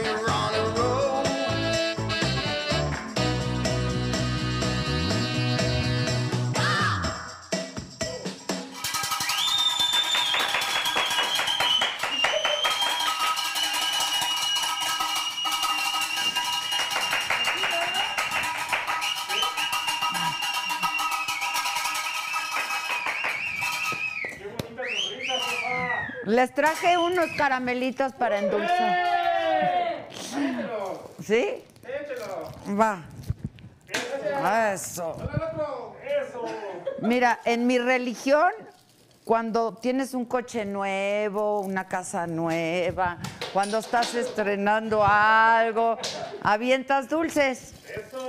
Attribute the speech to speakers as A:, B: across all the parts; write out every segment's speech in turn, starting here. A: you're on a roll.
B: Les traje unos caramelitos para endulzar. ¿Sí? Va. Eso. Mira, en mi religión, cuando tienes un coche nuevo, una casa nueva, cuando estás estrenando algo, avientas dulces.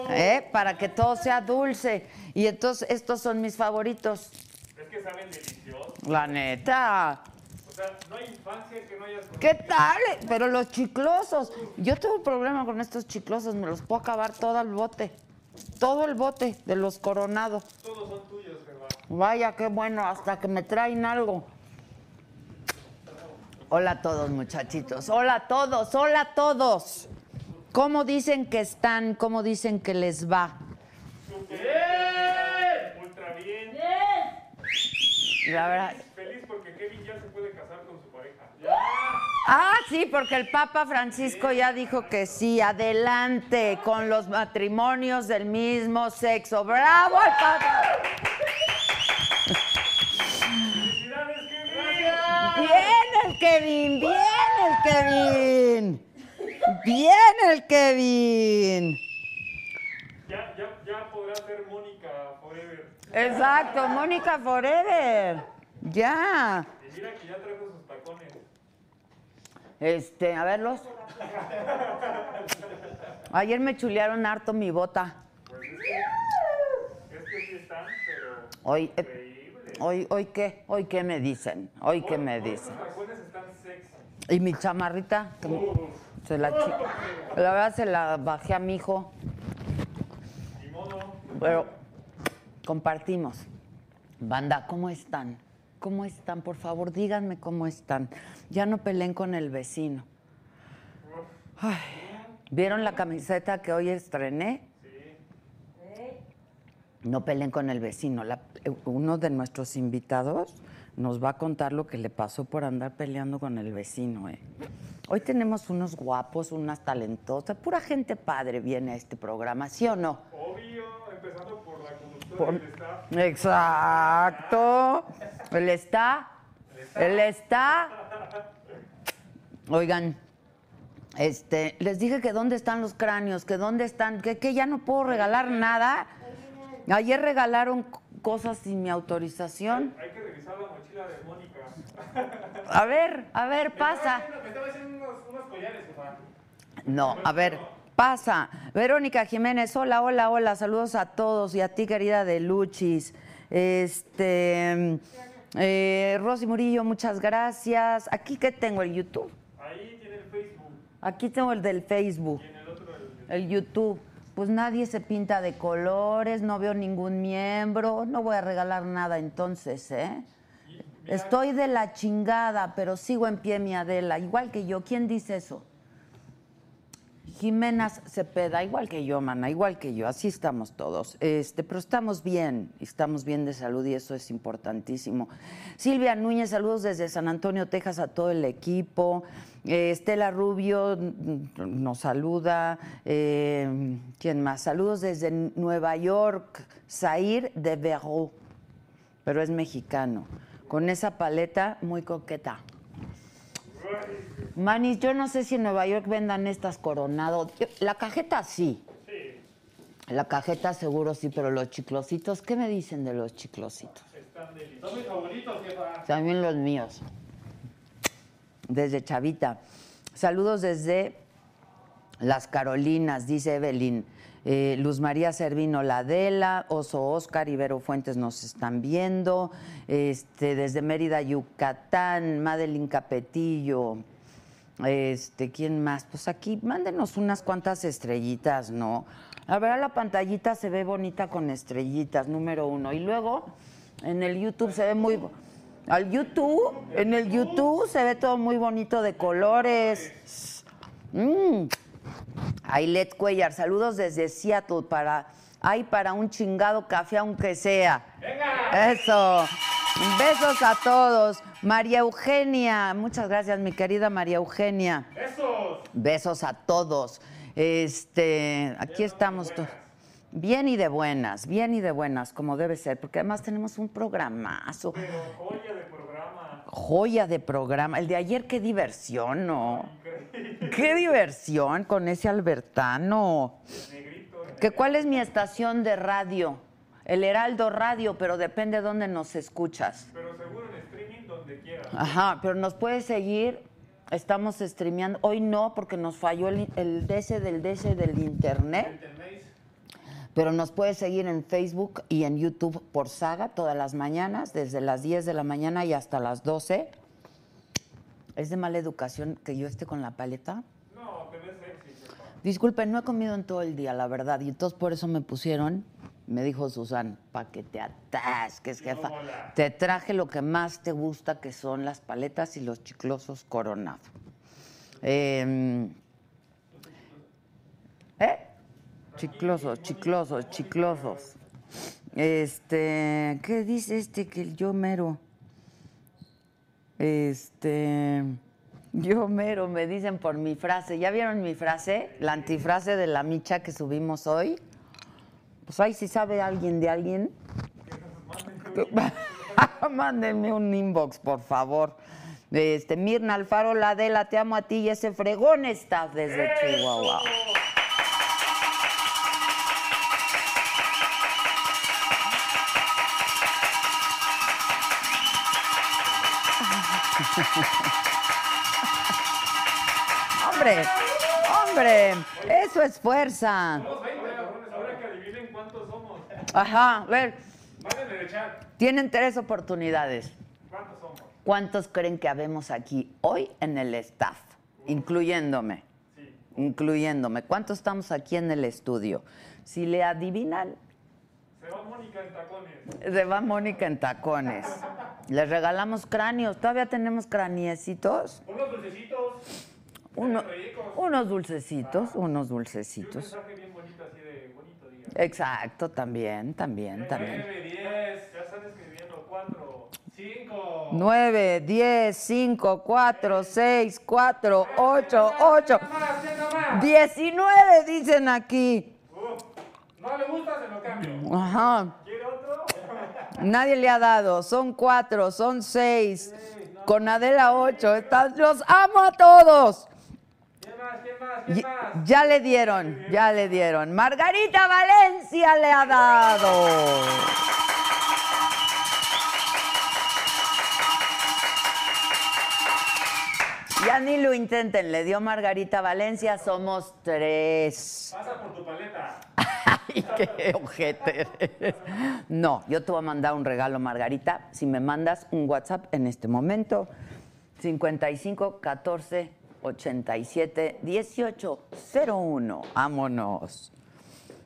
B: ¿eh? Para que todo sea dulce. Y entonces estos son mis favoritos.
C: Es que saben delicioso.
B: La neta.
C: O sea, no hay infancia que no hayas comido.
B: ¿Qué tal? Pero los chiclosos. Yo tengo un problema con estos chiclosos. Me los puedo acabar todo el bote. Todo el bote de los coronados.
C: Todos son tuyos, Germán.
B: Vaya, qué bueno. Hasta que me traen algo. Hola a todos, muchachitos. Hola a todos. Hola a todos. ¿Cómo dicen que están? ¿Cómo dicen que les va?
C: Ultra bien.
B: La verdad.
C: Feliz porque Kevin ya se puede casar con su pareja.
B: Ah, sí, porque el Papa Francisco ya dijo que sí, adelante con los matrimonios del mismo sexo. ¡Bravo al Papa!
C: ¡Felicidades,
B: Bien el Kevin,
C: Kevin! ¡Gracias!
B: bien el Kevin. Bien el Kevin.
C: Ya, ya, ya podrá ser Mónica Forever.
B: Exacto, Mónica Forever. Ya.
C: Y mira que ya trajo sus tacones.
B: Este, a verlos. Ayer me chulearon harto mi bota.
C: Es que sí están, pero
B: Hoy, eh,
C: increíble.
B: hoy, hoy qué, hoy qué me dicen, hoy qué me dicen.
C: Los tacones están sexy.
B: Y mi chamarrita, que me- se la chi- La verdad se la bajé a mi hijo,
C: Ni modo.
B: pero compartimos. Banda, ¿cómo están? ¿Cómo están? Por favor, díganme cómo están. Ya no peleen con el vecino. Ay, ¿Vieron la camiseta que hoy estrené? No peleen con el vecino. La- eh, uno de nuestros invitados nos va a contar lo que le pasó por andar peleando con el vecino. ¿eh? Hoy tenemos unos guapos, unas talentosas, pura gente padre viene a este programa, ¿sí o no?
C: Obvio, empezando por la conductora
B: Por-
C: del staff.
B: Exacto. Él está. Él está. Oigan, este, les dije que dónde están los cráneos, que dónde están, que, que ya no puedo regalar nada. Ayer regalaron c- cosas sin mi autorización.
C: Hay que revisar la mochila de Mónica. Ah,
B: A ver, a ver, pasa.
C: Me estaba haciendo unos, unos collares, Germán.
B: No, a ver, pasa. Verónica Jiménez, hola, hola, hola. Saludos a todos y a ti, querida de Luchis. Este. eh, Rosy Murillo, muchas gracias. Aquí que tengo el YouTube.
C: Ahí tiene el Facebook.
B: Aquí tengo el del Facebook. El YouTube. Pues nadie se pinta de colores, no veo ningún miembro. No voy a regalar nada entonces, ¿eh? Estoy de la chingada, pero sigo en pie, mi Adela, igual que yo. ¿Quién dice eso? Jimenas Cepeda, igual que yo, mana, igual que yo, así estamos todos. Este, pero estamos bien, estamos bien de salud y eso es importantísimo. Silvia Núñez, saludos desde San Antonio, Texas, a todo el equipo. Eh, Estela Rubio mm, nos saluda. Eh, ¿Quién más? Saludos desde Nueva York, Zair de Verou, pero es mexicano. Con esa paleta muy coqueta. Manis, yo no sé si en Nueva York vendan estas coronado. Yo- La cajeta sí. La cajeta seguro sí, pero los chiclositos, ¿qué me dicen de los chiclositos?
C: Son mis favoritos, jefa.
B: También los míos. Desde Chavita. Saludos desde Las Carolinas, dice Evelyn. Eh, Luz María Servino Ladela, Oso Oscar, Ibero Fuentes nos están viendo. Este, desde Mérida, Yucatán, Madeline Capetillo. Este, ¿quién más? Pues aquí, mándenos unas cuantas estrellitas, ¿no? La verdad, la pantallita se ve bonita con estrellitas, número uno. Y luego, en el YouTube se ve muy. bo- Al YouTube, en el YouTube se ve todo muy bonito de colores. Mm. Ailet Cuellar, saludos desde Seattle para. Ay, para un chingado café, aunque sea. ¡Venga! Eso. Besos a todos. María Eugenia, muchas gracias, mi querida María Eugenia.
C: ¡Esos!
B: Besos a todos. Este, aquí estamos todos. Bien y de buenas, bien y de buenas, como debe ser, porque además tenemos un programazo,
C: Pero joya de programa.
B: joya de programa. El de ayer, qué diversión, ¿no? Qué diversión con ese Albertano. ¿Que ¿Cuál es mi estación de radio? El Heraldo Radio, pero depende dónde nos escuchas.
C: Pero seguro en streaming donde quieras.
B: Ajá, pero nos puedes seguir. Estamos streameando. Hoy no, porque nos falló el, el DC del DC del internet. Pero nos puedes seguir en Facebook y en YouTube por saga todas las mañanas, desde las 10 de la mañana y hasta las 12. ¿Es de mala educación que yo esté con la paleta?
C: No, te ves sexy. papá.
B: Disculpen, no he comido en todo el día, la verdad. Y entonces por eso me pusieron, me dijo Susan, para que te atasques, jefa. Te traje lo que más te gusta, que son las paletas y los chiclosos coronados. Eh, ¿Eh? Chiclosos, chiclosos, chiclosos. Este, ¿qué dice este que el yo mero? Este. Yo mero, me dicen por mi frase. ¿Ya vieron mi frase? La antifrase de la micha que subimos hoy. Pues ahí si sabe alguien de alguien. Mándenme un inbox, por favor. Este, Mirna Alfaro, la Adela, te amo a ti y ese fregón staff desde Chihuahua. ¡Hombre! ¡Hombre! ¡Eso es fuerza!
C: Ahora que adivinen cuántos somos.
B: Ajá, a ver,
C: Mándenle de chat.
B: tienen tres oportunidades.
C: ¿Cuántos somos?
B: ¿Cuántos creen que habemos aquí hoy en el staff? Incluyéndome. Incluyéndome. ¿Cuántos estamos aquí en el estudio? Si le adivinan,
C: Se va Mónica en tacones.
B: se va Mónica en tacones. Les regalamos cráneos. Todavía tenemos craniecitos.
C: Unos dulcecitos.
B: Uno- unos dulcecitos, unos dulcecitos.
C: mensaje bien bonito así de bonito día.
B: Exacto, también, también, también.
C: 9, 10. Ya están escribiendo. 4, 5.
B: 9, 10, 5, 4, 6, 4, 8, 8. 19 dicen aquí.
C: No le gusta, se lo cambio.
B: Ajá.
C: ¿Quiere otro?
B: Nadie le ha dado. Son cuatro, son seis. Con Adela ocho. Están- los amo a todos.
C: ¿Quién más? ¿Quién más?
B: Y-
C: ¿Quién más?
B: ya le dieron, ya le dieron. Margarita Valencia le ha dado. Ya ni lo intenten, le dio Margarita Valencia, somos tres.
C: Pasa por tu paleta.
B: Ay, qué ojete eres. No, yo te voy a mandar un regalo, Margarita, si me mandas un WhatsApp en este momento. 55 14 87 18 01. Vámonos.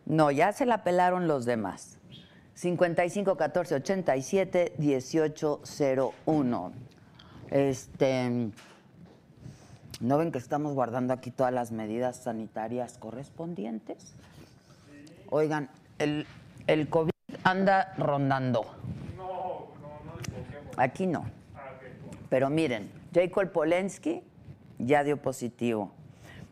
B: No, ya se la pelaron los demás. 55 14 87 18 01. Este. ¿No ven que estamos guardando aquí todas las medidas sanitarias correspondientes? Oigan, el, el COVID anda rondando. Aquí no. Pero miren, Jacob Polensky ya dio positivo.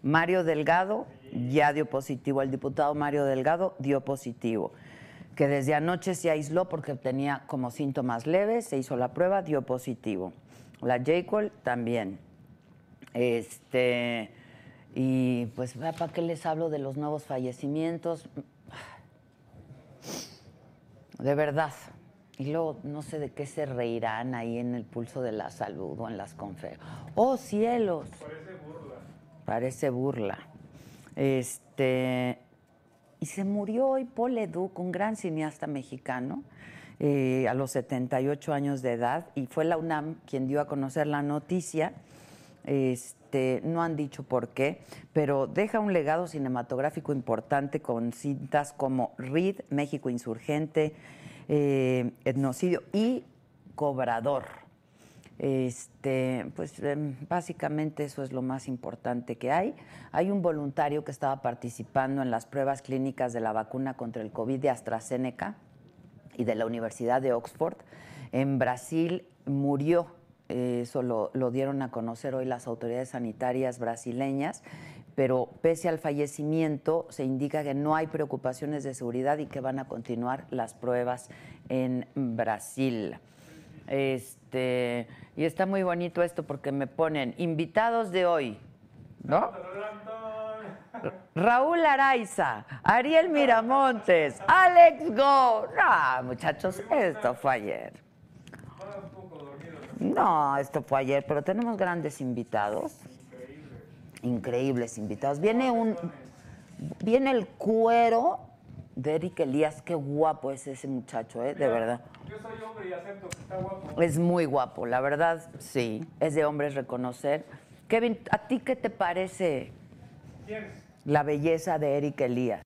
B: Mario Delgado ya dio positivo. El diputado Mario Delgado dio positivo. Que desde anoche se aisló porque tenía como síntomas leves, se hizo la prueba, dio positivo. La Jacob también. Este, y pues, ¿para qué les hablo de los nuevos fallecimientos? De verdad. Y luego no sé de qué se reirán ahí en el pulso de la salud o en las conferencias. ¡Oh, cielos! Parece burla. Este. Y se murió hoy Paul Leduc, un gran cineasta mexicano, eh, a los 78 años de edad, y fue la UNAM quien dio a conocer la noticia Este, no han dicho por qué, pero deja un legado cinematográfico importante con cintas como Reed, México Insurgente, eh, Etnocidio y Cobrador. Este, pues em, básicamente eso es lo más importante que hay. Hay un voluntario que estaba participando en las pruebas clínicas de la vacuna contra el COVID de AstraZeneca y de la Universidad de Oxford en Brasil murió. Eh, Eso lo, lo dieron a conocer hoy las autoridades sanitarias brasileñas, pero pese al fallecimiento se indica que no hay preocupaciones de seguridad y que van a continuar las pruebas en Brasil. Este, y está muy bonito esto porque me ponen invitados de hoy, ¿no? Raúl Araiza, Ariel Miramontes, Alex Go. No, muchachos, esto fue ayer. No, esto fue ayer, pero tenemos grandes invitados. Increíbles invitados. Viene un. Viene el cuero de Eric Elías. Qué guapo es ese muchacho, ¿eh? De verdad.
C: Yo soy hombre y acepto que está guapo.
B: Es muy guapo, la verdad, sí. Es de hombres reconocer. Kevin, ¿a ti qué te parece
C: ¿Quién?
B: la belleza de Eric Elías?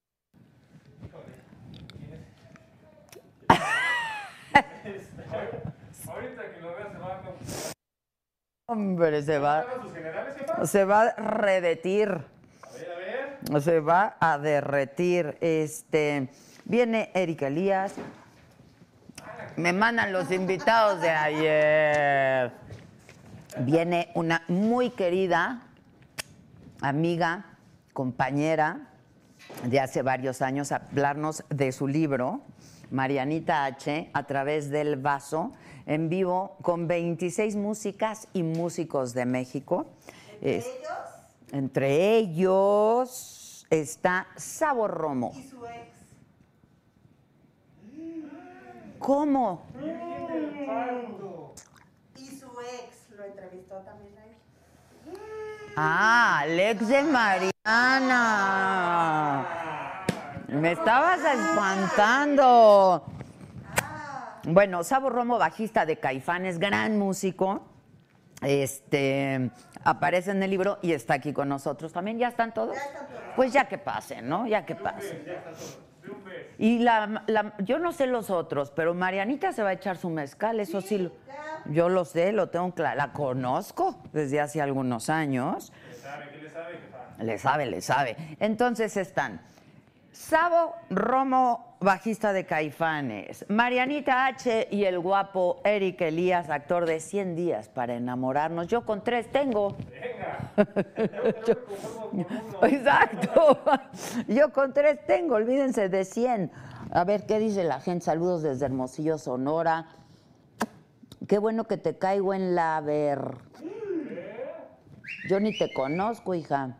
C: Ahorita que lo vea se va a comprar.
B: Hombre, se va,
C: sus generales, jefa?
B: se va a redetir,
C: A ver, a ver.
B: se va a derretir. Este, viene Erika Elías. Me mandan los invitados de ayer. Viene una muy querida amiga, compañera de hace varios años a hablarnos de su libro, Marianita H, a través del vaso, en vivo con 26 músicas y músicos de México. ¿Entre ellos? Entre ellos está Sabor Romo. ¿Y su ex? ¿Cómo?
D: Y su ex lo entrevistó también a él.
B: Ah, Alex de Mariana. Me estabas espantando. Bueno, Sabo Romo, bajista de Caifanes, gran músico. Este aparece en el libro y está aquí con nosotros también. ¿Ya están todos? Pues ya que pasen, ¿no? Ya que pasen. Y la, la- yo no sé los otros, pero Marianita se va a echar su mezcal, eso sí. lo- yo lo sé, lo tengo claro. La conozco desde hace algunos años. Le sabe, le sabe. Entonces están Sabo Romo, bajista de Caifanes, Marianita H y el guapo Eric Elías, actor de 100 días para enamorarnos. Yo con tres tengo. Exacto. Yo con tres tengo, olvídense de 100. A ver qué dice la gente. Saludos desde Hermosillo, Sonora. Qué bueno que te caigo en la ver. Yo ni te conozco, hija.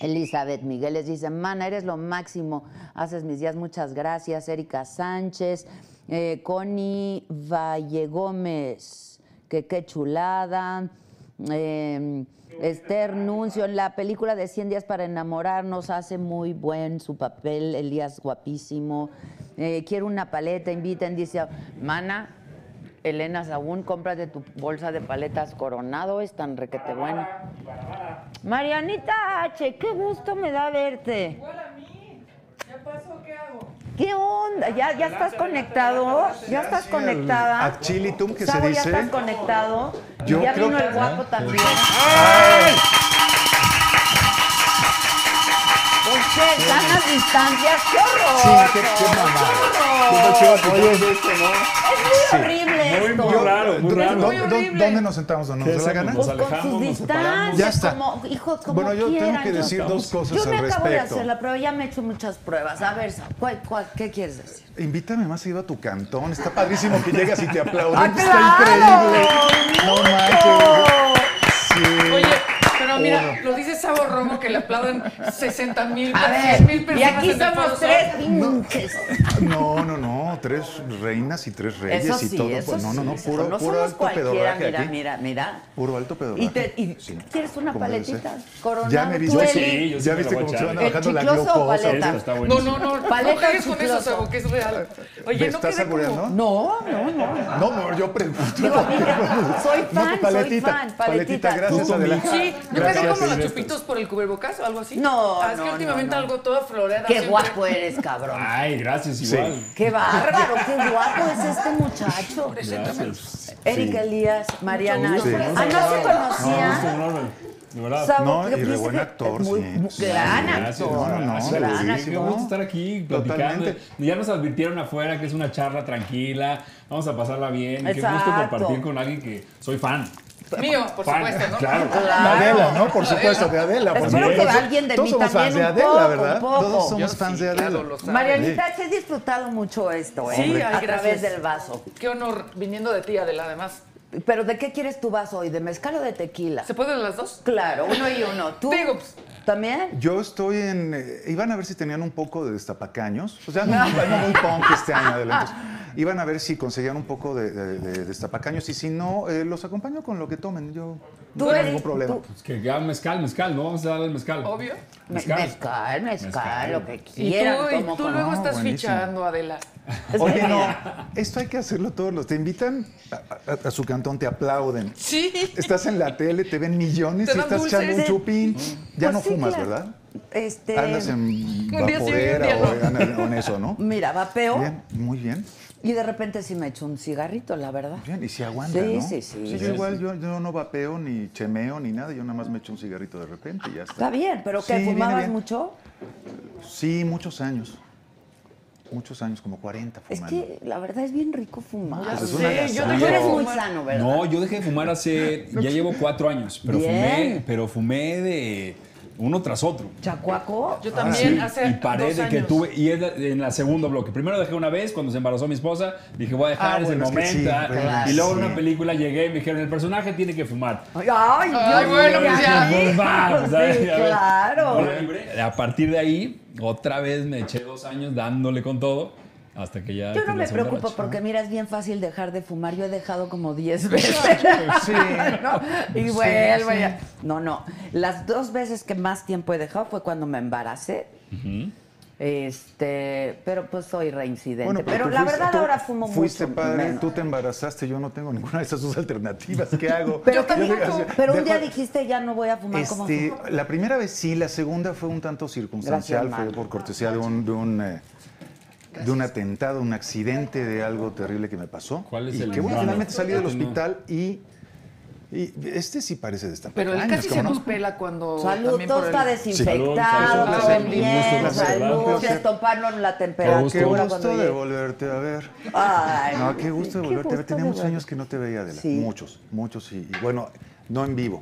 B: Elizabeth Migueles dice, mana, eres lo máximo, haces mis días, muchas gracias. Erika Sánchez, eh, Connie Valle Gómez, que qué chulada. Eh, Esther Nuncio, en la película de 100 días para enamorarnos, hace muy buen su papel, Elías guapísimo. Eh, quiero una paleta, inviten, dice, mana, Elena Sagún, cómprate tu bolsa de paletas Coronado, es tan requete bueno. Marianita H, qué gusto me da verte. Igual a mí. ¿Qué pasó? ¿Qué onda? ¿Ya, ya estás conectado? ¿Ya estás conectada?
E: Ad chilitum, que se
B: Sabo,
E: dice.
B: ¿Ya estás conectado? Y
E: Yo
B: ya
E: creo
B: vino
E: que-
B: el guapo también. Pues, ¿qué? ¿Ganas distancias? ¡Qué horror!
E: Sí, qué, qué mamada. Qué pachiva que tienes esto, ¿no?
B: ¡Es
E: Sí.
B: muy horrible esto!
E: Yo-
F: raro, muy
E: ¿dó-
F: raro.
E: dó-
F: Muy
E: dó- ¿Dónde nos sentamos o no?
F: ¿Qué
E: ¿Nos da la gana?
F: hacemos? Nos
B: Pues con sus
F: alejamos, nos separamos.
B: distancias,
E: Ya está.
B: como, hijos, como
E: Bueno, yo tengo
B: quieran,
E: que decir dos cosas
B: yo me
E: al
B: acabo de
E: respecto.
B: hacer la prueba, ya me he hecho muchas pruebas. A ver, Sam, ¿cuál, cuál, ¿qué quieres decir?
E: Invítame más seguido a tu cantón. Está padrísimo que llegas y te aplauden.
B: ¡Ah,
E: Está
B: claro!
E: increíble. No manches. Sí.
G: Oye, pero
F: No, mira, lo dice Sabo Romo que le aplauden 60 mil,
B: A
F: 10 mil
B: ver,
F: personas.
B: y aquí
F: en el Foro
B: somos
F: Sol.
B: tres pinches.
E: No, no, no, tres reinas y tres reyes
B: Eso sí,
E: y todo.
B: eso
E: pues, no, no, no,
B: sí, eso.
E: puro,
B: no
E: puro
B: somos
E: alto
B: cualquiera,
E: pedorraje
B: mira,
E: aquí.
B: mira, mira.
E: Puro alto pedorraje.
B: Y, te, y
E: Sí,
B: ¿Quieres una
E: como debe ser.
B: paletita? Coronado
E: Ya me vi,
B: tú,
E: yo
B: Eli.
E: sí,
G: yo sí
E: ya
G: me
E: viste
G: la voy a
E: cómo se
G: echar,
E: van
G: ¿eh?
E: bajando la
B: ¿Chicloso o
E: glucosa.
B: paleta?
G: Esto está
F: No,
G: buenísimo.
F: no, no,
B: Paleta
F: no juegues con eso,
B: chiclosa.
F: Sabo, que es real.
E: ¿Me
F: Oye, no
E: estás
F: queda
E: saboreando?
F: como...
B: No, no, no.
E: No, amor, yo pregunto.
B: Digo, mira, soy
E: No, pues,
B: fan, soy
E: paletita,
B: fan. Paletita,
E: paletita, gracias,
B: tú.
E: Adela.
F: Sí, ¿no
E: Gracias,
F: quedé como los
E: Silvestre.
F: chupitos por el cubrebocas o algo así?
B: No,
F: Ah, es que
B: no,
F: últimamente
B: no, no.
F: algo toda florera.
B: Qué
F: siempre.
B: guapo eres, cabrón.
G: Ay, gracias, igual.
B: Qué bárbaro, qué guapo es este muchacho.
G: Gracias.
B: Erika Elías, Mariana.
G: Mucho gusto.
B: Ah, no se
G: No, gusto
B: conocía.
G: enorme. De verdad.
B: Sabo,
E: Ah,
B: ¿qué
E: No, y re
B: piensas
E: buen
B: que-
E: actor,
B: muy-
E: sí.
B: muy-
E: Sí,
B: Gran
G: Gracias,
B: actor.
E: No, no, no,
G: gracias,
B: gran
G: sí,
B: actor.
G: Qué gusto estar aquí platicando.
E: Totalmente.
G: Ya nos advirtieron afuera que es una charla tranquila, vamos a pasarla bien. y Qué gusto
B: Exacto.
G: compartir con alguien que soy fan.
F: Mío, por
G: fan,
F: supuesto, ¿no?
G: Claro.
E: De Adela, ¿no? Por supuesto, de Adela. por
B: Espero que
E: supuesto.
B: alguien de
E: Todos
B: mí
E: somos
B: también
E: fans de
B: un
E: Adela,
B: poco,
E: ¿verdad?
B: un poco.
E: Todos
F: Yo
E: somos fans
F: sí,
E: de Adela.
F: claro, lo sabes.
B: Marianita, sí he disfrutado mucho esto, ¿eh?
F: Sí, ay,
B: a través
F: gracias.
B: del vaso.
F: Qué honor, viniendo de ti, Adela, además.
B: ¿Pero de qué quieres tu vaso hoy? ¿De mezcal o de tequila?
F: ¿Se pueden las dos?
B: Claro, uno y uno. ¿Tú
F: Digo, pues,
B: también?
E: Yo estoy en. eh, iban a ver si tenían un poco de destapacaños. O sea, no, no muy punk este año adelante. Iban a ver si conseguían un poco de, de- de destapacaños y si no, eh, los acompaño con lo que tomen. Yo no
B: Tú
E: tengo
B: eres-
E: ningún problema.
B: tú-
G: Pues que ya mezcal, mezcal, ¿no? Vamos a darle el mezcal.
F: Obvio.
B: Me-
G: Mezcal.
B: Mezcal, mezcal,
G: Mezcal.
B: lo que
F: y
B: quieran.
F: tú,
B: como
F: y tú
B: con-
F: luego
E: no,
F: estás
E: buenísimo.
F: fichando, Adela.
E: Oye, no, esto hay que hacerlo todos los. Te invitan a, a- a su cantón, te aplauden.
F: Sí.
E: Estás en la tele, te ven millones
F: Te
E: y
F: dan
E: estás echando un
F: dulces.
E: chupín. Ya
B: Pues
E: no
B: sí,
E: fumas,
B: claro.
E: ¿verdad?
B: Este,
E: Andas en
F: Un día sí y un
E: vaporera
F: día
E: o,
F: no.
E: andas en eso, ¿no?
B: Mira, vapeo
E: Bien, muy bien.
B: y de repente sí me echo un cigarrito, la verdad.
E: Bien, y si aguanta,
B: Sí,
E: ¿no?
B: sí, sí.
E: yo igual, yo, yo no vapeo, ni chemeo, ni nada. Yo nada más me echo un cigarrito de repente y ya está.
B: Está bien, pero
E: Sí,
B: que
E: viene
B: fumabas
E: bien.
B: mucho. Ah.
E: Sí, muchos años. Muchos años, como 40
B: Es
E: fumando.
B: que la verdad es bien rico fumar.
E: Pues es
F: Sí,
E: una
F: yo
B: Tú
F: dejé de
B: eres muy
F: fumar.
B: sano, ¿verdad?
G: No, yo dejé de fumar hace, ya llevo cuatro años, pero
B: Bien.
G: fumé, pero fumé de uno tras otro.
B: ¿Chacuaco?
F: Yo también
G: Ah, Sí,
F: hace
G: y paré
F: dos
G: de que
F: años.
G: tuve y es la- en la segundo bloque primero dejé una vez cuando se embarazó mi esposa dije voy a dejar
E: Ah,
G: ese
E: bueno, es que
G: momento
E: sí,
G: ah,
E: claro,
G: y luego en
E: sí.
G: una película llegué y me dijeron el personaje tiene que fumar
B: Ay, ay,
F: Ay,
B: Dios
F: bueno,
B: mío,
F: pues ya.
B: hijo,
G: Pues va, pues, a ver,
B: sí,
G: a ver.
B: claro.
G: Ahora libre. a partir de ahí otra vez me eché dos años dándole con todo hasta que ya
B: Yo no
G: tuve la
B: me
G: segunda
B: preocupo
G: racha.
B: porque mira, es bien fácil dejar de fumar. Yo he dejado como 10 veces.
E: Sí.
B: ¿no? Y vuelvo ya. No, no. Las dos veces que más tiempo he dejado fue cuando me embaracé. Este, pero pues soy reincidente. pero
E: tú
B: la
E: fuiste-
B: verdad
E: tú
B: ahora fumo mucho.
E: Fuiste padre,
B: menos.
E: tú te embarazaste, yo no tengo ninguna de esas dos alternativas. ¿Qué hago?
B: Pero,
E: Yo
B: también
E: digo,
B: tú-
E: así,
B: pero un
E: dejo-
B: día dijiste ya no voy a fumar como
E: Este, la primera vez sí, la segunda fue un tanto circunstancial,
B: Gracias,
E: fue
B: Mario.
E: por cortesía de un, de un, eh, de un atentado, un accidente, de algo terrible que me pasó.
G: ¿Cuál es
E: y
G: el
E: que bueno,
G: drama?
E: finalmente salí del
G: No.
E: hospital y, y este sí parece de esta
F: Pero él casi se nos pela cuando...
B: Salud,
F: también
B: todo
F: por el-
B: está desinfectado,
F: Salud, salud,
B: todo
F: salud,
B: bien,
G: un gusto,
B: salud,
E: un placer.
B: toparon la
E: Qué
B: temperatura cuando
E: gusto de
B: llegué.
E: volverte a ver.
B: Ay,
E: No, Ah, qué gusto de volverte a ver.
B: gusto
E: Tenía
B: de
E: muchos
B: ver-
E: años que no te veía, Adela.
B: Sí.
E: Muchos, muchos. Y, y bueno, no en vivo.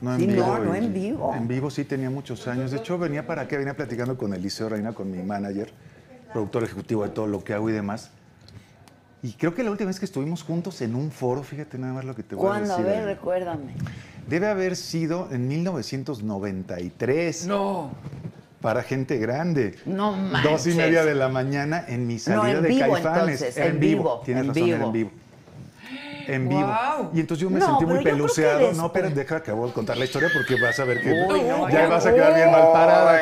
E: No
B: Sí, no, no
E: y-
B: en vivo.
E: En vivo sí tenía muchos años. De hecho, venía para acá, venía platicando con Eliseo Reina, con mi manager, productor ejecutivo de todo lo que hago y demás. Y creo que la última vez que estuvimos juntos en un foro, fíjate nada más lo que te voy
B: ¿Cuándo?
E: a
B: A
E: decir. ¿eh?
B: ver,
E: Adela.
B: recuérdame.
E: Debe haber sido en 1993
F: No.
E: para gente grande.
B: No manches.
E: Dos y media de la mañana en mi salida
B: en
E: de
B: vivo,
E: Caifanes.
B: entonces,
E: Era
B: en vivo,
E: Tienes
B: en
E: razón, era
B: vivo.
E: en vivo. En vivo.
F: Guau.
E: Y entonces yo me
B: No,
E: sentí muy
B: pero yo creo que
E: peluceado.
B: después-
E: No, pero deja que voy a contar la historia porque vas a ver que
B: Uy, no,
E: ya
B: no.
E: vas a quedar bien
B: Uy.
E: mal parada.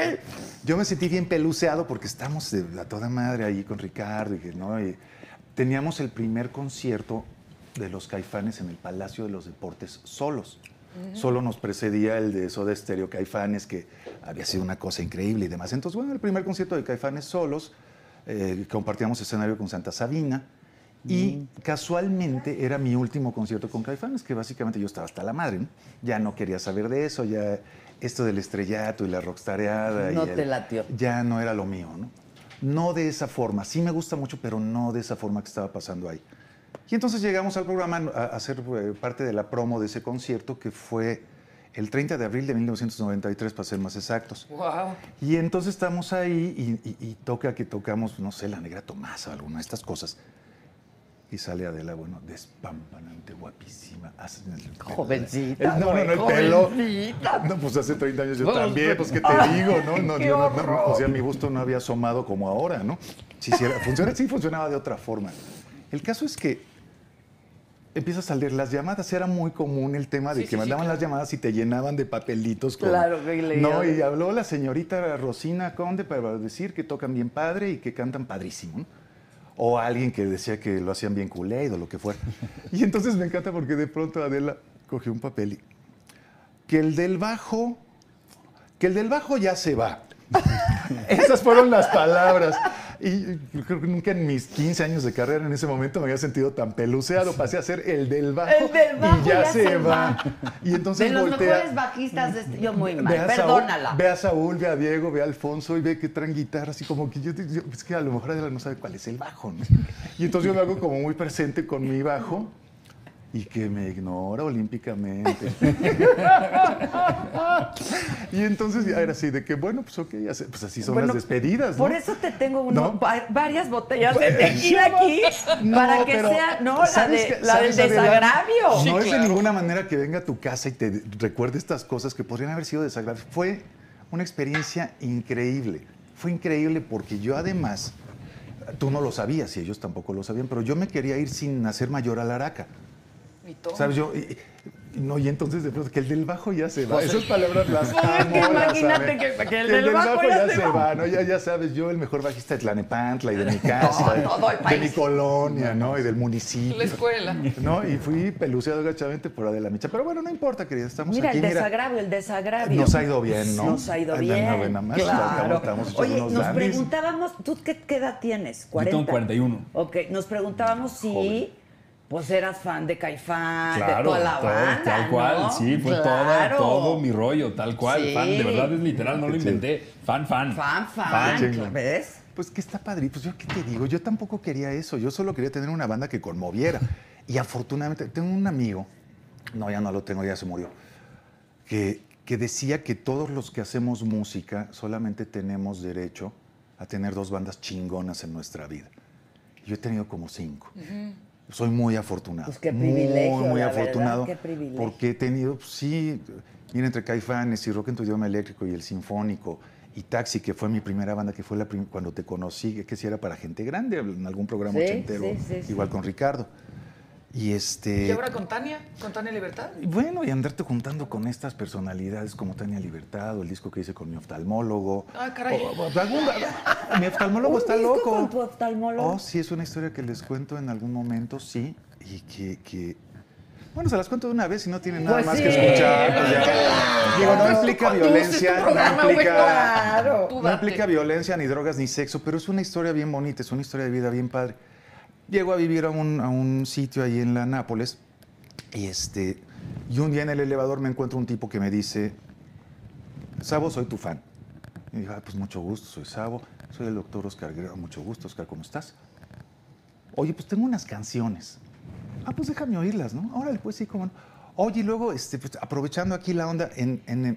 E: Yo me sentí bien peluceado porque estamos de- a toda madre ahí con Ricardo y que no. Y teníamos el primer concierto de los Caifanes en el Palacio de los Deportes solos. Solo nos precedía el de Soda Stereo Caifanes, que había sido una cosa increíble y demás. Entonces, bueno, el primer concierto de Caifanes solos, eh, compartíamos escenario con Santa Sabina. Y casualmente era mi último concierto con Caifanes, que básicamente yo estaba hasta la madre, ¿no? Ya no quería saber de eso, ya esto del estrellato y la rockstareada. y
B: No
E: el-
B: te latió.
E: Ya no era lo mío, ¿no? No de esa forma. Sí me gusta mucho, pero no de esa forma que estaba pasando ahí. Y entonces llegamos al programa a, a ser eh, parte de la promo de ese concierto, que fue el 30 de abril de 1993, para ser más exactos.
F: Wow.
E: Y entonces estamos ahí y, y- y toca que tocamos, no sé, la negra Tomasa, alguna de estas cosas. Y sale Adela, bueno, despampanante, guapísima. hacen el-
B: Jovencita,
E: El- Eh, no, no, no, el
B: güey,
E: pelo.
B: jovencita.
E: No, pues hace 30 años yo
B: Vamos,
E: también, pues qué te digo, ¿no? No, yo no- no, o sea, mi gusto no había asomado como ahora, ¿no? Si hiciera- funciona, sí funcionaba de otra forma. El caso es que empieza a salir las llamadas. Era muy común el tema de que mandaban las llamadas y te llenaban de papelitos. Con,
B: Claro, güey, leía.
E: No, y habló la señorita Rosina Conde para decir que tocan bien padre y que cantan padrísimo. ¿no? O alguien que decía que lo hacían bien culé o lo que fuera. Y entonces me encanta porque de pronto Adela cogió un papel y... Que el del bajo... Que el del bajo ya se va. Esas fueron las palabras. Y yo creo que nunca en mis 15 años de carrera en ese momento me había sentido tan peluceado. Pasé a ser el del bajo,
B: El del bajo
E: y ya,
B: ya
E: se,
B: se
E: va.
B: va.
E: Y entonces
B: de los
E: voltea.
B: mejores bajistas de este- Yo muy mal,
E: Ve a Saúl-
B: perdónala.
E: ve a Saúl, ve a Diego, ve a Alfonso y ve que traen guitarra, así como que yo, te- yo- es que a lo mejor Adela no sabe cuál es el bajo, ¿no? Y entonces yo me hago como muy presente con mi bajo y que me ignora olímpicamente. y entonces ya era así de que, bueno, pues ok, ya sé, pues así son
B: Bueno,
E: las despedidas, ¿no?
B: Por eso te tengo uno-
E: ¿No?
B: va- varias botellas de tequila aquí
E: No,
B: para que
E: pero,
B: sea, no, la, de,
E: ¿sabes qué?
B: la del
E: ¿Sabes, Adela?
B: desagravio.
E: No es de ninguna manera que venga a tu casa y te recuerde estas cosas que podrían haber sido desagradables. Fue una experiencia increíble. Fue increíble porque yo además, tú no lo sabías y ellos tampoco lo sabían, pero yo me quería ir sin hacer mayor alaraca.
F: Y todo.
E: ¿Sabes? Yo, y- y- no, y entonces de pronto, que el del bajo ya se va. Esas palabras las
B: Pues es que
E: amo, las
B: imagínate
E: amé.
B: que- que el del bajo
E: ya se va. ¿no? Ya, ya sabes, yo el mejor bajista de Tlanepantla y de mi casa, de-
F: todo el
E: de, mi
F: país.
E: colonia, ¿no? Y del
F: La
E: municipio.
F: escuela.
E: ¿no? Y fui peluceado gachamente por Adela Micha. Pero bueno, no importa, querida, estamos
B: Mira,
E: aquí.
B: el
E: mira.
B: desagravio, el desagravio.
E: Nos ha ido bien, ¿no?
B: Nos ha ido
E: Ana,
B: bien.
E: no, nada más,
B: claro.
E: estamos- estamos echando
B: Oye,
E: unos
B: nos
E: dandis.
B: preguntábamos, ¿tú qué, qué edad tienes?
G: Yo
B: 40.
G: tengo 41.
B: Ok, nos preguntábamos si
E: Joven.
B: pues eras fan de Caifán, de
G: Claro,
B: toda la
G: todo,
B: banda,
G: tal cual,
B: ¿no?
G: sí, fue
B: Claro.
G: todo, todo mi rollo, tal cual,
B: Sí.
G: fan, de verdad es literal, no lo
E: Qué chido.
G: inventé, fan, fan.
B: Fan, fan,
E: Qué chingón.
B: ¿ves?
E: Pues que está padre. Pues yo qué te digo, yo tampoco quería eso. Yo solo quería tener una banda que conmoviera. Y afortunadamente, tengo un amigo, no, ya no lo tengo, ya se murió, que, que decía que todos los que hacemos música solamente tenemos derecho a tener dos bandas chingonas en nuestra vida. Yo he tenido como cinco. Soy muy afortunado.
B: Pues qué privilegio,
E: Muy, muy
B: la verdad,
E: afortunado.
B: qué privilegio.
E: Porque he tenido, pues, sí, mira, entre Caifanes y Rock en tu idioma eléctrico y el Sinfónico y Taxi, que fue mi primera banda, que fue la prim- cuando te conocí, que si era para gente grande, en algún programa
B: Sí,
E: ochentero,
B: sí, sí, sí.
E: igual con Ricardo. Y este.
F: ¿Y ahora con Tania? ¿Con Tania Libertad?
E: Y Bueno, y andarte juntando con estas personalidades como Tania Libertad, o el disco que hice con mi oftalmólogo.
F: Ah, caray.
E: O- o- algún- mi oftalmólogo
B: ¿Un
E: está
B: disco
E: loco.
B: con tu oftalmólogo?
E: Oh, sí, es una historia que les cuento en algún momento, sí. Y que. que- Bueno, se las cuento de una vez y no tienen nada
B: Pues
E: más
B: sí.
E: que escuchar. pues ya. Digo, no implica
F: Tú conduces tu
E: violencia,
F: programa,
E: no
F: güey,
E: implica.
F: claro. Tú
E: No
F: date.
E: implica violencia, ni drogas, ni sexo, pero es una historia bien bonita, es una historia de vida bien padre. Llego a vivir a un, a un sitio ahí en la Nápoles y, este, y un día en el elevador me encuentro un tipo que me dice, Sabo, soy tu fan. Y dije, "Ah, pues mucho gusto, soy Sabo, soy el doctor Oscar Guerrero, mucho gusto, Oscar, ¿cómo estás? Oye, pues tengo unas canciones. Ah, pues déjame oírlas, ¿no? Órale, pues sí, cómo no. Oye, y luego, este, pues, aprovechando aquí la onda, en, en,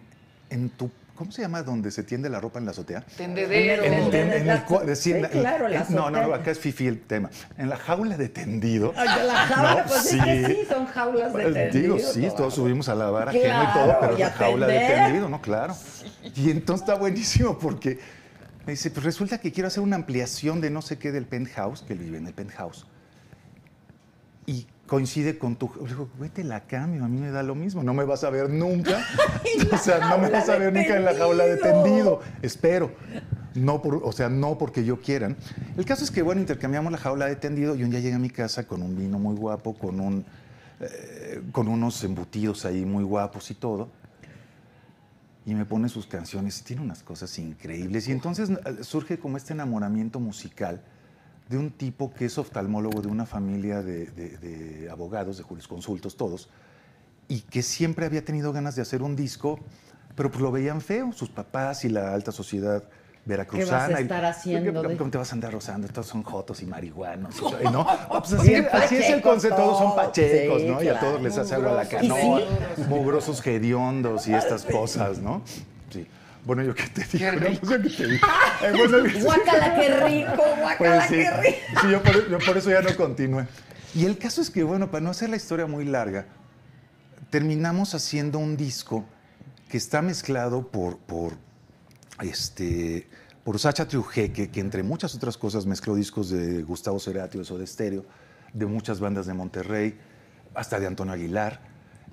E: en tu, ¿cómo se llama? Donde se tiende la ropa en la azotea.
F: Tendedero.
E: En el, ten- en el
B: Las-
E: cua- de- sí, en
B: sí,
E: la-
B: claro,
E: en-
B: las
E: No, no, no,
B: hoteles.
E: acá es fifi el tema. En la jaula de tendido.
B: Ay, de la jaula,
E: No,
B: pues es que sí, son jaulas de
E: Eh,
B: tendido,
E: Digo, sí,
B: claro.
E: todos subimos a la vara ajena y todo,
B: Claro,
E: pero es
B: y
E: la
B: a
E: jaula de
B: tender.
E: tendido, ¿no? Claro. Y entonces está buenísimo porque me dice, pues resulta que quiero hacer una ampliación de no sé qué del penthouse, que él vive en el penthouse. Y coincide con tu... Le digo, güey, te la cambio, a mí me da lo mismo, no me vas a ver nunca. o sea, no me
B: jaula
E: vas a
B: de
E: ver nunca en la jaula de
B: tendido.
E: tendido espero. No por, o sea, no porque yo quieran. El caso es que, bueno, intercambiamos la jaula de tendido y un día llegué a mi casa con un vino muy guapo, con, un, eh, con unos embutidos ahí muy guapos y todo. Y me pone sus canciones y tiene unas cosas increíbles. Y entonces eh, surge como este enamoramiento musical de un tipo que es oftalmólogo de una familia de, de- de abogados, de jurisconsultos, todos y que siempre había tenido ganas de hacer un disco, pero pues lo veían feo, sus papás y la alta sociedad veracruzana.
B: ¿Qué vas a
E: y-
B: estar haciendo de-
E: ¿Cómo te vas a andar rozando? Estos son jotos y marihuanos. y todo, ¿no? Pues así, así es el concepto, todos son pachecos,
B: Sí,
E: ¿no? Y a
B: claro.
E: todos les hace agua la canoa,
B: Mugrosos.
E: mugrosos hediondos y estas cosas, ¿no? Sí. Bueno, yo qué te digo, no
F: rico.
E: sé qué te digo. Eh, bueno,
B: Guácala, Ah, qué rico, guácala,
E: pues sí,
B: qué rico.
E: sí, yo, por, yo por eso ya no continué. Y el caso es que, bueno, para no hacer la historia muy larga, terminamos haciendo un disco que está mezclado por, por, este, por Sacha Triujeque, que entre muchas otras cosas mezcló discos de Gustavo Cerati o de Stereo, de muchas bandas de Monterrey, hasta de Antonio Aguilar.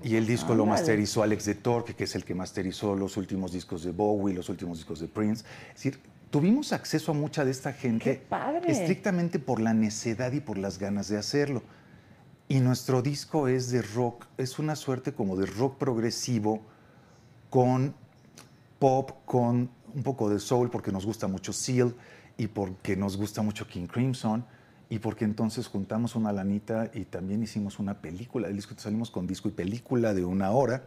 E: Y el disco lo masterizó Alex de Torque, que es el que masterizó los últimos discos de Bowie, los últimos discos de Prince. Es decir, tuvimos acceso a mucha de esta gente
H: padre!
E: estrictamente por la necedad y por las ganas de hacerlo. Y nuestro disco es de rock, es una suerte como de rock progresivo con pop, con un poco de soul, porque nos gusta mucho Seal y porque nos gusta mucho King Crimson. Y porque entonces juntamos una lanita y también hicimos una película del disco. Entonces Salimos con disco y película de una hora,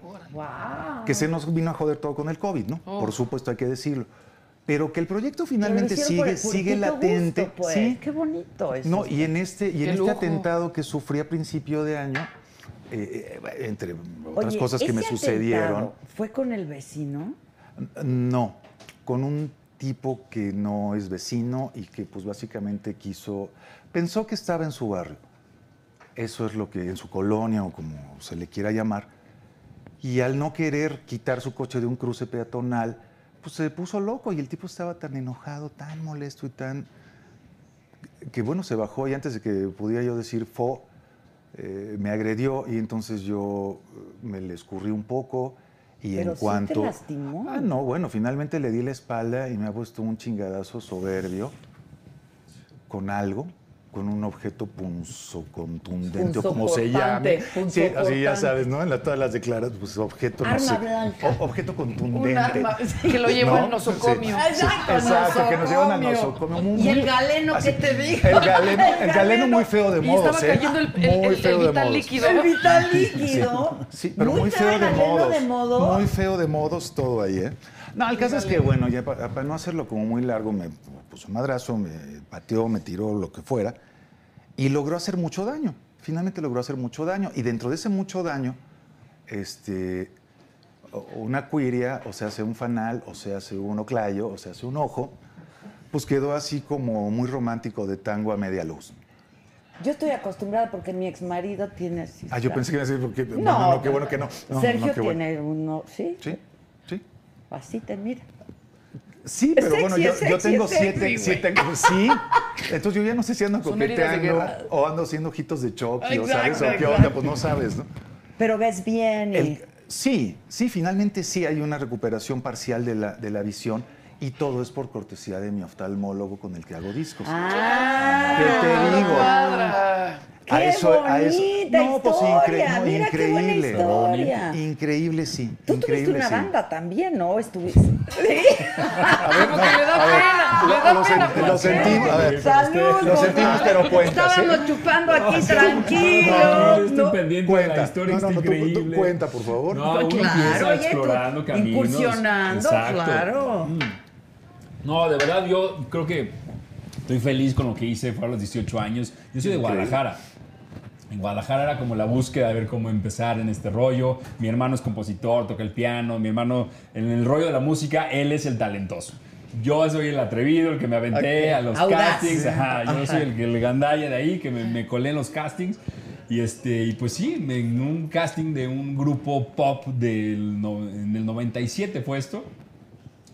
E: que se nos vino a joder todo con el COVID, ¿no?
F: Oh.
E: Por supuesto, hay que decirlo. Pero que el proyecto finalmente
H: Pero lo hicieron por
E: sigue,
H: el
E: sigue
H: puritito
E: latente.
H: gusto, pues.
E: Sí,
H: Qué bonito eso.
E: no, y en este, y
F: Qué
E: en este
F: lujo.
E: atentado que sufrí a principio de año, eh, eh, entre otras
H: Oye,
E: cosas que
H: ese
E: me sucedieron,
H: atentado ¿Fue con el vecino?
E: no, con un tipo que no es vecino y que pues básicamente quiso, pensó que estaba en su barrio, eso es lo que en su colonia o como se le quiera llamar, y al no querer quitar su coche de un cruce peatonal, pues se puso loco y el tipo estaba tan enojado, tan molesto y tan que bueno, se bajó y antes de que pudiera yo decir fo, eh, me agredió y entonces yo eh, me le escurrí un poco y
H: Pero
E: en
H: sí te
E: cuanto...
H: lastimó.
E: Ah, no, bueno, finalmente le di la espalda y me ha puesto un chingadazo soberbio con algo, con un objeto punzocontundente o como se llame.
F: Punzocortante,
E: Sí, así ya
F: punzocortante.
E: sabes, ¿no? En la- todas las declaras, pues objeto, no
H: Arma
E: sé,
H: blanca.
E: o- objeto contundente.
F: Un arma que lo llevó al
E: ¿No? Sí,
F: nosocomio.
E: sí, Exacto, que nos llevan al nosocomio. Muy-
H: Y el galeno que te dijo.
E: el galeno, el galeno muy feo de
F: Y
E: modos,
F: estaba
E: ¿eh?
F: cayendo el, el-
E: muy
F: el- el
E: feo de
F: vital
E: modos.
F: líquido.
H: El vital líquido.
E: Sí, pero muy,
H: feo
E: feo
H: el
E: de
H: galeno
E: modos.
H: de modo.
E: Muy feo de modos todo ahí, ¿eh? No, el caso es que, bueno, ya pa- para no hacerlo como muy largo, me puso un madrazo, me pateó, me tiró, lo que fuera, y logró hacer mucho daño. Finalmente logró hacer mucho daño. Y dentro de ese mucho daño, este, o- una cuiria, o se hace un fanal, o se hace un oclayo, o se hace un ojo, pues quedó así como muy romántico de tango a media luz.
H: Yo estoy acostumbrada porque mi ex marido tiene así.
E: Ah, yo pensé que iba a decir, porque, no,
H: No.
E: no, no, qué bueno que no. No, no,
H: Sergio
E: qué bueno.
H: tiene uno, sí,
E: Sí, sí.
H: así te mira.
E: Sí, pero
F: sexy,
E: bueno, yo,
F: es
E: yo
F: sexy,
E: tengo
F: es sexy,
E: siete,
F: güey.
E: siete- sí. Entonces yo ya no sé si ando
F: Son heridas de
E: coqueteando
F: guerra.
E: o ando haciendo ojitos de choque, o
F: Exacto,
E: sabes, o qué
F: exacto.
E: onda, pues no sabes, ¿no?
H: Pero ves bien y
E: El- sí, sí, finalmente sí hay una recuperación parcial de la, de la visión y todo es por cortesía de mi oftalmólogo con el que hago discos.
H: Ah,
E: ¿Qué te digo?
F: Cuadra.
H: ¡Qué bonita
E: pues,
H: historia! Mira qué buena historia.
E: Increíble, sí.
H: Tú tuviste
E: increíble,
H: una
E: sí.
H: banda también, ¿no? Estuviste.
F: Como que Ah, le da pena. Le da
E: Lo,
F: pena.
E: sen-
F: pues.
E: lo sentimos, a ver,
H: Salud,
E: lo sentimos, pero cuenta. ¿sí?
H: Estábamos chupando aquí
I: No, este yo
H: tranquilos.
I: estoy
H: ¿no?
I: pendiente de
E: Cuenta.
I: la historia,
E: No, no,
I: está
E: no, tú- tú
I: increíble.
E: cuenta, por favor.
B: Ah,
I: No, uno empieza
H: oye, tú
I: explorando caminos.
H: Incursionando,
I: Exacto.
H: claro.
I: No, de verdad, yo creo que estoy feliz con lo que hice. Fue a los 18 años. Yo soy de Guadalajara. En Guadalajara era como la búsqueda de ver cómo empezar en este rollo. Mi hermano es compositor, toca el piano. Mi hermano, en el rollo de la música, él es el talentoso. Yo soy el atrevido, el que me aventé a los
H: Audaz.
I: castings. Ajá, yo soy el, el gandalla de ahí, que me, me colé en los castings. Y, este, y pues sí, me- en un casting de un grupo pop del, no- en el 97 fue esto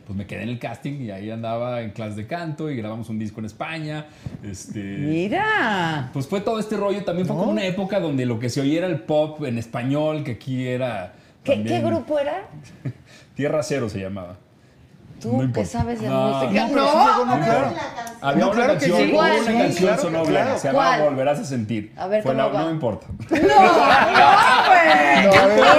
I: pues me quedé en el casting y ahí andaba en clase de canto y grabamos un disco en España. Este,
H: Mira.
I: pues fue todo este rollo. También fue como una época donde lo que se oía era el pop en español, que aquí era.
H: ¿Qué,
I: también-
H: qué grupo era?
I: Tierra Cero se llamaba.
H: Tú
I: No
H: que
I: importa.
H: sabes de
I: No.
H: música.
E: No, pero sí llegó, no,
G: ¿Cuál
E: claro.
G: es la canción?
I: Había
E: No,
I: una
E: claro que
I: canción,
E: sí.
I: hubo
H: ¿Cuál?
I: una
H: Sí,
I: canción
E: claro,
I: sonora,
E: claro.
I: se llamaba
H: ¿Cuál?
I: Volverás a sentir.
H: A ver,
I: Fue la-
H: ¿cómo va?
I: No importa.
E: No,
I: No
E: eh,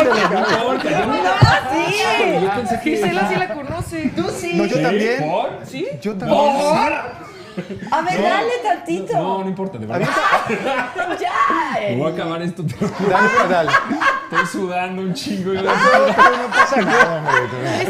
I: importa, yo no-
H: Ah, Sí.
I: yo pensé que-
F: Gisela sí la conoce. Tú sí.
E: no, yo
I: ¿Sí?
E: también.
I: ¿Por?
F: ¿Sí?
E: Yo también.
I: ¿Por?
H: A ver, dale tantito.
I: No, no importa, de verdad.
H: Ya.
I: Me voy a acabar esto, pero
E: Dale, dale.
I: estoy sudando un chingo. y-
E: No, pero no pasa nada, hombre.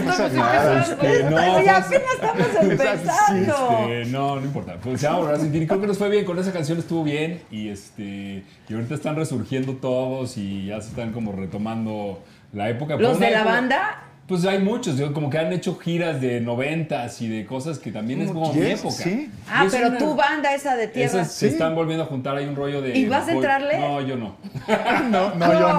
E: No pasa
F: Estamos
E: nada.
F: empezando.
I: no,
H: Ay,
I: pues-
H: apenas estamos empezando.
I: Este, no, no importa. Pues se va a volver a sentir. Creo que nos fue bien. Con esa canción estuvo bien. Y este. Y ahorita están resurgiendo todos y ya se están como retomando la época. Fue
H: ¿Los
I: una
H: de la
I: época-
H: banda?
I: Pues hay muchos, yo como que han hecho giras de noventas y de cosas que también es como mi
E: Yes,
I: época.
E: sí.
B: Ah,
I: Y es
B: pero
I: una-
B: tu banda esa de tierra.
I: Esas se están volviendo a juntar, hay un rollo de...
B: ¿Y vas a
I: voy-
B: entrarle?
I: No, yo no.
E: No, no, yo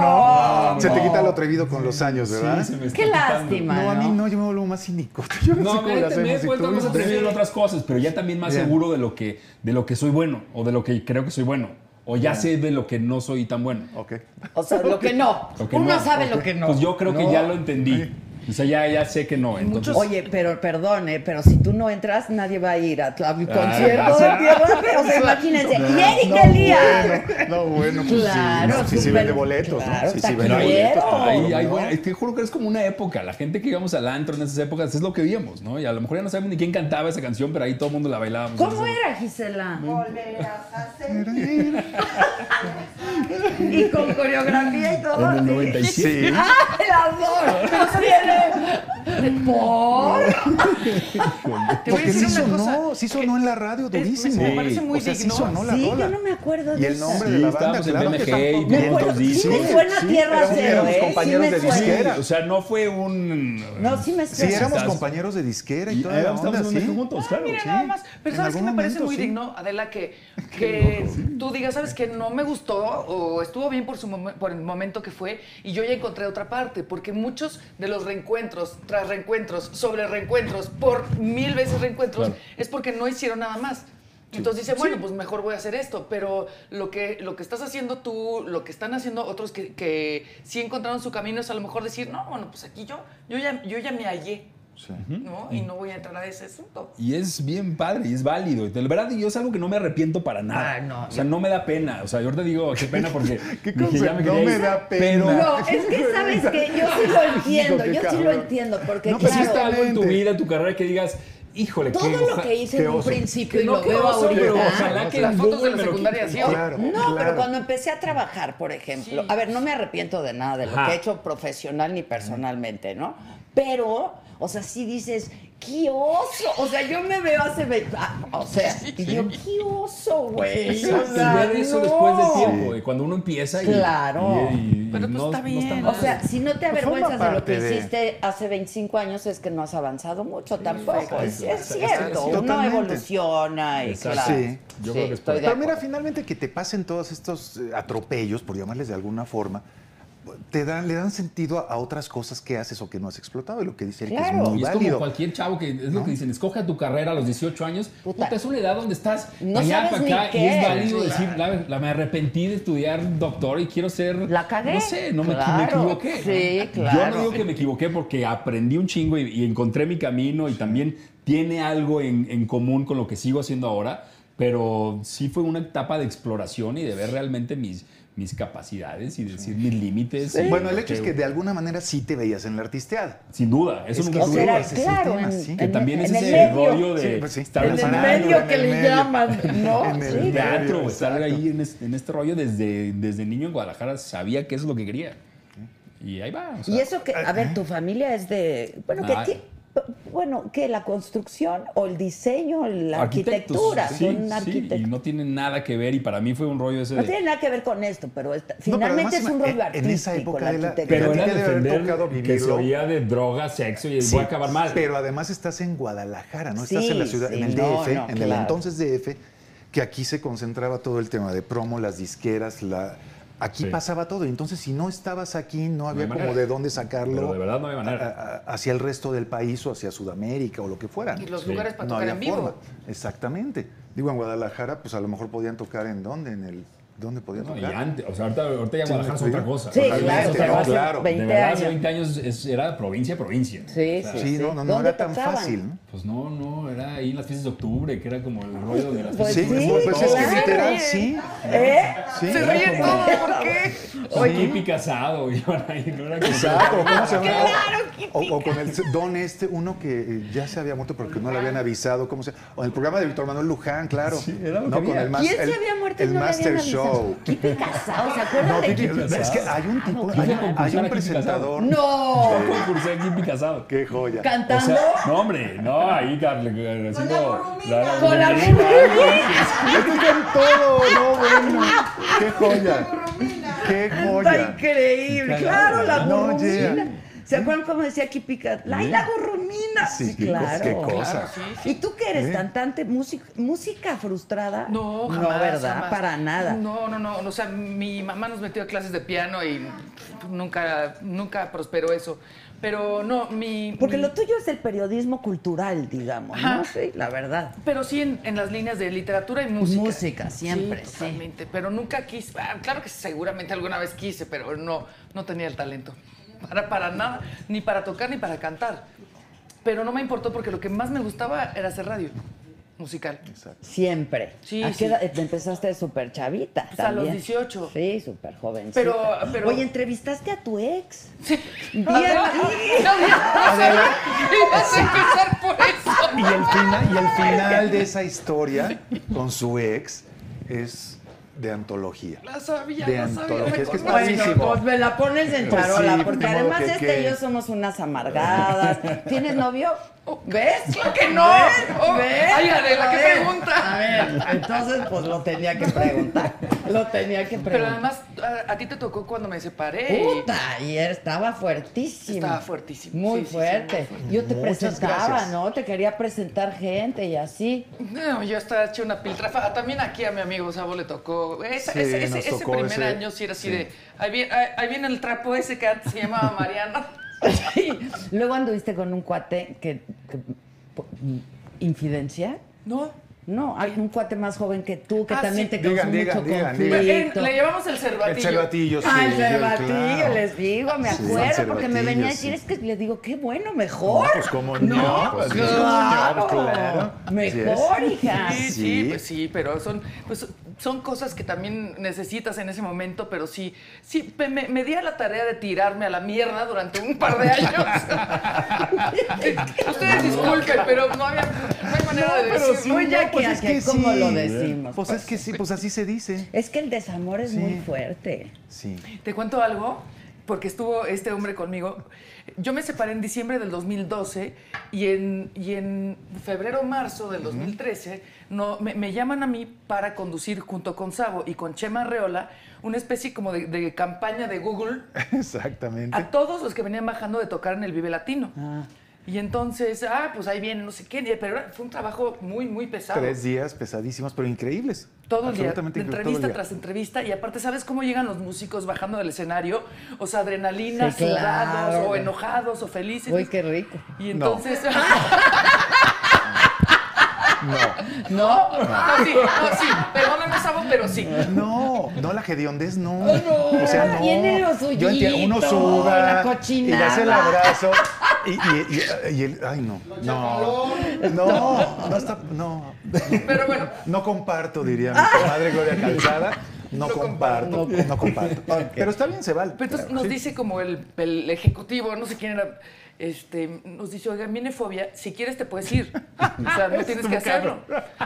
E: no. Se te quita lo atrevido con los años, ¿verdad?
I: Sí, se me está
B: Qué
I: quitando.
B: lástima.
E: No, a mí no, yo me vuelvo más cínico. Yo no, sé
I: No,
E: cómo
I: me,
E: le
I: me
E: hacemos.
I: he
E: si
I: vuelto
E: tú-
I: más atrevido en otras cosas, pero ya también más
E: Bien.
I: seguro de lo, que, de lo que soy bueno o de lo que creo que soy bueno. O ya
E: Bien.
I: sé de lo que no soy tan bueno.
E: Ok.
B: O sea, lo que no.
I: Lo que
B: Uno
I: no.
B: sabe lo que no.
I: Pues yo creo que
E: No.
I: ya lo entendí. O sea, ya, ya sé que no. Entonces,
B: Oye, pero perdón, ¿eh? pero si tú no entras, nadie va a ir a tu- a mi
I: Claro.
B: concierto de tierra. O sea, imagínense. Y Eric
E: No,
B: Elías.
E: bueno, no, bueno, pues
B: Claro,
E: sí. no, sí, sí
B: súper-
E: vende boletos,
B: claro,
E: ¿no? Sí,
B: está
E: sí
I: Pero
E: vende
I: hay,
B: quiero.
E: boletos.
I: hay- hay
E: pues, ¿no?
I: buena- te juro que es como una época. La gente que íbamos al antro en esas épocas es lo que vimos, ¿no? Y a lo mejor ya no sabemos ni quién cantaba esa canción, pero ahí todo el mundo la bailábamos.
B: ¿Cómo era, Gisela?
G: Volverás a sentir.
B: Y con coreografía y todo.
I: En el
B: así.
I: 97.
E: Sí.
B: ¡Ah, el amor! Nos viene. ¿Por?
F: Te voy a
E: Porque
F: decir
E: sí
F: una
E: sonó,
F: cosa.
E: sí sonó en la radio
F: me
E: durísimo.
F: parece muy
E: o sea, sí
F: digno.
E: sonó la
B: Sí,
E: rola.
B: yo no me acuerdo
E: Y
B: de
E: el
B: eso.
E: nombre
I: Sí,
E: de la banda,
I: estábamos en
E: claro que
I: BMG y
E: tampoco.
B: Me acuerdo,
I: vimos dos
B: sí
I: discos.
B: me suena
E: Sí,
B: tierra
E: éramos
B: cero, ¿eh?
E: compañeros
B: sí me
E: de
B: suena.
E: disquera.
I: O sea, no fue un.
B: No, sí me
E: Sí,
B: suena.
E: éramos
I: Estás-
E: compañeros de disquera y
I: Y
E: toda la
I: éramos-
E: onda,
I: estábamos en un
E: sí.
I: eje juntos,
B: Ah,
I: claro.
F: Mira
E: pues, Sí,
F: nada más. Pero
E: en
F: sabes que
E: algún
F: me parece
E: momento,
F: muy
E: sí.
F: digno, Adela, que, que tú digas, sabes que no me gustó o estuvo bien por, su momen- por el momento que fue y yo ya encontré otra parte, porque muchos de los reencuentros, tras reencuentros, sobre reencuentros, por mil veces reencuentros,
I: Claro.
F: es porque no hicieron nada más. Entonces dice, bueno, pues mejor voy a hacer esto, pero lo que, lo que estás haciendo tú, lo que están haciendo otros que, que sí encontraron su camino es a lo mejor decir, no, bueno, pues aquí yo, yo ya, yo ya me hallé,
E: Sí.
F: ¿no? Y no voy a entrar a ese asunto.
I: Y es bien padre y es válido. Y de verdad, yo es algo que no me arrepiento para nada.
B: Ah, no.
I: o sea, no me da pena. O sea, yo te digo, qué pena porque.
E: ¿Qué
I: dije,
E: cosa?
I: ya me
E: No
I: quería
E: me
I: ir,
E: da
I: pero-
E: pena.
B: No, es que sabes que yo sí lo entiendo,
E: Hijo, qué
B: yo sí lo
E: cabrón.
B: entiendo, porque
E: No,
I: Pues
E: sí
B: claro,
I: hiciste algo en tu
E: Claramente.
I: vida, en tu carrera que digas, híjole, qué
B: todo lo
I: oja-
B: que hice
E: qué
B: en un
E: oso.
B: principio y
F: No,
B: lo
F: qué
B: veo
F: oso,
B: ahorita.
F: pero
I: ojalá que
F: Las
I: en
F: fotos de
I: Google
F: la
I: me lo
F: secundaria,
I: quite.
F: sí,
I: Claro.
E: Claro,
B: No, pero
E: claro.
B: cuando empecé a trabajar, por ejemplo,
F: Sí.
B: a ver, no me arrepiento de nada de lo
I: Ajá.
B: que he hecho profesional ni personalmente, ¿no? Pero, o sea, sí dices, ¡qué oso! O sea, yo me veo hace 20, ah, o sea, y yo, ¡qué oso, güey! O
I: Y
B: sea,
I: ver eso después
B: no.
I: de tiempo, y cuando uno empieza y,
B: Claro.
I: y- y- y
F: Pero pues está bien.
I: mal.
B: O sea, si no te
E: Pues forma
B: avergüenzas de lo
E: parte
B: que
E: de-
B: hiciste hace 25 años, es que no has avanzado mucho tampoco. Es, es cierto,
E: sí,
B: uno
E: totalmente.
B: evoluciona y
I: Exacto.
B: claro.
E: Sí.
I: Yo creo que es por
B: estoy de
E: Pero mira,
B: acuerdo.
E: finalmente que te pasen todos estos eh, atropellos, por llamarles de alguna forma, te dan, le dan sentido a, a otras cosas que haces o que no has explotado. Y lo que dice él que
B: Claro.
E: es muy
I: Y es como
E: válido.
I: cualquier chavo que es lo que dicen, escoge a tu carrera a los 18 años.
B: Puta.
I: Puta, es una edad donde estás
B: No
I: allá
B: sabes
I: para
B: ni
I: acá
B: qué.
I: y es válido decir, la, la- me arrepentí de estudiar doctor y quiero ser.
B: La cagué.
I: No sé, no me- me,
B: Claro,
I: equivoqué.
B: sí,
I: Yo
B: claro.
I: no digo que me equivoqué porque aprendí un chingo y, y encontré mi camino y también tiene algo en, en común con lo que sigo haciendo ahora, pero sí fue una etapa de exploración y de ver realmente mis, mis capacidades y decir mis límites. y
E: Bueno, el
I: lo
E: hecho es que de alguna manera sí te veías en la artisteada.
I: Sin duda, eso
E: Es que
I: nunca
B: O
E: tú
B: sea,
I: tuve.
B: era-
E: ese es el
B: claro,
E: tema,
B: en,
E: sí.
B: en-
I: Que también
B: en
I: es
B: el
I: ese
B: medio.
I: rollo de
E: Sí, pues sí.
I: estar
E: En
B: En
E: el
B: el
I: parado,
E: medio,
B: medio
E: en
B: que
E: el
B: le
E: medio.
B: llaman, ¿no?
E: En el
B: Sí,
E: medio.
I: teatro, estar
E: exacto.
I: ahí en este, en este rollo desde, desde niño en Guadalajara sabía que eso es lo que quería. Y ahí va. o sea,
B: Y eso que, a ver, tu familia es de. Bueno, que
I: Ah.
B: ti- Bueno, que la construcción o el diseño, la
I: arquitectos,
B: arquitectura,
I: sí,
B: son
I: sí,
B: arquitectos.
I: y
B: no,
I: no tiene nada que ver y para mí fue un rollo ese de...
B: tiene nada que ver con esto, pero esta-
E: No, pero además,
B: finalmente es un rollo
E: en-
B: artístico.
E: en esa época
B: la
E: de la-
B: arquitectura.
I: Pero
E: a ti
I: era
E: te debe haber
I: defender
E: tocado
I: que se
E: vivirlo.
I: oía de droga, sexo y
E: Sí,
I: voy a acabar mal.
E: Pero además estás en Guadalajara, no
B: Sí,
E: estás en la ciudad,
B: sí,
E: en el DF,
B: no, no,
E: en el
B: claro.
E: entonces DF, que aquí se concentraba todo el tema de promo, las disqueras, la aquí
I: Sí.
E: pasaba todo. Entonces, si no estabas aquí, no había
I: había
E: como
I: manera.
E: de dónde sacarlo
I: Pero de verdad no había manera.
E: a- a- hacia el resto del país o hacia Sudamérica o lo que fuera.
F: Y los
I: Sí.
F: lugares para
E: no
F: tocar
E: había
F: en vivo.
E: forma. Exactamente. Digo, en Guadalajara, pues a lo mejor podían tocar en dónde, en el dónde podían
I: No, y
E: tocar.
I: antes, o sea, ahorita, ahorita ya
E: Sí,
I: Guadalajara es
E: sí.
I: otra cosa.
B: Sí,
I: Totalmente
B: claro,
I: es otra
B: pero
I: cosa.
B: hace
E: claro.
B: 20
I: de verdad, hace
B: años.
I: 20 años es- era provincia a provincia. ¿no?
B: Sí, sí,
I: ¿eh?
E: Sí, no, no, no
B: ¿Dónde
E: era tan
B: tocaban?
E: fácil. ¿no?
I: Pues no, no, era ahí en las fiestas de octubre, que era como el rollo de las
B: Pues
I: fiestas
E: Sí,
I: de octubre.
B: sí,
E: pues es
B: claro.
E: que literal, sí.
B: ¿Eh?
E: sí.
F: Se
E: era
F: ríen
E: como-
F: todos, ¿por qué?
I: hippie casado, iban ahí, no era como-
E: Exacto, ¿cómo
B: Ah,
E: se llama? O, o con el don este, uno que eh, ya se había muerto porque no le habían avisado, ¿cómo se O el programa de Víctor Manuel Luján, claro.
I: Sí, era lo
E: no,
I: que
E: con
I: había.
E: el mas-
B: ¿Quién
E: el-
B: se había muerto y
E: El
B: no le habían
E: Master
B: avisado?
E: Show.
B: Kipi Casado, ¿se acuerdan
E: No,
B: de
E: Kiki-
B: Kipi
E: es que hay un tipo,
I: ¿quién
E: hay,
I: iba a
E: hay
I: concursar
E: un
I: a Kiki
E: presentador.
B: No,
I: Yo concursé en hippie casado.
E: ¡Qué joya!
I: O
B: cantando.
I: sea, no, hombre, no, ahí Carl, eh, haciendo.
G: la burrumina.
B: con la
E: ¡Es que con todo! ¡No, bueno! ¡Qué joya! ¡Qué
B: Está
E: joya!
B: increíble. Claro, la
E: No,
B: burrumina.
E: yeah.
H: ¿Se acuerdan cómo decía aquí Pica? ¡Laila Gorromina!
E: Sí,
H: Sí,
E: qué cos-
H: claro.
E: qué cosa.
H: ¿Y tú que eres
E: ¿Eh?
H: cantante? Música, ¿Música frustrada?
F: No, jamás.
H: No, ¿verdad?
F: jamás.
H: Para nada.
F: No, no, no. O sea, mi mamá nos metió a clases de piano y nunca, nunca prosperó eso. Pero no, mi.
H: Porque
F: mi-
H: lo tuyo es el periodismo cultural, digamos, ¿no?
F: Ajá.
H: Sí, la verdad.
F: Pero sí en, en las líneas de literatura y música.
H: Música, siempre,
F: Sí,
H: sí.
F: totalmente. Pero nunca quise. ah, claro que seguramente alguna vez quise, pero no, no tenía el talento. Para, para nada, ni para tocar ni para cantar. Pero no me importó porque lo que más me gustaba era hacer radio musical.
H: Siempre.
F: Sí,
H: ¿A qué
F: sí.
H: edad te empezaste súper chavita?
F: Pues a los
H: también?
F: 18.
H: Sí, súper joven.
F: Pero- pero-
H: Oye, ¿entrevistaste a tu ex?
F: Sí. Ah,
H: Bien.
F: No, no, no, ibas a empezar por
E: Y
F: eso.
E: el, final, y el final de esa historia con su ex es de antología.
F: La sabía,
E: De
F: la sabía.
E: antología, es que es
F: recordaba.
E: padrísimo. Buenísimo.
H: pues me la pones en
E: Pues
H: charola,
E: sí, ni
H: porque
E: modo
H: además
E: que
H: este
E: qué.
H: y yo somos unas amargadas. ¿Tienes novio? ¿Ves?
F: Claro que no. Oh, ay, Adela,
H: A
F: qué
H: ver,
F: pregunta.
H: A ver, entonces pues lo tenía que preguntar. Lo tenía que
F: Pero
H: preguntar.
F: además, a, a ti te tocó cuando me separé. y-
H: Puta, y estaba fuertísimo.
F: Estaba fuertísimo,
H: Muy
F: sí, sí, sí,
H: fuerte.
F: muy
H: Yo te
E: Muchas
H: presentaba,
E: gracias.
H: ¿no? Te quería presentar gente y así.
F: No, yo estaba hecho una piltrafa. Ah, También aquí a mi amigo Sabo le tocó. Esa-
E: Sí,
F: ese, ese-
E: nos
F: ese
E: tocó
F: primer
E: ese-
F: año sí era así
E: sí.
F: de. Ahí viene, ahí- ahí viene el trapo ese que antes se llamaba Mariana.
H: Luego anduviste con un cuate que. que- po- ¿Infidencia?
F: No.
H: No, hay un cuate más joven que tú que
F: Ah,
H: también
F: sí.
H: te causó
E: Digan, digan,
H: mucho
E: digan, digan.
F: Eh,
H: conflicto.
F: le llevamos el cervatillo.
E: El cervatillo, sí.
H: Ay,
E: claro.
H: Cervatillo, les digo, me
E: Sí,
H: acuerdo,
E: Cervatillo,
H: porque me venía a decir,
E: sí.
H: es que le digo, qué bueno, mejor.
E: No, pues, ¿cómo no? Pues, sí,
H: claro,
E: claro, claro.
H: Mejor, hija.
F: Sí, sí,
E: Sí.
F: pues sí, pero son, pues, son cosas que también necesitas en ese momento, pero sí, sí, me, me- me di a la tarea de tirarme a la mierda durante un par de años. Ustedes disculpen, pero no había, no hay manera de
H: pero
F: decirlo.
H: sí, Oye, aquí,
E: pues
H: aquí, ¿cómo lo decimos?
E: Pues es que sí, pues así se dice.
H: Es que el desamor es
E: Sí.
H: muy fuerte.
E: Sí.
F: Te cuento algo, porque estuvo este hombre conmigo. Yo me separé en diciembre del 2012 y en, y en febrero, marzo del 2013 no, me, me llaman a mí para conducir junto con Sabo y con Chema Reola una especie como de, de campaña de Google
E: Exactamente.
F: a todos los que venían bajando de tocar en el Vive Latino. Y entonces, ah, pues ahí vienen, no sé qué, pero era- fue un trabajo muy, muy pesado.
E: Tres días pesadísimos, pero increíbles.
F: Todo el día, de
E: Absolutamente
F: entrevista
E: increíbles, todo el día.
F: tras entrevista, y aparte, ¿sabes cómo llegan los músicos bajando del escenario? O sea, adrenalina,
H: Sí,
F: sudados,
H: claro.
F: o enojados, o felices.
H: Uy, qué rico.
F: Y entonces.
H: ¿No?
F: No, sí, no, sí, perdóname, Sabo, pero sí.
E: No, no la hediondez, no. O sea, no.
H: Tiene lo
E: Yo entiendo, uno
H: suyito, la
E: suda y le
H: cochinada.
E: hace el abrazo. Y, y- y- y el, ay, no, no, no, no está, no,
F: Pero bueno, pues
E: no comparto, diría mi comadre Gloria Calzada, no, comparto, no comparto. Pero está bien, se vale.
F: pero entonces nos
E: Sí.
F: dice como el, el ejecutivo, no sé quién era, este, nos dice, oiga, viene fobia, si quieres te puedes ir. O sea, no tienes que hacerlo.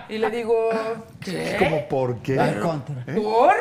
F: Y le digo, ¿qué?
E: Como, ¿por qué?
H: Al contra.
E: ¿Eh?
F: ¿Por?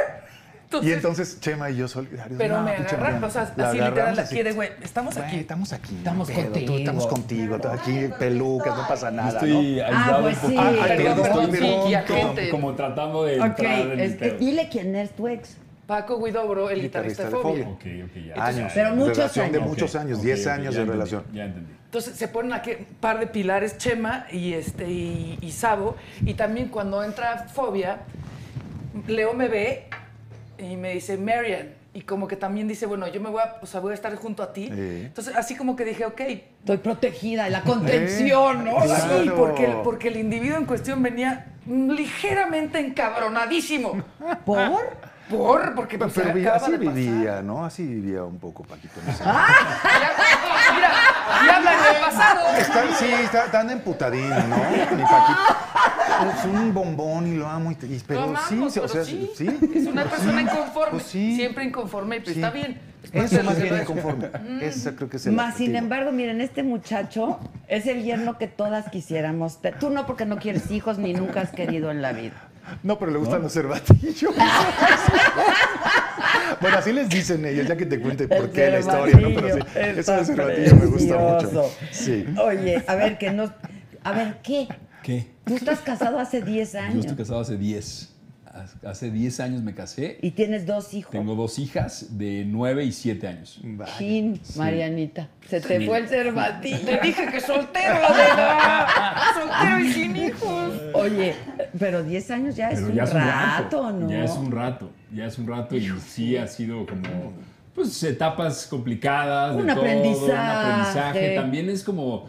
E: Y entonces Chema y yo solidarios.
F: Pero
E: no,
F: me
E: pinche
F: agarran,
E: Mariana.
F: o sea,
E: La
F: así literal
E: agarramos
F: la
E: así.
F: quiere, güey. Estamos
E: Güey,
F: aquí.
E: estamos aquí.
H: Estamos
E: no hay pedo,
H: contigo.
E: tú, estamos contigo. tú aquí, pelucas, no pasa nada. ¿no?
I: Estoy aislado
H: pues
I: un
H: sí.
I: poco.
H: Ah,
F: perdón,
E: perdón,
F: perdón,
E: estoy
F: sí, y a
E: pronto.
F: gente.
I: Como, como tratando de
H: Ok,
I: entrar en
H: es
I: el
H: que
I: pedo.
H: dile quién es tu ex.
F: Paco Guidobro, el guitarrista de Fobia.
I: Ok, ok, ya.
E: Años.
H: Pero muchos
E: relación de
H: años.
E: muchos años,
I: Ok,
E: 10
I: ok, ya
E: años de
I: entendí,
E: relación.
I: Ya entendí.
F: Entonces se ponen aquí un par de pilares Chema y este y, y Sabo. Y también cuando entra Fobia, Leo me ve y me dice, Marian. Y como que también dice, bueno, yo me voy a, o sea, voy a estar junto a ti.
E: Sí.
F: Entonces, así como que dije, ok,
H: Estoy protegida, la contención, ¿no?
E: Claro.
F: Sí, porque, el- porque el individuo en cuestión venía ligeramente encabronadísimo.
H: ¿Por?
F: Por, porque
E: Pero,
F: pues, se
E: vi-
F: acaba
E: así
F: de pasar. Ah.
E: vivía, ¿no? Así vivía un poco Paquito. no sé.
F: Ya- Mira, ya hablan del pasado.
E: Está- sí, está tan emputadín, ¿no? Mi Paquito. Es un bombón y lo amo. Y, te- y- pero
F: Ah. Lo amamos,
E: sí, o
F: pero
E: sea,
F: sí.
E: sí.
F: Es una
E: pues sí,
F: persona inconforme.
E: pues sí.
F: Siempre inconforme, pero
E: Sí.
F: está bien. Es parte de
E: Eso
F: la
E: más bien
F: vida.
E: inconforme.
F: Mm.
E: Eso creo que es el
H: Más sin
E: adjetivo.
H: embargo, miren, este muchacho es el yerno que todas quisiéramos. te- Tú no, porque no quieres hijos ni nunca has querido en la vida.
E: No, pero le gustan los cervatillos. bueno, así les dicen ellos, ya que te cuente por
H: El
E: qué la historia, ¿no? Pero sí,
H: cervatillo
E: eso de
H: está
E: cervatillo me gusta mucho.
H: precioso.
E: Sí.
H: Oye, a ver, que no. A ver, ¿qué?
I: ¿Qué?
H: Tú estás casado hace 10
I: Yo
H: años.
I: estoy casado hace 10. hace 10 años me casé.
H: Y tienes dos hijos.
I: Tengo dos hijas de 9 y 7 años.
E: Vaya.
B: Chin, Marianita. Se te fue el cervatito.
F: Te dije que soltero, Adela. Soltero y sin hijos.
H: Oye, pero 10 años ya es
I: Pero
H: un
I: ya es un
H: rato,
I: rato,
H: ¿no?
I: Ya es un rato, ya es un rato y sí ha sido como pues etapas complicadas,
H: Un
I: de todo, un
H: aprendizaje.
I: aprendizaje. También es como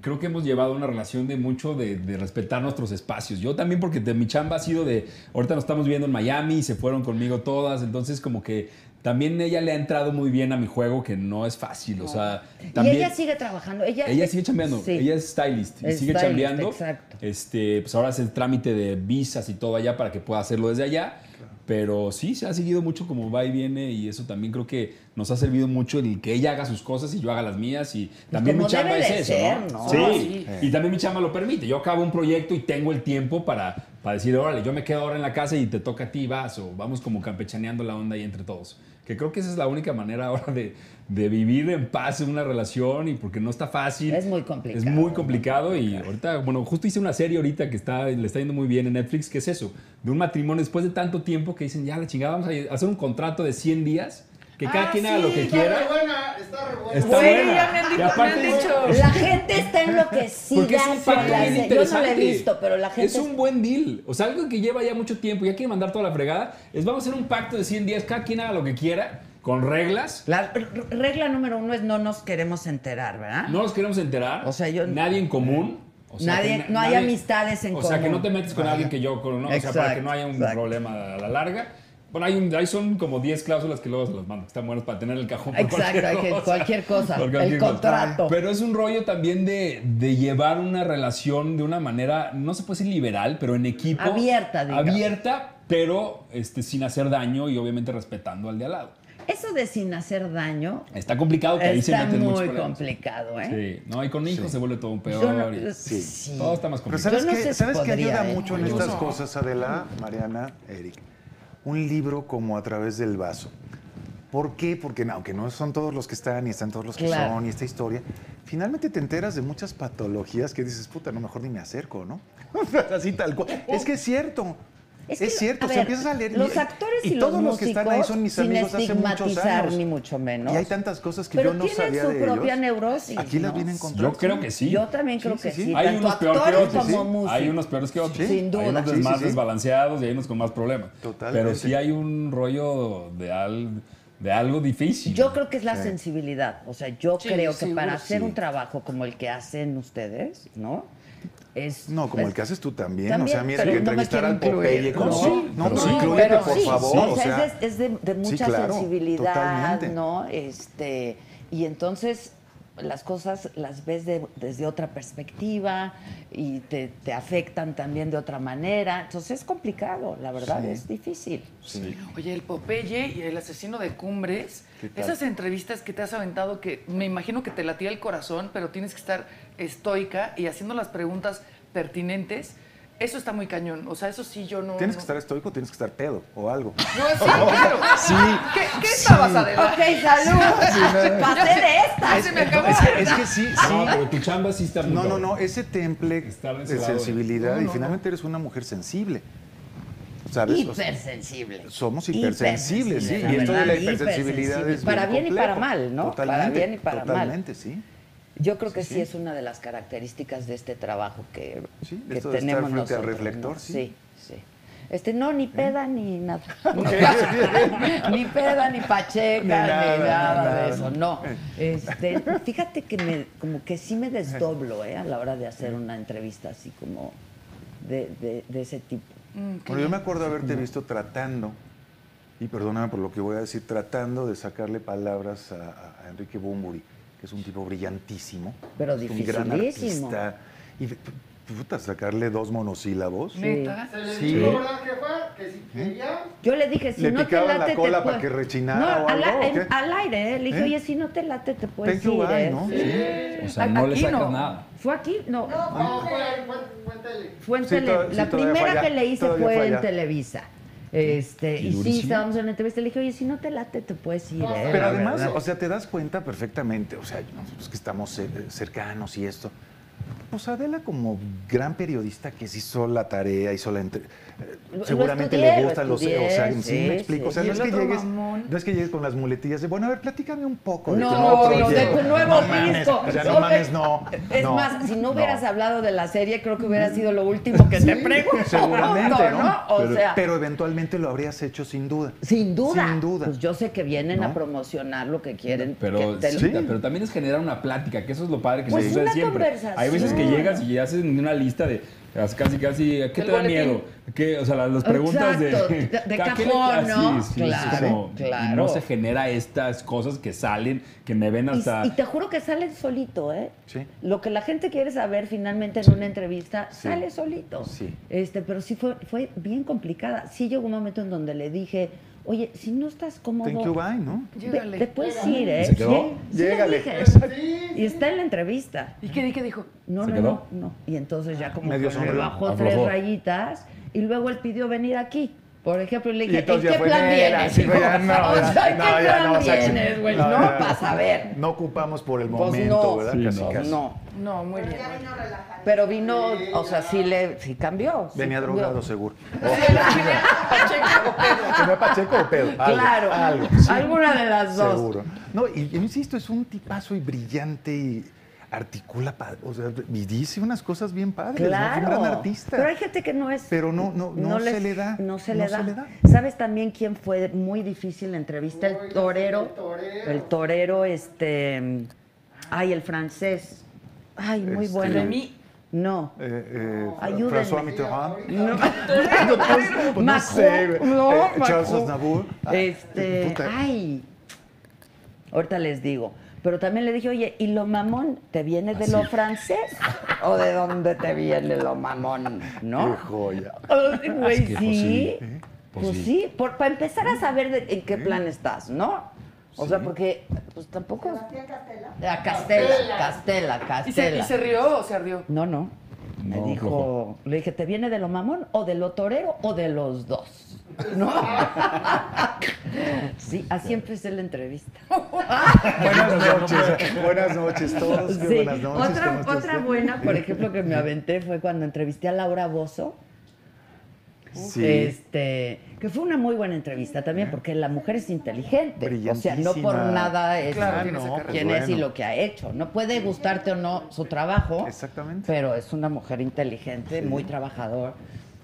I: creo que hemos llevado una relación de mucho de, de respetar nuestros espacios. Yo también porque de mi chamba ha sido de ahorita nos estamos viendo en Miami, se fueron conmigo todas, entonces como que también ella le ha entrado muy bien a mi juego que no es fácil, o sea, también
B: y ella sigue trabajando. Ella,
I: ella sigue chambeando,
B: Sí.
I: ella es stylist y
B: Es
I: sigue
B: stylist,
I: chambeando.
B: exacto.
I: Este, pues ahora hace el trámite de visas y todo allá para que pueda hacerlo desde allá. Pero sí, se ha seguido mucho como va y viene y eso también creo que nos ha servido mucho el que ella haga sus cosas y yo haga las mías y también
H: como
I: mi chamba
H: debe
I: es
H: de
I: eso,
H: ser,
I: ¿no?
H: ¿no?
I: Sí.
F: Sí.
I: y también mi chamba lo permite. Yo acabo un proyecto y tengo el tiempo para, para decir, órale, yo me quedo ahora en la casa y te toca a ti, vas, o vamos como campechaneando la onda ahí entre todos. Que creo que esa es la única manera ahora de, de vivir en paz en una relación y porque no está fácil.
B: Es muy complicado.
I: Es muy complicado y ahorita, bueno, justo hice una serie ahorita que está, le está yendo muy bien en Netflix, que es eso, de un matrimonio después de tanto tiempo que dicen, ya la chingada, vamos a hacer un contrato de 100 días, que cada
F: Ah,
I: quien haga
F: sí,
I: lo que
F: está
I: quiera.
D: buena, está re buena.
I: Está
F: Güey,
I: buena.
F: ya me han
I: Y
F: dicho, me han
I: aparte es-
F: dicho.
I: es-
B: La gente está enloquecida
I: porque es un
B: con la
I: pacto
B: se-
I: bien
B: Yo no la
I: interesante.
B: he visto, pero la gente.
I: Es un buen deal. O sea, algo que lleva ya mucho tiempo, ya quiere mandar toda la fregada, es vamos a hacer un pacto de 100 días, cada quien haga lo que quiera, con reglas.
H: La r- regla número uno es no nos queremos enterar, ¿verdad?
I: No nos queremos enterar.
H: O sea, yo-
I: Nadie en común. O
H: Nadie-
I: na-
H: no hay amistades en
I: O sea, que
H: común.
I: no te metes con alguien que yo con, ¿no? O sea, para que no haya un
H: Exacto, exacto.
I: problema a la larga. Bueno, hay un- ahí son como 10 cláusulas que luego se los mando. que Están buenos para tener el cajón. por
B: Exacto, hay que- cualquier cosa,
I: Por
B: el
I: cosa.
B: contrato.
I: Pero es un rollo también de, de llevar una relación de una manera, no se puede decir liberal, pero en equipo.
B: Abierta, digamos.
I: Abierta, pero este, sin hacer daño y obviamente respetando al de al lado.
B: Eso de sin hacer daño
I: Está complicado que ahí se
B: está
I: meten muchos
B: muy
I: problemas.
B: complicado, ¿eh?
I: Sí, no, y con hijos se vuelve todo peor.
B: Yo no- eh,
I: y-
B: sí.
I: Todo está más
E: Pero
I: complicado.
E: ¿sabes
B: Yo no
E: qué
B: sé si
E: sabes qué
B: podría,
E: ayuda
B: ¿eh?
E: mucho en
B: Yo
E: estas
B: no.
E: cosas, Adela, Mariana, Eric? Un libro como a través del vaso. ¿Por qué? Porque no, aunque no son todos los que están, y están todos los que
B: Claro.
E: son, y esta historia, finalmente te enteras de muchas patologías que dices, puta, no, mejor ni me acerco, ¿no? Así tal cual. Es que es cierto.
B: Oh. Es
E: Es,
B: que,
E: cierto,
B: a
E: se
B: ver,
E: empiezas a leer.
B: los actores y los
E: todos los que están ahí
B: músicos,
E: son mis
B: sin
E: amigos hace muchos
B: estigmatizar,
E: años.
B: ni mucho menos.
E: Y hay tantas cosas que
B: Pero
E: yo no
B: tienen
E: sabía
B: su
E: de
B: propia
E: ellos.
B: neurosis,
E: Aquí las
B: ¿no?
E: vienen encontrando.
I: Yo creo que sí.
B: Yo también creo que sí.
E: sí, sí.
I: Hay
B: tanto
I: unos peor que
B: actores
I: otros,
B: como
I: sí.
B: músicos.
I: Hay unos peores que otros.
E: Sí.
B: Sin duda.
I: Hay unos
E: Sí, sí,
I: más
E: sí.
I: desbalanceados y hay unos con más problemas.
E: Totalmente.
I: Pero sí hay un rollo de, al- de algo difícil.
B: Yo creo que es la
E: Sí.
B: sensibilidad. O sea, yo
F: Sí,
B: creo que
F: seguro,
B: para hacer
E: sí.
B: un trabajo como el que hacen ustedes, ¿no? Es,
E: No, como
B: pues,
E: el que haces tú también.
B: También,
E: o sea, mira,
B: pero
E: que
B: no me
E: entrevistar
B: quiero
E: al Popeye.
B: incluir.
E: como-
I: No, sí,
E: no,
I: pero
E: pero
I: sí,
E: inclúyete,
B: pero
E: por
B: sí,
E: favor.
B: sí,
E: o sea,
B: es de, es de- de
E: sí,
B: mucha
E: claro,
B: sensibilidad,
E: totalmente.
B: ¿no? Este, y entonces las cosas las ves de- desde otra perspectiva y te, te afectan también de otra manera. Entonces es complicado, la verdad,
E: Sí.
B: es difícil.
F: Oye, el Popeye y el asesino de cumbres,
E: ¿Qué tal?
F: esas entrevistas que te has aventado que me imagino que te latía el corazón, pero tienes que estar estoica y haciendo las preguntas pertinentes, eso está muy cañón. O sea, eso sí yo no.
E: Tienes que
F: no-
E: estar estoico, tienes que estar pedo o algo.
F: No, Pues sí, claro.
E: Sí.
F: ¿Qué, qué estabas adelante?
B: Ok, salud. Pasé de esta.
F: se me acabó.
E: Es que, es que sí, sí.
I: No, Ah, pero tu chamba sí está muy
E: No, no,
I: cabrón.
E: no, ese temple
I: Está
E: de
I: reservado.
E: sensibilidad
F: No,
E: y
F: no,
E: finalmente eres una mujer sensible. ¿Sabes? O sea,
B: Hipersensible.
E: somos hipersensibles, sí.
B: Hipersensible,
E: Y esto de la
B: verdad,
E: hipersensibilidad es
B: Para bien y para
E: complejo.
B: mal, ¿no? Para
E: Totalmente,
B: bien y para mal.
E: Totalmente, sí.
B: Yo creo que sí, es una de las características de este trabajo que,
E: Sí, de
B: que
E: esto de estar
B: tenemos
E: frente al
B: nosotros,
E: reflector,
B: ¿no?
E: sí.
B: Sí, sí. Este, no, ni peda ni nada. ni peda, ni pacheca, ni nada,
E: nada,
B: de
E: nada.
B: eso, no. Este, fíjate que me, como que sí me desdoblo, ¿eh? A la hora de hacer una entrevista así como de, de- de ese tipo.
F: Mm,
E: Bueno, yo me acuerdo haberte visto tratando, y perdóname por lo que voy a decir, tratando de sacarle palabras a, a- a Enrique Bumburi, que es un tipo brillantísimo.
B: Pero
E: es Un gran
B: dificilísimo.
E: artista. Y p- puta, sacarle dos monosílabos.
F: Neta.
D: Se le
E: Sí. ¿Eh?
D: dijo, ¿verdad, jefa? Que si quería.
B: Yo le dije, si
E: ¿Le
B: no te
E: picaban
B: late,
E: la
B: te
E: cola
B: puedo-
E: para que rechinara
B: No,
E: o
B: al,
E: algo,
B: en-
E: o qué?
B: al aire, ¿eh? Le dije,
E: ¿Eh?
B: oye, si no te late, te puedes
E: Thank you,
B: ir,
E: bye,
B: ¿eh?
E: ¿no?
B: Sí.
I: O sea, no le
F: Aquí
I: sacas
F: no.
I: nada.
B: ¿Fue aquí? No.
D: No, no, fue ahí, fue- fue en tele.
B: Fue en
E: Sí,
B: tele-
E: to- sí,
B: La
E: todavía
B: primera
E: fue allá,
B: que le hice
E: todavía
B: fue,
E: fue
B: en
E: allá.
B: Televisa. Este,
I: Y
B: y sí,
I: durísimo.
B: estábamos en la entrevista. Le dije, oye, si no te late, te puedes ir. ¿eh?
E: Pero
B: La
E: además,
B: verdad.
E: o sea, te das cuenta perfectamente, o sea, nosotros que estamos eh, cercanos y esto, Pues Adela, como gran periodista que sí hizo la tarea, hizo la entre- eh,
J: Lo- lo
E: Seguramente
J: estudié,
E: le
J: lo
E: gustan los.
J: estudié,
E: o sea, sí,
J: sí,
E: me explico. O sea,
F: sí.
E: no
F: Y
E: es,
F: el
E: que
F: otro
E: llegues,
F: mamón.
E: no es que llegues con las muletillas de, bueno, a ver, platícame un poco de tu
B: No,
E: nuevo
B: no, de
E: proyecto".
B: tu nuevo
E: No mames,
B: disco.
E: o sea,
B: No,
E: no mames, no.
B: Es
E: no,
B: más, si no hubieras
E: no.
B: hablado de la serie, creo que
I: Mm,
E: Mm.
B: hubiera sido lo último que te pregunto.
E: Seguramente, ¿no?
B: ¿no? O
E: pero,
B: sea,
E: pero eventualmente lo habrías hecho sin duda.
B: sin duda.
E: Sin duda.
B: Pues yo sé que vienen a
E: ¿No?
B: promocionar lo que quieren.
I: Pero,
B: que te lo-
I: sí, pero también es generar una plática, que eso es lo padre que
B: Pues
I: se sucede
B: una
I: siempre. Hay veces que
B: conversación.
I: llegas y haces una lista de as- casi, casi, ¿a qué
F: El
I: te da
F: boletín.
I: miedo? ¿Qué, o sea, las, las preguntas
B: Exacto,
I: de...
B: de- de
I: ¿a qué le-
B: cajón,
I: así,
B: ¿no?
I: sí, sí, es
B: Claro,
I: como- y
B: claro.
I: No se genera estas cosas que salen, que me ven
B: Y-
I: hasta...
B: Y, te juro que sale solito, ¿eh?
E: Sí.
B: Lo que la gente quiere saber finalmente en una entrevista sale solito.
E: Sí.
B: Este, pero sí fue, fue bien complicada. Sí llegó un momento en donde le dije, oye, si no estás cómodo,
E: Thank you, bye, ¿no?
B: te-
F: Llégale.
B: te puedes ir, ¿eh?
I: ¿Se quedó?
B: Sí, sí le
E: Llégale.
B: dije.
H: Sí,
B: Y está en la entrevista.
F: ¿Y qué, y qué dijo?
B: No,
I: ¿Se
B: no,
I: quedó?
B: no, no. Y entonces ya como
E: Medio
B: que le
E: sombrero.
B: bajó
I: Aflojó.
B: tres rayitas y luego él pidió venir aquí. Por ejemplo, y le
E: Y
B: dije, ¿en
E: entonces ya
B: qué
E: fue,
B: plan
E: "Nera,
B: vienes?
E: sí, güey,
B: hijo?"
E: ya no,
B: o
E: ya,
B: sea, ¿en
E: no,
B: qué
E: ya
B: plan
E: no, o sea, sí.
B: vienes, güey?
E: No,
B: No,
E: ya.
B: para saber.
E: No ocupamos por el
B: Pues
E: momento,
B: no.
E: ¿verdad?
I: Sí,
E: Casi,
I: no.
E: casi.
B: No,
F: No, muy
I: pues.
F: bien.
B: pero vino, o sea, sí le, sí cambió. sí
E: Venía
B: cambió.
E: drogado, seguro.
F: Pacheco.
E: ¿Tenía Pacheco o pedo? Algo,
B: Claro,
E: algo, sí.
B: alguna de las dos.
E: Seguro. No, y yo insisto, es un tipazo y brillante y articula, pa- o sea, y dice unas cosas bien padres, ¿no? Es
B: Claro.
E: un gran artista.
B: Pero hay gente que no es.
E: Pero no- no- no se le da,
B: No se
E: no
B: le
E: se
B: da.
E: le da.
B: ¿Sabes también quién fue muy difícil la entrevista? El torero. El torero,
H: torero.
B: este. Ay, el francés. Ay, muy
E: Este,
B: bueno.
F: Remy.
B: No.
E: Eh, eh,
B: Ayúdenme.
E: François Mitterrand.
B: No.
E: No, pues, pues, no
B: Macron,
E: sé, güey.
B: no,
E: Eh, Charles
B: Macron.
E: Aznavour. Ah,
B: Este,
E: eh, puta.
B: ay. Ahorita les digo. Pero también le dije, oye, ¿y lo mamón te viene de lo francés? ¿O de dónde te viene lo mamón? ¿No?
E: Qué joya.
B: Ay, Güey,
I: que, pues,
B: sí.
I: sí. ¿Eh?
B: Pues,
I: Pues,
B: sí,
I: sí.
B: para empezar a saber de- en qué plan estás, ¿no? O sea, porque pues tampoco... A Castela, Castela,
F: ¿Y se,
B: Castela.
F: y se rió o se ardió?
B: No, no. Me
I: No,
B: dijo,
I: flojo.
B: le dije, ¿te viene de lo mamón o de lo torero o de los dos? ¿No? sí, así empecé la entrevista.
E: Buenas noches. Buenas noches todos. qué
B: Sí.
E: Buenas noches. ¿cómo
B: Otra,
E: está
B: otra
E: usted?
B: buena, por ejemplo, que me aventé fue cuando entrevisté a Laura Bozo.
E: Sí.
B: Este, que fue una muy buena entrevista también, porque la mujer es inteligente. O sea, no por
E: Brillantísima.
B: nada es Ah,
E: Claro,
B: quién
E: no,
B: es-
E: pues
B: quién es y
E: bueno.
B: lo que ha hecho. No puede gustarte o no su trabajo.
E: Exactamente.
B: Pero es una mujer inteligente, muy trabajador.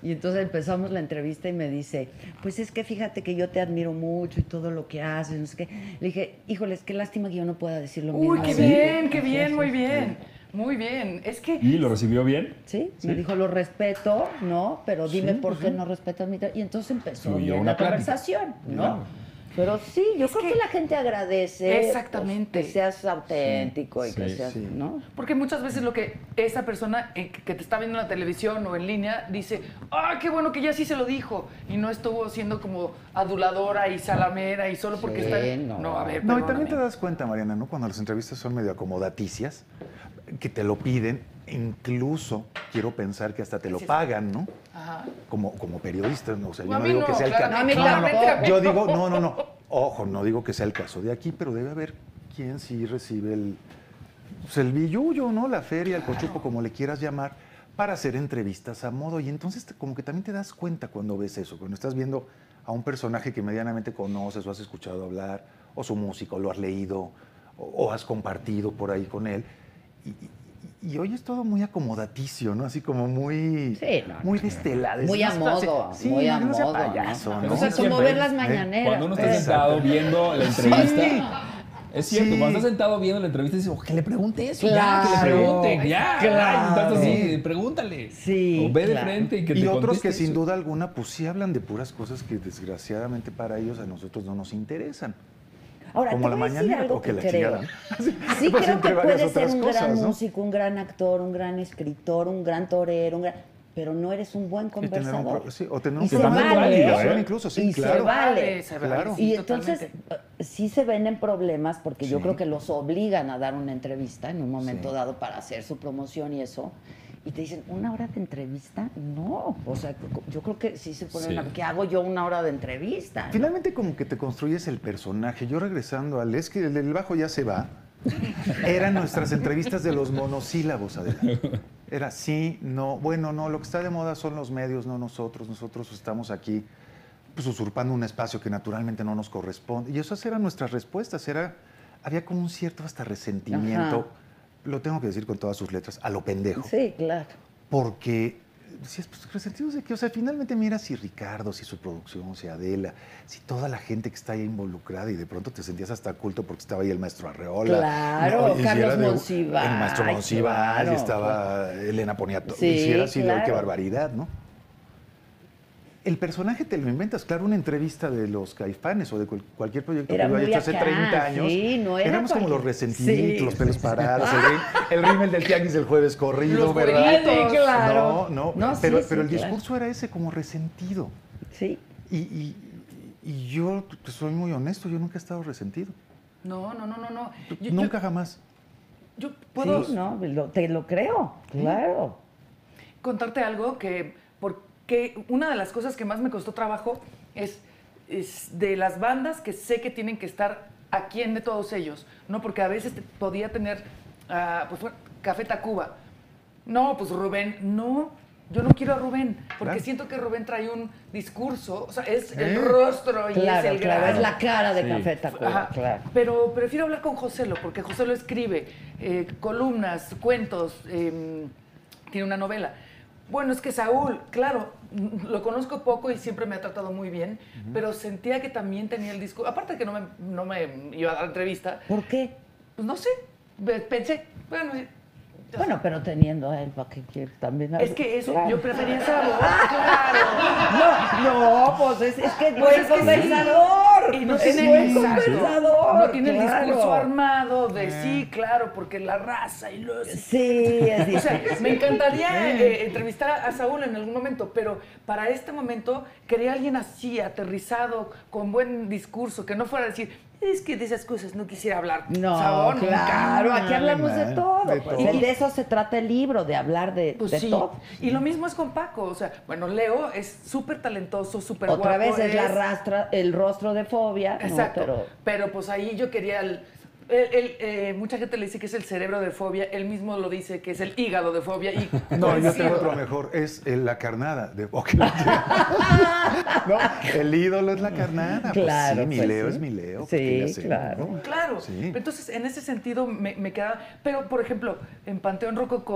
B: Y entonces empezamos la entrevista y me dice, pues es que fíjate que yo te admiro mucho y todo lo que haces, no sé qué. Le dije, híjoles, qué lástima que yo no pueda decir lo mismo.
F: Uy,
B: de
F: qué
B: ti".
F: bien, qué bien, muy bien. Muy bien. Es que
I: ¿Y lo recibió bien?
B: Sí, me dijo, lo respeto, ¿no? Pero dime por qué no respetas mi trabajo. Y entonces empezó
I: Fluyó
B: bien
I: una
B: la
I: plática.
B: conversación, ¿no? Pero sí, yo creo que, la gente agradece pues,
F: Exactamente.
B: que seas auténtico y
I: Sí,
B: que seas,
E: sí.
B: ¿no?
F: Porque muchas veces lo que esa persona eh, que que te está viendo en la televisión o en línea dice, ah, qué bueno que ya sí se lo dijo. Y no estuvo siendo como aduladora y salamera y solo porque
B: Sí,
F: está...
B: no.
F: a ver,
E: No, y también te
F: perdóname.
E: das cuenta, Mariana, ¿no? Cuando las entrevistas son medio acomodaticias, que te lo piden, incluso quiero pensar que hasta te lo pagan, ¿no?
F: Ajá.
E: Como, como periodista, ¿no? O sea,
F: No,
E: yo
F: a
E: no
F: mí
E: digo
F: no,
E: que sea el
F: claro,
E: caso.
F: a mí claramente a mí
E: yo
F: no.
E: digo, no, no, no. Ojo, no digo que sea el caso de aquí, pero debe haber quien sí recibe el, pues, el billullo, ¿no? La feria, el cochupo, como le quieras llamar, para hacer entrevistas a modo. Y entonces te- como que también te das cuenta cuando ves eso, cuando estás viendo a un personaje que medianamente conoces o has escuchado hablar, o su música, o lo has leído, o, o has compartido por ahí con él. Y, y- y hoy es todo muy acomodaticio, ¿no? Así como muy,
B: Sí, no, no,
E: muy destelado.
B: Muy a modo, muy a
E: no sea
B: modo, ¿no?
E: payaso,
I: Pero
B: O sea,
I: eso
B: como
I: siempre,
B: ver las
I: ¿eh?
B: mañaneras.
I: Cuando uno está
B: pues.
I: sentado viendo la entrevista... Es cierto,
E: Sí.
I: cuando estás sentado viendo la entrevista, dices, "Oh, que le pregunte eso, ya, que le
B: Claro,
I: pregunte, ya.
B: claro.
I: Estás así, pregúntale.
B: Sí,
I: O ve de
B: claro.
I: frente y que
E: y
I: te
E: otros que
I: conteste
E: sin
I: eso.
E: duda alguna pues sí hablan de puras cosas que desgraciadamente para ellos a nosotros no nos interesan.
B: Ahora,
E: como
B: te
E: la
B: voy a decir
E: mañanera
B: algo
E: o que la
B: creo.
E: chingada.
B: Sí, creo
E: Pues
B: que
E: entre varias
B: puedes ser
E: otras
B: un gran
E: cosas, ¿no?
B: músico, un gran actor, un gran escritor, un gran torero, un gran... pero no eres un buen
E: Y tener un
B: conversador.
E: pro- sí, o tener
B: Y
E: un
B: se
E: programa
B: vale,
E: válido,
B: ¿eh?
E: ¿eh? incluso, sí,
B: Y se
E: claro.
B: vale.
F: Se vale,
E: Claro.
F: sí,
B: y entonces
F: totalmente.
B: eh, sí se ven en problemas porque yo
E: Sí.
B: creo que los obligan a dar una entrevista en un momento
E: Sí.
B: dado para hacer su promoción y eso. Y te dicen, ¿una hora de entrevista? No. O sea, co- yo creo que sí se pone
I: Sí.
B: una... ¿Qué hago yo una hora de entrevista? no?
E: Finalmente como que te construyes el personaje. Yo regresando al es que el del bajo ya se va. Eran nuestras entrevistas de los monosílabos, adelante. Era sí, no, bueno, no, lo que está de moda son los medios, no nosotros. Nosotros estamos aquí pues, usurpando un espacio que naturalmente no nos corresponde. Y esas eran nuestras respuestas. Era, había como un cierto hasta resentimiento,
H: Ajá.
E: lo tengo que decir con todas sus letras, a lo pendejo.
H: Sí, claro.
E: Porque si es pues, resentidos de que, o sea, finalmente mira si Ricardo, si su producción, si Adela, si toda la gente que está ahí involucrada y de pronto te sentías hasta culto porque estaba ahí el maestro Arreola.
H: Claro,
E: y si
H: Carlos
E: era de-
H: Monsiváis,
E: El maestro Monsiváis,
H: claro.
E: y estaba Elena Poniatowska.
H: Sí,
E: y si era así, de, "Ay, qué
H: claro.
E: barbaridad, ¿no? El personaje te lo inventas, claro, una entrevista de los caifanes o de cual- cualquier proyecto
H: Era
E: que yo haya
H: muy
E: hecho hace
H: acá,
E: 30 años.
H: sí, no era
E: éramos como
H: cualquier-
E: los resentiditos,
H: Sí,
E: los pelos parados, el, ri- el rímel del tianguis del jueves corrido,
F: Los
E: ¿verdad?
F: jueguitos.
H: Sí, claro.
E: No, no,
H: No, sí,
E: pero,
H: sí,
E: pero el
H: claro.
E: discurso era ese, como resentido.
H: Sí.
E: Y, y- y yo pues, soy muy honesto, yo nunca he estado resentido.
F: No, no, no, no, no. Yo- yo-
E: nunca jamás.
F: Yo, puedo
H: Sí, no, lo- te lo creo, claro.
F: contarte algo que porque una de las cosas que más me costó trabajo es, es de las bandas que sé que tienen que estar a quién de todos ellos, ¿no? Porque a veces te- podía tener, ah, pues, bueno, Café Tacuba. No, pues Rubén, no, yo no quiero a Rubén, porque
E: Claro.
F: siento que Rubén trae un discurso, o sea, es
E: ¿Eh?
F: el rostro y
H: Claro,
F: es el
H: claro,
F: gran-
H: es la cara de
G: Sí.
H: Café Tacuba,
F: Ajá.
H: claro.
F: Pero prefiero hablar con José lo, porque José lo escribe, eh, columnas, cuentos, eh, tiene una novela. Bueno, es que Saúl, claro, mm, lo conozco poco y siempre me ha tratado muy bien, pero sentía que también tenía el disco. Aparte que no me, no me iba a dar entrevista,
H: ¿Por qué?
F: pues no sé, ve- pensé, bueno, eh,
H: Bueno, pero teniendo a él, ¿para qué quieres también?
F: es que eso,
H: Claro.
F: yo prefería Saúl, claro.
H: No, no, pues es, es que es buen
F: es que sí.
H: conversador.
F: Y no
H: es
F: tiene,
H: buen
F: Exacto.
H: conversador.
F: No tiene
H: claro. Eh.
F: el discurso armado de sí, claro, porque la raza y los...
H: Sí, es
F: O sea,
H: difícil.
F: me encantaría eh, entrevistar a Saúl en algún momento, pero para este momento quería alguien así, aterrizado, con buen discurso, que no fuera a decir, es que de esas cosas no quisiera hablar.
H: No,
F: Saúl, nunca". ¿eh?
H: claro, aquí
E: Ay,
H: hablamos de
E: man,
H: todo.
E: de
H: pues.
E: todo.
H: Y de eso se trata el libro, de hablar de,
F: Pues
H: de
F: sí.
H: todo.
F: Y lo mismo es con Paco. O sea, bueno, Leo es súper talentoso, súper guapo.
H: Otra vez es, la rastra, el rostro de fobia. ¿no?
F: Exacto. pero...
H: pero
F: pues ahí yo quería... el- el- el, eh, mucha gente le dice que es el cerebro de fobia, él mismo lo dice que es el hígado de fobia. Y pues
E: No, yo tengo
F: coincido.
E: otro mejor, es el- la carnada. De, Ok, no, no, el ídolo es la carnada. Pues
H: Claro,
E: sí, mi
H: pues
E: Leo
H: sí.
E: es mi Leo. pues,
H: Sí,
E: ¿qué le hacemos,
H: claro.
E: no?
F: Claro.
E: Sí.
F: Entonces, en ese sentido me, me quedaba. Pero, por ejemplo, en Panteón Rococó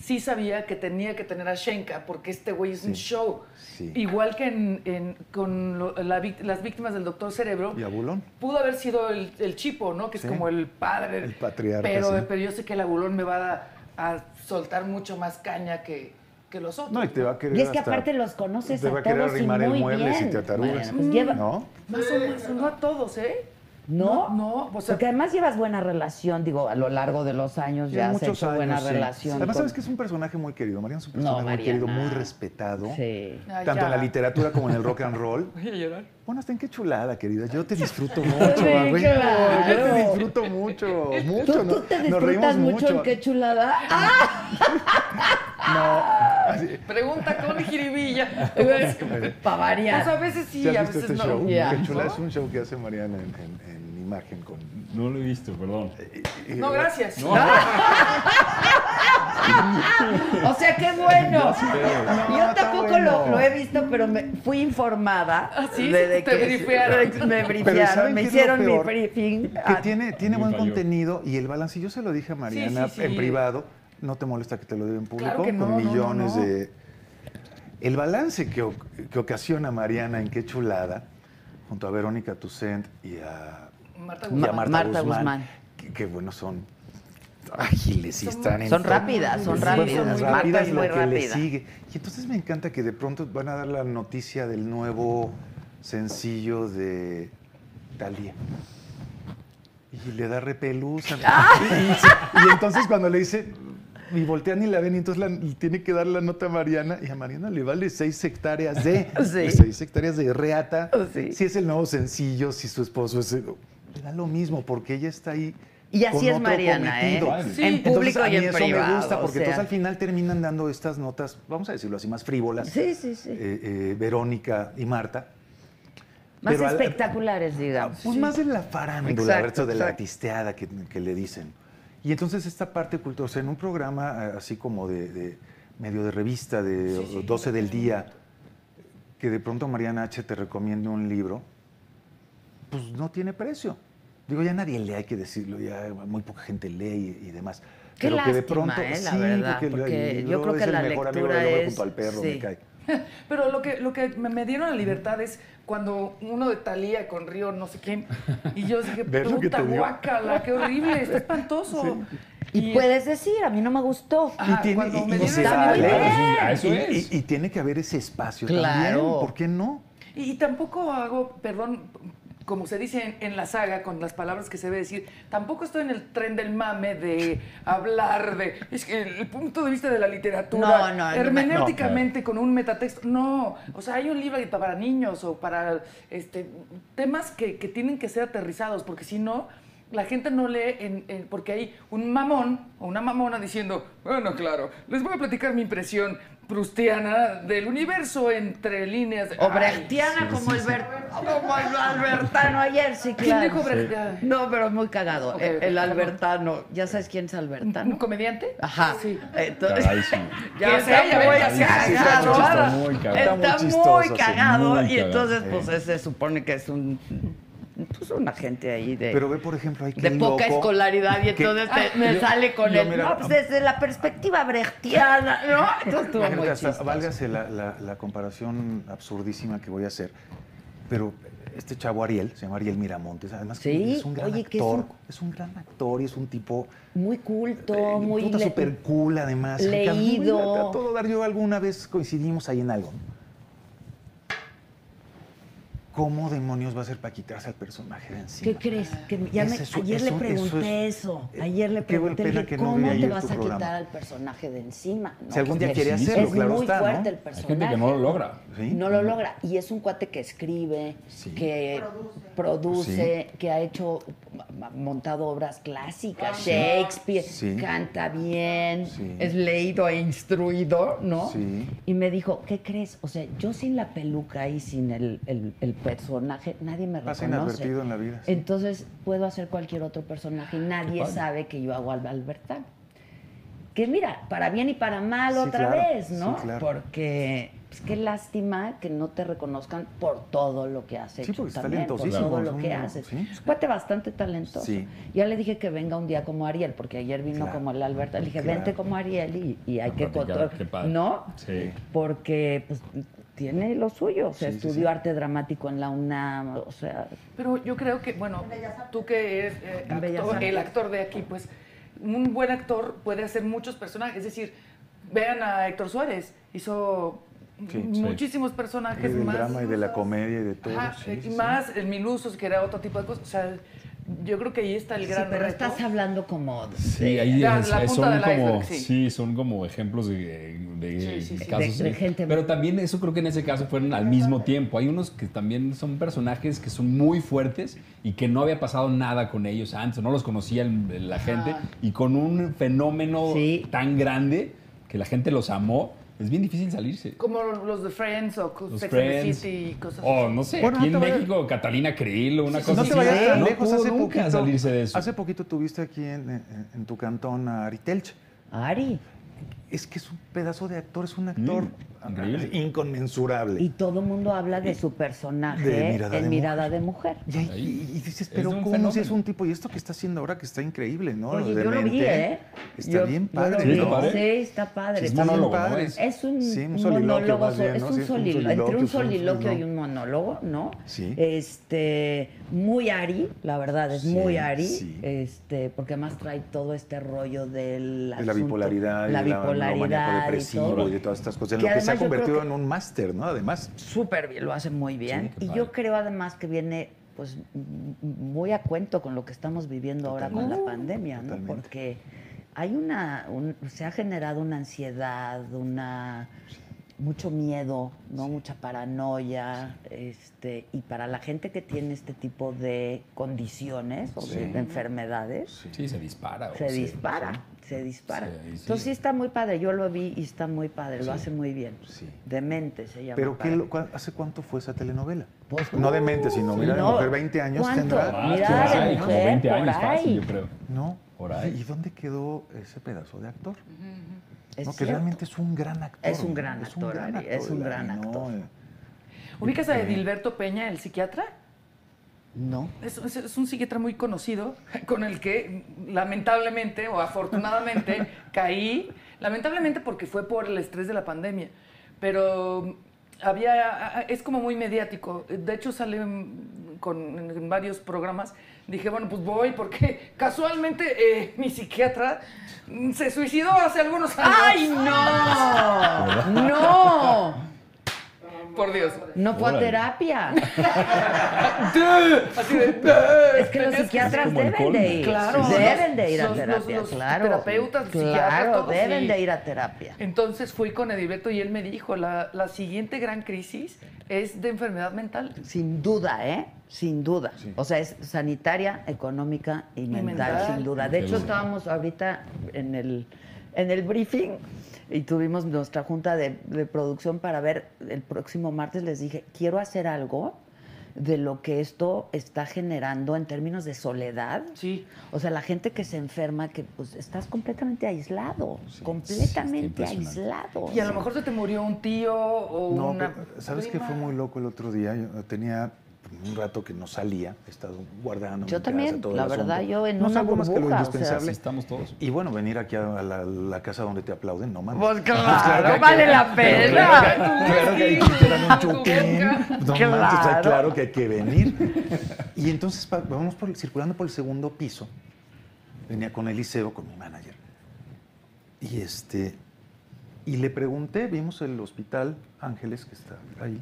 F: sí sabía que tenía que tener a Shenka, porque este güey es un
E: Sí.
F: show.
E: Sí.
F: Igual que en, en- con lo- la vic- las víctimas del Doctor Cerebro.
E: Y Abulón.
F: Pudo haber sido el, el Chipo, ¿no? Que
E: Sí.
F: es como el padre.
E: El patriarca,
F: Pero,
E: sí.
F: pero yo sé que el Abulón me va a, a soltar mucho más caña que, que los otros.
E: No, y te va a querer
H: Y es que
E: hasta-
H: aparte los conoces
E: Te
H: a
E: va a querer
H: todos y
E: arrimar
H: muy
E: el mueble
H: bien.
E: si te atarugas.
H: Bueno, pues lleva-
F: Mm.
E: ¿No?
F: Más o menos, no a todos, ¿eh?
H: ¿No?
F: No, no, o sea-
H: Porque además llevas buena relación, digo, a lo largo de los años ya has hecho buena
E: sí.
H: relación.
E: Además,
H: con-
E: sabes que es un personaje muy querido. Mariano es un personaje muy
H: Mariana.
E: querido, muy respetado.
H: Sí.
F: Ay,
E: tanto
F: ya.
E: en la literatura como en el rock and roll.
F: Voy a llorar.
E: Bueno, hasta en qué chulada, querida. Yo te disfruto mucho, ah,
H: Sí,
E: güey.
H: claro.
E: Yo te disfruto mucho, mucho.
H: ¿Tú, tú
E: ¿no?
H: te
E: Nos
H: disfrutas
E: reímos
H: mucho en qué chulada. ¡Ah!
F: Pregunta con jiribilla.
H: Para
F: Pues a
H: variar.
F: veces
E: ¿Sí
F: sí, a
E: has visto
F: veces
E: este
F: no.
E: show?
H: Ya.
E: Qué chula
F: ¿No?
E: es un show que hace Mariana en, en- en imagen con... Eh,
G: No lo he visto, perdón.
F: No, gracias.
G: No,
H: O sea, qué bueno.
E: No,
H: Yo
E: está
H: tampoco
E: bueno.
H: lo, lo he visto, pero me fui informada
F: ¿Ah, sí?
H: de, de
F: Te
H: que
F: brifearon.
H: me
E: ¿saben
H: brifiaron, me
E: qué es lo
H: hicieron mi
E: peor?
H: briefing.
E: Que
H: Ah,
E: tiene, tiene
G: Me
E: buen
G: falló.
E: contenido y el balance, y yo se lo dije a Mariana
F: sí, sí.
E: en privado, no te molesta que te lo diga en público,
F: Claro que no,
E: con
F: no, no,
E: millones
F: no.
E: de... El balance que, oc- que ocasiona Mariana en Qué Chulada, junto a Verónica Tucent y a,
F: Marta
E: y
F: Guzmán.
E: a Marta,
H: Marta
E: Guzmán,
H: Guzmán.
E: Que, que, bueno, son ágiles y
F: Son-
E: están en
H: Son
E: to-
H: rápidas, son
E: Sí,
H: rápidas.
E: son
H: Marta
E: rápidas
H: es
E: lo
H: muy
E: que le
H: rápida.
E: sigue. Y entonces me encanta que de pronto van a dar la noticia del nuevo sencillo de Talía. Y le da repelusa.
H: Ah.
E: Y, y- y entonces cuando le dice, y voltean y la ven, y entonces la- tiene que dar la nota a Mariana, y a Mariana le vale seis hectáreas de,
H: Sí. Oh,
E: seis hectáreas de reata,
H: Sí.
E: si es el nuevo sencillo, si su esposo es... Le da lo mismo, porque ella está ahí
H: Y así
E: con
H: es
E: otro
H: Mariana, ¿eh?
E: cometido.
F: Sí.
H: En público
E: Entonces, a mí
H: y en
E: eso
H: privado.
E: me gusta,
H: o
E: porque
H: sea.
E: entonces al final terminan dando estas notas, vamos a decirlo así, más frívolas.
H: Sí, sí, sí.
E: eh, eh, Verónica y Marta.
H: Más
E: Pero al-
H: espectaculares, digamos.
E: Pues más de la farándula,
F: Exacto,
E: ¿verdad? de la
F: exacto.
E: artisteada que, que le dicen. Y entonces esta parte cultural, o sea, en un programa eh, así como de, de medio de revista de 12 del día, que de pronto Mariana H. te recomienda un libro, pues no tiene precio. Digo, ya nadie lee, hay que decirlo, ya muy poca gente lee y, y demás.
H: Qué
E: Pero que de
H: lástima,
E: pronto,
H: eh, la
E: sí,
H: verdad,
E: porque, el-
H: porque
E: el
H: yo
E: libro
H: creo que
E: es el
H: la
E: mejor amigo
H: lectura
E: del hombre
H: es-
E: junto al perro,
H: sí.
E: me cae.
F: Pero lo que, lo que me, me dieron la libertad es cuando uno de Talía con Río, no sé quién, y yo dije,
E: ¿Ves lo que
F: puta
E: te digo?
F: guácala, qué horrible, está espantoso.
H: Y puedes decir, a mí no me gustó.
F: Ajá,
E: Y tiene-
F: cuando
E: y-
F: me
E: y
F: dieron
E: se
F: esa
E: vale.
F: libertad-
G: Ah, eso
E: Y-
G: es.
E: y- y tiene que haber ese espacio
H: Claro.
E: también, ¿por qué no?
F: Y, y tampoco hago, perdón, como se dice en, en la saga, con las palabras que se debe decir, tampoco estoy en el tren del mame de hablar de. Es que el punto de vista de la literatura,
H: No, no, no,
F: hermenéuticamente, con un metatexto. No, o sea, hay un libro que para niños o para este, temas que, que tienen que ser aterrizados, porque si no. La gente no lee en- en- porque hay un mamón o una mamona diciendo, bueno, claro, les voy a platicar mi impresión prustiana del universo entre líneas. de-".
H: O
F: Ay,
H: brechtiana como, el Ber- como el albertano ayer, sí,
F: ¿Quién
H: claro.
F: dijo Brecht?
H: No, pero es muy cagado.
F: Ok,
H: el,
F: ok,
H: el
F: perdón.
H: albertano, ¿ya sabes quién es
F: ¿Un
H: albertano?
F: comediante?
H: Ajá.
F: Ah, Sí.
H: Entonces,
G: Cagadísimo.
H: ya
F: Que
H: está
F: sea, ya
H: muy
F: ves, ya sea,
H: cagado.
G: está muy
H: Está,
G: cagado. Está
E: muy
H: muy,
E: chistoso, sí,
H: cagado.
G: muy
H: y
G: cagado,
H: entonces,
E: sí.
H: pues, ese supone que es un... Pues un agente ahí de...
E: Pero ve, por ejemplo, hay que
H: de poca escolaridad y entonces te- me sale con
E: ah, yo,
H: el
E: mira,
H: no, pues desde la perspectiva brechtiana, ¿no? Entonces estuvo muy chistoso.
E: Válgase la, la- la comparación absurdísima que voy a hacer, pero este chavo Ariel, se llama Ariel Miramontes, además que
H: Sí,
E: es un gran
H: oye, que es
E: actor, es
H: un-
E: un... gran actor y es un tipo
H: Muy culto,
E: eh,
H: muy
E: puta
H: le-
E: super cool además.
H: leído.
E: A todo dar yo alguna vez coincidimos ahí en algo. ¿Cómo demonios va a ser para quitarse al personaje de encima?
H: ¿Qué crees? Que ya me-
E: Ese es un-
H: ayer
E: es
H: le
E: un-
H: pregunté
E: eso
H: eso,
E: es- eh,
H: Ayer le
E: qué buena
H: pregunté
E: pena
H: le dije,
E: que no
H: ¿cómo
E: vi
H: te
E: ayer tu
H: vas a
E: programa?"
H: quitar al personaje de encima? No,
E: Si algún día
H: es
E: quiere
G: difícil.
E: hacerlo,
H: es
E: claro
H: muy
E: está, ¿no?
H: fuerte el
G: Hay
H: personaje.
G: gente que no lo logra.
E: ¿Sí?
H: No lo logra. Y es un cuate que escribe,
E: Sí.
H: que produce, que ha hecho, ha montado obras
E: Ah,
H: clásicas, Shakespeare,
E: Sí.
H: canta bien,
E: Sí.
H: es leído e instruido, ¿no?
E: Sí.
H: Y me dijo, ¿qué crees? O sea, yo sin la peluca y sin el, el- el personaje, nadie me
E: Pasa
H: reconoce.
E: inadvertido en la vida, sí.
H: Entonces, puedo hacer cualquier otro personaje y nadie
G: padre.
H: sabe que yo hago al Albertán. Que mira, para bien y para mal
E: Sí,
H: otra
E: claro,
H: vez, ¿no?
E: sí, claro.
H: Porque pues, qué lástima que no te reconozcan por todo lo que has
E: Sí,
H: hecho
E: porque es
H: también, por
E: talentosísimo,
H: todo
E: es
H: lo
E: un-
H: que haces.
E: sí.
H: Es un cuate bastante talentoso.
E: Sí.
H: Ya le dije que venga un día como Ariel, porque ayer vino
E: Claro,
H: como el Alberto. Le dije,
E: claro.
H: vente como Ariel y, y hay
G: A
H: que
G: platicar,
H: cotor-
G: qué padre.
H: ¿No?
G: Sí.
H: Porque pues, tiene lo suyo. O sea,
E: Sí, sí,
H: estudió
E: sí.
H: arte dramático en la UNAM. O sea,
F: Pero yo creo que, bueno, tú que eres eh,
H: En Bellas
F: actor-
H: Artes.
F: el actor de aquí, pues un buen actor puede hacer muchos personajes. Es decir, vean a Héctor Suárez, hizo
E: Sí,
F: m-
G: sí.
F: muchísimos personajes
E: Del
F: más.
E: drama y de la comedia y de todo.
F: Ajá,
E: sí,
F: eh,
E: sí,
F: y
E: sí.
F: más el Milusos, que era otro tipo de cosas. O sea, yo creo que ahí está el
H: sí,
F: gran
H: pero
F: reto.
H: estás hablando como...
G: Sí, ahí
F: la-
G: es-
F: la punta
G: son
F: del
G: como,
F: iceberg, sí.
G: sí. son como ejemplos de, de
F: Sí, sí, sí.
G: casos.
H: De- de gente-
G: Pero también eso creo que en ese caso fueron al mismo tiempo. Hay unos que también son personajes que son muy fuertes y que no había pasado nada con ellos antes, no los conocía el- la gente y con un fenómeno
H: Sí.
G: tan grande que la gente los amó, es bien difícil salirse.
F: Como los de Friends o
G: Los
F: Sex and the
G: Friends,
F: City y cosas
E: Oh,
G: o
F: así.
G: no sé,
E: Bueno,
G: aquí
E: no
G: en
E: te vayas-
G: México, Catalina Krill o una
E: No
G: cosa
E: te
G: así.
E: vayas tan
G: no
E: lejos,
G: pudo
E: hace
G: nunca
E: poquito,
G: salirse de eso.
E: Hace poquito tuviste aquí en, en- en tu cantón a Ari Telch.
H: Ari,
E: Es que es un pedazo de actor, es un actor
G: Mm, increíble.
E: inconmensurable.
H: y
E: Y,
H: todo el mundo habla de su personaje
E: De Mirada
H: en
E: de
H: Mirada de Mujer.
E: ahí-
G: Ahí.
E: y- y dices,
G: Es
E: pero
G: un
E: ¿cómo si es
G: fenómeno.
E: un tipo? Y esto que está haciendo ahora que está increíble, ¿no?
H: Oye,
E: de
H: yo lo vi,
E: mente,
H: ¿eh?
E: Está
H: Yo-
E: bien
H: yo lo
E: padre,
H: vi.
G: ¿Está
E: ¿no?
G: padre?
H: Sí, está padre.
E: Sí,
G: Es
E: está bien
G: monólogo, ¿no?
E: padre.
G: Es-
H: Es un,
E: Sí, un soliloquio
H: monólogo,
E: más bien,
H: es
E: ¿no?
H: un
E: Sí, es un
H: solilo- entre
E: soliloquio,
H: un
E: es un
H: soliloquio y
E: soliloquio.
H: un monólogo, ¿no?
E: Sí.
H: Este, muy Ari, la verdad es
E: Sí,
H: muy Ari,
E: sí.
H: este, porque además trae todo este rollo del
E: De la
H: asunto-
E: bipolaridad,
H: la
E: y de la- lo maníaco
H: bipolaridad y
E: depresivo
H: todo.
E: y de todas estas cosas. En
H: Que
E: lo que se
H: además
E: ha
H: yo creo
E: convertido
H: que-
E: en un máster, ¿no? Además.
H: súper bien, lo hace muy bien.
G: qué
H: y yo
G: padre.
H: creo además que viene pues m- muy a cuento con lo que estamos viviendo ahora con la pandemia, ¿no?
E: totalmente.
H: Porque hay una, un- se ha generado una ansiedad, una
B: mucho miedo, ¿no? Mucha paranoia. Este, y para la gente que tiene este tipo de condiciones o de enfermedades,
I: Sí, se dispara. o
B: se dispara, se dispara.
I: Sí, ahí sí.
B: Entonces sí está muy padre, yo lo vi y está muy padre, lo hace muy bien.
E: sí.
B: Demente se llama.
E: Pero ¿qué
B: para-
E: lo- cua- ¿hace cuánto fue esa telenovela?
B: Pues,
E: no de mente, sino mira, de
B: no,
E: mujer 20 años
B: ¿cuánto?
E: tendrá.
I: Ah,
B: Mira,
I: por
B: de
I: ahí, como
B: mujer,
I: 20
B: por
I: años fácil,
B: ahí.
I: yo creo.
E: No.
I: Por ahí.
E: ¿Y dónde quedó ese pedazo de actor?
B: Es
E: No, que
B: cierto.
E: realmente es un gran actor.
B: Es un gran
E: un
B: actor,
E: gran
B: Ari, es un gran
E: Ari, no,
B: actor.
E: eh,
F: ¿Ubicas a Edilberto Peña, el psiquiatra?
B: No.
F: Es, es- es un psiquiatra muy conocido con el que lamentablemente o afortunadamente caí. Lamentablemente porque fue por el estrés de la pandemia. Pero había, es como muy mediático. De hecho sale en- con, en varios programas. Dije, bueno, pues voy porque casualmente eh, mi psiquiatra mm, se suicidó hace algunos años.
B: ¡Ay, no! ¡No!
F: Por Dios.
B: No fue a
I: Órale.
B: terapia.
F: Así de,
B: Es que los
F: Tenías que-
B: psiquiatras
I: como el
B: deben de
I: colon.
B: ir.
F: Claro.
B: Deben de ir a
F: Los- los-
B: terapia,
F: los
B: claro.
F: terapeutas, los psiquiatras,
B: Claro,
F: todos,
B: deben
F: sí.
B: de ir a terapia.
F: Entonces fui con Edilberto y él me dijo, la, la siguiente gran crisis es de enfermedad mental.
B: Sin duda, ¿eh? Sin duda. O sea, es sanitaria, económica y mental,
F: mental.
B: sin duda. De hecho,
I: Seguro.
B: estábamos ahorita en el, en el briefing y tuvimos nuestra junta de, de producción para ver el próximo martes. Les dije, quiero hacer algo de lo que esto está generando en términos de soledad.
F: Sí.
B: O sea, la gente que se enferma, que pues estás completamente aislado, completamente
I: sí, está
B: aislado.
F: Y a lo mejor se te murió un tío o
E: No,
F: una...
E: pero, ¿sabes qué fue
F: prima.
E: muy loco el otro día? Yo eh, tenía un rato que no salía, he estado guardando.
B: Yo
E: mi
B: también,
E: casa, todo el
B: la verdad,
E: asunto.
B: yo en
E: no
B: una
E: salgo más que lo
B: burbuja, o sea,
I: Así
E: indispensable.
I: estamos todos.
E: Y bueno, venir aquí a la, la casa donde te aplauden, no mames.
B: Pues claro,
E: que hay
B: vale
E: que-
B: la
E: pero
B: pena.
E: Claro que, claro que hay que te dan un choquín. No
B: Claro.
E: manches, o sea, claro que hay que venir. Y entonces pa- vamos por el- circulando por el segundo piso. Venía con Eliseo, con mi manager. Y este y le pregunté, vimos el hospital Ángeles que está ahí.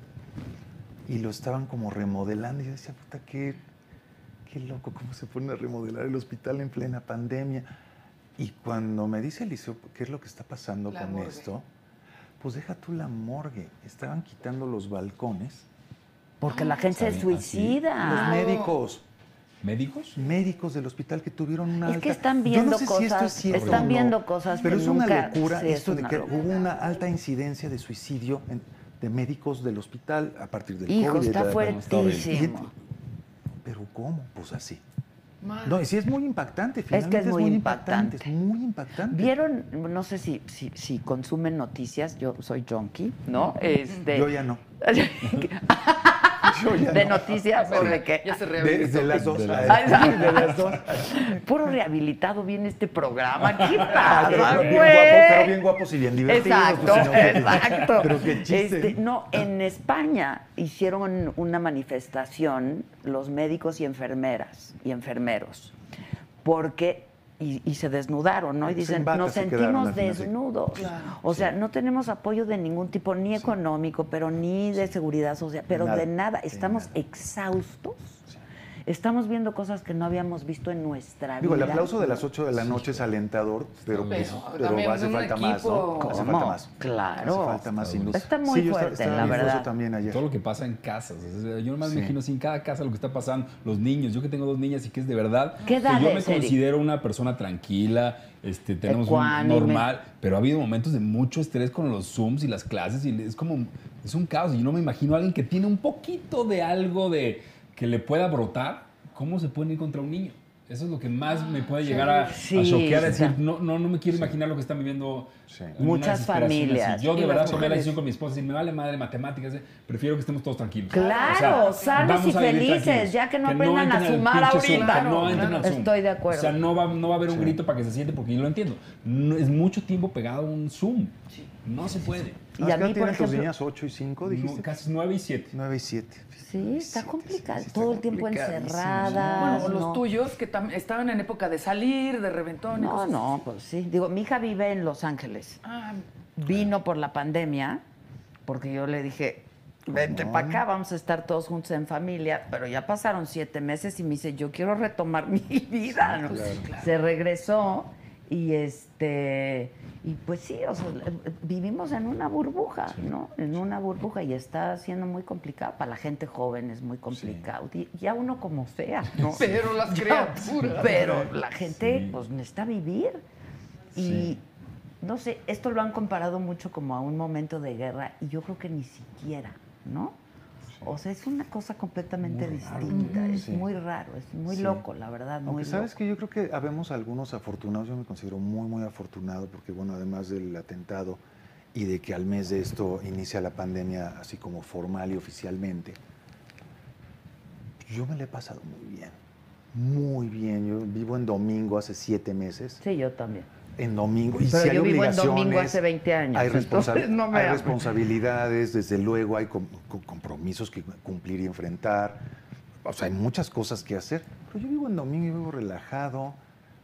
E: Y lo estaban como remodelando y yo decía, puta, qué qué loco cómo se ponen a remodelar el hospital en plena pandemia. Y cuando me dice Eliseo qué es lo que está pasando
F: La
E: con
F: morgue.
E: esto, pues deja tú la morgue. Estaban quitando los balcones. Ah,
B: Porque la gente se
I: Está bien, así.
H: Ah.
B: suicida.
E: Los médicos,
I: ¿Médicos?
E: médicos del hospital que tuvieron una
B: Es que
E: alta-
B: están
E: Yo
B: viendo
E: no sé si esto
B: cosas-
E: es cierto
B: están
E: o no,
B: viendo cosas
E: Pero
B: que
E: es
B: nunca-
E: una locura
B: sí, es
E: esto de
B: una
E: que
B: locura.
E: hubo una alta incidencia de suicidio en- de médicos del hospital a partir del
B: Hijo,
E: COVID.
B: está
E: de-
B: fuertísimo.
E: Pero ¿cómo? Pues así.
F: Madre.
E: No, y sí es muy impactante,
B: que es
E: finalmente es,
B: muy
E: muy, impactante.
B: impactante.
E: Es muy impactante.
B: Vieron, no sé si, si, si consumen noticias, yo soy junkie, ¿no? Este,
E: Yo ya no. Yo ya
B: de
E: no.
B: noticias
E: Ah,
B: o de qué.
F: Ya se
E: De,
F: rehabilitó.
E: de las dos.
I: De
B: las dos.
E: De las dos.
B: Puro rehabilitado viene este programa. ¿Qué pasa,
E: Pero
B: Ah,
E: bien
B: güey?
E: guapo, pero bien guapos y bien divertidos.
B: Exacto,
E: pues, si no, ¿qué?
B: exacto.
E: Pero qué chiste.
B: Este, no, en España hicieron una manifestación los médicos y enfermeras y enfermeros, porque y, y se desnudaron, ¿no? Y
E: Sí,
B: dicen,
E: en bata
B: nos
E: se quedaron
B: sentimos
E: al final de-
B: desnudos. O sea, no tenemos apoyo de ningún tipo, ni económico, pero ni de seguridad social, pero
E: Nada,
B: de nada.
E: de
B: Estamos
E: nada.
B: exhaustos. Estamos viendo cosas que no habíamos visto en nuestra
E: Digo, el
B: vida.
E: aplauso de las 8 de la noche es alentador, pero, pues,
F: Pero
E: pero
F: también
E: hace
F: un
E: falta más, ¿no?
F: equipo.
E: Hace
B: ¿Cómo?
E: falta más.
B: Claro.
E: Hace falta más, sin duda.
B: Está muy
E: yo estaba-
B: fuerte,
E: estaba
B: la
E: viendo eso
B: verdad.
E: también ayer.
I: Todo lo que pasa en casas. o sea, yo nomás
E: Sí.
I: me imagino así en cada casa lo que está pasando, los niños. Yo que tengo dos niñas y que es de verdad.
B: ¿Qué
I: que
B: edad
I: yo me
B: es, Eric?
I: considero una persona tranquila, este, tenemos un
B: Ecuánime.
I: normal, pero ha habido momentos de mucho estrés con los Zooms y las clases y es como, es un caos. Y yo no me imagino a alguien que tiene un poquito de algo de que le pueda brotar, ¿cómo se puede ir contra un niño? Eso es lo que más me puede llegar a,
B: Ah, Sí,
I: a choquear, a
B: está.
I: decir, no, no, no me quiero imaginar lo que están viviendo
E: Sí.
I: en una
B: Muchas
I: desesperación así.
B: familias.
I: Yo
F: Y
I: de
F: las
I: verdad tomé la
F: mujeres.
I: decisión con mi esposa y me vale madre matemáticas, eh, prefiero que estemos todos tranquilos.
B: Claro, sanos
I: vamos
B: y
I: a vivir
B: felices,
I: tranquilos.
B: ya que no aprendan a
I: entren al
B: sumar
I: pinche Zoom,
B: ahorita.
I: que no entren al Zoom.
B: Estoy de acuerdo.
I: O sea, no va, no va a haber un grito para que se siente, porque yo lo entiendo. No- es mucho tiempo pegado a un Zoom. No se puede.
B: Y a
E: ¿Qué edad
B: mí, por
E: tienen tus
B: ejemplo,
E: niñas? ¿8 y 5, dijiste?
I: No, casi 9 y 7.
E: 9 y 7.
B: Sí, está complicado.
E: sí, está
B: Todo el tiempo
E: complicadísimo.
B: encerrada.
F: Bueno, o los
B: no.
F: tuyos que tam- estaban en época de salir, de reventón. y
B: No,
F: cosas Ah,
B: no, pues sí. Digo, mi hija vive en Los Ángeles.
F: así.
B: Vino por la pandemia, porque yo le dije, vente para acá, vamos a estar todos juntos en familia. Pero ya pasaron siete meses y me dice, yo quiero retomar mi vida. ¿no? Se regresó. Y este, y pues sí, o sea, vivimos en una burbuja, ¿no? En una burbuja y está siendo muy complicado. Para la gente joven es muy complicado. Y Ya uno como sea, ¿no?
F: Pero las criaturas.
B: Pero la gente
I: Sí.
B: pues necesita vivir. Y
I: Sí.
B: no sé, esto lo han comparado mucho como a un momento de guerra y yo creo que ni siquiera, ¿no? O sea, es una cosa completamente
E: Muy raro. Mm,
B: distinta, es
E: Sí.
B: muy raro, es muy
E: Sí.
B: loco, la verdad, muy
E: Aunque sabes
B: loco.
E: que yo creo que habemos algunos afortunados, yo me considero muy, muy afortunado porque, bueno, además del atentado y de que al mes de esto inicia la pandemia así como formal y oficialmente, yo me la he pasado muy bien, muy bien. Yo vivo en domingo hace siete meses,
B: Sí, yo también.
E: en domingo, y
B: Pero
E: si hay
B: yo vivo en domingo
E: obligaciones,
B: hace 20 años,
E: Hay, responsa-
B: entonces no me
E: hay
B: hables.
E: responsabilidades, desde luego hay com- co- compromisos que cumplir y enfrentar. O sea, hay muchas cosas que hacer. Pero yo vivo en domingo, yo vivo relajado,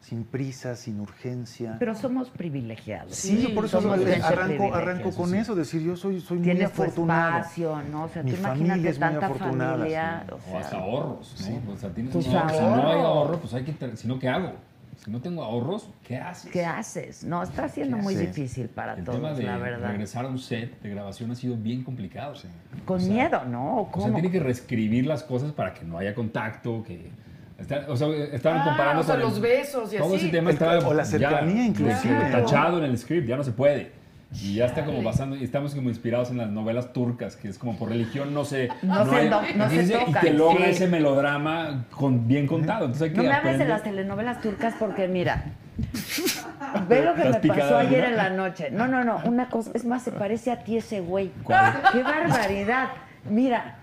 E: sin prisa, sin urgencia.
B: Pero somos privilegiados.
E: sí, yo por eso
B: somos
E: eh,
B: gente
E: arranco,
B: privilegiada.
E: arranco con eso, decir yo soy, soy muy
B: Tienes tu
E: afortunado.
B: espacio, ¿no? O sea,
E: Mi
B: tú
E: familia
B: imagínate
E: es muy
B: tanta
E: afortunada,
B: familia.
E: sí.
B: o
I: O hasta
B: sea,
I: ahorros, ¿no?
E: Sí.
I: O sea, tienes
B: Tus
I: un ahorro. Si no hay
B: ahorros.
I: ahorro, pues hay que. tener- Si no, ¿qué hago? Si no tengo ahorros, ¿qué haces?
B: ¿Qué haces? No, está siendo
E: ¿Qué
B: muy
E: haces?
B: difícil para
I: El tema
B: todos,
I: de
B: la verdad.
I: regresar a un set de grabación ha sido bien complicado.
B: Con
I: O sea,
B: miedo, ¿no? ¿O
I: O
B: ¿Cómo?
I: sea, tiene que reescribir las cosas para que no haya contacto, que... está- o sea, estaban
F: Ah,
I: comparando
F: o sea,
I: con el-
F: los besos y
I: todo
F: así.
I: ese tema
E: El-
I: estaba
E: o la
I: ya
E: cercanía, inclusive.
I: inclusive tachado en el script, ya no se puede. Y ya está como pasando, y estamos como inspirados en las novelas turcas, que es como por religión no se...
B: No se to- no se
I: Entonces, Y te
B: tocan,
I: logra
B: sí.
I: ese melodrama con, bien contado. Entonces hay que
B: No me hables de
I: aprender-
B: las telenovelas turcas porque mira, ve lo que
I: Estás
B: me pasó
I: picada,
B: ayer
I: ¿no? Ah.
B: en la noche. No, no, no, una cosa, es más, se parece a ti ese güey. ¡Qué barbaridad! Mira,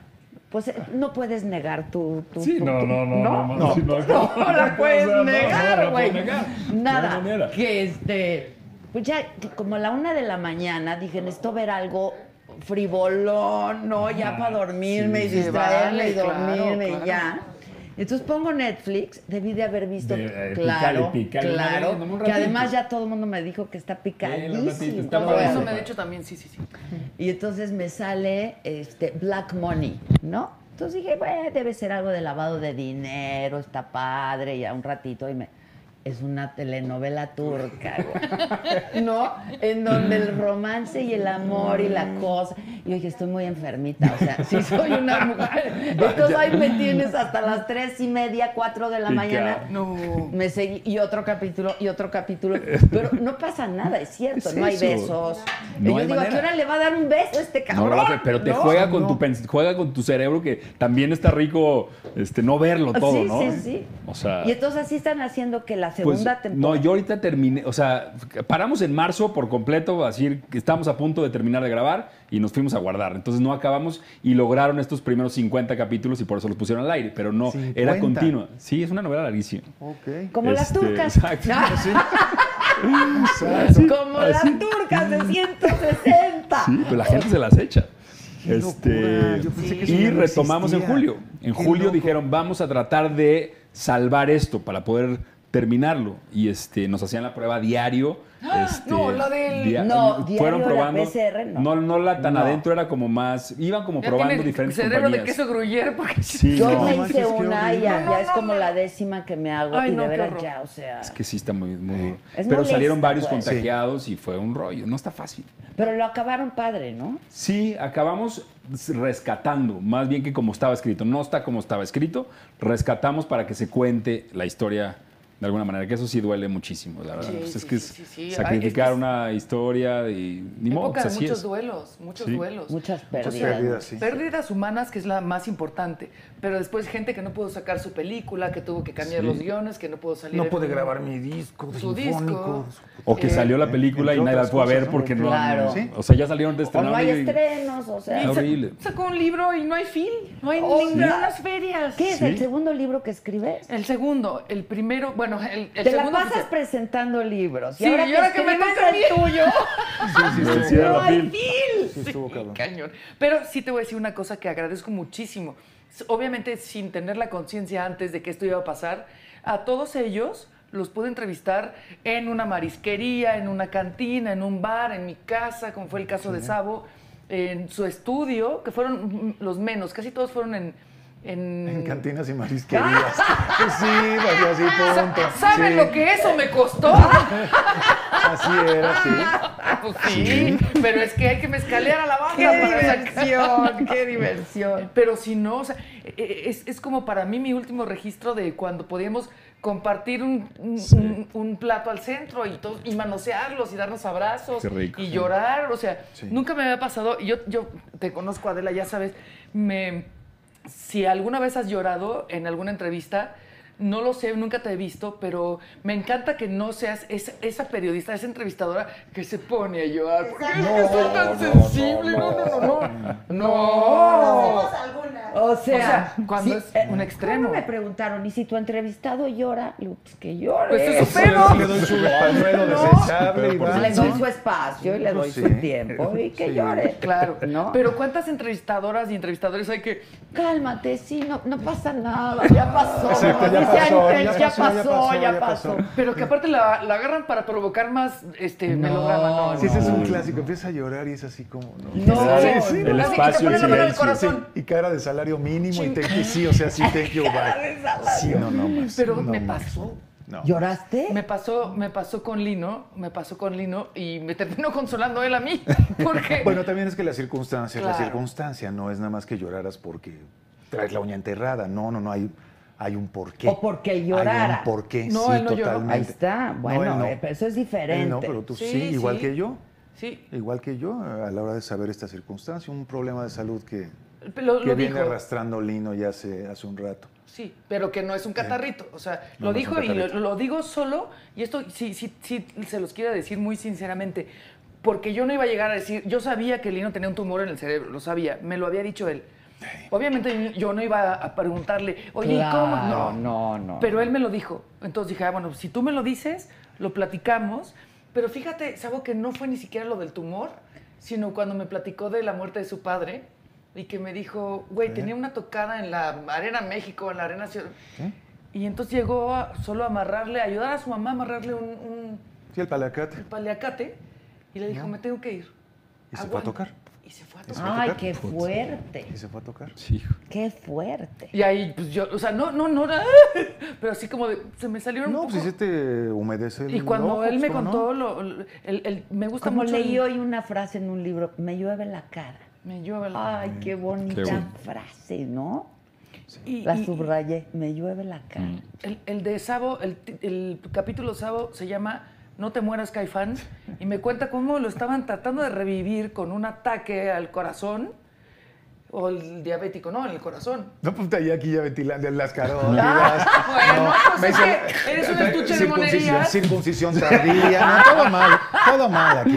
B: pues eh, no puedes negar tu... tu-
I: Sí,
B: tu-
I: no,
B: tu-
I: no, no, no, no, sí, no,
B: no la puedes
I: o sea, no, no la
B: negar,
I: puedo
B: güey.
I: negar. No hay
B: Nada.
I: manera.
B: que este. Pues ya, que como a la una de la mañana, dije, necesito ver algo frivolón, ¿no? Ya para dormirme y
F: sí,
B: distraerme y
F: vale, claro,
B: dormirme y
F: claro.
B: ya. Entonces pongo Netflix, debí de haber visto,
I: De- eh,
B: claro,
I: pícale, pícale,
B: claro,
I: dame un
B: que
I: ratito.
B: además ya todo el mundo me dijo que está
I: Vela un ratito,
B: picadísimo.
I: Eh, está
B: ¿no?
F: Por
I: padre.
F: eso me he dicho también, sí, sí, sí.
B: Y entonces me sale este Black Money, ¿no? Entonces dije, bueno, debe ser algo de lavado de dinero, está padre, ya un ratito y me es una telenovela turca, güey, ¿no? En donde el romance y el amor y la cosa. Y yo dije, estoy muy enfermita, o sea, sí soy una mujer. Entonces ahí me tienes hasta las tres y media, cuatro de la
I: Pica.
B: mañana.
F: No.
B: Me seguí, y otro capítulo, y otro capítulo. Pero no pasa nada, es cierto,
I: Es
B: no hay
I: eso.
B: besos.
I: No
B: Y yo
I: hay
B: digo, ¿a qué
I: manera.
B: hora le va a dar un beso a este
I: No,
B: cabrón?
I: lo hace, pero te
B: ¿No?
I: juega, con
F: No.
I: tu pens- juega con tu cerebro que también está rico este, no verlo todo,
B: Ah, sí,
I: ¿no?
B: sí, sí.
I: O sea,
B: y entonces así están haciendo que la
I: pues,
B: segunda
I: no,
B: temporada.
I: yo ahorita terminé, o sea, paramos en marzo por completo, a decir que estamos a punto de terminar de grabar y nos fuimos a guardar. Entonces no acabamos y lograron estos primeros 50 capítulos y por eso los pusieron al aire, pero no, era
E: 50.
I: continua. Sí, es una novela larguísima.
E: Ok.
B: como las
I: este,
B: turcas.
I: exacto.
B: Ah,
I: Sí,
B: Como las
I: así.
B: turcas de 160.
I: Sí, pero pues la gente se las echa.
E: Qué locura,
I: Este,
E: yo pensé que eso
I: y
E: ya no
I: retomamos en
E: existía.
I: julio. En
E: Qué
I: julio
E: loco.
I: dijeron, vamos a tratar de salvar esto para poder terminarlo. Y este, nos hacían la prueba diario. este,
F: no, la del-
B: No, diario
I: fueron
B: la
I: probando.
B: PCR, no.
I: no, la tan
E: No.
I: adentro era como más. Iban como
F: Ya
I: probando
F: tiene el
I: diferentes
F: cerebro de
I: compañías.
F: queso gruyere porque
I: Sí,
B: Yo
I: no,
B: me
E: manches,
B: hice
E: qué
B: una y ya,
F: horrible.
B: ya es
F: No, no,
B: como
F: no.
B: la décima que me hago.
F: Ay,
B: y
F: no,
B: de
F: qué
B: veras
F: horror.
B: ya, o sea.
I: Es que sí está muy, muy duro.
B: Es
I: Pero
B: molesto,
I: salieron varios
B: pues.
I: contagiados y fue un rollo. No está fácil.
B: Pero lo acabaron padre, ¿no?
I: Sí, acabamos rescatando, más bien que como estaba escrito. No está como estaba escrito, rescatamos para que se cuente la historia de alguna manera, que eso sí duele muchísimo, la verdad.
F: Sí,
I: Pues es
F: sí,
I: que
F: sí,
I: es
F: sí, sí.
I: sacrificar
F: Ay, es-
I: una historia y ni modo,
F: Época
I: pues
F: de
I: así
F: muchos
I: es.
F: duelos, muchos
I: Sí.
F: duelos.
B: Muchas
E: Muchas
B: pérdidas.
E: pérdidas, sí.
F: Pérdidas humanas, que es la más importante. Pero después gente que no pudo sacar su película, que tuvo que cambiar
I: Sí.
F: los guiones, que no pudo salir.
E: No
F: en-
E: pude grabar mi disco,
F: Su
E: sinfónico.
F: disco.
I: O que
F: Eh,
I: salió la película y
E: entre
I: nadie la
E: otras
I: pudo ver
E: cosas, ¿no?
I: porque no,
B: Claro.
I: no- O sea, ya salieron de
B: O
I: estrenar
B: no hay
I: Este, y-
B: estrenos, o sea.
I: Ni- Horrible.
F: Sacó un libro y no hay film, no hay
B: Oh,
F: ninguna
B: sí.
F: ferias.
B: ¿Qué es
I: Sí.
B: el segundo libro que escribes?
F: El segundo, el primero, bueno, el,
B: Te
F: el
B: la
F: segundo.
B: pasas
F: oficial.
B: presentando libros.
F: Sí, y ahora que me
B: escribes
F: toca a
B: el
F: mí.
B: tuyo.
I: Sí, sí, sí, era
B: no
I: la
B: hay
I: film.
F: Phil.
E: Sí, estuvo cabrón.
F: cañón. Pero sí te voy a decir una cosa que agradezco muchísimo. S- Obviamente, sin tener la conciencia antes de que esto iba a pasar, a todos ellos los pude entrevistar en una marisquería, en una cantina, en un bar, en mi casa, como fue el caso de Sabo, en su estudio, que fueron mm, los menos, casi todos fueron en, en...
E: En cantinas y marisquerías. Pues sí, así, así, punto.
F: ¿Saben
E: Sí,
F: lo que eso me costó?
E: Así era, sí.
F: Pues sí, pero es que hay que mezcalear a la banda
H: ¡Qué
F: para
H: diversión!
F: sacar-
H: ¡Qué diversión!
F: Pero si no, o sea, e- e- es, es como para mí mi último registro de cuando podíamos compartir un, un- un- un plato al centro y, todo, y manosearlos y darnos abrazos
G: Qué rico.
F: y llorar. O sea,
E: Sí.
F: nunca me había pasado. Yo, yo te conozco, Adela, ya sabes. Me, si alguna vez has llorado en alguna entrevista, no lo sé, nunca te he visto, pero me encanta que no seas esa, esa periodista, esa entrevistadora que se pone a llorar. Porque es que soy tan sensible. No, no, no, no. No.
B: Oh.
H: O sea,
F: O sea, cuando
H: sí,
F: es
H: eh,
F: un extremo.
H: cuando me preguntaron, ¿y si tu entrevistado llora? Le digo, pues que llore.
F: Pues es su pedo.
E: Le doy su pañuelo desechable y va.
H: le doy su espacio y le doy
E: Pues
H: su
E: sí.
H: tiempo y que
E: Sí.
H: llore.
F: Claro,
H: ¿No?
F: Pero ¿cuántas entrevistadoras y entrevistadores hay que
H: Cálmate, sí, no, no pasa nada, ya pasó.
E: Exacto, ya
H: Dice
E: pasó,
H: Ángel,
E: ya
H: ya
E: pasó, ya
H: pasó,
E: pasó,
H: ya
E: ya
H: pasó.
E: pasó.
F: Pero que aparte la, la agarran para provocar más este melodrama. No, no.
E: Sí, ese es un clásico. Empieza a llorar y es así como. No,
H: No,
E: Sí, sí,
G: El
F: no,
G: espacio, el
F: sí, te pone la mano en
G: silencio.
F: el
E: Sí,
F: corazón.
E: y cara de salario mínimo y thank you, sí, o sea, sí, thank you, bye. Sí, no, no, más.
F: Pero
E: no
F: me
E: más.
F: pasó.
E: No.
H: ¿Lloraste?
F: Me pasó, me pasó con Lino, me pasó con Lino y me terminó consolando él a mí. Porque
E: Bueno, también es que la circunstancia es la
F: Claro.
E: circunstancia, no es nada más que lloraras porque traes la uña enterrada. No, no, no, hay, hay un porqué.
H: O porque llorara.
E: Hay un porqué,
F: No,
E: sí,
F: él no lloró.
E: totalmente.
H: Ahí está,
E: No,
H: bueno,
E: él no.
H: eh, pero eso es diferente.
E: Él no, pero tú sí,
F: Sí,
E: igual
F: sí.
E: que yo.
F: sí,
E: Igual que yo, a la hora de saber esta circunstancia, un problema de salud que,
F: lo,
E: que
F: lo
E: viene
F: dijo.
E: arrastrando Lino ya hace, hace un rato.
F: Sí, pero que no es un catarrito. O sea,
E: No,
F: lo
E: no es un
F: dijo y lo,
E: catarrito.
F: lo digo solo, y esto sí, sí, sí se los quiero decir muy sinceramente, porque yo no iba a llegar a decir, yo sabía que Lino tenía un tumor en el cerebro, lo sabía, me lo había dicho él. Obviamente yo no iba a preguntarle, oye, ¿y ¿cómo?
H: Claro, no, no.
F: Pero él me lo dijo. Entonces dije, ah, bueno, si tú me lo dices, lo platicamos. Pero fíjate, Sabo, que no fue ni siquiera lo del tumor, sino cuando me platicó de la muerte de su padre y que me dijo, güey, tenía una tocada en la Arena México, en la Arena Ciudad.
E: ¿Eh?
F: Y entonces llegó a solo a amarrarle, a ayudar a su mamá a amarrarle un, un
E: Sí, el palacate.
F: paliacate y le dijo, me tengo que ir.
E: Y se fue a
F: Aguanta.
E: tocar.
F: Y se fue a
E: se
F: tocar.
E: fue a
H: Ay,
E: tocar.
H: qué fuerte,
E: Y se fue a tocar.
H: qué fuerte.
F: Y ahí, pues yo, o sea, no, no, no, era- pero así como de, se me salieron
E: No,
F: un
E: pues sí
F: poco-
E: se te humedece el
F: Y cuando
E: ojo,
F: él me
E: ¿cómo no?
F: contó, lo, lo- el- el- me gusta
H: Como
F: mucho. el-
H: leí hoy una frase en un libro, me llueve la cara.
F: Me llueve la.
H: Ay, qué bonita
G: bueno.
H: frase, ¿no?
F: y-
H: La
F: y-
H: subrayé, me llueve la cara.
F: el, el de Sabo, el, ti- el capítulo Sabo se llama No te mueras, Caifán. Y me cuenta cómo lo estaban tratando de revivir con un ataque al corazón. O el diabético, no, en el corazón.
E: No, pues ahí aquí ya ventilando las carótidas.
F: Bueno, pues
E: me
F: Ah, es
E: dice-
F: que eres un estuche de
E: circuncisión,
F: monerías.
E: circuncisión tardía, no, todo mal, todo mal aquí.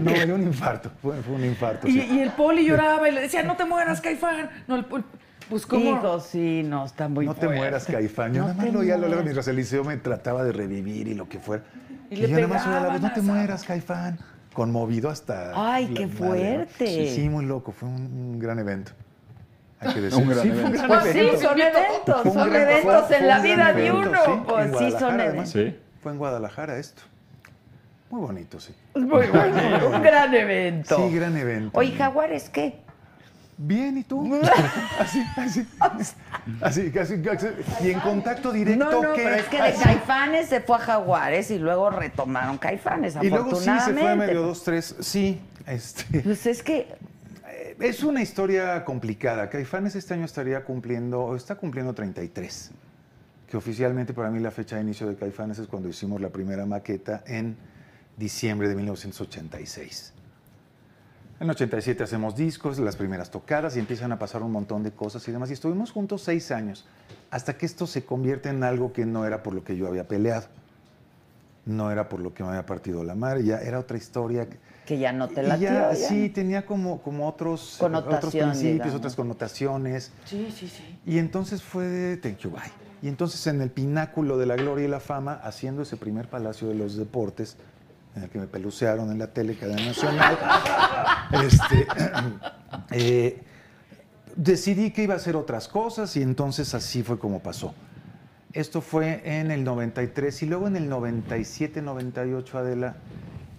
E: No, era un infarto, fue, fue un infarto.
F: Y,
E: sí.
F: y el poli lloraba y le decía, no te mueras, Caifán. No, el poli- pues cómo.
H: Hijo, sí, no, está muy
E: No te
H: fuerte.
E: mueras, Caifán. Yo
H: No
E: nada más
H: te
E: lo oía a lo largo
H: mueras.
E: mientras el liceo me trataba de revivir y lo que fuera.
F: Y
E: Y,
F: le
E: yo nada más oía la
F: pegaban
E: vez, no te
F: a-
E: mueras, Caifán. Conmovido hasta.
H: Ay,
E: la
H: qué
E: ¿no?
H: fuerte.
E: Sí, sí, muy loco. Fue un, un gran evento. Hay que decirlo.
G: Un gran
E: Sí, fue
G: evento.
H: Pues sí,
F: evento.
H: son eventos,
E: Fue un
H: son
E: gran-
H: eventos
E: fue-
H: en
E: fue
H: la
E: un
H: vida
E: gran
H: de
E: evento,
H: uno.
E: sí, en
H: pues sí, son
E: Guadalajara, además.
H: eventos.
G: Sí.
E: Fue en Guadalajara esto. Muy bonito, sí.
H: Muy bueno, un gran evento.
E: Sí, gran evento.
H: Oye, Jaguares, ¿qué?
E: Bien, ¿y tú? así, así. Así, casi, casi. Y en contacto directo.
H: No, no,
E: ¿qué?
H: pero es que de
E: Así.
H: Caifanes se fue a Jaguares y luego retomaron Caifanes,
E: Y luego sí se fue a
H: afortunadamente.
E: medio dos, tres. Sí, este.
H: Pues es que
E: Eh, Es una historia complicada. Caifanes este año estaría cumpliendo, o está cumpliendo 33. Que oficialmente para mí la fecha de inicio de Caifanes es cuando hicimos la primera maqueta en diciembre de 1986. En 87 hacemos discos, las primeras tocadas y empiezan a pasar un montón de cosas y demás. Y estuvimos juntos seis años hasta que esto se convierte en algo que no era por lo que yo había peleado. No era por lo que me había partido la madre, ya era otra historia. que-
H: que ya no te
E: y
H: la
E: ya, Sí, tenía como, como otros, otros
H: Connotación,
E: principios,
H: digamos.
E: otras connotaciones.
F: Sí, sí, sí.
E: Y entonces fue de Thank You Bye. Y entonces en el pináculo de la gloria y la fama, haciendo ese primer Palacio de los Deportes, en el que me pelucearon en la tele, cadena nacional, este, eh, decidí que iba a hacer otras cosas y entonces así fue como pasó. Esto fue en el 93 y luego en el 97, 98, Adela,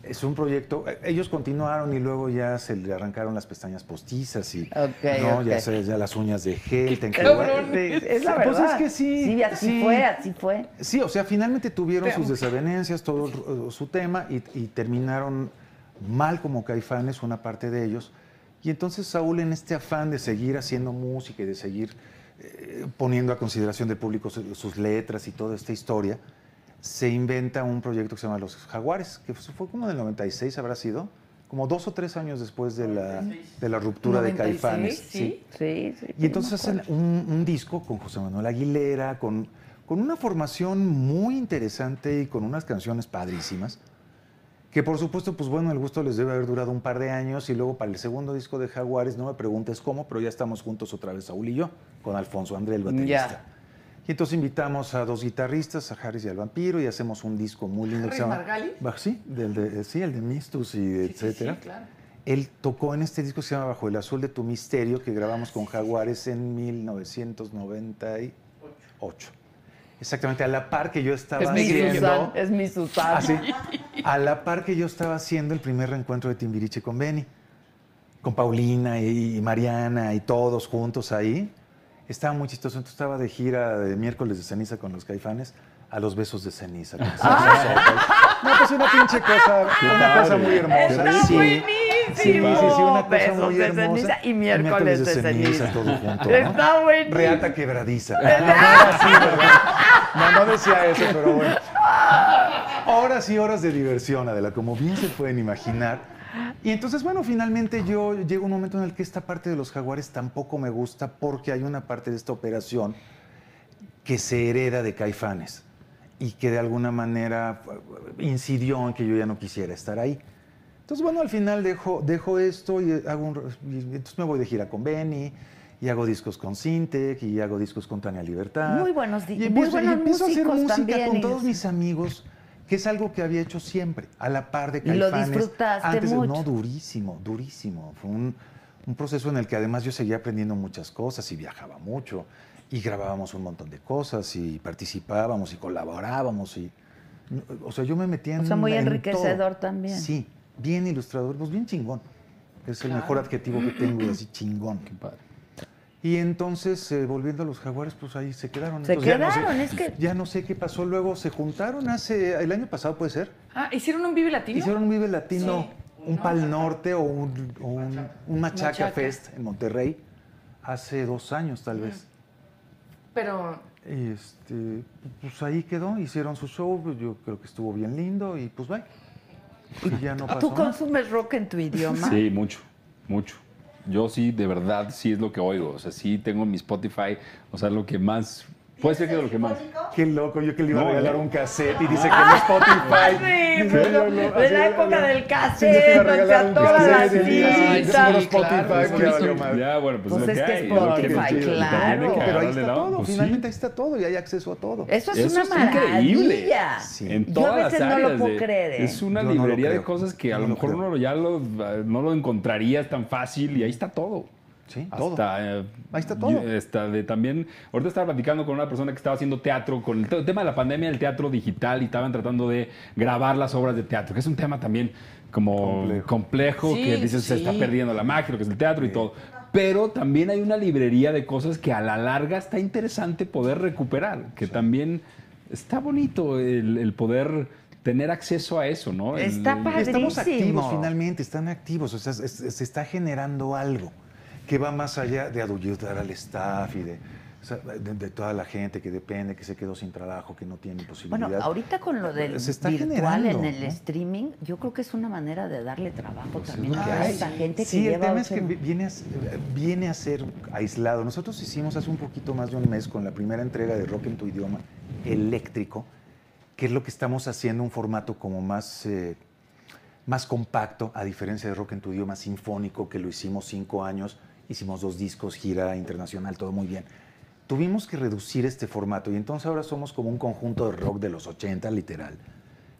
E: Es un proyecto. eh, Ellos continuaron y luego ya se le arrancaron las pestañas postizas y
H: Ok,
E: no,
H: ok.
E: ya, se- ya las uñas de gel. te
F: cabrón!
E: encuadran.
H: Es, es la
E: Pues
H: verdad.
E: es que sí,
H: Sí, así
E: sí.
H: fue, así fue.
E: Sí, o sea, finalmente tuvieron
F: Te
E: sus
F: amo.
E: desavenencias, todo el- su tema y, y terminaron mal como caifanes, una parte de ellos. Y entonces Saúl, en este afán de seguir haciendo música y de seguir eh, poniendo a consideración del público su- sus letras y toda esta historia, se inventa un proyecto que se llama Los Jaguares, que fue fue como del 96, habrá sido, como dos o tres años después de la, de la ruptura de
F: 96,
E: Caifanes.
F: sí.
H: Sí, sí.
E: Y entonces hacen un, un disco con José Manuel Aguilera, con, con una formación muy interesante y con unas canciones padrísimas, que por supuesto, pues bueno, el gusto les debe haber durado un par de años y luego para el segundo disco de Jaguares, no me preguntes cómo, pero ya estamos juntos otra vez, Saúl y yo, con Alfonso André, el baterista.
H: Ya.
E: Y entonces invitamos a dos guitarristas, a Harris y al Vampiro, y hacemos un disco muy lindo. que se llama-
F: ¿Harry Margalis?
E: Bah, Sí, del de, sí, el de Mistus y
F: Sí, sí,
E: etcétera.
F: sí, claro.
E: Él tocó en este disco que se llama Bajo el Azul de tu Misterio, que grabamos con Jaguares en 1998. Exactamente, a la par que yo estaba
F: Es mi
H: mi Susan,
E: haciendo.
H: es mi Susan.
E: Así, a la par que yo estaba haciendo el primer reencuentro de Timbiriche con Benny, con Paulina y, y Mariana y todos juntos ahí. Estaba muy chistoso. Entonces estaba de gira de miércoles de ceniza con los caifanes a los besos de ceniza. con Salsa Soul. No, pues una pinche cosa,
G: Qué
E: una
G: padre.
E: cosa muy hermosa.
G: Está
E: Sí. Sí, sí,
G: buenísimo.
E: sí, una cosa
H: Besos
E: muy
H: de
E: hermosa.
H: ceniza y miércoles de ceniza.
E: todo junto, ¿no?
H: Está buenísimo. Ah,
E: Reata quebradiza. Mamá, sí, ¿verdad? Mamá decía eso, pero bueno. Horas y horas de diversión, Adela, como bien se pueden imaginar. Y entonces, bueno, finalmente yo llego a un momento en el que esta parte de los jaguares tampoco me gusta porque hay una parte de esta operación que se hereda de Caifanes y que de alguna manera eh, incidió en que yo ya no quisiera estar ahí. Entonces, bueno, al final dejo, dejo esto y hago un- y entonces me voy de gira con Benny y hago discos con Sintec y hago discos con Tania Libertad.
H: Muy buenos di-
E: ah, y
H: muy
E: empiezo, y
H: buenos
E: empiezo a hacer
H: músicos
E: música
H: también,
E: con
H: y-
E: todos mis amigos, que es algo que había hecho siempre, a la par de
H: Y lo
E: Caifanes.
H: disfrutaste
E: antes de-
H: mucho.
E: no, durísimo, durísimo. Fue un, un proceso en el que además yo seguía aprendiendo muchas cosas y viajaba mucho y grabábamos un montón de cosas y participábamos y colaborábamos y o sea, yo me metía en
H: O sea, muy
E: en todo.
H: enriquecedor también.
E: Sí, bien ilustrador, pues bien chingón. Es el mejor adjetivo que tengo, así chingón. Y entonces, eh, volviendo a los jaguares, pues ahí se quedaron.
H: Se
E: Entonces, ya no sé-
H: quedaron, es que-
E: Ya no sé qué pasó. Luego se juntaron hace, el año pasado puede ser,
F: Ah, ¿hicieron un Vive Latino?
E: Hicieron un Vive Latino,
F: Sí.
E: un Pal Norte o un, o un- un Machaca,
F: Machaca.
E: Fest en Monterrey hace dos años, tal vez.
F: Pero
E: Y este, pues ahí quedó, hicieron su show, pues yo creo que estuvo bien lindo y pues bye. Y ya no pasó.
H: ¿Tú
E: nada.
H: consumes rock en tu idioma?
I: Sí, mucho, mucho. Yo sí, de verdad, sí es lo que oigo. O sea, sí tengo mi Spotify. O sea, lo que más. Puede ser que de lo que más.
E: Qué loco, yo que le iba a
I: No,
E: regalar
I: ¿eh?
E: un cassette y dice que
H: Ah,
E: no Spotify.
H: Sí,
E: Dice,
H: pero
E: no, no,
H: de
E: así
H: la
E: era,
H: época
E: no. Sí,
H: del
E: yo te iba a
H: cassette, o
E: regalar
H: sea,
E: un
H: todas las
E: cassette, y así,
F: Ay,
E: yo puro
F: sí,
H: citas.
F: claro,
E: Spotify,
F: por
E: que
F: eso.
E: valió madre.
I: Ya, bueno, pues,
H: Pues
I: lo
H: es que es
I: hay, lo que-
H: Spotify,
I: lo que
H: claro.
I: tiene que
E: Pero ahí
I: agarrarle
E: está
I: la-
E: todo,
I: pues sí.
E: finalmente ahí está todo y hay acceso a todo.
H: Eso es
I: Eso
H: una
I: está increíble.
H: maravilla.
E: Sí.
I: En
H: Yo
I: todas
H: a veces
I: las
H: no lo
I: áreas
H: puedo
I: de-
H: creer. ¿eh?
I: Es una
E: Yo no lo
I: librería de
E: creo.
I: cosas que a
E: No
I: lo
E: lo
I: mejor
E: creo.
I: uno ya lo, no lo encontrarías tan fácil y ahí está todo.
E: Sí,
I: Hasta,
E: todo.
I: eh,
E: Ahí está todo.
I: yo- hasta de también, ahorita estaba platicando con una persona que estaba haciendo teatro, con el te- tema de la pandemia, el teatro digital, y estaban tratando de grabar las obras de teatro, que es un tema también como complejo,
E: Complejo.
F: Sí,
I: que dices se está
F: sí.
I: perdiendo la magia, lo que es el teatro y todo. Pero también hay una librería de cosas que a la larga está interesante poder recuperar, que también está bonito el, el poder tener acceso a eso, ¿no? El-
H: Está
I: el-
H: padre.
E: Estamos
H: Padrísimo.
E: activos finalmente, están activos, o sea, es- es- se está generando algo que va más allá de ayudar al staff y de, o sea, de- de toda la gente que depende, que se quedó sin trabajo, que no tiene posibilidad.
H: Bueno, ahorita con lo del
E: Se está
H: virtual en
E: generando,
H: el
E: ¿no?
H: streaming, yo creo que es una manera de darle trabajo
E: Pues es
H: también
E: lo que
H: a
E: hay.
H: esta gente
E: sí,
H: que
E: el
H: lleva
E: tema es
H: ocho
E: que vi-
H: meses.
E: viene a, ser- viene a ser aislado. Nosotros hicimos hace un poquito más de un mes con la primera entrega de Rock en tu idioma eléctrico, que es lo que estamos haciendo un formato como más, eh, más compacto, a diferencia de Rock en tu idioma sinfónico, que lo hicimos cinco años, hicimos dos discos, gira internacional, todo muy bien. Tuvimos que reducir este formato y entonces ahora somos como un conjunto de rock de los 80, literal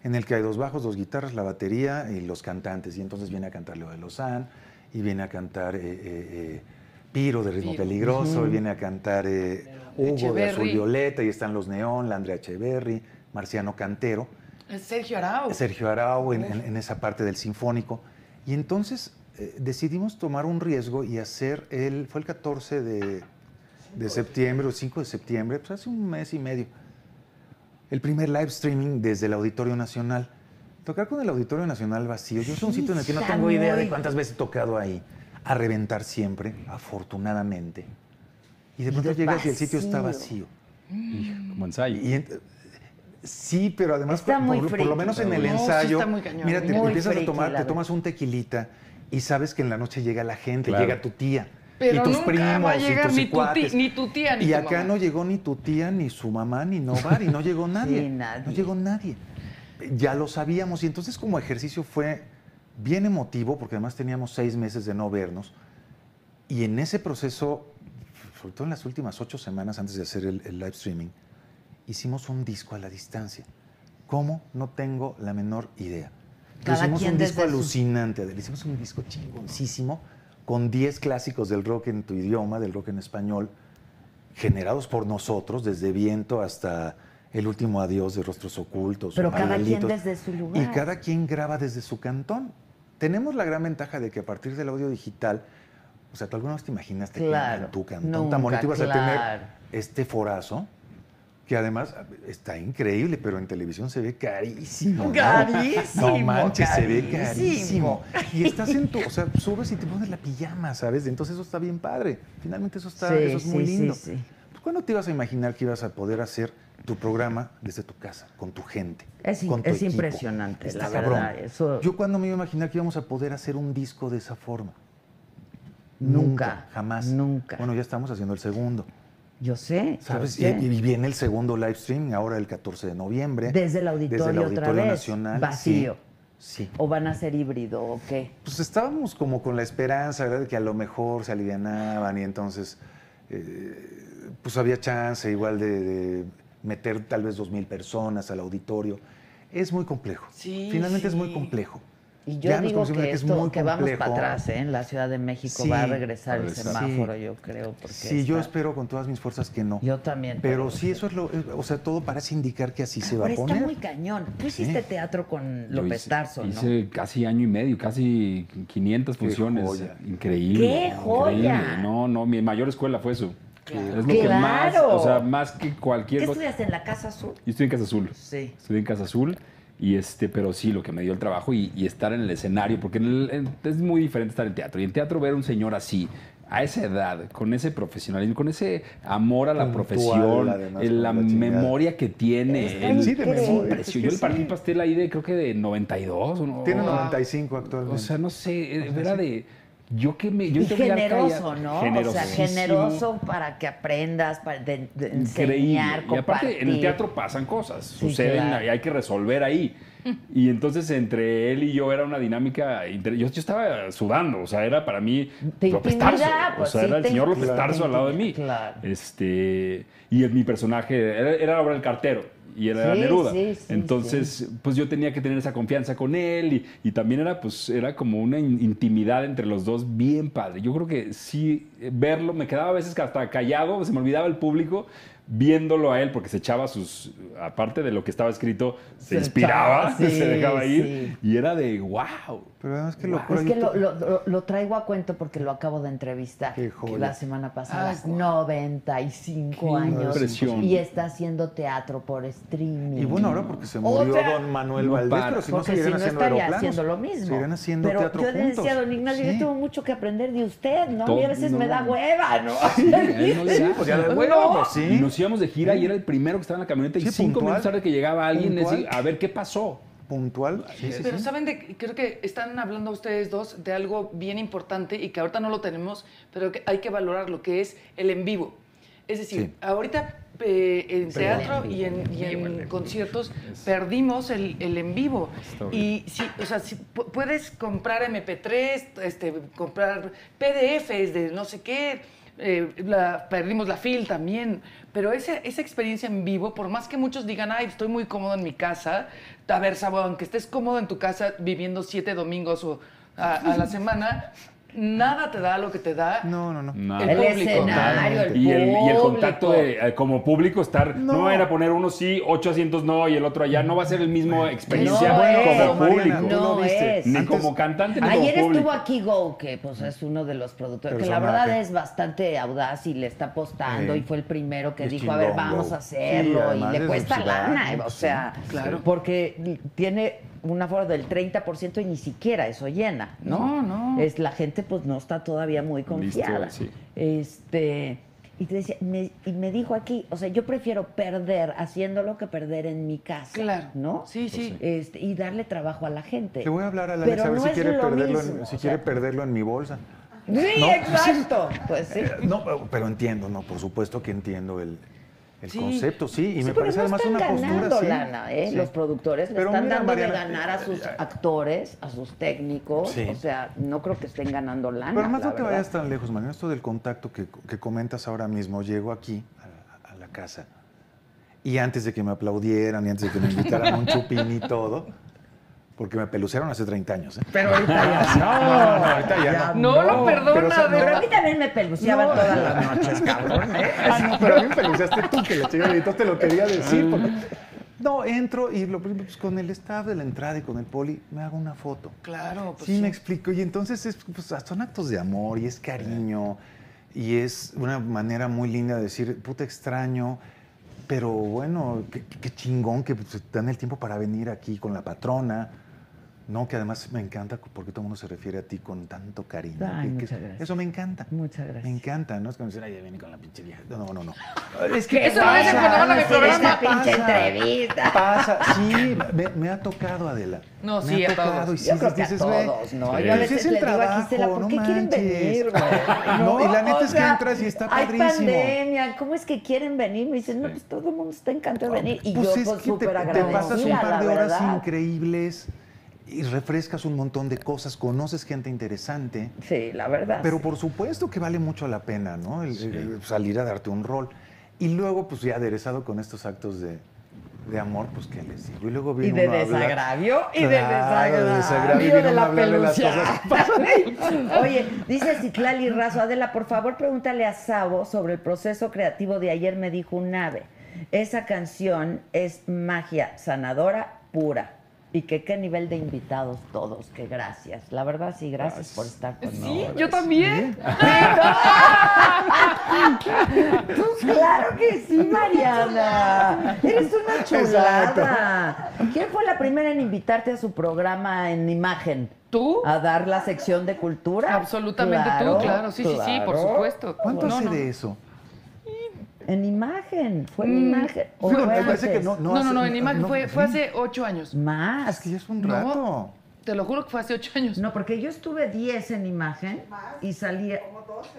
E: en el que hay dos bajos, dos guitarras, la batería y los cantantes. Y entonces viene a cantar Leo de Lozán, y viene a cantar eh, eh, eh, Piro de Ritmo Peligroso, y viene a cantar eh, Hugo de Azul
F: Echeverry.
E: Violeta, y están los Neón, la Andrea Echeverry, Marciano Cantero.
F: Es Sergio Arau.
E: Sergio Arau en, en- en esa parte del Sinfónico. Y entonces eh, decidimos tomar un riesgo y hacer el, fue el 14 de, de septiembre o 5 de septiembre, pues hace un mes y medio, el primer live streaming desde el Auditorio Nacional. Tocar con el Auditorio Nacional vacío, yo es un sitio en el que no
H: está
E: tengo idea de
H: muy-
E: cuántas veces he tocado ahí, a reventar siempre, afortunadamente. Y de pronto llegas y el sitio está
B: vacío.
E: vacío.
I: Como ensayo.
E: Y ent- sí, pero además
B: Está
E: por,
B: muy
E: por- por
B: friki.
E: lo menos en el
F: No, sí
E: ensayo,
F: está muy cañón.
E: mira, te
B: Muy
E: empiezas
B: friki,
E: a tomar,
B: la
E: te
B: verdad.
E: tomas un tequilita y sabes que en la noche llega la gente,
I: Claro.
E: llega tu tía.
F: Pero
E: y tus
F: nunca
E: primos,
F: va a llegar
E: y tus
F: ni tu
E: cuates.
F: ti- ni tu tía, ni
E: Y
F: tu
E: acá
F: mamá.
E: no llegó ni tu tía, ni su mamá, ni Novar, y no llegó nadie.
B: nadie.
E: No llegó nadie. Ya lo sabíamos. Y entonces, como ejercicio, fue bien emotivo, porque además teníamos seis meses de no vernos. Y en ese proceso, sobre todo en las últimas ocho semanas antes de hacer el, el live streaming, hicimos un disco a la distancia. ¿Cómo? No tengo la menor idea. Pero
B: Cada
E: hicimos
B: quien
E: un disco
B: desde su-
E: alucinante, Adel. Hicimos un disco chingoncísimo con 10 clásicos del rock en tu idioma, del rock en español, generados por nosotros, desde Viento hasta El último adiós de Rostros Ocultos.
B: Pero cada quien
E: Paralitos.
B: desde su lugar.
E: Y cada quien graba desde su cantón. Tenemos la gran ventaja de que a partir del audio digital, o sea, tú alguna vez te imaginaste que
B: Claro,
E: en tu cantón
B: nunca,
E: tan bonito ibas a
B: claro.
E: tener este forazo, que además está increíble, pero en televisión se ve carísimo. ¿no?
B: Carísimo,
E: No manches, se ve
B: carísimo.
E: carísimo. Y estás en tu, o sea, subes y te pones la pijama, ¿sabes? Entonces eso está bien padre. Finalmente eso está,
B: Sí,
E: eso es muy
B: sí, sí,
E: lindo.
B: sí.
E: Pues, ¿Cuándo te ibas a imaginar que ibas a poder hacer tu programa desde tu casa, con tu gente?
B: Es in-
E: con tu
B: es
E: equipo?
B: impresionante, la
E: cabrón.
B: verdad, eso-
E: Yo cuándo me iba a imaginar que íbamos a poder hacer un disco de esa forma.
B: Nunca,
E: jamás.
B: nunca.
E: Bueno, ya estamos haciendo el segundo.
B: Yo sé. yo
E: ¿Sabes? Y,
B: sé.
E: y viene el segundo live stream, ahora el 14 de noviembre.
B: Desde el auditorio otra vez,
E: Nacional.
B: vacío.
E: Sí. sí.
B: ¿O van a ser híbrido o qué?
E: Pues estábamos como con la esperanza, ¿verdad? De que a lo mejor se alivianaban y entonces, eh, pues había chance igual de, de meter tal vez dos mil personas al auditorio. Es muy complejo.
F: Sí,
E: Finalmente es
F: sí.
E: muy complejo.
B: Y yo
E: Ya nos
B: digo
E: conocimos,
B: que,
E: ¿verdad? es
B: esto,
E: muy
B: que vamos para
E: complejo.
B: atrás, ¿eh? En la Ciudad de México
E: Sí,
B: va a regresar el
I: regresar.
B: semáforo,
E: Sí.
B: yo creo. Porque
E: Sí, yo
B: está-
E: espero con todas mis fuerzas que no.
B: Yo también.
E: Pero sí, eso es lo. es- O sea, todo parece indicar que así se va a
H: Ah, Pero está
E: poner.
H: muy cañón. Tú hiciste
E: Sí.
H: teatro con
I: Yo
H: López
I: hice-
H: Tarso, ¿no?
I: Hice casi año y medio, casi 500
E: Qué
I: funciones.
E: joya.
I: Increíble.
H: ¡Qué
I: increíble.
H: joya!
I: No, no, mi mayor escuela fue eso. Es lo que
H: ¡Claro!
I: más, o sea, más que cualquier
H: ¿Qué
I: cosa.
H: estudiaste en la Casa Azul?
I: Yo estudié en Casa Azul.
H: Sí.
I: Estudié en Casa Azul. Y este, pero sí, lo que me dio el trabajo y, y estar en el escenario, porque en el- en- es muy diferente estar en teatro. Y en teatro ver a un señor así, a esa edad, con ese profesionalismo, con ese amor a la
E: Puntual,
I: profesión,
E: además,
I: el-
E: con
I: la,
E: la chingada.
I: memoria que tiene. el-
E: Sí, de
I: es
E: memoria.
I: impresionante. Yo le partí pastel ahí de, creo que de 92 o no.
E: Tiene
I: o-
E: 95 actualmente.
I: o sea, no sé, era de. Yo que me. Yo
H: Y
I: intenté dar calla-
H: generoso, ¿no? O sea,
I: Generosísimo.
H: generoso para que aprendas, para de- de enseñar,
I: Increíble. Y aparte, en el
H: compartir.
I: teatro pasan cosas, suceden
H: claro.
I: y hay que resolver ahí. Y entonces entre él y yo era una dinámica. inter- Yo, yo estaba sudando, o sea, era para mí
H: Te
I: López
H: intimida,
I: Tarso.
H: pues,
I: o sea,
H: sí
I: era el
H: te-
I: señor López
H: claro.
I: Tarso al lado de mí.
H: Claro.
I: Este, y es mi personaje era, era ahora el cartero y él era
H: Sí,
I: Neruda.
H: sí, sí,
I: entonces, pues yo tenía que tener esa confianza con él y, y también era, pues, era como una in- intimidad entre los dos bien padre. Yo creo que sí, eh, verlo, me quedaba a veces hasta callado, se me olvidaba el público viéndolo a él porque se echaba sus, aparte de lo que estaba escrito, se,
H: Se
I: inspiraba,
H: echaba, sí,
I: se dejaba ir
H: sí.
I: y era de wow.
E: Pero además que
B: Ah,
I: Wow.
E: locura.
H: Es
E: yo
H: que lo,
E: to-
H: lo- lo- lo traigo a cuento porque lo acabo de entrevistar
E: Qué joya.
H: la semana pasada.
F: Ay, guau.
H: 95
I: Qué
H: años.
I: impresión.
H: Y está haciendo teatro por streaming.
E: Y bueno, ahora porque se murió
H: Otra-
E: don Manuel
I: No
E: Valdés,
I: para.
E: pero si no
H: Porque
E: seguirían
H: si no
E: haciendo
H: estaría
E: aeroplanos.
H: haciendo lo mismo.
E: Seguirían haciendo
H: Pero
E: teatro
H: yo le
E: juntos.
H: decía a don Ignacio,
E: Sí.
H: yo tengo mucho que aprender de usted, ¿no?
I: Todo-
H: y a veces me
I: no.
H: da hueva, ¿no?
I: Él no le da.
E: Pues ya de hueva, pues
I: Y
E: sí.
I: nos íbamos de gira y era el primero que estaba en la camioneta y
E: Sí,
I: cinco
E: puntual.
I: minutos tarde que llegaba alguien
E: Puntual.
I: decía, a ver qué pasó.
E: Puntual. Sí, sí,
F: Pero
E: sí.
F: saben, de, creo que están hablando ustedes dos de algo bien importante y que ahorita no lo tenemos, pero que hay que valorar lo que es el en vivo. Es decir,
E: Sí.
F: ahorita eh,
E: Pero
F: en
E: el
F: teatro y en, y en conciertos perdimos el, el en vivo. Y sí, o sea, sí, pu- puedes comprar MP3, este, comprar PDFs de no sé qué. eh, la- perdimos la fil también, pero esa, esa experiencia en vivo, por más que muchos digan, ay, estoy muy cómodo en mi casa, a ver, Sabo, aunque estés cómodo en tu casa viviendo siete domingos o a, a la semana, nada te da lo que te da.
E: No, no, no.
I: No.
F: El
H: El
F: público.
H: escenario, el
I: Y el, y el
H: público.
I: contacto de, eh, como público estar, no. era poner uno sí, ocho asientos no y el otro allá, no va a ser el mismo experiencia
H: No es,
I: como público.
H: Mariana, tú lo No viste. es.
I: Ni
E: Antes-
I: como cantante ni
H: Ayer
I: como
H: estuvo
I: público.
H: aquí Go, que pues es uno de los productores, que la
E: Personaje.
H: verdad es bastante audaz y le está apostando
E: Sí.
H: y fue el primero que
E: Es
H: dijo, a ver,
E: chingón,
H: vamos
E: Go".
H: a hacerlo
E: Sí,
H: y
E: además
H: le
E: es
H: cuesta
E: subsidiado,
H: lana,
E: ¿no?
H: o sea,
E: Sí,
F: claro.
H: porque tiene un aforo del 30% y ni siquiera eso llena, ¿no?
F: No, no.
H: Es la gente pues no está todavía muy confiada.
I: sí.
H: Este y te decía, me, y me dijo aquí, o sea, yo prefiero perder haciéndolo que perder en mi casa,
F: Claro.
H: ¿no?
F: Sí, Pues sí.
H: Este, y darle trabajo a la gente.
E: Le voy a hablar a Alex
H: Pero
E: a ver
H: no
E: si
H: es
E: quiere
H: lo
E: perderlo,
H: mismo,
E: en, si
H: o
E: quiere
H: sea.
E: perderlo en mi bolsa.
H: Sí,
E: No.
H: exacto. Pues sí.
E: No, pero entiendo, no, por supuesto que entiendo el, el
F: Sí.
E: concepto, sí, y
H: Sí,
E: me
H: porque
E: parece
H: no
E: además
H: están
E: una
H: ganando
E: postura. sí.
H: lana, ¿eh?
E: Sí.
H: Los productores le
E: Pero
H: están
E: mira,
H: dando de
E: Mariana,
H: ganar a sus
E: eh,
H: actores, a sus técnicos.
E: Sí.
H: O sea, no creo que estén ganando lana.
E: Pero además
H: Ah, la
E: no te
H: verdad.
E: vayas tan lejos, Mariana. Esto del contacto que, que comentas ahora mismo, llego aquí a, a la casa y antes de que me aplaudieran y antes de que me invitaran a un chupín y todo, porque me pelucearon hace 30 años. ¿eh?
H: Pero ahorita
E: No,
H: ya.
E: no, no, ahorita ya no.
F: No, lo perdona,
E: pero, o sea, no.
H: Pero a mí también me peluceaban todas las noches, cabrón. ¿eh?
E: Ah, no, pero a mí me peluceaste tú, que la chica entonces te lo quería decir. porque-
H: Mm.
E: No, entro y lo primero, pues, con el staff de la entrada y con el poli me hago una foto.
F: Claro, pues
E: Sí,
F: sí.
E: me explico. Y entonces es, pues, son actos de amor y es cariño y es una manera muy linda de decir, puta extraño, pero bueno, qué, qué chingón que pues, se dan el tiempo para venir aquí con la patrona. No, que además me encanta porque todo el mundo se refiere a ti con tanto cariño.
H: Ay,
E: que- que
H: muchas gracias.
E: Eso me encanta.
H: Muchas
E: Me
H: gracias.
E: encanta, ¿no? Es como decir, ay, ya viene con la pinche vieja. No, no, no.
H: Es que
F: eso lo dicen cuando van a mi programa.
H: Esta pinche
E: Pasa.
H: entrevista.
E: Pasa, sí, me, me ha tocado, Adela.
F: No,
E: Me
F: sí,
E: ha
F: a todos.
E: tocado, y sí,
H: Yo creo que a
E: dices, güey,
H: todos, ¿no?
I: sí.
H: Yo les,
E: Ese es
H: les
E: el
H: digo a Gisela,
E: trabajo,
H: ¿por
E: no
H: qué quieren
E: manches".
H: venir, güey?
E: No, y la neta
H: o
E: es que entras y está
H: Hay
E: padrísimo.
H: pandemia, ¿cómo es que quieren venir? Me dicen, no, pues todo el mundo está encantado de venir. Y yo, pues,
E: te-
H: súper
E: te, pasas un
H: agradecida, la
E: par de horas
H: verdad.
E: increíbles y refrescas un montón de cosas, conoces gente interesante.
H: Sí, la verdad.
E: Pero
H: sí.
E: por supuesto que vale mucho la pena, ¿no? El- el salir a darte un rol. Y luego, pues ya aderezado con estos actos de, de amor, pues qué les digo. Y luego
H: Y
E: viene
H: de
E: uno a hablar-
H: desagravio, y de
E: Claro,
H: desagravio.
E: de desagravio,
H: de
E: viene uno a
H: la
E: hablarle las
H: pelucia.
E: cosas que
H: Oye, dice Citlali Razo, Adela, por favor pregúntale a Sabo sobre el proceso creativo de ayer me dijo un ave. Esa canción es magia sanadora pura. Y que qué nivel de invitados todos, que gracias. La verdad sí, gracias por estar con
F: pues Sí,
H: nosotros.
F: yo también.
H: Claro que sí, Mariana. Eres una chulada. ¿Quién fue la primera en invitarte a su programa en imagen?
F: ¿Tú?
H: ¿A dar la sección de cultura?
F: Absolutamente tú, claro. Sí, sí, sí, por
H: claro.
F: supuesto.
E: ¿Cuánto
F: No,
E: hace
F: no.
E: de eso?
H: En imagen, fue en
F: Mm,
H: imagen. ¿O
F: no,
H: fue
E: me parece
H: antes?
E: que no, no.
F: No, no,
E: hace-
F: no, en imagen
E: no,
F: fue,
E: no.
F: fue hace ocho años.
H: Más.
E: Que ya es un
F: No.
E: rato.
F: Te lo juro que fue hace ocho años.
H: No, porque yo estuve 10 en imagen y salí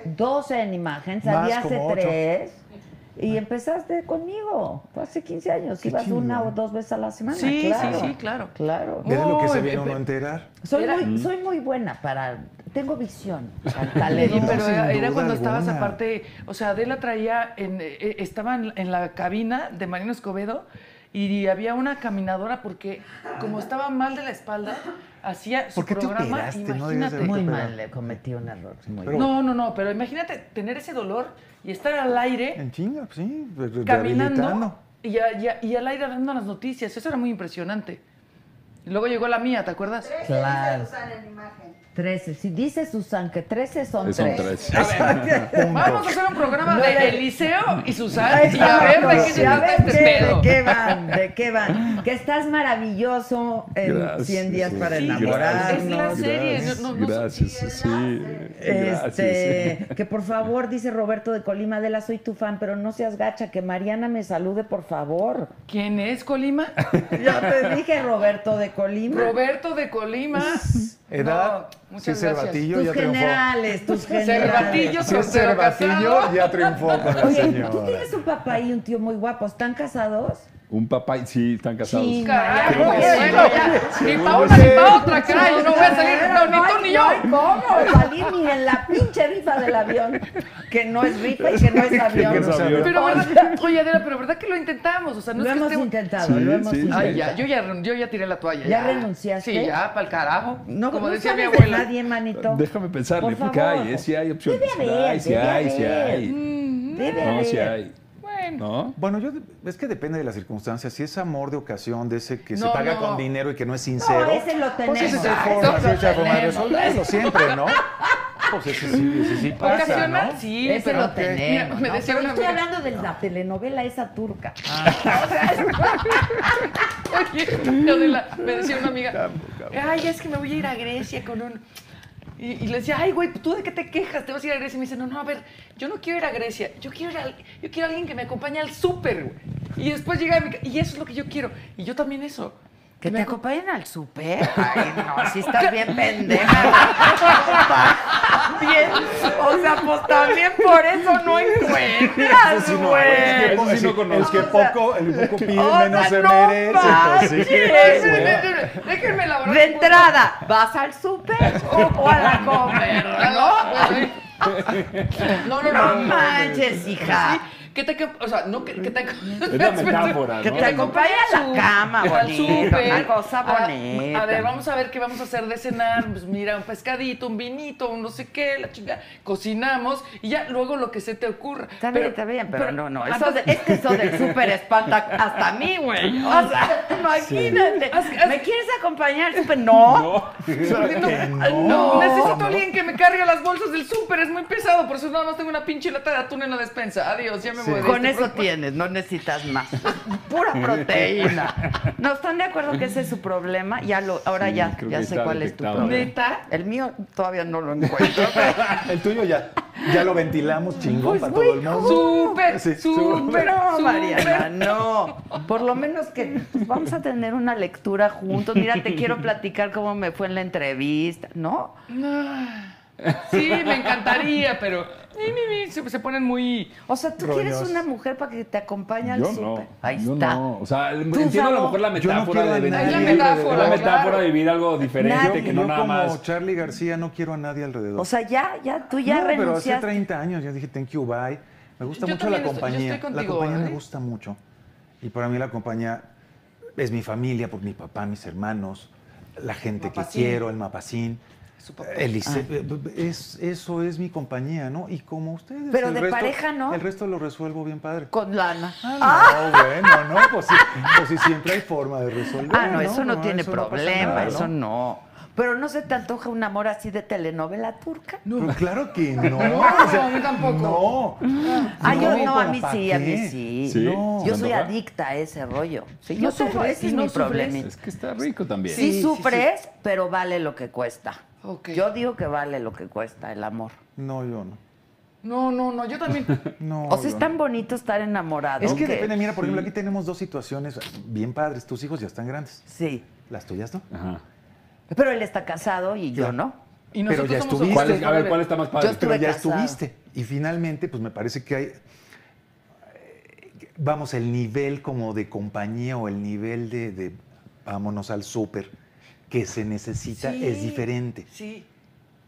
H: 12 en imagen,
E: Más,
H: salí hace
E: como ocho.
H: 3 y empezaste conmigo. Fue hace 15 años,
E: Qué
H: ibas
E: chingón.
H: una o dos veces a la semana.
F: Sí, sí,
H: claro.
F: sí, claro.
H: Claro.
E: Ya de lo que se
F: Uy,
E: viene uno
F: Pepe.
E: a enterar.
H: Soy,
F: Era- Mm.
H: muy, soy muy buena para. Tengo visión. para el
F: Sí,
H: talento.
F: pero
E: sin
F: era, era
E: duda
F: cuando estabas
E: alguna.
F: aparte, o sea, Adela traía, en, eh, eh, estaba en, en la cabina de Marino Escobedo y había una caminadora porque como estaba mal de la espalda, hacía su
E: ¿Por qué te
F: programa,
E: operaste? No debías de
F: imagínate.
E: haber-
H: Muy
E: pero-
H: mal, le cometí un error. Muy
E: Pero-
F: no, no, no, pero imagínate tener ese dolor y estar al aire
E: En chinga, pues sí. re- re-
F: caminando
E: rehabilitando.
F: y, a- y a- y al aire dando las noticias, eso era muy impresionante. Y Luego llegó la mía, ¿te acuerdas?
H: Claro. 13. Si dice Susan que 13 son 3.
I: Son tres.
F: Vamos a hacer un programa de Eliseo y Susana y a
H: Exacto.
F: ver de qué se
H: Y a
F: trata
H: ver
F: este
H: qué-
F: pedo.
H: de qué van, de qué van. Que estás maravilloso en
I: Gracias.
H: 100 días
I: Sí,
H: para
F: sí,
H: enamorarnos.
F: gracias. Es la serie,
I: Gracias,
F: no- no- no-
I: gracias, sí. eh,
H: Este,
I: Gracias.
H: que por favor, dice Roberto de Colima, Adela, soy tu fan, pero no seas gacha, que Mariana me salude, por favor.
F: ¿Quién es Colima?
H: Yo te dije Roberto de Colima.
F: Roberto de Colima.
E: Edad,
F: No,
E: sí,
F: muchas gracias.
E: Cervatillo
H: tus
E: ya triunfó.
H: generales, tus
F: Cervatillo,
H: generales.
E: Si es
F: Soltero,
E: Cervatillo,
F: casado.
E: ya triunfó con la
H: Oye, tú
E: señora.
H: tienes un papá y un tío muy guapo, ¿están casados?
I: Un papá, y- sí, están casados.
H: Sí,
F: Carajo,
H: Creo que sí.
F: bueno, ya. Ni pa' una ni pa' otra, carajo. No voy a salir no, ni tú ni yo.
H: hay cómo salir ni en la pinche rifa del avión, que no es rifa y que no es avión.
I: Que no es avión.
F: Pero, ¿verdad? Oye, Adela, pero ¿verdad que lo intentamos? O sea, no
H: lo
F: es que
H: hemos
F: estemos-
H: intentado,
I: Sí,
H: lo hemos
I: sí.
H: intentado.
F: Ay, ya, yo ya, ren- yo ya tiré la toalla.
H: ¿Ya renunciaste?
F: Sí, ya, para el carajo.
H: No,
F: Como
H: no
F: decía mi
H: sabes de
F: abuela.
H: nadie, manito.
I: Déjame pensarle,
H: Por
I: porque
H: favor.
I: hay, eh, sí hay opciones.
H: Debe
I: Sí
H: haber,
I: hay, sí
H: debe
I: hay, sí
H: haber.
I: hay.
H: Debe
I: No, sí
H: haber.
I: hay. Bueno.
E: Bueno, yo de- es que depende de las circunstancias. Si es amor de ocasión, de ese que
F: No,
E: se paga
F: no.
E: con dinero y que no es sincero.
H: No, ese lo
E: pues ese es
H: tenemos.
E: el forro,
F: Eso
E: así
F: lo
E: hecha con madre.
F: tenemos.
E: Eso hazlo siempre, ¿no? Pues ese sí, ese sí pasa,
F: Ocasional,
E: ¿no?
F: sí,
H: Ese
F: pero
H: lo
F: que-
H: tenemos.
F: mira, me
H: ¿no?
F: decía
H: Pero
F: una
H: estoy
F: amiga-
H: hablando de la telenovela esa turca.
F: Oye, Adela, me decía una amiga, ay, es que me voy a ir a Grecia con un... Y, y le decía, ay, güey, ¿tú de qué te quejas? ¿Te vas a ir a Grecia? Y me dice, no, no, a ver, yo no quiero ir a Grecia. Yo quiero, ir al- yo quiero alguien que me acompañe al súper, güey. Y después llega a mi ca- y eso es lo que yo quiero. Y yo también eso.
H: ¿Que
F: Me
H: te
F: aco-
H: acompañen al súper? Ay, no, si estás bien pendeja. Bien, o sea, pues también por eso no
E: Eso
H: encuentras,
E: sí no,
H: güey.
E: es que-
I: Eso sí no
E: es
I: conozco.
E: que poco, el poco pide,
H: o sea,
E: menos se
H: no
E: merece.
H: Ah,
E: pues sí.
H: manches.
E: Güey.
F: Déjenme elaborar.
H: De entrada, ¿vas al súper o a la compra?
F: ¿no? No, no,
H: No
F: no.
H: manches, hija.
F: Sí, Que te, acom- o sea, no, que, que te acom-
I: Es la metáfora,
H: Que
I: ¿no?
H: te acompañe a la
F: su-
H: cama,
F: al
H: bonito,
F: súper.
H: una cosa
F: A-
H: bonita.
F: A, ver, vamos a ver qué vamos a hacer de cenar. Pues mira, un pescadito, un vinito, un no sé qué, la chica. Cocinamos y ya luego lo que se te ocurra.
H: Está bien, está bien, pero, no, no. Eso de,
F: entonces-
H: es que eso del súper espanta hasta a mí, güey. O sea, imagínate. ¿Me quieres acompañar al súper? No.
E: Claro que
F: Ay,
E: no.
F: No, necesito alguien que me cargue las bolsas del súper, es muy pesado, por eso nada más tengo una pinche lata de atún en la despensa. Adiós, ya me voy. de
H: Con
F: este
H: eso
F: programa.
H: tienes, no necesitas más. pues, Pura proteína. No están de acuerdo que ese es su problema. Ya lo, ahora
I: Sí,
H: ya,
I: creo
H: ya
I: que
H: sé
I: está
H: cuál es tu
I: detectado.
H: problema.
F: ¿Neta?
H: El mío todavía no lo encuentro. pero-
E: El tuyo ya, ya lo ventilamos
I: Pues,
E: chingón para todo el mundo.
F: Súper,
E: Sí,
F: súper,
H: No,
F: súper.
H: Mariana, no. Por lo menos que pues, vamos a tener una lectura juntos. Mira, te quiero platicar cómo me fue en la entrevista, ¿no?
F: Sí, me encantaría, pero ni, ni, ni, se, se ponen muy...
H: O sea, tú quieres una mujer para que te acompañe al
I: Yo
H: súper.
I: no.
H: Ahí
I: yo
H: está.
I: no. O sea,
H: Tú,
I: entiendo a lo
H: Sabo.
I: mejor la
E: Yo no
I: metáfora
E: quiero a
I: de
E: nadie.
I: vivir.
F: Es la metáfora,
I: La metáfora
F: claro.
I: de vivir algo diferente,
H: Nadie.
I: que
E: Yo
I: no nada
E: como
I: más.
E: Charlie García no quiero a nadie alrededor.
H: O sea, ya, ya, tú ya
E: no, pero hace
H: renunciaste.
E: 30 años ya dije thank you, bye. Me gusta
F: Yo
E: mucho la
F: también estoy- yo
E: compañía.
F: estoy contigo,
E: la compañía me
F: ¿eh?
E: gusta mucho. Y para mí la compañía es mi familia, por mi papá, mis hermanos, la gente que
F: Mapacín.
E: quiero, el mapacín. El liceo.
H: Ah.
E: es, eso es mi compañía, ¿no? Y como ustedes.
H: Pero
E: el
H: de
E: resto-
H: pareja, ¿no?
E: El resto lo resuelvo bien padre.
H: Con lana.
E: Ah, no, bueno, no, pues sí, pues sí, siempre hay forma de resolver.
H: Ah, no, eso no, tiene
E: pasa
H: problema,
E: nada,
H: eso no. Pero no se te antoja un amor así de telenovela turca.
E: Pero Pues claro que no.
F: No,
E: o sea,
F: a mí tampoco.
E: No.
H: Ah, yo no, a
E: ¿pero
H: mí
E: pa'
H: sí, a mí
E: qué?
H: sí.
I: Sí,
E: No.
H: Yo soy
I: ¿Sandoval?
H: adicta a ese rollo. Sí,
F: No
H: yo tengo,
F: sufres,
H: ese es
F: no
H: mi
F: sufres.
H: problema.
I: Es que está rico también.
H: Sí,
F: Sí, sí,
H: sufres, pero vale lo que cuesta.
F: Ok.
H: Yo digo que vale lo que cuesta el amor.
E: No, yo no.
F: No, no, no, yo también...
E: No,
H: o sea,
E: yo
H: es
E: no.
H: tan bonito estar enamorado.
E: Es que depende, mira, por ejemplo, aquí tenemos dos situaciones bien padres. Tus hijos ya están grandes.
H: Sí.
E: Las tuyas no.
I: Ajá.
H: Pero él está casado y yo no.
F: Y
E: Pero
F: nosotros
E: ya
F: somos
E: estuviste.
I: ¿Cuál
F: opositores.
I: es- a ver, ¿cuál está más padre?
H: Yo estuve
E: Pero ya
H: casada.
E: estuviste. Y finalmente, pues me parece que hay. eh, Vamos, el nivel como de compañía o el nivel de, de vámonos al súper que se necesita
F: Sí,
E: es diferente.
F: Sí.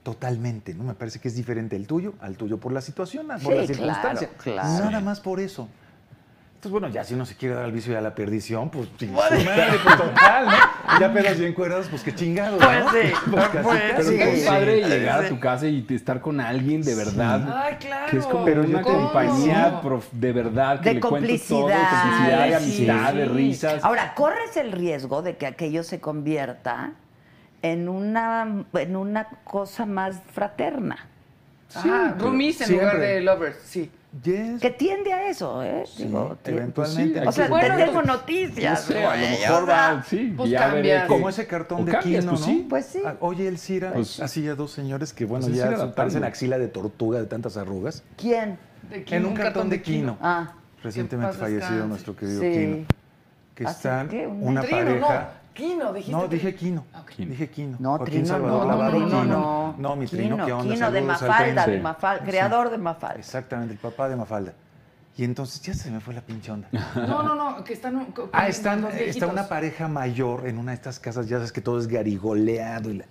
E: Totalmente, ¿no? Me parece que es diferente el tuyo al tuyo por la situación, por
H: Sí,
E: la circunstancia.
H: claro, claro.
E: Nada más por eso. Entonces, bueno, ya si uno se quiere dar al vicio y a la perdición, pues sin su madre, pues, total, ¿no? Ya pedas bien cuerdas, pues qué chingados,
H: Pues
E: ¿no?
H: sí,
E: casi,
H: pues
E: pero
I: Pero
H: sí.
I: qué
E: pues,
I: padre
E: sí.
I: llegar a tu casa y estar con alguien de verdad.
F: Ay, claro.
I: Que es como
E: Pero yo
I: una
E: te-
I: compañía
F: ¿Cómo?
I: prof- de verdad, que
H: De
I: le cuentes todo, de
H: complicidad.
I: complicidad, de
F: Sí,
I: amistad,
F: sí.
I: de risas.
H: Ahora, corres el riesgo de que aquello se convierta en una, en una cosa más fraterna.
F: Ah, roomies en lugar
E: Siempre.
F: de lovers, sí.
E: Yes,
H: Que tiende a eso, ¿eh? Digo, ti-
E: eventualmente.
I: sí,
H: o sea,
I: Bueno,
H: tenemos
F: pues,
I: No
H: noticias.
I: sé, a lo
H: güey, o
I: mejor
H: sea,
I: va, sí,
F: pues
I: ya
F: cambia.
I: veré que-
E: como ese cartón
I: o
E: de
I: cambias,
E: Quino,
I: pues
E: ¿no?
I: sí.
H: Pues sí.
E: Ah, Oye, el Cira,
I: Pues-
E: así a dos señores que, bueno,
I: Pues el Cira
E: ya
I: adaptando.
E: parecen axila de tortuga de tantas arrugas.
H: ¿Quién?
F: De quino,
E: En un cartón de Quino.
H: Ah,
E: Recientemente
F: paz
E: fallecido
F: descanse.
E: nuestro querido
H: Sí.
E: Quino. Que
H: Así
E: están
H: que un
E: una
F: Trino,
E: pareja.
F: no. Quino, dijiste.
E: No,
F: tri-
E: dije Quino.
I: Quino.
E: Dije Quino.
H: No,
E: Joaquín
H: Trino,
E: Salvador
H: no, no,
E: Lavarro
H: Trino,
E: Quino.
H: no.
E: No, mi Trino, ¿qué onda?
H: Quino de
E: Saludos al
H: Mafalda,
I: Trino.
H: de
I: Sí.
H: Mafalda, creador de Mafalda.
E: Exactamente, el papá de Mafalda. Y entonces ya se me fue la pinche onda.
F: No, no, no, que están. co-
E: Ah,
F: con
E: están,
F: los
E: está
F: viejitos.
E: una pareja mayor en una de estas casas, ya sabes que todo es garigoleado. Y, la-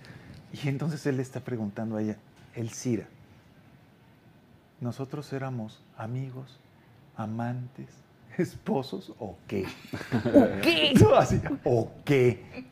E: y entonces él le está preguntando a ella, el Cira, ¿nosotros éramos amigos, amantes, esposos o qué? ¿O qué? No, así, ¿o qué?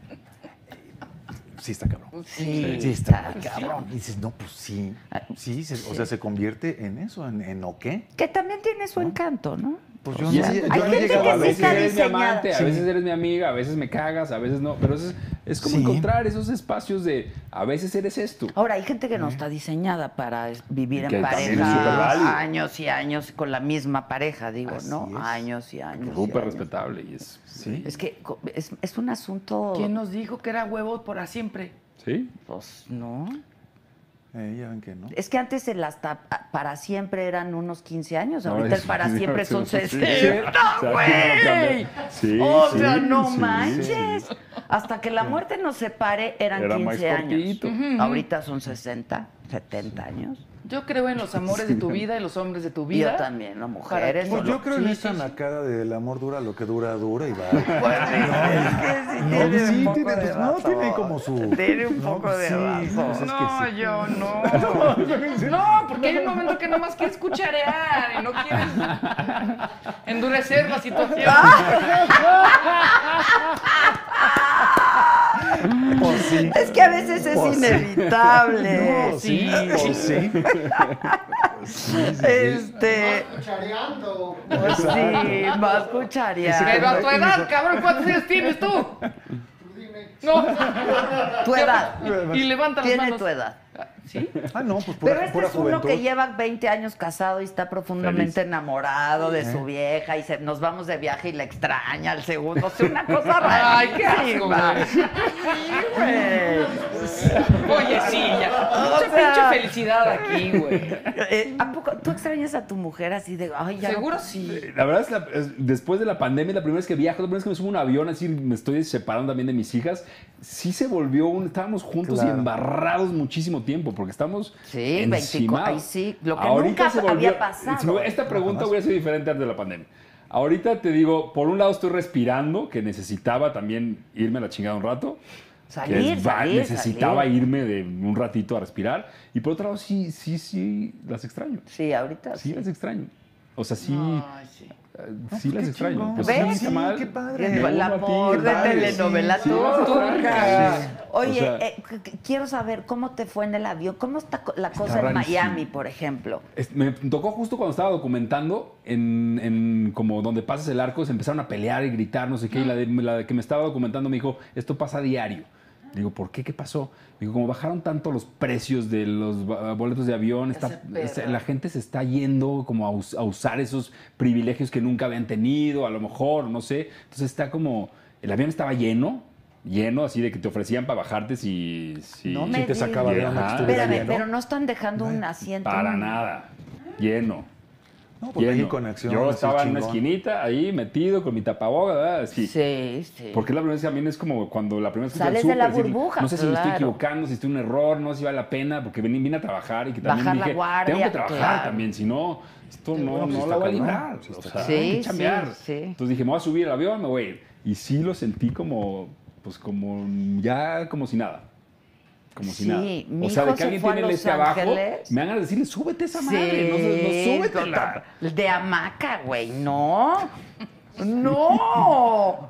E: Sí está cabrón.
B: Sí,
E: está, cabrón. Y dices, no, pues sí. Sí, se- o sea, se convierte en eso, en, en o qué.
B: Que también tiene
I: ¿Eh?
B: su encanto, ¿no?
E: Pues yo
I: Y
E: no,
I: es-
E: yo
I: yo
E: no
I: no
B: gente
E: llegaba
B: que
E: a
I: a
B: sí
E: ver
I: veces
B: está
I: eres mi
B: diseñada.
I: amante, a
E: Sí.
I: veces eres mi amiga, a veces me cagas, a veces no. Pero es, es como
E: Sí.
I: encontrar esos espacios de a veces eres esto.
B: Ahora, hay gente que no está diseñada para es- vivir
I: ¿Eh? Que
B: en
I: también es
E: superválido.
B: pareja años y años con la misma pareja, digo,
E: Así
B: ¿no?
E: es.
B: Años y años. y
I: Súper
B: años.
I: respetable y es.
E: Sí.
B: Es que co- es, es un asunto.
F: ¿Quién nos dijo que era huevo para siempre?
I: Sí.
B: Pues no.
E: Eh, ya ven que no.
B: Es que antes el hasta para siempre eran unos 15 años,
I: Ahora
B: ahorita el
I: es-
B: para siempre son
I: sí, sí, sí.
B: 60,
I: O sea,
B: güey.
I: sí,
B: o sea,
I: sí,
B: no
I: sí.
B: manches. Hasta que la muerte nos separe eran
I: Era más
B: 15 años.
I: cortito.
B: Ahorita son 60, 70 años.
F: Yo creo en los amores de tu vida, en los hombres de tu vida.
B: Yo también, las
F: Para
B: mujeres.
F: ti.
B: o
E: Pues yo
B: lo-
E: creo en
F: Sí,
E: esa
F: sí, sí.
E: nacada del amor dura lo que dura, dura y
B: Pues,
E: va.
B: No,
E: No,
B: sí,
E: sí,
B: poco
E: tiene,
B: de
E: pues, no,
B: vaso.
E: tiene como su.
B: Tiene un poco de vaso.
E: pues, es que
F: No,
E: sí.
F: yo no. No, porque hay un momento que nomás quieres cucharear y no quieres endurecer la situación.
E: Pues sí.
B: Es que a veces es
E: Pues sí.
B: inevitable.
E: No, sí, pues sí.
B: Este,
D: cuchareando.
B: pues sí, más cucharear.
F: Pero a tu edad, cabrón, ¿cuántos años tienes tú?
D: Tú dime.
F: No.
B: Tu edad.
F: Y levanta las
B: Tiene
F: manos.
B: tu edad.
F: ¿Sí?
E: Ah, no, pues pura,
B: Pero este
E: pura
B: es uno
E: juventud.
B: que lleva 20 años casado y está profundamente
I: Feliz.
B: enamorado de su vieja y se, nos vamos de viaje y la extraña al segundo. O sea, una cosa rarísima.
F: Ay, qué asco, güey.
B: Sí, güey.
F: Oye, sí, ya.
B: O
F: Mucha
B: sea-
F: pinche felicidad aquí, güey.
B: Eh, ¿A poco tú extrañas a tu mujer así de, ay, ya no-
F: Seguro sí.
I: Eh, La verdad es, la- es- después de la pandemia, la primera vez que viajo, la primera vez que me subo a un avión, así me estoy separando también de mis hijas, sí se volvió un. Estábamos juntos y
E: Claro.
I: embarrados muchísimo tiempo, porque estamos.
B: Sí,
I: encimados.
B: 24, ay, sí, lo que
I: Ahorita
B: nunca
I: se
B: había
I: volvió-
B: pasado.
I: si me- Esta pregunta
E: jamás.
I: hubiera sido diferente antes de la pandemia. Ahorita te digo, por un lado estoy respirando, que necesitaba también irme a la chingada un rato.
B: Salir,
I: que va-
B: salir,
I: necesitaba
B: salir.
I: irme de un ratito a respirar. Y por otro lado, sí, sí, sí, las extraño.
B: Sí, ahorita
I: Sí,
B: sí.
I: las extraño. O sea, sí.
F: Ay, sí.
I: Eh, sí, las
E: qué
I: extraño.
E: chingón.
I: Pues
B: ¿Ves?
I: no está
B: Sí,
I: mal.
E: qué padre.
I: Me
B: El
I: uno a ti,
B: amor de
I: vale.
B: telenovela
I: Sí,
B: turca.
I: las extraño. Sí.
B: Oye,
I: O sea,
B: eh, qu- qu- quiero saber cómo te fue en el avión, cómo está co- la cosa en
I: rarísimo.
B: Miami, por ejemplo.
I: es- me tocó justo cuando estaba documentando, en, en como donde pasas el arco, se empezaron a pelear y gritar, no sé qué, y la, de- la que me estaba documentando me dijo, esto pasa a diario. Digo, ¿por qué? ¿Qué pasó? Digo, como bajaron tanto los precios de los ba- boletos de avión, está-
F: se perra.
I: se- la gente se está yendo como a, us- a usar esos privilegios que nunca habían tenido, a lo mejor, no sé. Entonces está como, el avión estaba lleno, lleno, así de que te ofrecían para bajarte si, si,
B: No
I: si
B: me
I: te
B: digas.
I: sacaba de onda que
B: Ajá.
I: estuviera
B: Espérame,
I: lleno.
B: pero no están dejando un asiento.
I: Para
B: un-
I: nada. Lleno.
E: No, pues
I: lleno.
E: ahí conexión.
I: Yo
E: así
I: estaba en una
E: chingón.
I: esquinita ahí metido con mi tapabocas, ¿verdad? Así.
B: Sí, sí.
I: Porque la primera vez también es como cuando la primera vez que fui al
B: Sales de la
I: súper, decir,
B: burbuja,
I: No sé si me estoy
B: claro.
I: equivocando, si estoy un error, no sé si vale la pena, porque vení, vine a trabajar y que también
B: Bajar la
I: dije,
B: guardia,
I: tengo que trabajar
B: claro.
I: también, si no, esto no,
E: pues
I: no
E: está
I: la voy a
E: cabrón,
I: librar.
E: sí
I: o
E: está
I: sea,
B: cabrón.
I: hay que
B: Sí, sí,
I: chambear.
B: sí.
I: Entonces dije, me voy a subir al avión, me voy a ir. Y sí lo sentí como, pues como, ya como si nada. Como si
B: Sí,
I: nada.
B: mi
I: O sea, de
B: hijo
I: que
B: se
I: alguien
B: fue a
I: tiene el
B: Los
I: este abajo,
B: Ángeles.
I: me van a decirle, súbete esa
B: Sí,
I: madre, no, no súbetela.
B: tota- De hamaca, güey, no. No.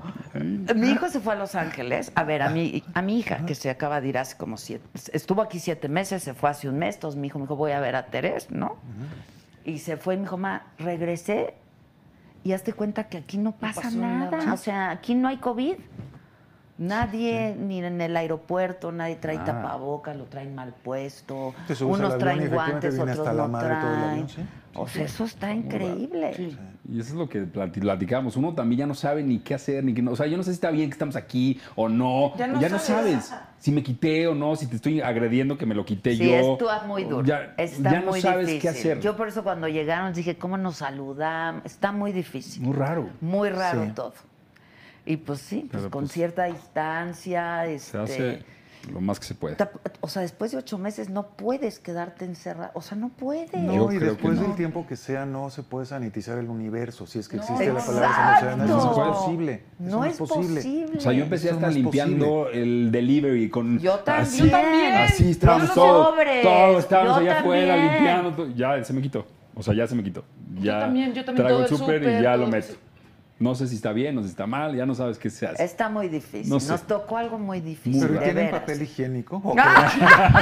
B: Mi hijo se fue a Los Ángeles a ver a mi, a mi hija, que se acaba de ir hace como siete. Estuvo aquí siete meses, se fue hace un mes. Entonces mi hijo me dijo, voy a ver a Teres, ¿no? Y se fue y me dijo, ma, regresé y hazte cuenta que aquí no pasa
F: pasó
B: nada.
F: nada.
B: O sea, aquí no hay COVID. Nadie, ni en el aeropuerto, nadie trae tapabocas, lo traen mal puesto.
E: Ah. Te subes al
B: Unos
E: avión y
B: traen
E: efectivamente
B: guantes,
E: viene
B: otros
E: hasta la
B: no
E: madre todo el avión,
B: traen.
E: sí.
B: O sea, eso está increíble.
I: Y eso es lo que plati- platicamos. Uno también ya no sabe ni qué hacer, ni qué no. O sea, yo no sé si está bien que estamos aquí o no. Ya no, sabes. si me quité o no, si te estoy agrediendo que me lo quité
B: Sí,
I: yo.
B: esto es muy duro.
I: Ya,
B: está
I: ya no
B: muy
I: sabes
B: difícil.
I: qué hacer.
B: Yo por eso cuando llegaron dije, ¿cómo nos saludamos? Está muy difícil.
I: Muy raro.
B: Muy raro
E: Sí.
B: todo. Y pues sí, pues
I: Pero,
B: con
I: pues,
B: cierta distancia, este,
I: hace- lo más que se puede.
B: Ta- O sea, después de ocho meses no puedes quedarte encerrado. O sea, no puedes.
E: No,
I: Yo
E: y
I: creo que
E: después
I: no.
E: del tiempo que sea, no se puede sanitizar el universo. Si es que
F: No,
E: existe la palabra sanitizar,
B: exacto.
E: no es posible. Eso
B: No es posible.
I: O sea, yo empecé
E: Eso
I: hasta
E: no es
I: limpiando el delivery con.
B: Yo también.
I: Así,
B: Yo también.
I: así estábamos
B: Yo
I: todos.
B: sobres.
I: Todos estábamos
B: Yo
I: allá afuera
B: también.
I: limpiando. todo. Ya se me quitó. O sea, ya se me quitó. Ya
F: también, yo también todo
I: Traigo
F: el
I: súper
F: súper,
I: y ya
F: todo
I: lo
F: el-
I: meto. No sé si está bien o si está mal, ya no sabes qué se hace.
B: Está muy difícil.
I: No sé.
B: Nos tocó algo muy difícil.
E: Pero ¿y
B: de
E: tienen
B: veras.
E: papel higiénico?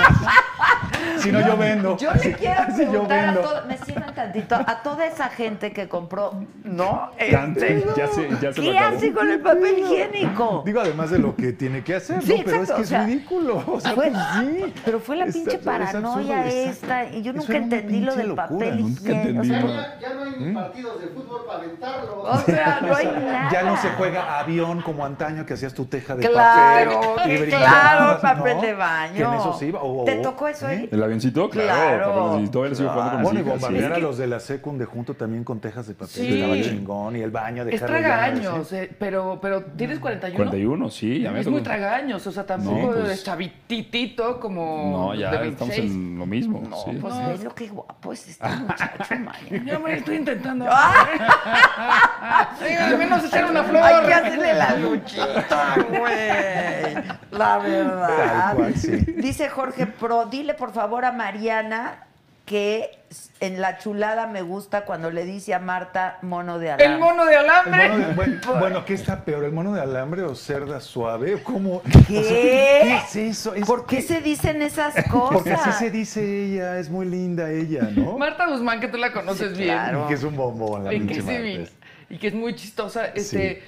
I: si no, yo vendo.
B: Yo le quiero
E: yo
B: preguntar a
E: vendo.
B: toda, me sigan tantito, a toda esa gente que compró, ¿no?
I: Tanto,
B: Este,
I: ya se- ya se lo
B: ¿Qué
I: acabó.
B: hace con el papel higiénico?
E: Digo, además de lo que tiene que hacer,
B: Sí,
E: ¿no? Pero
B: exacto,
E: es
B: o
E: que
B: sea,
E: es ridículo. O sea,
B: fue-
E: pues sí.
B: Pero fue la
E: Está-
B: pinche
E: es
B: paranoia
E: absurdo,
B: esta.
E: exacto.
B: Y yo
E: Eso
B: nunca
E: era una
B: entendí lo
E: pinche
B: del
E: locura,
B: papel
I: nunca
B: higiénico. O sea,
I: entendí.
D: no hay- ya no hay
E: ¿Mm?
D: partidos de fútbol para aventarlo.
B: o sea, no hay nada.
E: Ya no se juega avión como antaño que hacías tu teja de
B: Claro,
E: papel. y
B: que
E: brillabas,
B: claro, papel
E: ¿no?
B: de baño.
E: Que en eso sí iba, o-
B: ¿Te tocó eso
E: ¿eh?
B: ahí?
I: ¿El avioncito?
B: Claro,
I: Claro. papá, sí, todavía le sigo jugando con mis
E: Bueno, y
I: hijas, sí.
E: bombardear a los de la secund de junto también con tejas de papel.
F: Sí.
E: Estaba chingón. Y el baño de
F: Es
E: Harry Llamas, ¿eh?
F: tragaños, eh, pero, pero ¿tienes 41?
I: 41, sí, ya me
F: es
I: tocó.
F: muy tragaños, o sea, tampoco
I: No, pues-
F: es chavititito como
I: No, ya
F: de 26.
I: estamos en lo mismo. sí.
B: Pues
F: No.
B: ves lo que guapo es este muchacho, Maya.
F: Ya me estoy intentando. Oiga, al menos echar una flor.
B: Ah. Hay que hacerle la luchita, güey. La verdad.
E: Tal cual, sí.
B: Dice Jorge Pro, dile por favor a Mariana que en la chulada me gusta cuando le dice a Marta mono de alambre.
F: El mono de
E: El
F: alambre.
E: mono de- bueno, bueno, ¿qué está peor? ¿El mono de alambre o cerda suave? ¿Cómo?
B: ¿Qué?
E: O sea, ¿Qué es eso? Es-
B: ¿Por qué se dicen esas cosas?
E: Porque así se dice ella, es muy linda ella, ¿no?
F: Marta Guzmán, que tú la conoces bien.
E: Y que es un bombón la
F: Y que,
E: pinche
F: es
E: Marta.
F: divina, y que es muy chistosa. Este,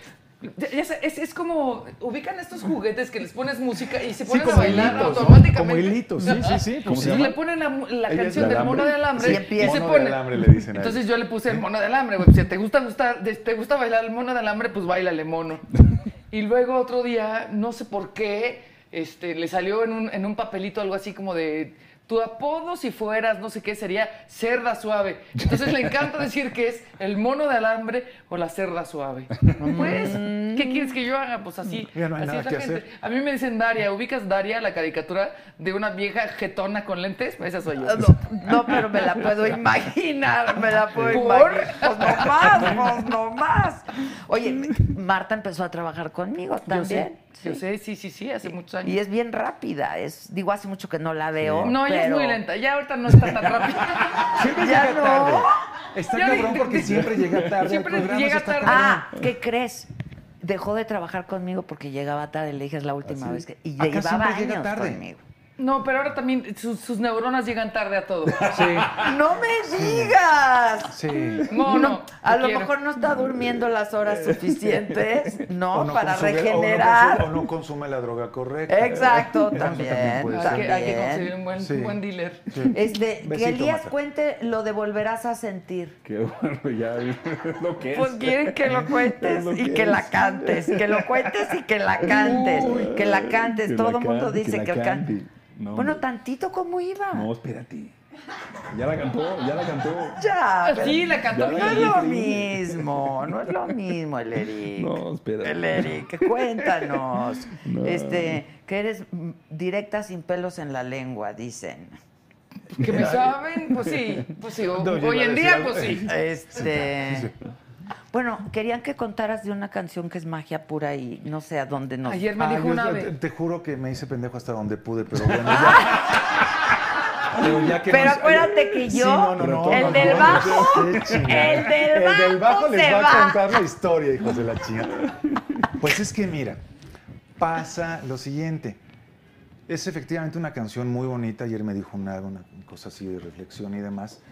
F: ya- ya sé, es, es como, ubican estos juguetes que les pones música y se
E: Sí,
F: ponen a
E: como
F: bailar
E: hilitos, ¿no?
F: automáticamente.
E: Como hilitos, sí, sí, sí. ¿Cómo se
F: Y
E: llama?
F: le ponen la, mu- la
E: Ella es
F: canción
E: de
F: del mono
E: alambre.
F: de alambre
E: Sí,
F: y
E: empieza.
F: se
E: Mono de
F: pone.
E: alambre le dicen a él.
F: Entonces yo le puse el mono de alambre, güey. Si te gusta gustar, te- te gusta bailar el mono de alambre, pues bailale mono. Y luego otro día, no sé por qué, este, le salió en un, en un papelito algo así como de tu apodo si fueras, no sé qué, sería cerda suave. Entonces le encanta decir que es el mono de alambre o la cerda suave. Pues, ¿qué quieres que yo haga? Pues así,
E: Mm. Ya no hay
F: así
E: nada
F: es la
E: que
F: gente.
E: hacer.
F: A mí me dicen Daria, ubicas Daria, la caricatura de una vieja jetona con lentes, esa soy yo.
B: No, no, pero me la puedo imaginar, me la puedo
F: ¿Por?
B: imaginar. Pues no más, pues no más. Oye, Marta empezó a trabajar conmigo también.
F: Yo sé, sí, sí, sí, hace muchos años.
B: Y es bien rápida, es digo hace mucho que no la veo.
F: No, ella es
B: pero-
F: muy lenta. Ya ahorita no está tan rápida.
E: Siempre
B: Ya
E: llega
B: no.
E: tarde. Está
F: Ya
E: cabrón
F: dije-
E: porque siempre llega tarde. al
F: Siempre
E: programa,
F: llega
E: eso está
F: tarde.
E: cabrón.
B: Ah, ¿qué crees? Dejó de trabajar conmigo porque llegaba tarde, le dije es la última
E: ¿Ah, sí?
B: vez que y
E: Acá
B: llevaba
E: siempre llega
B: años
E: tarde.
B: conmigo.
F: No, pero ahora también sus, sus neuronas llegan tarde a todo.
B: No me digas.
E: Sí.
F: Mono,
B: No, a
F: te
B: lo
F: quiero.
B: mejor no está durmiendo las horas suficientes, ¿no?
E: O no
B: Para
E: consume- o no
B: regenerar.
E: consume- O no, consume la droga correcta.
B: Exacto,
E: Eso
B: también.
E: puede ser.
F: Hay que, hay que conseguir un buen,
E: Sí.
F: buen dealer.
B: Este, que
E: Besito,
B: Elías
E: Marta.
B: cuente lo de volverás a sentir.
I: Qué bueno, ya lo que es.
B: Pues quieren que lo cuentes
I: Es lo
B: y
I: que
B: que
I: es.
B: la cantes, que lo cuentes y que la cantes,
I: Uy,
B: que la cantes.
I: que la
B: Todo el mundo
I: cante,
B: dice
I: la
B: que, cante.
I: cante. No,
B: bueno,
I: hombre.
B: tantito como iba.
I: No, espérate. Ya la cantó, ya la cantó.
B: Ya, pero
F: Sí, la cantó.
I: Ya
B: no
I: la
B: es lo
I: cantó.
B: mismo, no es lo mismo el Eric.
I: No, espérate.
B: El Eric,
E: Pues,
B: cuéntanos.
I: No.
B: Este, que eres mm, directa sin pelos en la lengua, dicen.
F: Que me saben, pues sí, pues sí. o-
E: No, yo iba
F: hoy
E: a
F: en
E: decir
F: día,
E: algo.
F: pues sí.
B: Este. Bueno, querían que contaras de una canción que es magia pura y no sé a dónde nos.
F: Ayer me
E: Ah,
F: dijo
E: yo
F: una
E: te-
F: ave.
E: Te juro que me hice pendejo hasta donde pude, pero bueno, ya. Pero, ya que
B: Pero
E: nos-
B: acuérdate que
E: Sí,
B: yo,
E: no, no, no,
B: el
E: no,
B: del
E: no,
B: bajo,
E: qué chingada.
B: el del
E: El
B: bajo,
E: del bajo
B: se
E: les va,
B: va.
E: a contar la historia, hijos de la chingada. Pues es que mira, pasa lo siguiente. Es efectivamente una canción muy bonita. Ayer me dijo una, una cosa así de reflexión y demás,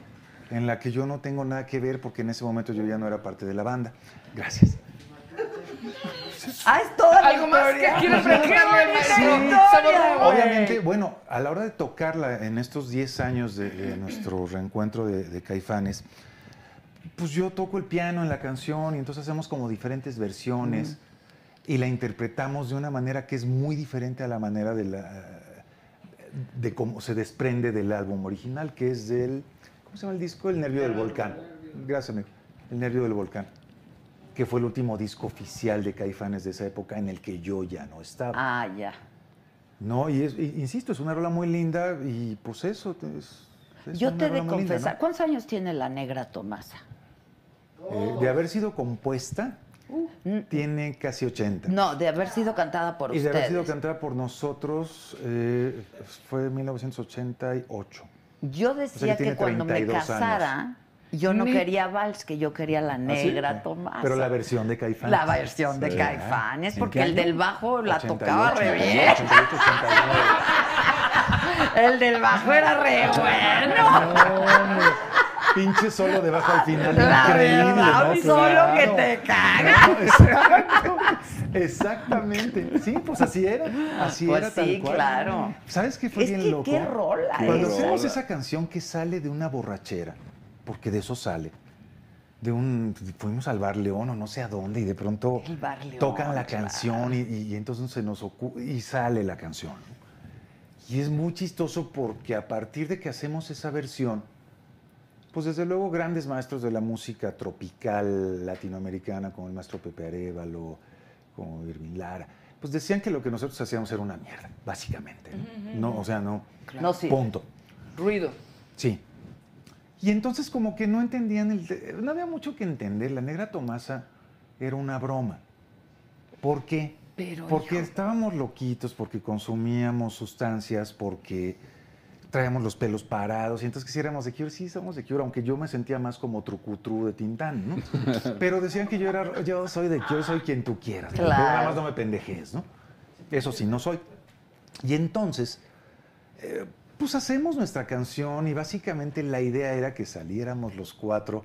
E: en la que yo no tengo nada que ver porque en ese momento yo ya no era parte de la banda. Gracias.
B: Ah, es toda la
F: Algo más que
B: historia.
F: quieres preguntarme,
B: bonita
F: maestro.
B: historia,
F: Sabor-
B: güey.
E: Obviamente, bueno, a la hora de tocarla en estos 10 años de, de nuestro reencuentro de, de Caifanes, pues yo toco el piano en la canción y entonces hacemos como diferentes versiones y la interpretamos de una manera que es muy diferente a la manera de la de cómo se desprende del álbum original, que es del ¿cómo se llama el disco? El nervio del volcán. Gracias, amigo. El nervio del volcán, que fue el último disco oficial de Caifanes de esa época en el que yo ya no estaba.
B: Ah, ya.
E: No, y es, y- insisto, es una rola muy linda y pues eso. te- es- es
B: Yo
E: una
B: te he
E: rola
B: de
E: muy linda,
B: confesar, ¿cuántos años tiene la negra Tomasa?
E: ¿no? Eh, de haber sido compuesta, tiene casi 80.
B: Uh. Mm. No, de haber sido cantada por
E: pues, y de
B: ustedes.
E: haber sido cantada por nosotros eh, fue en 1988.
B: Yo decía
E: tiene
B: que cuando me
E: 32 años. ¿Ah,
B: casara, yo no
F: Ni-
B: quería vals, que yo quería la negra Tomasa.
E: eh, Pero la versión de Caifán.
B: La versión de
E: Sí.
B: Caifanes,
G: ¿En
B: porque
G: qué
B: el
G: año?
B: del bajo la tocaba re bien.
E: 88, 89.
B: El del bajo era re bueno.
E: No, hombre. Pinche solo debajo al final.
B: La
E: increíble,
B: verdad,
E: ¿no?
B: solo
E: Claro.
B: que te cagas.
E: No, exacto. Exactamente. Sí, pues así era. Así
B: Pues
E: era
B: sí,
E: tal cual.
B: claro.
E: ¿Sabes qué fue
B: Es
E: bien
B: que
E: loco?
B: qué rola
E: Cuando
B: esa.
E: hacemos esa canción que sale de una borrachera, porque de eso sale. De un. Fuimos al Bar León o no sé a dónde, y de pronto
B: El Bar León,
E: tocan la
B: claro.
E: canción y, y- y entonces se nos ocurre y sale la canción. Y es muy chistoso porque a partir de que hacemos esa versión, pues desde luego grandes maestros de la música tropical latinoamericana, como el maestro Pepe Arevalo, como Irving Lara, pues decían que lo que nosotros hacíamos era una mierda, básicamente. No, No, o sea, no.
B: No sirve.
E: Punto.
F: Ruido.
E: Sí. Y entonces como que no entendían, el te- no había mucho que entender. La negra Tomasa era una broma. ¿Por qué?
F: Pero,
E: porque
F: hijo.
E: estábamos loquitos, porque consumíamos sustancias, porque traíamos los pelos parados. Y entonces quisiéramos de Cure, sí, somos de Cure, aunque yo me sentía más como trucutru de Tintán, ¿no? Pero decían que yo era, yo soy de Cure, soy quien tú quieras. ¿no? Pero Nada
B: Claro.
E: más no me pendejes, ¿no? Eso sí, no soy. Y entonces pues hacemos nuestra canción y básicamente la idea era que saliéramos los cuatro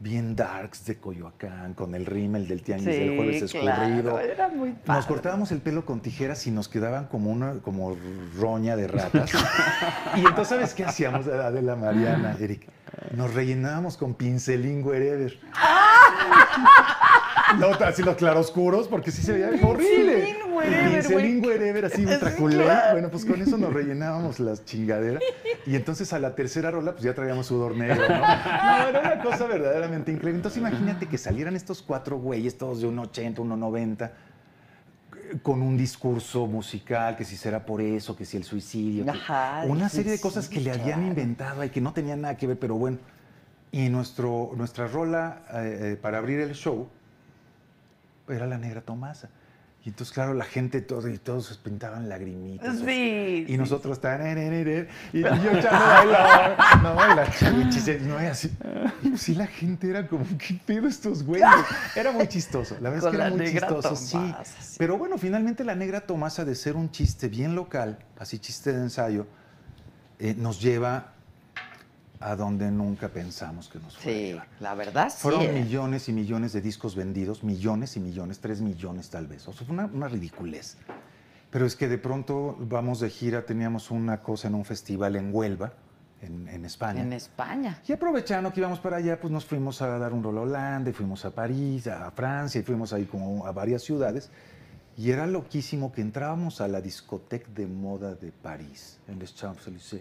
E: bien darks de Coyoacán, con el rímel del tianguis del jueves
B: Sí,
E: escurrido.
B: claro, era muy
E: Nos
B: padre.
E: cortábamos el pelo con tijeras y nos quedaban como una como roña de ratas. y entonces, ¿sabes qué hacíamos, Adela Mariana, Eric? Nos rellenábamos con pincelín wherever. No, así los claroscuros, porque sí se veía horrible.
F: Pincelín wherever,
E: Pincelín wherever, así ultraculé. Bueno, pues con eso nos rellenábamos las chingaderas. Y entonces a la tercera rola, pues ya traíamos sudor negro, ¿no? No, era una cosa verdaderamente increíble. Entonces imagínate que salieran estos cuatro güeyes, todos de 1,80, 1,90 con un discurso musical, que si será por eso, que si el suicidio, que-
B: Ajá,
E: una
B: el
E: serie de cosas que le
B: suicidio,
E: habían
B: claro.
E: inventado y que no tenían nada que ver, pero bueno. Y nuestro, nuestra rola eh, eh, para abrir el show era la negra Tomasa. Y entonces, claro, la gente todo, y todos se pintaban lagrimitas.
B: Sí,
E: Y nosotros eh, tarararara, y, y yo echando a bailar. No, y la chavichis, eh, no es así. Y pues sí, la gente era como, ¿qué pedo estos güeyes? Era muy chistoso. La verdad
B: Con
E: es que era
B: la
E: muy
B: negra
E: chistoso,
B: Tomasa,
E: sí.
B: sí.
E: Pero bueno, finalmente la negra Tomasa, de ser un chiste bien local, así chiste de ensayo, eh, nos lleva a donde nunca pensamos que nos fuera a
B: Sí,
E: llevar.
B: la verdad sí.
E: Fueron
B: era.
E: millones y millones de discos vendidos, millones y millones, tres millones tal vez. O sea, fue una, una ridiculez. Pero es que de pronto vamos de gira, teníamos una cosa en un festival en Huelva, en, en España.
B: En España.
E: y aprovechando que íbamos para allá, pues nos fuimos a dar un rol a Holanda, y fuimos a París, a Francia, y fuimos ahí como a varias ciudades. Y era loquísimo que entrábamos a la discoteca de moda de París, en Les Champs-Élysées,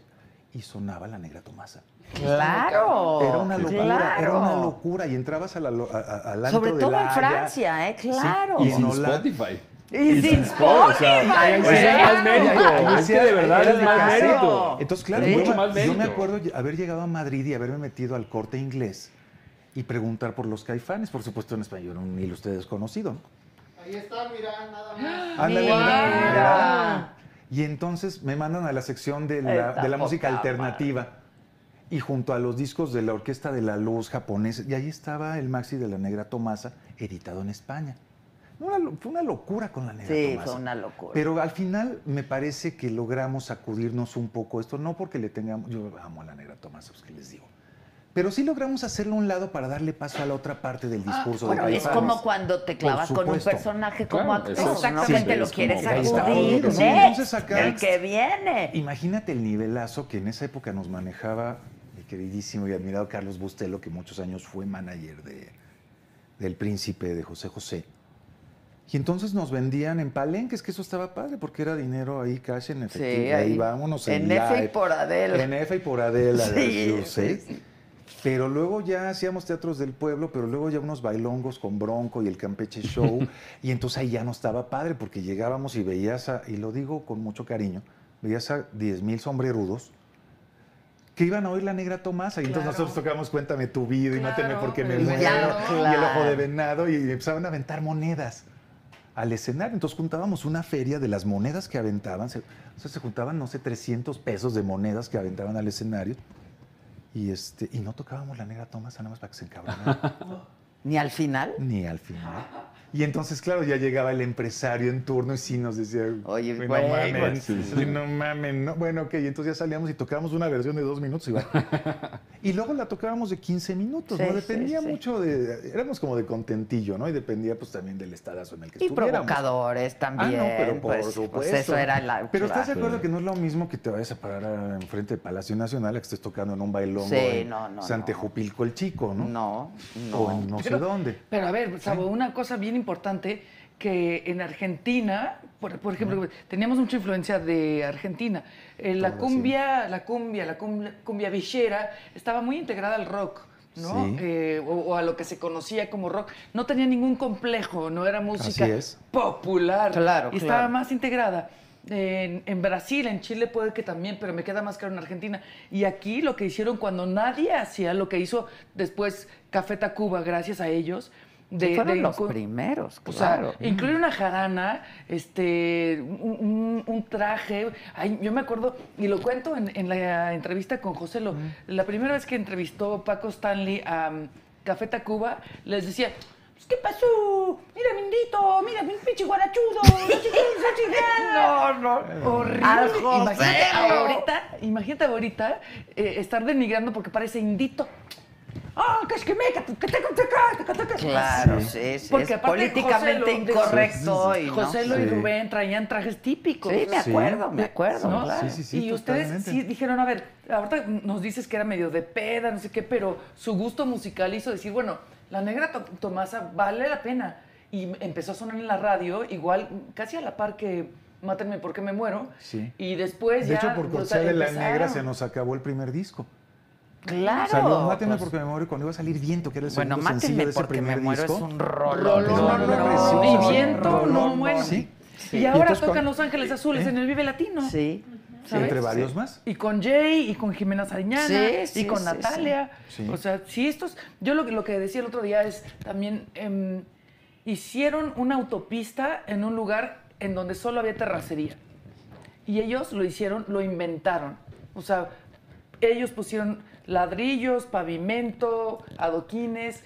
E: y sonaba la Negra Tomasa.
B: Claro.
E: Era una locura,
B: claro.
E: era una locura. Y entrabas a la, lo- a- a- al antro
B: Sobre
E: de
B: todo
E: la
B: en
E: Haya.
B: Francia, ¿eh?
E: Sí,
B: Claro.
E: y
I: Y sin
E: en Holanda-
I: Spotify.
B: Y sin
I: Spotify, Pues, o sea,
B: Spotify,
I: ahí sí hay más
B: claro.
I: mérito. Ah, Es que de verdad
B: Claro.
I: es más mérito.
E: Entonces, claro,
I: Es
E: yo,
I: mucho
E: me-
I: más
E: yo me
I: mérito.
E: acuerdo ll- haber llegado a Madrid y haberme metido al corte inglés y preguntar por los caifanes, por supuesto en español, un ilustre desconocido. ¿no?
D: Ahí está, mira, nada más.
E: Ándale,
B: Mira.
E: mira. Y entonces me mandan a la sección de la,
B: Está
E: de la música
B: poca
E: alternativa. Y junto a los discos de la Orquesta de la Luz japonesa. Y ahí estaba el maxi de la Negra Tomasa, editado en España. Una lo- fue una locura con la Negra
B: Sí,
E: Tomasa.
B: fue una locura.
E: Pero al final me parece que logramos sacudirnos un poco esto, no porque le tengamos, yo amo a la negra Tomás, pues que les digo, pero sí logramos hacerlo a un lado para darle paso a la otra parte del discurso
B: Ah, Bueno,
E: de
B: es
E: Caifanes.
B: como cuando te clavas
E: Por
B: con un
E: supuesto.
B: personaje como
I: Claro,
B: actor.
I: exacto.
B: Exactamente,
I: Sí,
B: lo
I: es
B: quieres
I: como- Ahí
B: sacudir.
I: está,
E: obvio que Pues sí.
B: next,
E: Entonces acá-
B: el que viene.
E: Imagínate el nivelazo que en esa época nos manejaba mi queridísimo y admirado Carlos Bustelo, que muchos años fue manager de, del príncipe de José José. Y entonces nos vendían en palenques, que eso estaba padre, porque era dinero ahí, cash en efectivo. ahí,
B: ahí.
E: vámonos.
B: En F y por Adela.
E: En F y por Adela.
B: Sí,
E: de los
B: sí,
E: Yusei. Pero luego ya hacíamos teatros del pueblo, pero luego ya unos bailongos con Bronco y el Campeche Show. y entonces ahí ya no estaba padre, porque llegábamos y veías, a, y lo digo con mucho cariño, veías a 10.000 sombrerudos que iban a oír La Negra Tomasa. Y entonces
F: Claro.
E: nosotros tocábamos Cuéntame tu vida y
F: Claro,
E: Máteme porque me
F: el
E: muero.
F: venado.
E: Y el ojo
B: Claro.
E: de venado. Y empezaban a aventar monedas al escenario. Entonces juntábamos una feria de las monedas que aventaban. Se, o sea, se juntaban, no sé, 300 pesos de monedas que aventaban al escenario. Y, este, y no tocábamos la negra Tomasa nada más para que se encabronara.
B: Ni al final.
E: ni al final. Y entonces, claro, ya llegaba el empresario en turno y sí nos decía,
B: Oye,
E: "Güey,
B: güey,
E: no mamen,
B: sí,
E: sí, no mamen, no". Bueno, ok, y entonces ya salíamos y tocábamos una versión de dos minutos y va. Y luego la tocábamos de 15 minutos,
B: Sí,
E: ¿no? Dependía
B: sí, sí.
E: mucho de, éramos como de contentillo, ¿no? Y dependía pues también del estadazo en el que
B: Y
E: estuviéramos.
B: provocadores
E: Ah,
B: también.
E: no, pero por
B: pues, pues
E: supuesto.
B: eso era la.
E: Pero estás de
B: claro.
E: acuerdo que no es lo mismo que te vayas a parar a- enfrente del Palacio Nacional a que estés tocando en un bailón
B: Sí,
E: en
B: no, no,
E: Santejupilco el Chico, ¿no?
B: No,
E: O
B: no.
E: en no
F: Pero-
E: sé dónde.
F: Pero a ver, Sabo, una cosa bien importante que en Argentina, por, por ejemplo, teníamos mucha influencia de Argentina. Eh, la
E: Todo,
F: cumbia, la cumbia, la cumbia, cumbia villera estaba muy integrada al rock. ¿no?
E: Sí.
F: Eh, o, o a lo que se conocía como rock. No tenía ningún complejo, no era música
E: Así es.
F: popular.
B: Claro,
F: Y estaba
B: claro.
F: más integrada. En, en Brasil, en Chile puede que también, pero me queda más claro en Argentina. Y aquí lo que hicieron cuando nadie hacía, lo que hizo después Café Tacuba, gracias a ellos.
B: Sí, fueron los
F: incu-
B: primeros,
F: o sea,
B: claro.
F: incluir una jarana, este, un, un- un traje. Ay, yo me acuerdo, y lo cuento en, en la entrevista con José Lo, la primera vez que entrevistó Paco Stanley a um, Café Tacuba, les decía. "Pues, ¿Qué pasó? Mira, Mindito, mira, mi pinche guarachudo. no sé qué, no sé qué". Horrible.
B: Al José
F: Imagínate
B: Lo.
F: ahorita, imagínate ahorita eh, estar denigrando porque parece indito. ¡Ah, que es que me, que te- que te- que te- que te- que te-
B: Claro, sí, sí.
F: Porque
B: es
F: aparte
B: políticamente
F: José lo-
B: incorrecto hoy. ¿no?
F: José Lo y
E: Sí.
F: Rubén traían trajes típicos.
B: Sí, me acuerdo, me acuerdo.
F: ¿no?
B: claro.
E: Sí, sí, sí,
F: y ustedes
E: totalmente.
F: sí dijeron, a ver, ahorita nos dices que era medio de peda, no sé qué, pero su gusto musical hizo decir, bueno, la negra To- Tomasa vale la pena. Y empezó a sonar en la radio, igual, casi a la par que Mátenme porque me muero.
E: Sí.
F: Y después
E: De
F: Pues ya.
E: hecho, por
F: o
E: cortesía
F: sea,
E: de la
F: empezaron.
E: negra se nos acabó el primer disco.
B: Claro.
E: Salió Máteme
B: pues,
E: porque me muero y cuando iba a salir viento, que era el
B: bueno,
E: segundo sencillo
B: mátenme
E: de ese
B: porque me
E: primer
B: muero
E: disco.
B: es un rolo.
F: Rolón,
E: No, no, no,
F: rolón.
E: precioso.
F: Y viento, no,
E: Rolón,
F: bueno.
E: sí. Sí.
F: Y
E: Y
F: ahora
E: entonces
F: tocan
E: cuando-
F: Los Ángeles Azules
E: ¿Eh?
F: en el Vive Latino.
B: Sí.
F: ¿sabes?
E: Entre varios más.
F: Y con Jay, y con Jimena Sariñana,
B: Sí, sí,
F: y con
B: sí,
F: Natalia.
E: sí. Sí.
F: O sea, sí, estos. Yo lo, que- lo que decía el otro día es también. em, hicieron una autopista en un lugar en donde solo había terracería. Y ellos lo hicieron, lo inventaron. O sea, ellos pusieron ladrillos, pavimento, adoquines,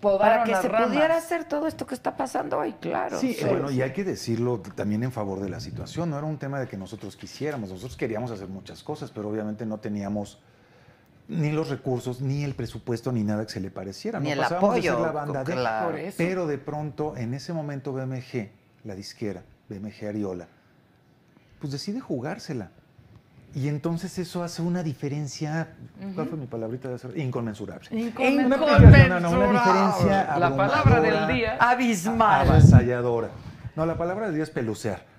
F: podaron
B: Para que
F: las
B: se
F: ramas.
B: pudiera hacer todo esto que está pasando hoy, claro.
E: Sí, bueno, y hay que decirlo también en favor de la situación. No era un tema de que nosotros quisiéramos. Nosotros queríamos hacer muchas cosas, pero obviamente no teníamos ni los recursos, ni el presupuesto, ni nada que se le pareciera.
B: Ni
E: no
B: el
E: pasábamos de ser
B: apoyo,
E: la banda de-
B: claro.
F: Por eso.
E: Pero de pronto, en ese momento, BMG, la disquera, BMG Ariola, pues decide jugársela. Y entonces eso hace una diferencia, ¿cuál fue mi palabrita de hacer? Inconmensurable.
F: Inconmen-
E: Una diferencia- no, no, una diferencia
F: La palabra del
E: abrumadora
F: día.
B: Abismal.
E: avasalladora. No, la palabra del día es pelucear.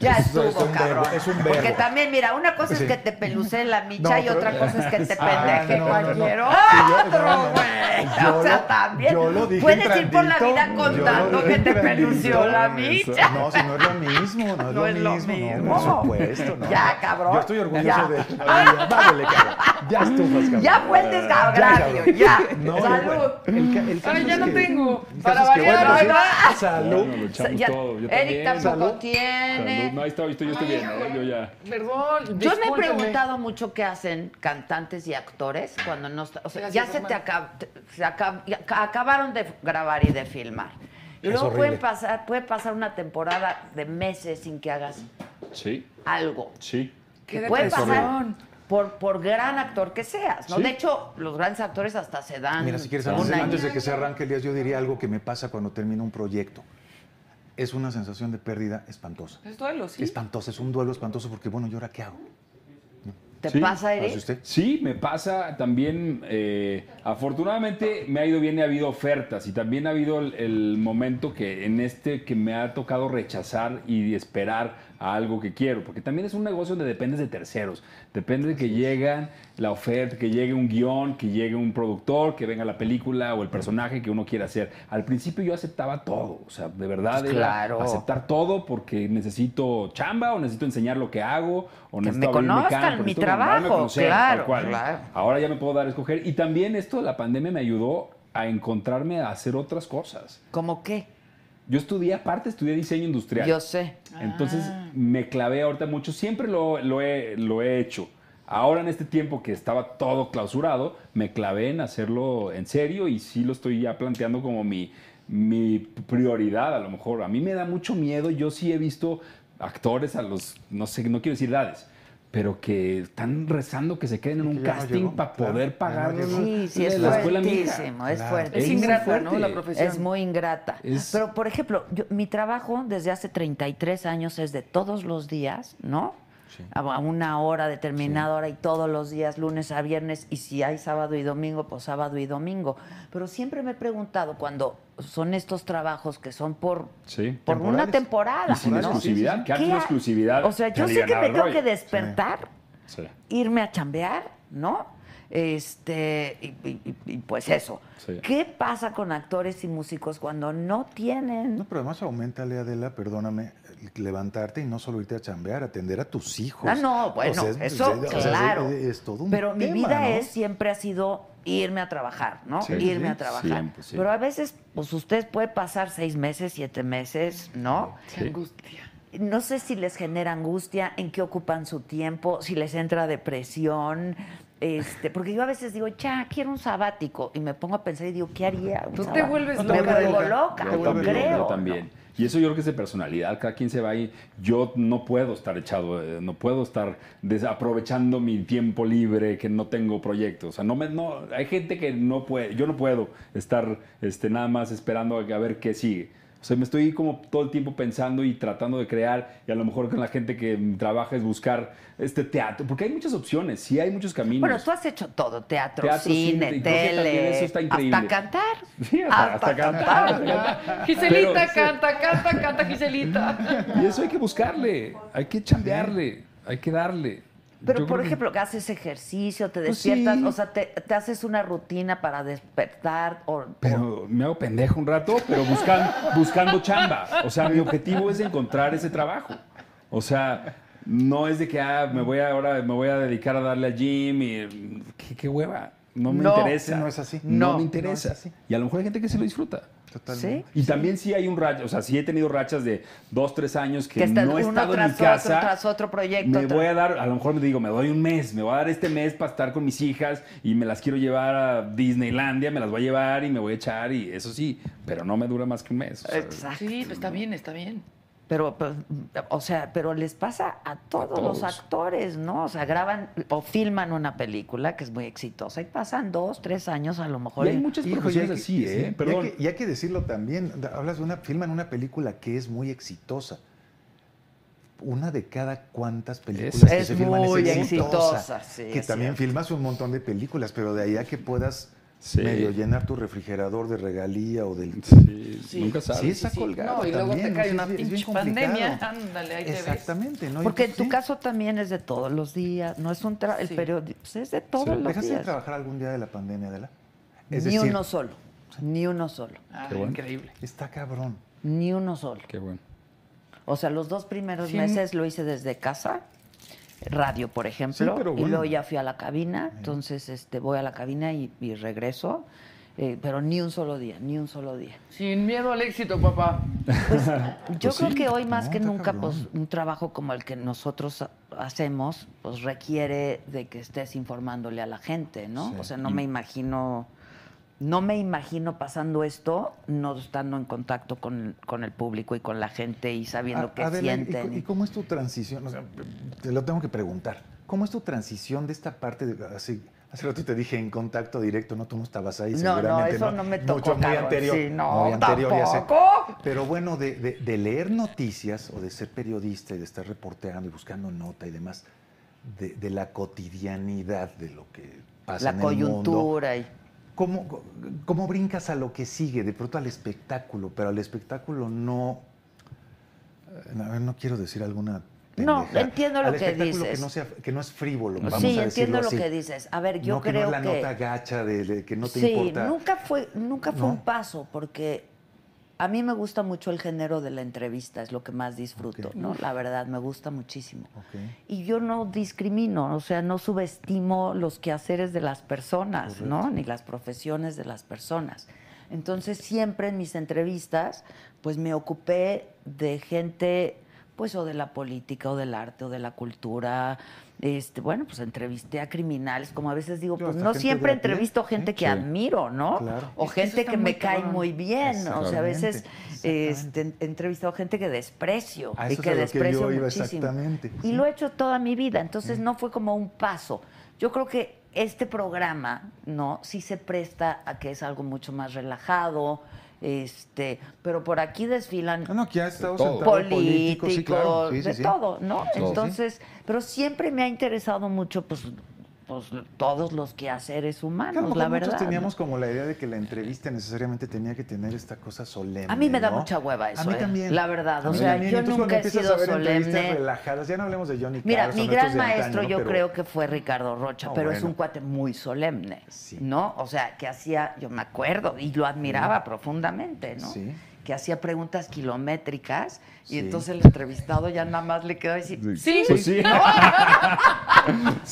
B: Ya
E: Es-
B: estuvo,
E: es un verbo,
B: cabrón.
E: es un
B: Porque
E: verbo.
B: también, mira, una cosa
E: Sí.
B: es que te peluce la micha
E: No,
B: y
E: pero-
B: otra cosa es que te
E: Ah,
B: pendeje
E: no, no, no.
B: cualquier
E: Sí, yo- no,
B: otro,
E: no, no.
B: güey.
E: Yo
B: O sea,
E: lo-
B: también
E: yo lo dije
B: puedes ir por la
E: entrandito,
B: vida
E: yo lo
B: contando
E: dije
B: que te
E: entrandito,
B: pelució la
E: eso.
B: micha.
E: No, si no es lo mismo, no es, lo, mismo, No, por supuesto, no.
B: Ya, cabrón.
E: Yo estoy orgulloso
B: Ya.
E: de la Váyale, cabrón. Ya estuvo, pues, cabrón.
B: Ya fue el desagravio,
E: cabrón.
B: ya.
E: No, ya
B: Salud.
E: fue. El, ca- el caso
F: Ay, Ah, ya
E: es
F: no
E: que-
F: tengo.
E: el caso
F: Para
E: es que,
F: variar,
E: bueno,
F: ahí
E: sí,
F: va.
E: Salud.
I: Bueno, lo echamos
B: Ya-
I: todo. Yo
B: Eric
I: también.
B: tampoco
E: Salud.
B: tiene.
I: Salud. No, ahí estoy, ahí estoy, yo estoy bien. ¿eh? Yo ya.
F: Perdón,
B: Yo me he
F: discúlpeme.
B: preguntado mucho qué hacen cantantes y actores cuando no está- o sea,
F: Gracias,
B: ya se te acab- te- se acab- ya ca- acabaron de grabar y de filmar. Y
E: Es
B: luego
E: horrible.
B: pueden pasar, puede pasar una temporada de meses sin que hagas
I: Sí,
B: algo.
I: sí.
F: Qué
B: Que puede pasar
F: depresión.
B: por, por gran actor que seas, ¿no?
I: Sí.
B: De hecho, los grandes actores hasta se dan.
E: Mira, si quieres,
B: un
E: antes,
B: año.
E: antes de que se arranque el día, yo diría algo que me pasa cuando termino un proyecto. Es una sensación de pérdida espantosa.
F: Es duelo, sí.
E: Espantosa, es un duelo espantoso porque, bueno, ¿y ahora qué hago?
B: ¿Te
I: Sí,
B: pasa,
E: ¿Hace
B: Eric?
E: usted?
I: Sí, me pasa también. eh, afortunadamente me ha ido bien y ha habido ofertas. Y también ha habido el, el momento que en este que me ha tocado rechazar y esperar a algo que quiero, porque también es un negocio donde dependes de terceros, depende de que llegan la oferta, que llegue un guión, que llegue un productor, que venga la película o el personaje que uno quiere hacer. Al principio yo aceptaba todo, o sea, de verdad
H: Pues
I: era
H: claro.
I: aceptar todo porque necesito chamba o necesito enseñar lo que hago o
H: me
I: necesito abrirme
H: conozcan,
I: campo,
H: mi
I: necesito nombrarme,
H: trabajo, claro,
I: tal cual.
H: claro.
I: Ahora ya me puedo dar a escoger. Y también esto de la pandemia me ayudó a encontrarme a hacer otras cosas.
H: ¿Cómo qué?
I: Yo estudié, aparte estudié diseño industrial.
H: Yo sé.
I: Entonces
B: Ah.
I: me clavé ahorita mucho. Siempre lo, lo he, lo he hecho. Ahora en este tiempo que estaba todo clausurado, me clavé en hacerlo en serio y sí lo estoy ya planteando como mi, mi prioridad a lo mejor. A mí me da mucho miedo. Yo sí he visto actores a los, no sé, no quiero decir edades, pero que están rezando que se queden en un
E: Ya no
I: casting
E: llegó,
I: para
E: claro,
I: poder
E: ya no
I: pagar
E: llegó.
B: Sí, sí,
I: la
B: es
I: escuela mija.
B: fuertísimo, es
E: Claro.
B: fuerte.
F: Es
I: Es muy
F: ingrata, ¿no?
I: fuerte.
F: La profesión.
B: Es muy ingrata.
I: Es-
B: Pero, por ejemplo, yo- mi trabajo desde hace 33 años es de todos los días, ¿no? A a una hora determinada hora y todos los días, lunes a viernes, y si hay sábado y domingo, pues sábado y domingo. Pero siempre me he preguntado cuando son estos trabajos que son por,
I: Sí. Em,
B: por una
E: Temporales.
B: temporada.
I: Y sin
B: ¿no?
I: exclusividad, que antes
B: ¿Qué
I: la
B: ha-
I: exclusividad
B: O sea, yo
I: salía
B: sé que
I: nada
B: me
I: de
B: tengo
I: rollo.
B: que despertar
I: Sí.
B: irme a chambear, ¿no? Este, y, y- y- y pues eso.
I: Sí.
B: ¿Qué pasa con actores y músicos cuando no tienen?
E: No, pero además aumentale, Adela, perdóname, levantarte y no solo irte a chambear, atender a tus hijos.
B: Ah, no, bueno, eso,
E: pues, o sea,
B: claro.
E: es, es todo un
B: Pero mi
E: tema,
B: vida
E: ¿no?
B: es, siempre ha sido irme a trabajar, ¿no?
I: Sí,
B: irme
I: sí,
B: a trabajar.
I: siempre, sí.
B: Pero a veces, pues usted puede pasar seis meses, siete meses, ¿no?
F: Qué angustia.
B: No sé si les genera angustia, en qué ocupan su tiempo, si les entra depresión. Este, porque yo a veces digo, ya, quiero un sabático. Y me pongo a pensar y digo, ¿qué haría? un
F: Tú te
B: sabático?
F: vuelves
B: Me
F: loca.
B: vuelvo
F: Yo
B: loca,
I: Yo
B: yo
I: también,
B: creo.
I: yo también. Y eso yo creo que es de personalidad, cada quien se va y yo no puedo estar echado, eh, no puedo estar desaprovechando mi tiempo libre, que no tengo proyectos. O sea, no me, no, hay gente que no puede, yo no puedo estar este, nada más esperando a, que- a ver qué sigue. O sea, me estoy como todo el tiempo pensando y tratando de crear y a lo mejor con la gente que trabaja es buscar este teatro, porque hay muchas opciones, sí hay muchos caminos.
B: Bueno, tú has hecho todo, teatro,
I: Teatro,
B: cine,
I: cine, y creo que también
B: tele,
I: eso está increíble.
B: hasta cantar.
I: Sí, hasta- hasta cantar, hasta cantar.
F: Giselita,
I: Pero-
F: canta, canta, canta, Giselita.
I: Y eso hay que buscarle, hay que chambearle, hay que darle.
B: Pero,
I: Yo
B: por
I: creo que-
B: ejemplo, que haces ejercicio, te
I: Pues
B: despiertas,
I: sí.
B: o sea, te, te haces una rutina para despertar. O, o-
I: Pero me hago pendejo un rato, pero buscan- buscando chamba. O sea, mi objetivo es encontrar ese trabajo. O sea, no es de que ah, me voy a- ahora me voy a dedicar a darle al gym y mm, qué, qué hueva. No me
B: No.
I: interesa.
E: Sí, no es así.
I: No,
E: No,
I: me
E: no
I: interesa.
E: es así.
I: Y a lo mejor hay gente que se lo disfruta.
E: Totalmente.
I: Y también sí hay un racha, o sea, sí he tenido rachas de dos, tres años que,
B: Que estás
I: no he
B: uno
I: estado en
B: tras
I: mi
B: otro,
I: casa.
B: tras otro proyecto,
I: Me
B: tras-
I: voy a dar, a lo mejor me digo, me doy un mes, me voy a dar este mes para estar con mis hijas y me las quiero llevar a Disneylandia, me las voy a llevar y me voy a echar y eso sí, pero no me dura más que un mes. o sea,
B: Exacto.
F: Sí, pues está bien, está bien.
B: Pero, pues, o sea, pero les pasa a todos, los
I: todos.
B: actores, ¿no? O sea, graban o filman una película que es muy exitosa y pasan dos, tres años a lo mejor.
I: y hay
B: en-
I: muchas
E: Hijo, y hay
I: profesiones
E: que-
I: así,
E: sí, y
I: ¿eh?
E: hay
I: Perdón.
E: que- y hay que decirlo también. da- Hablas de una, filman una película que es muy exitosa. Una de cada cuantas películas
I: Es-
E: que
B: es
E: se filman
B: muy
E: es exitosa.
B: exitosa, sí,
E: que
B: es
E: también
B: cierto.
E: filmas un montón de películas, pero de ahí a que puedas
I: Sí.
E: medio llenar tu refrigerador de regalía o del.
I: Sí,
F: Sí.
I: nunca sabes.
E: Sí, está
F: sí.
E: colgado.
F: No, y luego
E: también,
F: te cae
E: sí,
F: una
E: es bien- es bien
F: pinche
E: complicado.
F: pandemia, ándale, ahí te ves.
E: Exactamente, ¿no? Y
B: Porque en tu
E: entonces, sí,
B: caso también es de todos los días, no es un tra- el
F: Sí.
B: periódico, pues, es de todos los
E: ¿Dejaste de
B: días.
E: trabajar algún día de la pandemia, Adela? Es
B: ni
E: decir,
B: uno solo, ni uno solo,
F: Ah,
I: Qué bueno.
F: increíble.
E: está cabrón.
B: ni uno solo.
I: Qué bueno.
B: O sea, los dos primeros
F: Sí.
B: meses lo hice desde casa, radio, por ejemplo,
E: pero
B: y
E: bueno.
B: luego ya fui a la cabina, entonces este, voy a la cabina y, y regreso, eh, pero ni un solo día, ni un solo día.
F: Sin miedo al éxito, papá.
B: Yo
I: Pues
B: creo
I: sí.
B: que hoy más
E: No,
B: que
E: está
B: nunca, pues,
E: cabrón.
B: un trabajo como el que nosotros ha- hacemos, pues requiere de que estés informándole a la gente, ¿no?
E: Sí.
B: O sea, no
I: Y-
B: me imagino, no me imagino pasando esto, no estando en contacto con, con el público y con la gente y sabiendo
E: A-
B: qué
E: Adela, ¿y
B: sienten.
E: cu- ¿y, cómo es tu transición? O sea, te lo tengo que preguntar. ¿Cómo es tu transición de esta parte? De, así, hace rato te dije en contacto directo, no, tú no estabas ahí.
B: No, no,
E: seguramente,
B: eso no me tocó,
E: Mucho, muy
B: cabrón.
E: anterior.
B: Sí, no,
E: muy anterior, ya sé.
B: tampoco.
E: Pero bueno, de, de- de leer noticias o de ser periodista y de estar reporteando y buscando nota y demás, de, de la cotidianidad de lo que pasa
B: la
E: en el mundo.
B: coyuntura y
E: ¿Cómo, ¿Cómo brincas a lo que sigue? De pronto al eh, espectáculo, pero al espectáculo no. A ver, no quiero decir alguna
B: No,
E: pendeja,
B: entiendo lo
E: al
B: que
E: espectáculo
B: dices.
E: Que no, sea- que no es frívolo,
B: Sí,
E: vamos a decirlo
B: entiendo lo
E: así.
B: que dices. A ver, yo
E: no,
B: creo
E: que... No es la
B: que-
E: nota gacha de, de que no te
B: sí,
E: importa.
B: nunca fue, nunca fue
E: No.
B: un paso, porque a mí me gusta mucho el género de la entrevista, es lo que más disfruto,
E: Ok.
B: ¿no? La verdad, me gusta muchísimo.
E: Ok.
B: Y yo no discrimino, o sea, no subestimo los quehaceres de las personas, ¿no? Ni las profesiones de las personas. Entonces, siempre en mis entrevistas, pues me ocupé de gente, pues, o de la política, o del arte, o de la cultura. Este, bueno, pues entrevisté a criminales, como a veces digo,
E: Yo
B: pues
E: hasta
B: no
E: gente
B: siempre
E: de a pie,
B: entrevisto
E: ¿eh?
B: gente que
I: Sí.
B: admiro, ¿no?
E: Claro.
B: O
F: Es que eso
B: gente
F: está
B: que
F: muy
B: me cae
F: cabrón.
B: muy bien. O sea, a veces
E: Exactamente,
B: este, he entrevistado gente que desprecio
E: A
B: y
E: eso es
B: que
E: a lo que
B: desprecio
E: yo iba
B: muchísimo.
E: exactamente,
B: Y
E: Este, sí.
B: lo he hecho toda mi vida, entonces no fue como un paso. Yo creo que este programa, ¿no? Sí se presta a que es algo mucho más relajado, este, pero por aquí desfilan
E: Ah, No, no, que ha estado
I: Todo.
E: sentado político,
B: políticos,
E: sí, claro. Sí, sí,
B: de
E: sí.
B: todo, ¿no?
E: Sí.
B: Entonces, pero siempre me ha interesado mucho, pues, pues todos los quehaceres
E: Que a lo
B: humanos,
E: mejor
B: la
E: muchos
B: verdad.
E: teníamos como la idea de que la entrevista necesariamente tenía que tener esta cosa solemne.
B: A mí me da
E: ¿no?
B: mucha hueva eso,
E: A mí
B: ¿eh?
E: también.
B: La verdad, o
E: A mí
B: sea,
E: también.
B: yo
E: Entonces,
B: nunca
E: cuando
B: he
E: empiezas
B: sido
E: a ver entrevistas
B: solemne.
E: relajadas, ya no hablemos de Johnny
B: Mira,
E: Carson,
B: mi
E: estos
B: gran
E: de antaño,
B: maestro
E: ¿no?
B: yo
E: Pero-
B: creo que fue Ricardo Rocha,
E: No,
B: pero es
E: bueno.
B: un cuate muy solemne,
E: Sí.
B: ¿no? O sea, que hacía, yo me acuerdo, y lo admiraba profundamente, ¿no?
E: Sí.
B: Que hacía preguntas kilométricas y
E: Sí.
B: entonces el entrevistado ya nada más le quedó decir, sí,
F: Sí,
I: Pues sí.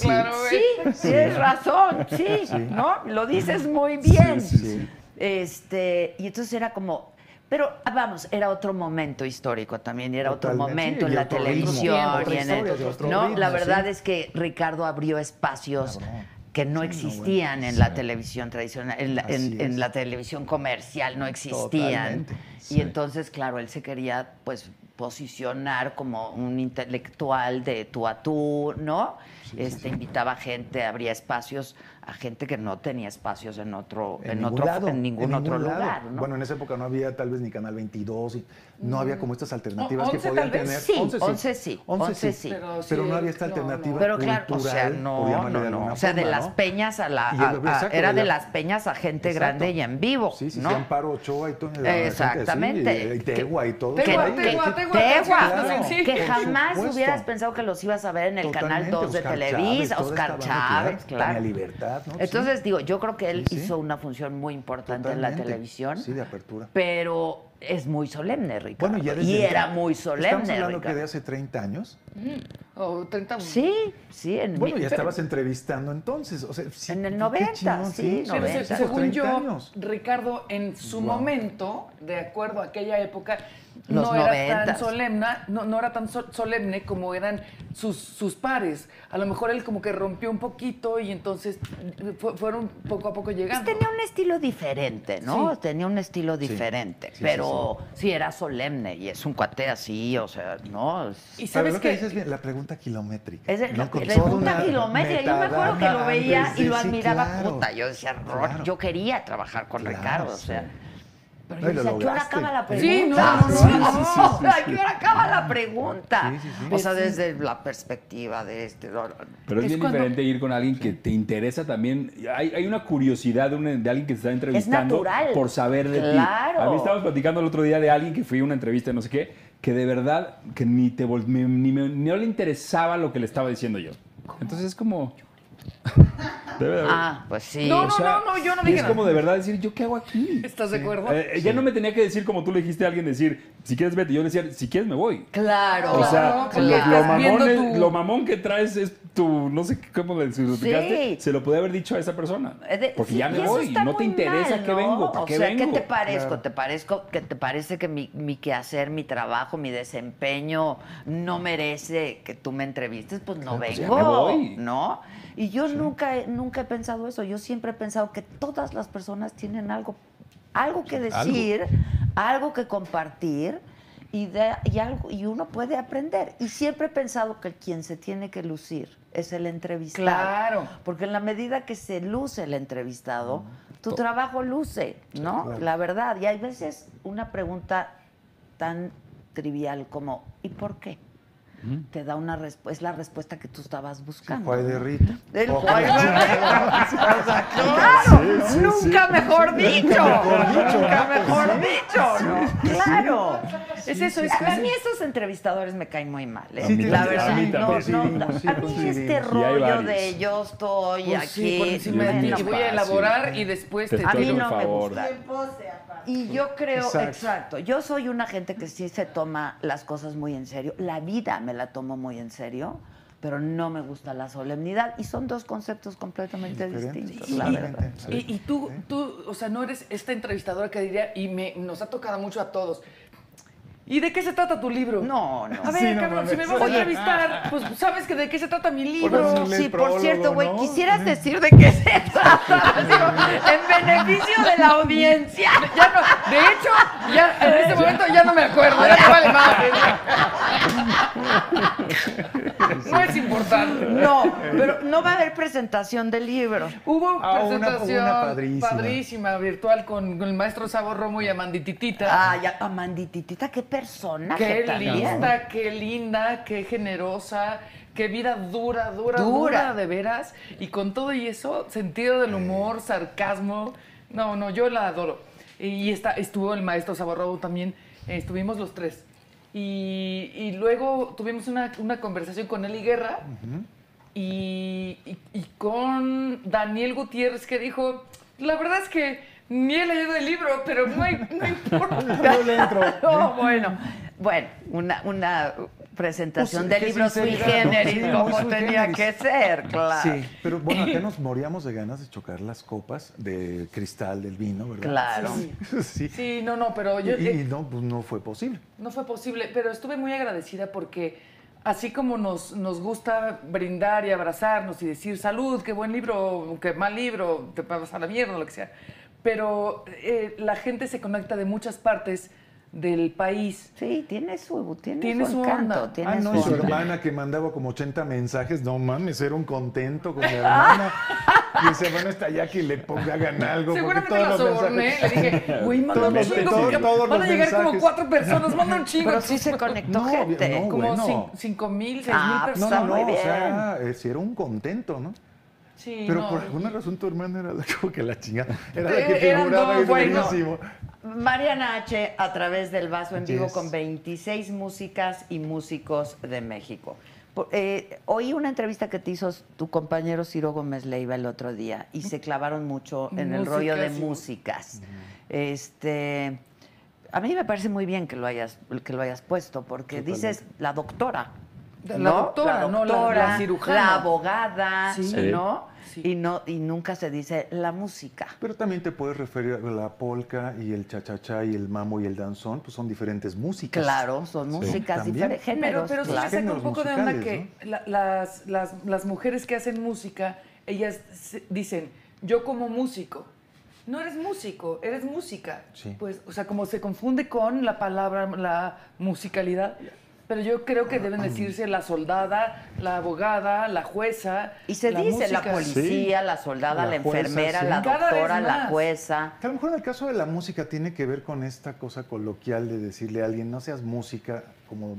F: claro, güey.
B: sí, tienes razón, sí, ¿no? Lo dices muy bien.
E: Sí, sí, sí.
B: Este, y entonces era como, pero ah, vamos, era otro momento histórico también, y era otro
E: Totalmente,
B: momento
E: sí,
B: en
E: y
B: la
E: otro
B: televisión,
E: ritmo,
B: y
E: otra
B: en el-
E: historia, otro
B: no,
E: ritmo,
B: la verdad
E: sí.
B: es que Ricardo abrió espacios
E: Cabrón.
B: que no
E: Sí, no,
B: existían
E: bueno,
B: en
E: sí.
B: la televisión tradicional, en la, en-
E: Así
B: en
E: es.
B: la televisión comercial no existían.
E: Totalmente,
B: Y
E: sí.
B: entonces, claro, él se quería pues posicionar como un intelectual de tú a tú, ¿no? este invitaba gente, abría espacios a gente que no tenía espacios en otro en,
E: ningún
B: otro
E: lado,
B: en ningún otro
E: lado.
B: lugar, ¿no? Mm.
E: Bueno, en esa época no había tal vez ni Canal 22, y no había como estas alternativas que
F: 11
E: podían
F: tal vez.
E: tener.
B: Sí, 11 sí, 11 sí.
E: Pero,
F: Pero
E: no
F: sí,
E: había esta
F: no,
E: alternativa
B: pero claro, o sea,
E: cultural, por
B: no,
E: llamarle
B: no, no.
E: alguna
B: O sea, de
E: forma,
B: las
E: ¿no?
B: peñas a la.
E: Y
B: a-
E: el-
B: a-
E: exacto,
B: era de
E: la-
B: las peñas a gente
E: Exacto.
B: grande y en vivo.
E: Sí, sí,
B: ¿no?
E: sí, Amparo Ochoa y todo. la gente así,
B: Exactamente.
E: Y Tegua y todo.
B: Que,
F: Tegua,
E: por ahí.
F: Tegua,
B: que-
F: Tegua,
B: Tegua,
F: atención,
B: que
F: sí.
B: que
E: Por
B: jamás
E: supuesto.
B: hubieras pensado que los ibas a ver en el Canal
E: Totalmente,
B: 2 de
E: Oscar
B: Televisa,
E: Chávez, toda
B: Oscar
E: esta banda,
B: Chávez,
E: claro,
B: claro.
E: Tania Libertad, ¿no? Sí.
B: Entonces, digo, yo creo que él
E: Sí, sí.
B: hizo una función muy importante en la
E: Totalmente.
B: televisión.
E: Sí, de apertura.
B: Pero es muy solemne, Ricardo.
E: Bueno, ya desde
B: y
E: entonces-
B: era muy
E: Estamos
B: solemne,
E: hablando que de
B: Ricardo.
E: hace 30 años.
F: O 30
B: Sí, sí, en
E: Bueno,
B: mi-
E: ya estabas entrevistando entonces. O sea, sí,
B: En el
E: qué
B: 90,
E: chingón,
B: sí,
E: sí,
F: Pero se-
B: 90.
F: según
E: 30
F: yo,
E: años.
F: Ricardo, en su momento, de acuerdo a aquella época,
B: Los
F: no era
B: 90s.
F: tan solemne, no, no era tan so- solemne como eran sus, sus pares. A lo mejor él como que rompió un poquito y entonces fu- fueron poco a poco
B: Pues
F: llegando.
B: tenía un estilo diferente, ¿no?
F: Sí.
B: Tenía un estilo diferente,
E: sí,
B: pero sí, era solemne y es un cuate así, o sea, ¿no? Es-
F: Y
E: Pero
F: sabes
E: lo que
F: que,
E: dices bien, la pregunta kilométrica.
B: Es el,
E: ¿no? Con
B: la
E: toda
B: punta
E: una
B: kilométrica. Yo me acuerdo que lo
E: metadata
B: veía
E: antes
B: y
E: de-
B: lo
E: sí,
B: admiraba.
E: claro,
B: puta, yo decía, "Ro-
E: claro.
B: yo quería trabajar con
E: Claro,
B: Ricardo. O sea,
E: sí.
B: pero
E: No,
B: yo
E: y lo
B: decía, ¿qué hora
E: lograste.
B: acaba la pregunta?
F: Sí, no, no, no, no.
B: O sea, ¿qué hora acaba la pregunta?
E: Sí, sí, sí.
B: O sea, desde la perspectiva de este. no, no, no.
I: Pero es,
F: Es
I: bien
F: cuando-
I: diferente ir con alguien que te interesa también. Hay, hay una curiosidad de, un- de alguien que te está entrevistando
B: natural.
I: por saber de ti.
B: Claro.
I: A mí estábamos platicando el otro día de alguien que fui a una entrevista, no sé qué, que de verdad que ni, te vol- ni, ni me- no le interesaba lo que le estaba diciendo yo. Entonces es como... Debe de haber-
B: Ah, pues sí.
F: No,
I: o sea,
F: no, no, yo no
I: y
F: dije
I: Es
F: nada.
I: como de verdad decir, ¿yo qué hago aquí?
F: ¿estás de acuerdo?
I: Eh, eh, Ya no me tenía que decir como tú le dijiste a alguien, decir, si quieres vete. Yo le decía, si quieres me voy.
B: Claro.
I: O sea,
F: Claro,
I: lo,
F: claro.
I: lo mamón es-
F: Viendo tu-
I: lo mamón que traes es tu, no sé qué- cómo le explicaste,
B: Sí.
I: se lo podía haber dicho a esa persona.
B: Es de-
I: Porque
B: sí,
I: ya
B: y
I: me
B: eso
I: voy,
B: está
I: no te
B: muy
I: interesa
B: mal,
I: qué
B: ¿no?
I: vengo, para
B: o
I: qué
B: sea,
I: vengo.
B: ¿qué te parezco? ¿Te parezco que te parece que mi, mi quehacer, mi trabajo, mi desempeño no merece que tú me entrevistes? Pues no
I: Pues ya
B: vengo,
I: me voy.
B: ¿no? Y yo nunca, he- nunca he pensado eso. Yo siempre he pensado que todas las personas tienen algo, algo que decir, algo, que compartir. Y, de- y algo, y uno puede aprender. Y siempre he pensado que quien se tiene que lucir es el entrevistado.
F: Claro.
B: Porque en la medida que se luce el entrevistado, tu trabajo luce, ¿no? La verdad. Y hay veces una pregunta tan trivial como ¿y por qué? Te da una respuesta, es la respuesta que tú estabas buscando.
E: Juárez de Rita.
B: Del
E: Ojo.
B: Juárez de Rita. O sea, claro, nunca mejor dicho. Nunca mejor dicho, ¿no? Claro.
F: Es eso, es
B: A
F: eso.
B: mí esos entrevistadores me caen muy mal, ¿eh?
E: Sí, te-
B: la
E: a
B: verdad.
E: mí
B: no,
E: también.
B: no,
E: pues, Sí,
B: no.
E: sí,
B: a mí
E: sí, sí. Y
B: este
E: hay
B: rollo
I: varios.
B: de yo estoy
F: Pues sí, por
B: aquí.
F: encima
B: bueno,
F: de ti. Te
E: Ah,
F: voy a elaborar y después te
I: Te
B: a
I: estoy
B: mí
I: haciendo
B: no
I: un
B: me
I: favor.
B: gusta. Y yo creo, exacto.
E: Exacto.
B: yo soy una gente que sí se toma las cosas muy en serio, la vida me la tomo muy en serio, pero no me gusta la solemnidad y son dos conceptos completamente
E: Diferentes,
B: distintos,
F: sí,
B: la verdad.
E: totalmente.
F: Y, y tú, tú, o sea, no eres esta entrevistadora que diría, y me, nos ha tocado mucho a todos. ¿Y de qué se trata tu libro?
B: No, no.
F: A ver, cabrón, si me vas a entrevistar, pues sabes que de qué se trata mi libro.
E: Bueno,
B: sí,
E: el
B: por cierto,
E: prólogo,
B: güey,
E: ¿no?
B: quisieras decir de qué se trata, en beneficio de la audiencia.
F: Ya no, de hecho, ya en este momento ya no me acuerdo, ya me vale madre. No es importante.
B: No,
E: Eh.
B: pero no va a haber presentación del libro.
F: Hubo
E: Ah, una-
F: presentación
E: una padrísima.
F: padrísima, virtual con, con el maestro Sabo Romo y Amandititita.
B: Ay, Ah, Amandititita, qué personaje
F: qué
B: también.
F: lista, qué linda, qué generosa, qué vida dura, dura, dura,
B: Dura.
F: de veras. Y con todo y eso, sentido del humor, sarcasmo. No, no, yo la adoro. Y está, estuvo el maestro Saborrobo también, eh, estuvimos los tres. Y, y luego tuvimos una, una conversación con Eli Guerra y, y- y con Daniel Gutiérrez que dijo, la verdad es que ni he leído el libro, pero no, hay- no importa.
B: No, bueno. Bueno, una, una presentación
E: Pues,
B: de
E: qué
B: libros sui
E: sinceridad, ¿no?
B: generis,
E: Sí,
B: como
E: muy sui
B: tenía
E: generis.
B: que ser, claro.
E: Sí, pero bueno, acá nos moríamos de ganas de chocar las copas de cristal del vino, ¿verdad?
B: Claro.
E: Sí.
F: Sí, no, no, pero yo...
E: Y,
F: eh,
E: y no, pues no fue posible.
F: No fue posible, pero estuve muy agradecida porque así como nos, nos gusta brindar y abrazarnos y decir salud, qué buen libro, qué mal libro, te vas a la mierda, lo que sea, pero eh, la gente se conecta de muchas partes del país.
B: Sí, tiene su, tiene
F: Tiene
B: su
F: su
B: encanto,
F: onda.
B: tiene
E: Ah, no,
B: su
E: y su
B: onda.
E: hermana que mandaba como 80 mensajes. No mames, era un contento con mi hermana. Y ese hermano está allá que le ponga hagan algo. porque
F: Seguramente
E: todos
F: la
E: los
F: soborné,
E: mensajes-
F: le dije, güey, manda un
E: Todos-
F: chingo,
E: todos-
F: porque
E: todos
F: van a
E: los
F: llegar como
E: mensajes.
F: cuatro personas, manda un chingo.
B: Pero sí se conectó
E: No,
B: gente.
E: no,
F: Como
E: Bueno.
F: cin- cinco mil, seis
B: Ah,
F: mil
B: pues,
E: No,
F: personas.
E: no, no,
B: Muy
E: o sea, eh, sí era un contento, ¿no?
F: Sí,
E: Pero
F: no,
E: por
F: y-
E: alguna razón tu hermana era la, como que la chingada. Era la que
F: Eran
E: figuraba
F: dos,
E: y
F: bueno.
E: buenísimo.
B: Mariana H. a través del vaso en vivo
E: Yes.
B: con 26 músicas y músicos de México. Por- eh, oí una entrevista que te hizo tu compañero Ciro Gómez Leiva el otro día y se clavaron mucho en el rollo de
F: Músicas y-
B: músicas. Este, a mí me parece muy bien que lo hayas, que lo hayas puesto porque dices la doctora.
F: La
B: ¿no?
F: doctora,
B: la
F: no la- la
B: doctora,
F: cirujana.
B: la abogada,
F: Sí.
B: ¿no?
F: Sí.
B: Y no y nunca se dice la música.
E: Pero también te puedes referir a la polca y el cha-cha-cha y el mambo y el danzón, pues son diferentes músicas.
B: Claro, son músicas
E: También.
B: diferentes, géneros,
F: pero, pero
B: claro.
F: sí me saca un
E: Géneros
F: poco de onda que
E: musicales,
F: la- las, las- las mujeres que hacen música, ellas se- dicen, yo como músico. No eres músico, eres música.
E: Sí.
F: Pues, o sea, como se confunde con la palabra, la musicalidad. Pero yo creo que
E: Ah.
F: deben decirse la soldada, la abogada, la jueza.
B: Y se dice la
F: música.
B: policía, la soldada, la,
E: La jueza,
B: enfermera,
E: sí.
B: la
F: Cada vez
B: doctora, la
F: más.
B: jueza.
E: Que a lo mejor en el caso de la música tiene que ver con esta cosa coloquial de decirle a alguien, no seas música, como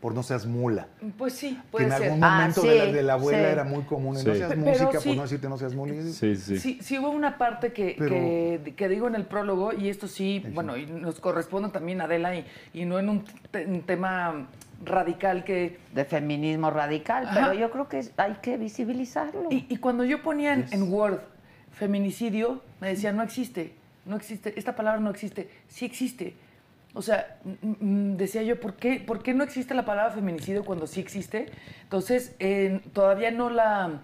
E: por no seas mula.
F: Pues sí,
E: Que
F: puede
E: en
F: ser.
E: algún
B: Ah,
E: momento de, la,
B: sí,
E: de la abuela
B: sí.
E: era muy común,
I: Sí.
E: no seas
F: Pero
E: música, por
F: sí.
E: no decirte no seas música.
I: Sí, sí.
F: Sí, sí hubo una parte que,
E: Pero-
F: que, que digo en el prólogo, y esto sí, bueno, y nos corresponde también Adela, y, y no en un, te- un tema radical que...
B: De feminismo radical,
F: Ajá.
B: pero yo creo que es- hay que visibilizarlo.
F: Y, y cuando yo ponía en, en Word feminicidio, me decía, no existe, no existe, esta palabra no existe, sí existe. O sea, mm, mm, decía yo, ¿por qué, ¿por qué no existe la palabra feminicidio cuando sí existe? Entonces, eh, todavía no la,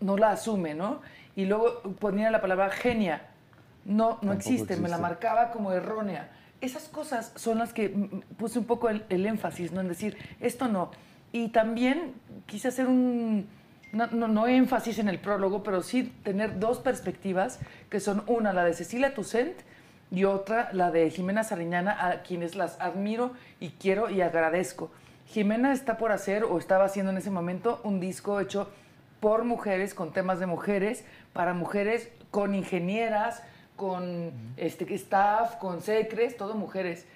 F: no la asume, ¿no? Y luego ponía la palabra genia. No, no existe, me la
E: existe.
F: marcaba como errónea. Esas cosas son las que mm, puse un poco el, el énfasis, ¿no? En decir, esto no. Y también quise hacer un, no, no- no énfasis en el prólogo, pero sí tener dos perspectivas, que son una, la de Cecilia Tucent y otra, la de Jimena Sariñana, a quienes las admiro y quiero y agradezco. Jimena está por hacer o estaba haciendo en ese momento un disco hecho por mujeres, con temas de mujeres, para mujeres, con ingenieras, con este, staff, con secres, todo mujeres.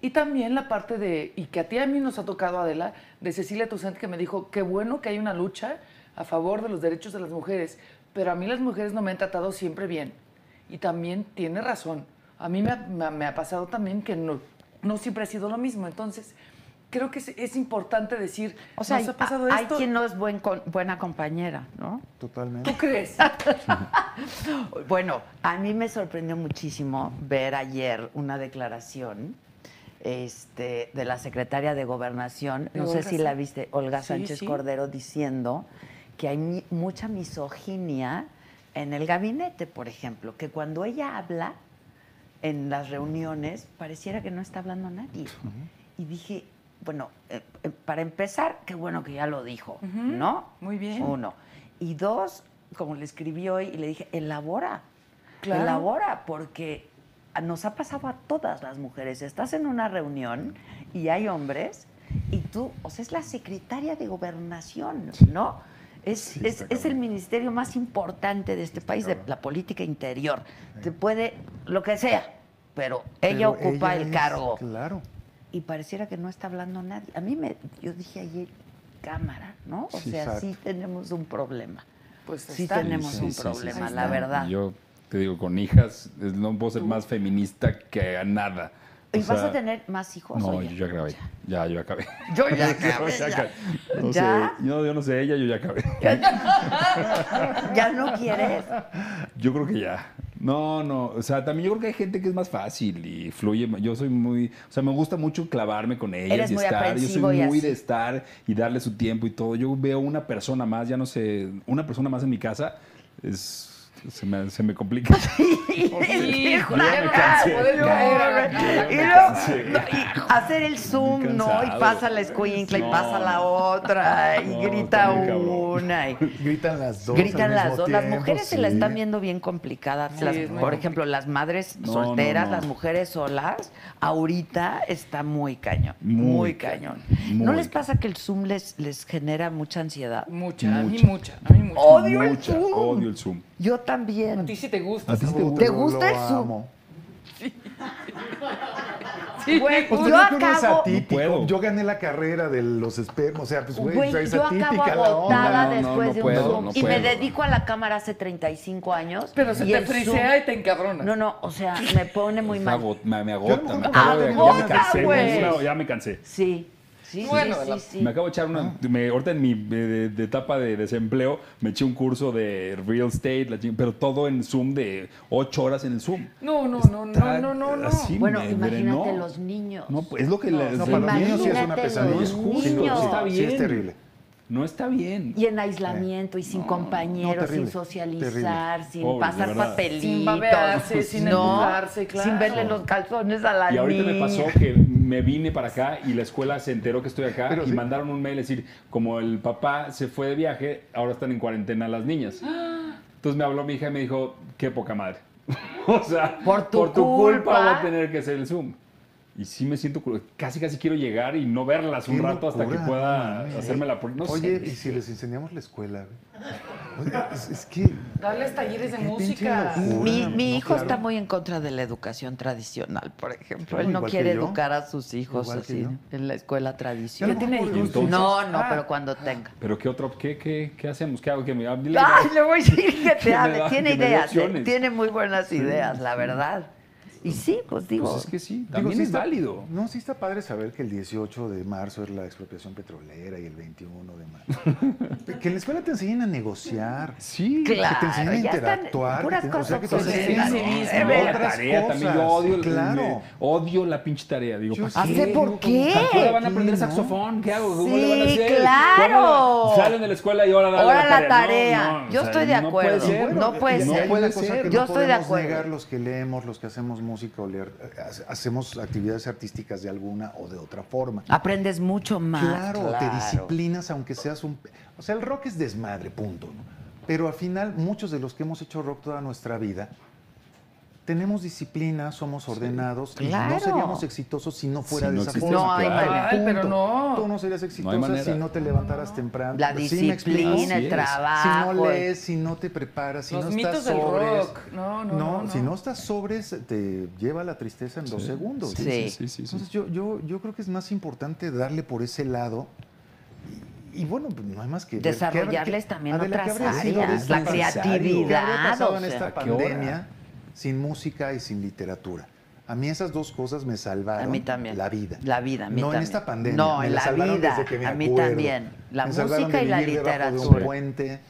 F: Y también la parte de, y que a ti y a mí nos ha tocado, Adela, de Cecilia Toussaint, que me dijo, qué bueno que hay una lucha a favor de los derechos de las mujeres, pero a mí las mujeres no me han tratado siempre bien. Y también tiene razón. A mí me ha, me ha- me ha pasado también que no, no siempre ha sido lo mismo. Entonces, creo que es, es importante decir,
B: O sea,
F: nos ha pasado
B: hay
F: esto.
B: quien no es buen con- buena compañera, ¿no?
E: Totalmente.
F: ¿Tú crees?
B: Bueno, a mí me sorprendió muchísimo ver ayer una declaración este, de la secretaria de Gobernación,
F: De
B: no sé
F: Olga
B: si la
F: Sán-
B: viste, Olga
F: Sí,
B: Sánchez
F: sí.
B: Cordero, diciendo que hay mi- mucha misoginia en el gabinete, por ejemplo, que cuando ella habla en las reuniones pareciera que no está hablando nadie. Y dije, bueno, eh, eh, para empezar, qué bueno que ya lo dijo, ¿no?
F: muy bien.
B: Uno. Y dos, como le escribí hoy y le dije, elabora.
F: Claro.
B: Elabora, porque a- nos ha pasado a todas las mujeres. Estás en una reunión y hay hombres y tú, o sea, es la secretaria de gobernación, ¿no? Es, es- es el ministerio más importante de este país, de la política interior. Te puede, lo que sea, pero ella
E: Pero
B: ocupa
E: ella
B: el
E: es-
B: cargo.
E: Claro.
B: Y pareciera que no está hablando nadie. A mí me, yo dije ayer, cámara, ¿no? O
E: Sí,
B: sea,
E: exacto.
B: sí tenemos un problema.
F: Pues
B: Sí
F: está.
B: tenemos
I: Sí,
B: un
I: sí, sí,
B: problema,
I: sí,
B: la
I: está.
B: verdad.
I: Y Yo te digo, con hijas es- no puedo ser más feminista que a nada. O
B: ¿Y vas
I: sea,
B: a tener más hijos?
I: No,
B: o
I: yo ya acabé. Ya, yo acabé.
B: Yo ya acabé. ya.
I: Ya acabé. No,
B: ¿Ya?
I: Sé, no, yo no sé ella, yo ya acabé.
B: ¿Ya no quieres.
I: Yo creo que ya. No, no. O sea, también yo creo que hay gente que es más fácil y fluye. ma- Yo soy muy. O sea, me gusta mucho clavarme con ellas
B: Eres
I: y
B: muy
I: estar. Yo soy
B: aprensivo y
I: muy
B: así.
I: de estar y darle su tiempo y todo. Yo veo una persona más, ya no sé, una persona más en mi casa. Es, se, me, se me complica.
F: Híjole,
I: Ya
F: ya
I: me
F: no
I: cansé.
F: vas a poder
I: Ya.
F: caer.
B: Y
I: me
B: luego,
I: cansé.
B: no, y hacer el zoom,
I: Estoy
B: ¿no? Y
I: cansado.
B: pasa la escuincla y
I: No,
B: pasa la
I: no.
B: otra y
I: No,
B: grita
I: está muy cabrón.
B: una. y-
E: Gritan las dos.
B: Gritan
E: al
B: las
E: mismo
B: dos. Las
E: tiempo,
B: mujeres se la
E: sí.
B: están viendo bien complicada.
F: Sí,
B: Las-
F: es muy
B: por ejemplo, las madres
I: No,
B: solteras,
I: no, no.
B: las mujeres solas, ahorita está muy cañón. Muy,
I: Muy
B: cañón.
I: cañón,
B: ¿No
I: muy
B: les pasa que el Zoom les, les genera mucha ansiedad?
F: Mucha, a mí mucha, a mí mucha.
B: Odio el
I: Mucha,
B: Zoom.
I: Odio el Zoom.
B: Yo
F: A
B: también.
F: ti sí te gusta.
E: ti
F: Saúl.
B: ¿Te
E: Yo
B: gusta
E: lo
B: el Zoom?
E: amo.
F: Sí,
B: Güey,
F: me
E: Pues
B: Yo
E: yo creo que uno es
B: acabo-
E: atípico.
I: No puedo.
E: Yo gané la carrera de los espermos. O sea, pues, güey,
B: Güey,
E: es
B: yo acabo
E: atípica la
B: agotada
I: No, no,
B: después
I: no
B: de un
I: puedo,
B: Zoom.
I: no
B: y me
I: puedo.
B: dedico a la cámara hace 35 años.
F: Pero se
B: y
F: te
B: el Zoom-
F: frisea y te encabronas.
B: No, no, o sea, me pone muy
I: Me
B: mal.
I: agot- me, me
E: Yo
I: agota.
E: no puedo.
I: me acabo de- ya
B: Agota,
I: me cansé.
B: güey.
I: una- ya me cansé.
B: Sí, sí, sí,
F: Bueno,
B: sí,
F: la-
B: sí.
I: Me acabo de echar una. me- ahorita en mi eh, de, de etapa de desempleo, me eché un curso de real estate, la ching- pero todo en Zoom de ocho horas en el Zoom.
F: No, no, no,
I: Está
F: no, no, no.
I: así,
B: Bueno,
I: me
B: imagínate
I: drenó.
B: los niños.
I: No, pues, es lo que les
E: No, para los
I: recomiendo.
E: niños sí es
B: Imagínate
E: una pesadilla.
I: No es justo,
B: los niños.
I: no está bien.
E: Sí, es terrible.
I: No está bien.
B: Y en aislamiento y sin compañeros,
E: no, terrible,
B: sin socializar, sin
I: Pobre,
B: pasar
I: de verdad.
B: papelitos.
F: Sin babearse, sin
B: no,
F: empujarse, claro.
B: Sin verle los calzones a la
I: Y ahorita me
B: niña.
I: pasó que me vine para acá y la escuela se enteró que estoy acá y mandaron un mail decir, como el papá se fue de viaje, ahora están en cuarentena las niñas. Entonces me habló mi hija y me dijo, qué poca madre. o sea,
B: Por tu culpa.
I: culpa voy a tener que hacer el Zoom. Y sí me siento, cul- casi casi quiero llegar y no verlas un
E: Qué
I: rato hasta que
E: locura,
I: pueda
E: no, no, no.
I: hacerme la... pr- No
E: Oye,
I: sé.
E: ¿y si les enseñamos la escuela? güey? Oye, Es, es que.
F: Darles talleres de
E: Qué pinche
F: música.
E: locura.
B: Mi,
E: No,
B: mi hijo
E: claro.
B: está muy en contra de la educación tradicional, por ejemplo.
E: No,
B: Él no
E: igual que
B: quiere
E: yo.
B: educar a sus hijos
E: Igual que
B: así
E: yo.
B: en la escuela
E: Yo
B: tradicional.
E: no me acuerdo.
I: entonces?
B: No, no,
F: Ah.
B: pero cuando tenga.
I: Pero qué otro, qué, qué, qué hacemos, qué hago, que me... dile-
B: Ay, le voy a decir que te
I: me
B: hable.
I: da-
B: tiene
I: que me dé
B: ideas, ¿eh?
I: opciones.
B: tiene muy buenas ideas, la verdad. Y sí, pues digo.
I: Pues es que sí,
E: Digo,
I: también
E: sí
I: es
E: está-
I: válido.
E: No, sí está padre saber que el 18 de marzo es la expropiación petrolera y el 21 de marzo. que en la escuela te enseñen a negociar.
I: Sí,
E: que te enseñen
B: Claro,
E: a
B: ya están
E: interactuar.
B: puras
E: que te-
B: cosas
E: que te enseñen
B: obscenas,
E: a-
B: ¿no?
E: a
B: Ve
I: la
E: Eh, otras
I: tarea
E: cosas.
I: también. Yo odio,
E: Claro.
I: me- odio la pinche tarea. Digo,
E: Yo
I: ¿para
E: sí.
I: qué?
B: ¿Hace por qué?
I: ¿A qué hora van a aprender
E: Sí, ¿no?
I: saxofón? ¿Qué hago? ¿Cómo
B: Sí,
I: le van a hacer?
B: claro.
I: ¿Cómo la- Salen de la escuela y ahora dale
B: Ahora la
I: la tarea.
B: tarea. Yo estoy de acuerdo.
I: puede ser.
B: No puede
E: Y
I: No
B: ser.
E: hay una
I: puede
E: cosa
I: ser.
E: que
B: Yo
E: no
B: estoy de
E: podemos
B: acuerdo.
E: negar los que leemos, los que hacemos música o leer, eh, hace- hacemos actividades artísticas de alguna o de otra forma.
B: Aprendes mucho más.
E: Claro, te disciplinas aunque seas un... O sea, el rock es desmadre, punto. ¿no? Pero al final, muchos de los que hemos hecho rock toda nuestra vida, tenemos disciplina, somos ordenados, y
B: Claro.
E: no seríamos exitosos si no fuera
I: Si
E: de
I: no
E: esa
I: existe
E: forma.
B: No hay
I: claro.
B: manera.
F: Ay, pero
E: Punto.
F: no.
E: Tú no serías exitosa
I: manera.
E: si no te levantaras temprano.
B: La
E: ¿Sí me explico?
B: disciplina,
I: Así
B: el
I: es.
B: trabajo.
E: Si no lees, si no te preparas, si
F: Los
E: no
F: mitos
E: estás
F: del
E: sobres.
F: rock. No, no, no, no.
E: si no estás sobres, te lleva la tristeza en dos segundos.
B: Sí.
I: Sí, sí, sí, sí.
E: Entonces yo, yo, yo creo que es más importante darle por ese lado. Y, y bueno, pues, no hay más que ver qué habrá-
B: Desarrollarles
E: qué-
B: también
E: Adela, ¿qué
B: otras
E: habría sido de este
B: áreas,
E: esta
B: la
E: pandemia?
B: creatividad,
E: ¿Qué habría pasado
B: o
E: en
B: sea.
E: esta
I: ¿A qué hora?
E: pandemia sin música y sin literatura? A mí esas dos cosas me salvaron
B: A mí también.
E: la vida.
B: La vida, a mí
E: No en
B: también.
E: esta pandemia.
B: No,
E: me
B: en la
E: salvaron
B: vida,
E: desde que me
B: a mí
E: acuerdo.
B: también. La
E: Me salvaron
B: música
E: de
B: y la
E: vivir debajo De
B: literatura.
E: un puente,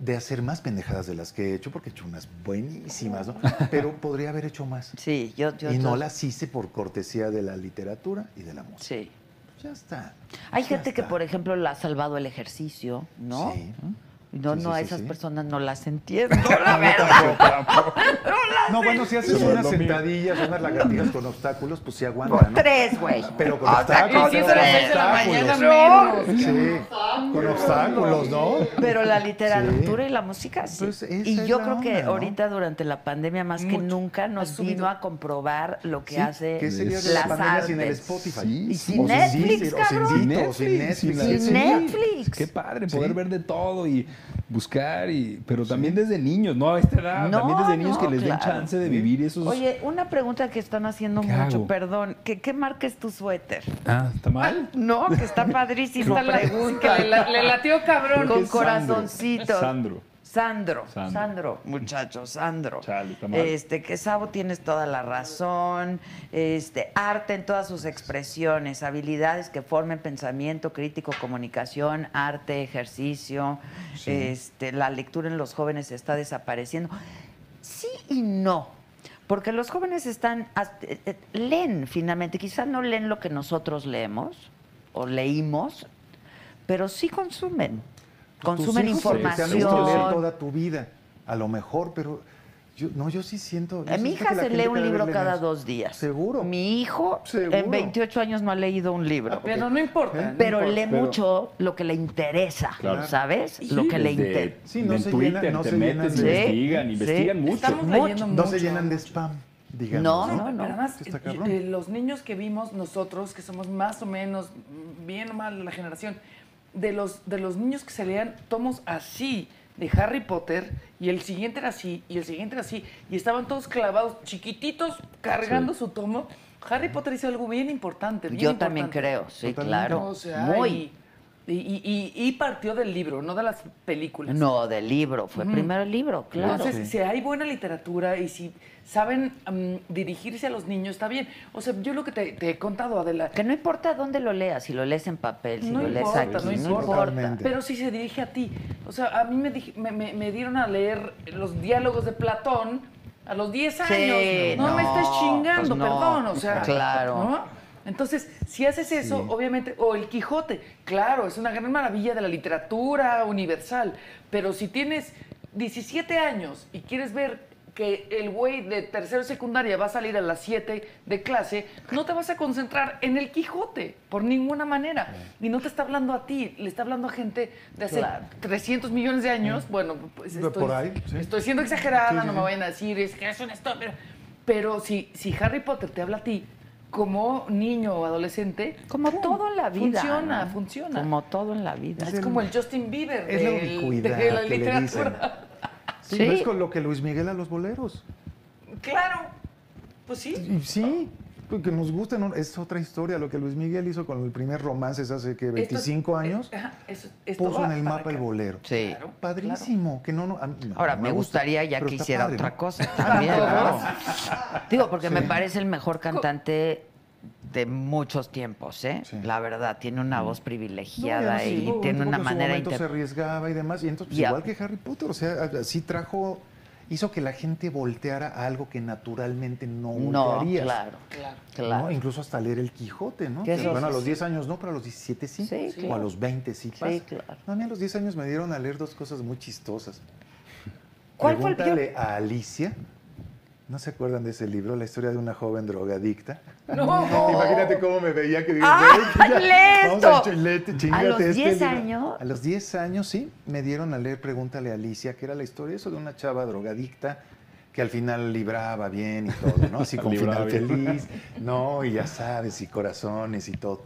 E: de hacer más pendejadas de las que he hecho, porque he hecho unas buenísimas, ¿no? Pero podría haber hecho más.
B: Sí, yo, yo
E: y
B: todo-
E: no las hice por cortesía de la literatura y de la música.
B: Sí.
E: Ya está.
B: Hay
E: Ya
B: gente que,
E: está.
B: por ejemplo, la ha salvado el ejercicio, ¿no?
E: Sí.
B: No,
E: Sí,
B: no, a
E: sí, sí,
B: esas
E: sí.
B: personas no las entiendo, la
E: No,
B: verdad.
E: tampoco, tampoco. No, bueno, si haces unas sentadillas, unas lagartijas con obstáculos, pues sí aguanta,
B: Con
E: ¿no?
B: tres, güey.
E: Pero con
B: O sea,
E: obstáculos.
B: con
F: Y si es Ah, a las seis de la
E: obstáculos.
F: mañana menos.
E: Sí, con obstáculos, ¿no?
B: Pero la literatura y la música sí.
E: Pues esa
B: y
E: es
B: yo
E: la
B: creo que
E: onda, ¿no?
B: ahorita durante la pandemia más que
F: Mucho.
B: nunca
F: Ha
B: nos
F: subido.
B: vino a comprobar lo que
E: Sí,
B: hace
E: ¿Qué sería de la
B: las
E: pandemia
B: artes.
E: sin el Spotify?
I: Sí,
B: Y
I: sí.
B: sin
E: O sin
B: Netflix,
E: Deezer,
B: cabrón.
E: O sin Dito, o sin Netflix.
I: la-
B: Sin
I: sí.
B: Netflix.
I: Qué padre
E: Sí.
I: poder ver de todo y buscar, y, pero también desde niños, ¿no? A esta edad, también desde niños
B: no,
I: que les den
B: claro.
I: chance de vivir esos...
B: Oye, una pregunta que están haciendo
I: ¿Qué
B: mucho,
I: hago?
B: perdón. ¿Qué, ¿Qué marca es tu suéter?
I: Ah, ¿está mal?
B: No, que está padrísimo.
F: Está la-
B: pregunta.
F: que le, la- le latió cabrón.
B: Con
I: Es Sandro.
B: corazoncitos.
I: Sandro.
B: Sandro, Sandro,
I: Sandro.
B: muchachos, Sandro.
I: Chale, está mal.
B: este, que Sabo tienes toda la razón. Este, arte en todas sus expresiones, habilidades que formen pensamiento crítico, comunicación, arte, ejercicio. Este, la lectura en los jóvenes está desapareciendo. Sí y no. Porque los jóvenes están as- eh, eh, leen finalmente, quizás no leen lo que nosotros leemos o leímos, pero sí consumen. Consumen
E: Tus hijos, porque Te han visto leer
B: información.
E: toda tu vida, a lo mejor, pero yo, no, yo sí siento. yo
B: Eh, Mi
E: siento que
B: hija
E: la
B: se
E: gente
B: lee un
E: vez
B: libro
E: lee
B: cada
E: menos.
B: dos días.
E: Seguro.
B: Mi hijo en
E: Seguro.
B: 28 años no ha leído un libro.
F: Pero no
E: ¿Eh?
F: importa.
B: pero
E: importa,
B: lee
I: pero-
B: mucho lo que le interesa,
I: Claro.
B: ¿sabes? lo que le interesa.
E: Sí, no
I: en
E: se
I: Twitter
E: llenan, no
I: te
E: se llenan
I: metes,
E: de-
I: investigan,
B: Sí,
I: investigan
B: sí.
I: mucho.
F: Estamos
B: Mucho.
F: leyendo
E: No
F: mucho.
E: se llenan de spam, digamos.
B: No, no,
F: Pero además,
E: Está
F: eh,
E: cabrón.
F: eh, los niños que vimos nosotros, que somos más o menos, mm, bien o mal la generación, de los, de los niños que se leían tomos así de Harry Potter, y el siguiente era así, y el siguiente era así, y estaban todos clavados, chiquititos, cargando su tomo. Harry Potter hizo algo bien importante. bien
B: Yo también
F: importante.
B: creo, sí,
E: Totalmente.
B: claro.
F: O sea,
B: Muy.
F: Y, y- y- y partió del libro, no de las películas.
B: No, del libro. Fue primero el libro, claro.
F: Entonces, si hay buena literatura y si saben mm, dirigirse a los niños, está bien. O sea, yo lo que te, te he contado, Adela,
B: que no importa dónde lo leas, si lo lees en papel, si
F: no
B: lo lees
F: importa,
B: aquí,
F: no
B: no
F: importa.
B: importa.
E: Totalmente.
F: Pero si se dirige a ti. O sea, a mí me, dij- me, me- me dieron a leer los diálogos de Platón a los 10
B: Sí,
F: años. no, me
B: no,
F: estés chingando,
B: pues no.
F: perdón. O sea,
B: Claro.
F: ¿no? Entonces, si haces eso, obviamente, o el Quijote, claro, es una gran maravilla de la literatura universal, pero si tienes 17 años y quieres ver que el güey de tercero y secundaria va a salir a las 7 de clase, no te vas a concentrar en el Quijote, por ninguna manera. Y no te está hablando a ti, le está hablando a gente de hace 300 millones de años. Bueno, pues
E: Mm. De
F: estoy,
E: por ahí, sí.
F: estoy siendo exagerada,
E: Sí, sí,
F: no
E: sí.
F: me vayan a decir, es que es un estúpido. Pero si, si Harry Potter te habla a ti, como niño o adolescente,
B: Como todo en la vida.
F: Funciona,
B: ¿no?
F: funciona.
B: Como todo en la vida.
F: es como el Justin Bieber
E: es la
F: del-
E: ubicuidad
F: de la
E: que le
F: literatura.
E: Sí,
B: Sí.
E: no es con lo que Luis Miguel a los boleros.
F: Claro, pues sí.
E: Y sí, porque nos gusta, ¿no? es otra historia. Lo que Luis Miguel hizo con el primer romance es hace que 25
F: Esto-
E: años,
F: eh, ajá, eso- esto
E: puso
F: va
E: en el
F: para
E: mapa el
F: acá.
E: bolero.
B: Sí.
F: Claro,
E: Padrísimo, que no, no, a mí- no,
B: Ahora,
E: no
B: me
E: gusta,
B: gustaría ya
E: pero
B: que
E: está
B: hiciera
E: padre,
B: otra
E: ¿no?
B: cosa también, ¿no? Digo, porque me parece el mejor cantante de muchos tiempos, ¿eh?
E: Sí. Mm.
B: La verdad, tiene una voz
E: No, y además
B: privilegiada
E: sí,
B: y
E: hubo un
B: tiene
E: tipo
B: una
E: que en su
B: manera...
E: momento
B: inter-
E: se arriesgaba y demás, y entonces pues,
B: Ya.
E: igual que Harry Potter, o sea, sí trajo, hizo que la gente volteara a algo que naturalmente no
B: No,
E: voltearías.
B: claro,
F: Claro.
B: claro.
E: ¿no? Incluso hasta leer el Quijote, ¿no?
B: Que
E: Que,
B: eso
E: bueno, a
B: sí.
E: los 10 años no, pero a los 17 sí.
B: Sí,
E: o
B: claro.
E: a los 20 sí. pasa.
B: claro.
E: No, a mí a los 10 años me dieron a leer dos cosas muy chistosas.
B: ¿Cuál fue el
E: Pregúntale a Alicia. ¿No se acuerdan de ese libro? La historia de una joven drogadicta.
F: No.
E: Imagínate cómo me veía que digo,
B: ¡Ah,
E: "Güey, pues ya,
B: lee
E: vamos a
B: esto!
E: chulete,
B: ¿A
E: chingate
B: los
E: este
B: 10
E: libro".
B: años?
E: A los 10 años, sí, me dieron a leer Pregúntale a Alicia, que era la historia eso de una chava drogadicta que al final libraba bien y todo, ¿no? Así con
I: Libraba
E: final
I: bien.
E: feliz, ¿no? Y ya sabes, y corazones y todo.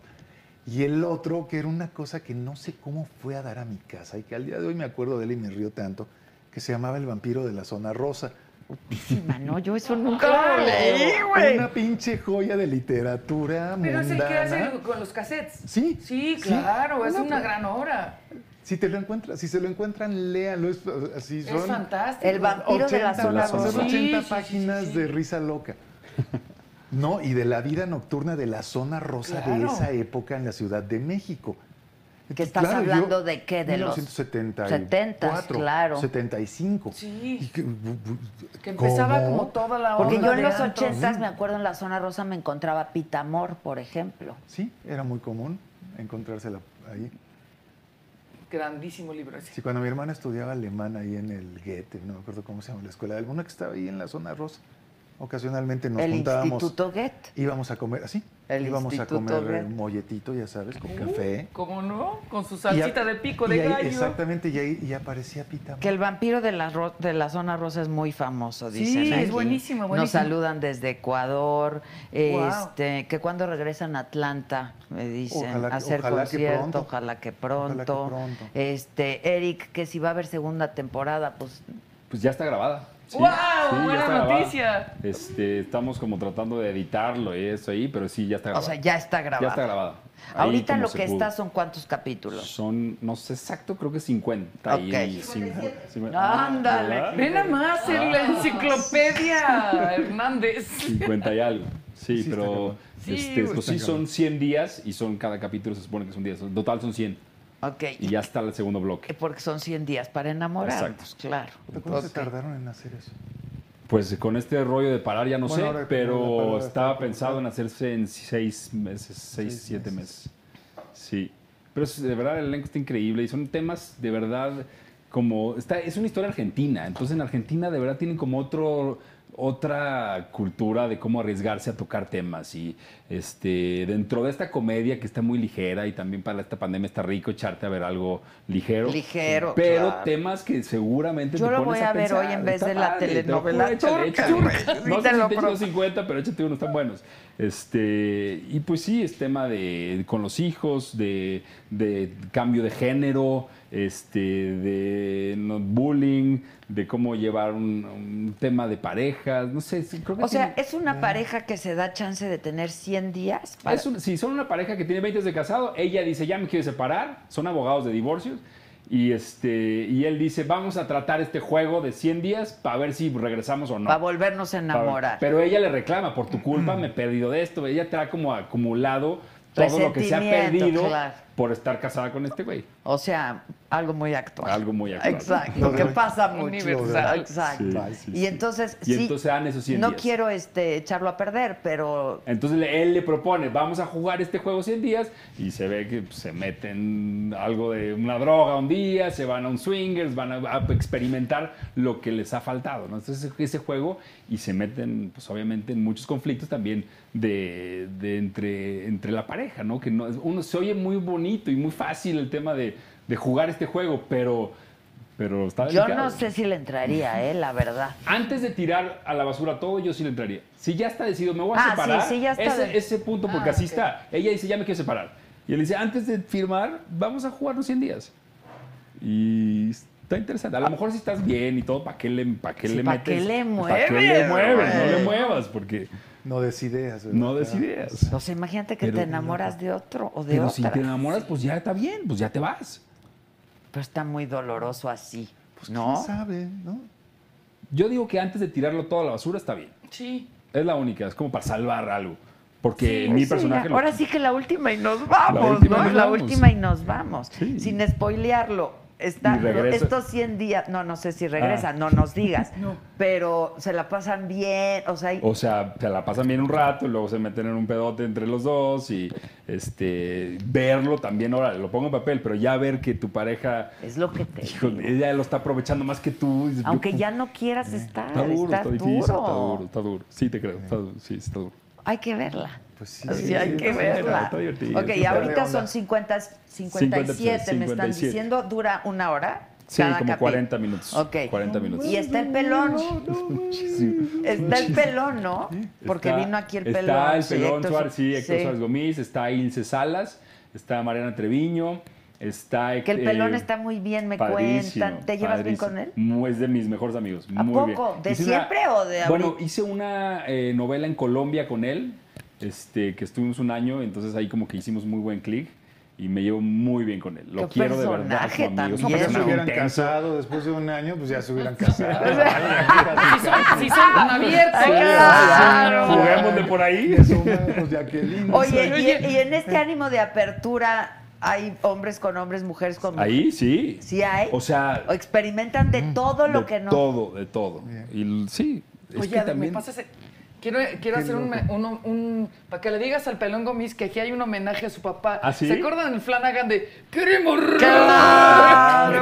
E: Y el otro, que era una cosa que no sé cómo fue a dar a mi casa y que al día de hoy me acuerdo de él y me río tanto, que se llamaba El vampiro de la zona rosa.
B: Muchísima, Ah, ¿no? Yo eso nunca lo leí, güey.
E: Una pinche joya de literatura
F: Pero es el que
E: mundana.
F: hace con los cassettes.
E: Sí,
F: Sí,
E: sí.
F: claro, es
E: No,
F: una
E: pero-
F: gran obra.
E: Si te lo encuentran, si se lo encuentran, léanlo. Es, así son
F: Es fantástico.
B: El vampiro de la
E: 80,
B: zona
E: son
B: rosa.
F: Sí, sí,
E: 80
F: sí,
E: páginas
F: sí, sí.
E: de risa loca. No, y de la vida nocturna de la zona rosa de
F: Claro.
E: esa época en la Ciudad de México.
B: Que estás hablando de qué, de los
E: 1974,
B: claro.
E: 75.
F: Sí.
E: Y que,
F: Que empezaba
E: ¿cómo?
F: como toda la
B: Porque
F: onda
B: yo en
F: de
B: los
F: antros.
B: ochentas, me acuerdo, en la zona rosa me encontraba Pita Amor, por ejemplo.
E: Sí, era muy común encontrársela ahí.
F: Grandísimo libro ese.
E: Sí, cuando mi hermana estudiaba alemán ahí en el Goethe, no me acuerdo cómo se llama la escuela, alguna que estaba ahí en la zona rosa, ocasionalmente nos
B: el
E: juntábamos.
B: Instituto Get.
E: Íbamos a comer, así,
B: El
E: íbamos a
B: Instituto
E: comer
B: Goethe.
E: molletito, ya sabes, con café.
F: ¿Cómo no? Con su
E: Y a-
F: salsita de pico de
E: y ahí-
F: gallo.
E: Exactamente, y ahí y aparecía Pita.
B: Que el vampiro de la, ro- de la zona rosa es muy famoso,
F: Sí,
B: dicen.
F: es
B: aquí.
F: buenísimo,
B: Nos
F: buenísimo.
B: saludan desde Ecuador,
F: Guau.
B: este, que cuando regresan a Atlanta, me dicen,
E: Ojalá que-
B: a hacer
E: ojalá que
B: concierto,
E: pronto.
B: ojalá que
E: Ojalá
B: pronto.
E: que pronto.
B: Este, Eric, que si va a haber segunda temporada, pues
I: Pues ya está grabada.
F: ¡Guau!
I: ya
F: Buena
I: está grabada.
F: noticia.
I: Este, estamos como tratando de editarlo y eso ahí, pero sí, ya está
B: o
I: grabada.
B: sea, ya está grabada.
I: Ya está grabada. Ahí
B: Ahorita
I: como
B: lo
I: se
B: que
I: pudo.
B: está son cuántos capítulos.
I: Son, no sé exacto, creo que 50.
B: Ok.
I: Y, cincuenta- cincuenta- Ah,
B: Ándale.
F: Ve nada más en la enciclopedia, Hernández.
I: 50 y algo. Sí,
E: Sí, está
I: pero
E: cabrón.
F: Sí,
I: este,
F: güey.
I: pues sí son 100 días y son cada capítulo se supone que son 10. En total son 100.
B: Ok.
I: Y ya está el segundo bloque.
B: Porque son 100 días para enamorarnos,
I: Exacto.
B: claro.
E: ¿Cómo se
B: Ok.
E: tardaron en hacer eso?
I: Pues con este rollo de parar ya no
E: Bueno,
I: sé,
E: ahora que la
I: pero
E: parada está
I: estaba
E: por
I: pensado
E: acá.
I: en hacerse en seis meses, seis,
E: Seis
I: siete meses.
E: meses.
I: Sí. Pero es- de verdad el elenco está increíble y son temas de verdad como... Está, es una historia argentina, entonces en Argentina de verdad tienen como otro otra cultura de cómo arriesgarse a tocar temas y este dentro de esta comedia que está muy ligera y también para esta pandemia está rico echarte a ver algo ligero
B: Ligero,
I: pero
B: claro.
I: temas que seguramente
B: Yo
I: te
B: lo
I: pones
B: voy a ver
I: pensar,
B: hoy en vez
I: está
B: de la
I: padre, te lo juro,
B: telenovela
I: échale,
B: turca. Te
I: échale. No sé si
B: lo
I: te eches
B: pro-
I: los 50, pero échate unos tan buenos. Este, y pues sí, es tema de con los hijos, de, de cambio de género, este, de no, bullying, de cómo llevar un, un tema de parejas, no sé, sí, creo que
B: O sea,
I: tiene-
B: es una pareja que se da chance de tener 100 días para...
I: Ah. es un- si son una pareja que tiene 20 de casado, ella dice, ya me quiero separar, son abogados de divorcios, y, este, y él dice, vamos a tratar este juego de 100 días para ver si regresamos o no.
B: Para volvernos a enamorar.
I: Pero ella le reclama, por tu culpa me he perdido de esto, ella trae como acumulado todo lo que se ha
B: Resentimiento,
I: perdido
B: claro.
I: por estar casada con este güey.
B: O sea, algo muy actual.
I: Algo muy actual.
B: Exacto, que pasa mucho.
F: Universal.
B: Exacto.
I: Sí, sí,
B: y
I: sí.
B: entonces,
I: Y
B: sí,
I: entonces dan esos 100
B: no
I: días.
B: quiero este, echarlo a perder, pero
I: Entonces le- él le propone, vamos a jugar este juego 100 días y se ve que pues, se meten algo de una droga un día, se van a un swingers, van a, a experimentar lo que les ha faltado. ¿no? Entonces ese- ese juego y se meten pues obviamente en muchos conflictos también de, de entre, entre la pareja, ¿no? que no, uno se oye muy bonito y muy fácil el tema de, de jugar este juego, pero, pero está
B: yo
I: delicado.
B: no sé si le entraría, eh, la verdad.
I: Antes de tirar a la basura todo, yo sí le entraría. Si ya está decidido, me voy a
B: Ah,
I: separar.
B: sí, sí, ya está
I: Ese,
B: de- Ah,
I: ese punto, porque así está. Ella dice, ya me quiero separar. Y él dice, antes de firmar, vamos a jugar los 100 días. Y está interesante. A lo mejor si estás bien y todo, ¿para qué le, pa' qué
B: Sí,
I: le
B: ¿pa'
I: metes?
B: qué le
I: ¿Para qué le
B: mueves,
I: mueves? No le
B: güey?
I: muevas, porque
E: No des ideas. ¿verdad?
I: no des ideas.
B: O sea, imagínate que
I: Pero-
B: te enamoras de otro o de
I: Pero
B: otra.
I: si te enamoras, pues ya está bien, pues ya te vas.
B: Pero está muy doloroso así,
E: Pues, ¿quién
B: ¿no?
E: sabe, ¿no?
I: Yo digo que antes de tirarlo todo a la basura está bien.
F: Sí.
I: Es la única, es como para salvar algo. Porque
B: Sí,
I: mi
B: Pues sí,
I: personaje...
B: ya.
I: lo-
B: Ahora sí que la última y nos vamos,
I: La última
B: ¿no?
I: y nos
B: la
I: vamos.
B: última y nos vamos.
I: Sí.
B: Sin spoilearlo. Está,
I: Y regresa. Ah.
B: estos 100 días, no, no sé si regresa, no nos digas, pero se la pasan bien, o sea, hay-
I: O sea, se la pasan bien un rato y luego se meten en un pedote entre los dos y este verlo también, ahora lo pongo en papel, pero ya ver que tu pareja,
B: es lo que te...
I: híjole, ella lo está aprovechando más que tú. dices,
B: Aunque
I: yo-
B: ya no quieras estar,
I: Eh, está duro,
B: estás
I: está difícil,
B: duro.
I: está duro, está duro. Sí, te creo, está, du- sí, está duro.
B: Hay que verla.
E: Pues sí.
B: O sea, hay que
I: está-
B: verla.
I: está divertido,
B: ok,
I: está
B: y
I: padre.
B: ahorita son 50, 57, me están
I: 57.
B: diciendo, dura una hora.
I: Sí,
B: cada
I: como
B: capi-
I: 40 minutos.
B: Ok.
I: 40 minutos.
B: Y está el pelón.
I: Sí.
B: Está el pelón, ¿no? Porque
I: Está-
B: vino aquí el
I: está
B: pelón.
I: el
B: sí,
I: Pelón
B: Héctor
I: Suárez, sí, Héctor
B: sí.
I: Suárez Gomis, está Ilse Salas, está Mariana Treviño, está...
B: Que el
I: eh,
B: pelón está muy bien, me
I: Padrísimo,
B: cuentan. ¿Te llevas bien
I: padrísimo.
B: con él?
I: Mu- Es de mis mejores amigos.
B: ¿A
I: muy
B: poco?
I: bien.
B: ¿De
I: una-
B: siempre o de
I: Bueno,
B: ahorita?
I: hice una eh, novela en Colombia con él, este, que estuvimos un año, entonces ahí como que hicimos muy buen clic. y me llevo muy bien con él. Lo
B: Qué
I: quiero de verdad.
B: personaje
I: como amigo.
B: también,
E: Ya se
I: Es un
B: ¿no?
I: personaje
E: hubieran
I: intenso.
E: casado después de un año, pues ya se hubieran casado.
F: Si son, si son tan abiertos.
B: Claro.
I: Juguemos de por ahí.
E: Eso, pues ya qué lindo.
B: Oye, y, y en este ánimo de apertura hay hombres con hombres, mujeres con mujeres.
I: Ahí sí.
B: Sí hay.
I: O sea, mm,
B: O experimentan de todo lo
I: de
B: que no.
I: Todo, de todo. Y l- sí. Es
F: Oye,
I: que
F: a ver,
I: también.
F: me pasa ese- Quiero, quiero hacer un, me- uno- un- Para que le digas al pelón Gomis que aquí hay un homenaje a su papá.
I: ¿Ah, sí?
F: ¿Se acuerdan del Flanagan de... ¡Queremos
B: Claro,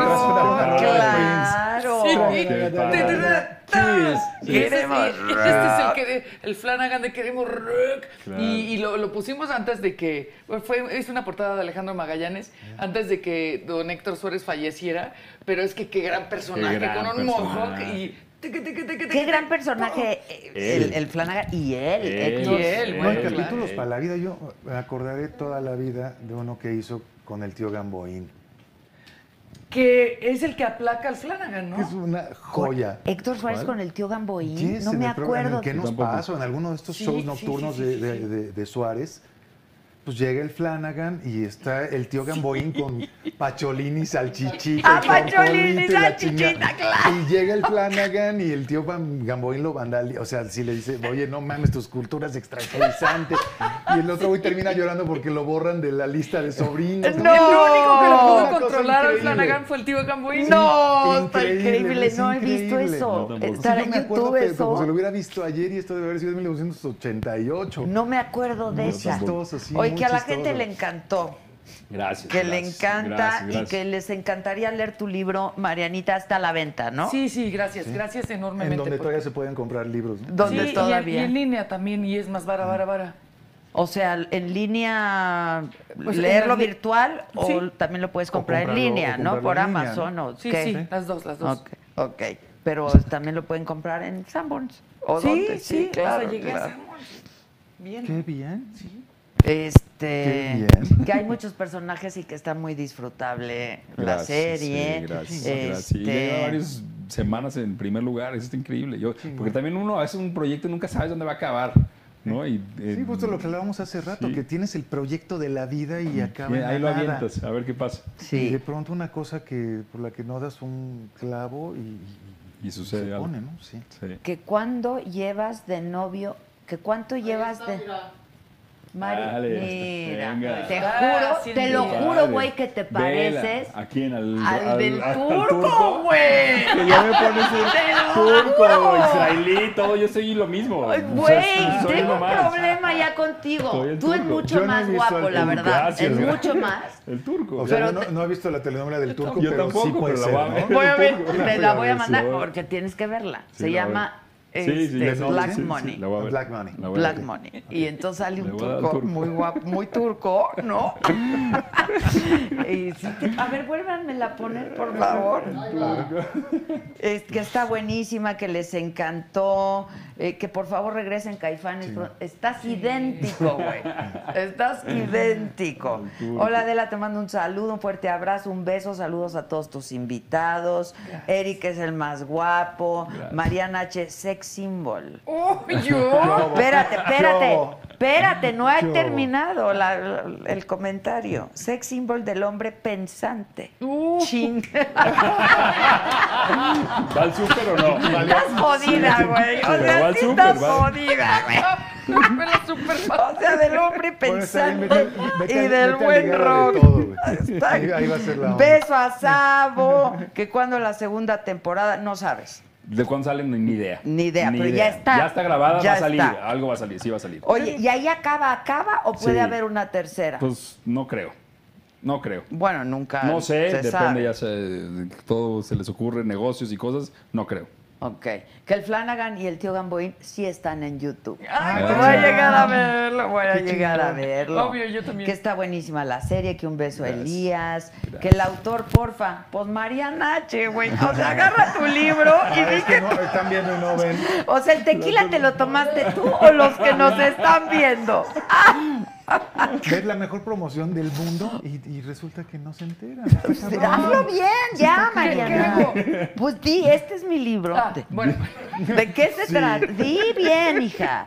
B: claro.
F: Sí.
I: Qué
F: Ta,
I: padre.
F: ta, ta.
I: Sí,
F: Y ese es-
B: Queremos
F: y- Este es el, que de- el Flanagan de Queremos Rock.
I: Claro.
F: Y, y lo, lo pusimos antes de que. Fue, es una portada de Alejandro Magallanes, antes de que don Héctor Suárez falleciera. Pero es que qué gran personaje,
I: gran
F: con un
I: personaje.
F: mohawk y. tiqui, tiqui, tiqui,
B: Qué
F: tiqui,
B: gran
F: tiqui.
B: personaje eh, el, el Flanagan y él. eh,
I: Él.
B: Héctor.
F: Y él,
E: No hay
F: bueno,
E: capítulos
I: claro.
E: para la vida. Yo me acordaré toda la vida de uno que hizo con el tío Gamboín.
F: Que es el que aplaca al Flanagan, ¿no?
E: Es una joya.
B: Héctor Suárez con el tío Gamboín.
E: Yes,
B: no
E: en
B: me
E: el programa,
B: acuerdo.
E: ¿En qué
I: Yo
E: nos
I: tampoco.
E: pasó? En alguno de estos
F: Sí,
E: shows
F: sí,
E: nocturnos
F: sí, sí,
E: de,
F: sí,
E: de-
F: sí.
E: de- de Suárez, pues llega el Flanagan y está el tío Gamboín con Pacholini y salchichita.
B: Ah,
E: y
B: Pacholini y
E: chocolito la
B: salchichita,
E: chingada.
B: claro.
E: Y llega el Flanagan y el tío Bam- Gamboín lo vandaliza. O sea, si le dice, oye, no mames, tus culturas extranjerizantes. Y el otro güey termina llorando porque lo borran de la lista de sobrinos.
B: No.
F: El único que lo
E: Una
F: pudo
E: cosa
F: controlar al
E: increíble.
F: Flanagan fue el tío Gamboín.
B: No,
E: Sí,
B: está increíble.
E: increíble, es
B: No he visto
E: increíble.
B: eso.
I: No, tampoco.
B: Estar
E: Sí, yo
B: en
E: me acuerdo
B: YouTube
E: que
B: eso.
E: como se lo hubiera visto ayer y esto debe haber sido en 1988.
B: No me acuerdo de
I: Muy
B: esa.
E: chistoso, sí,
B: Oye,
E: muy
B: que a la
E: chistoso.
B: gente le encantó.
I: Gracias.
B: Que le
I: gracias,
B: encanta
I: gracias,
B: y
I: gracias.
B: que les encantaría leer tu libro, Marianita, hasta la venta, ¿no?
F: Sí, sí, gracias, gracias enormemente.
E: En donde
F: porque-
E: todavía se pueden comprar libros. ¿no?
B: Donde
F: Sí, y en-
B: todavía.
F: Y en, línea también, y es más vara, vara, vara.
B: O sea, en línea,
F: Pues,
B: leerlo
F: en la-
B: virtual
F: Sí.
B: o también lo puedes comprar en
E: comprarlo-
B: línea,
E: o
B: ¿no? Por
E: comprarlo en línea,
B: Amazon o
F: Sí,
B: qué.
F: sí, las dos, las dos.
B: Ok, ok. Pero también lo pueden comprar en Sanborns. ¿O
F: Sí,
B: dónde?
F: sí, claro, llegué a
B: claro.
F: Sanborns. Bien.
E: Qué bien.
B: Este,
E: Qué bien.
B: que hay muchos personajes y que está muy disfrutable la
I: Gracias,
B: serie.
I: sí, gracias,
B: Este,
I: gracias. Y ya lleva varias semanas en primer lugar, eso está increíble. Yo, porque también uno hace un proyecto y nunca sabes dónde va a acabar, ¿no? Y, eh,
E: Sí, justo lo que hablábamos hace rato,
I: sí.
E: que tienes el proyecto de la vida y acaba
I: y
E: en la
I: ahí lo
E: nada.
I: avientas, a ver qué pasa.
E: Y de
B: Sí.
E: pronto una cosa que por la que no das un clavo y,
I: Y sucede
E: se
I: algo.
E: pone, ¿no? Sí.
I: Sí.
B: Que cuándo llevas de novio, que cuánto llevas
D: está,
B: de...
D: mira.
B: Mari,
I: Dale,
B: mira,
I: venga.
B: te
F: Ah,
B: juro,
F: sí,
B: te lo
F: mira.
B: juro, güey, que te
I: Vela,
B: pareces
I: ¿A quién? Al,
B: al, del
I: al- al
B: turco, güey.
I: Que ya me pones un turco, israelí, todo. Yo soy lo mismo.
B: Ay,
I: O sea,
B: Güey,
I: soy
B: tengo
I: lo
B: un
I: más.
B: problema ya contigo.
I: Soy el
B: Tú es
I: turco.
B: mucho
E: Yo no he
B: más
E: visto
B: guapo,
E: al
B: la
E: turco.
B: verdad.
I: Gracias,
B: es
I: güey.
B: mucho más.
I: El turco.
E: O sea,
B: Pero
E: no,
B: te-
E: no he visto la telenovela del turco,
I: Yo
E: pero sí
I: tampoco,
E: puede
I: pero la
E: ser,
I: voy a
E: ¿no?
I: ver.
B: Voy a ver,
I: turco.
B: te la voy a
I: Sí,
B: mandar
I: la voy a ver.
B: porque tienes que verla.
I: Sí,
B: Se
I: la voy a
B: llama
I: ver. Sí, sí,
B: este,
I: la- sí,
B: Black
I: sí, sí,
B: Money.
I: la voy a ver.
E: Black Money.
I: La voy a
B: Black
I: ver.
B: Money. Y entonces sale
I: Le
B: un
I: voy a dar al
B: turco,
I: turco.
B: muy guapo, muy turco, ¿no? Y sí te- a ver, vuélvanmela a poner, por favor. Es que está buenísima, que les encantó, eh, que por favor regresen Caifanes. pro- Estás idéntico, güey. Estás idéntico. Hola, Adela, te mando un saludo, un fuerte abrazo, un beso, saludos a todos tus invitados. Eric es el más guapo. Mariana H, sex symbol.
F: ¡Oh, yo!
B: Espérate, espérate,
E: Yo.
B: espérate, no ha
E: Yo.
B: terminado la- la- el comentario. Sex symbol del hombre pensante. Ching.
I: ¿Va al súper o no?
B: Estás jodida, güey. O
I: Pero va
B: sea,
I: al
B: sí
I: súper,
B: estás
I: va.
B: jodida, güey.
F: Me la super
B: O sea, del hombre
E: Bueno, está bien,
B: pensante
E: vete- vete-
B: y del
E: vete a
B: buen
E: ligar a
B: rock.
E: de todo, güey.
B: Está-
E: Ahí- ahí va a ser la onda.
B: Beso a Sabo, que cuando la segunda temporada, no sabes.
I: ¿De cuándo salen? Ni idea.
B: Ni idea, pero ya está.
I: Ya está grabada,
B: Ya
I: va a salir.
B: está.
I: Algo va a salir, sí va a salir.
B: Oye, ¿y ahí acaba, acaba o puede
I: Sí.
B: haber una tercera?
I: Pues no creo. No creo.
B: bueno, nunca.
I: No sé,
B: se
I: depende,
B: sabe.
I: ya sé, de que todo se les ocurre, negocios y cosas, no creo.
B: Ok. Que el Flanagan y el tío Gamboín sí están en YouTube.
E: Ah,
F: Ay,
B: voy a llegar a verlo, voy a llegar a verlo.
F: Obvio, yo también.
B: Que está buenísima la serie, que un beso a
I: Gracias.
B: Elías.
I: Gracias.
B: Que el autor, porfa, pues María Nache, güey. O sea, agarra tu libro y di
E: Es que
B: que...
E: no, están viendo y no ven.
B: O sea, ¿el tequila te lo tomaste tú o los que nos están viendo?
E: Ves la mejor promoción del mundo y, y resulta que no se enteran.
B: Hazlo bien, ya, Mariana.
F: qué
B: Pues di, este es mi libro.
F: Ah, bueno,
B: ¿De qué se trata? Di bien, hija.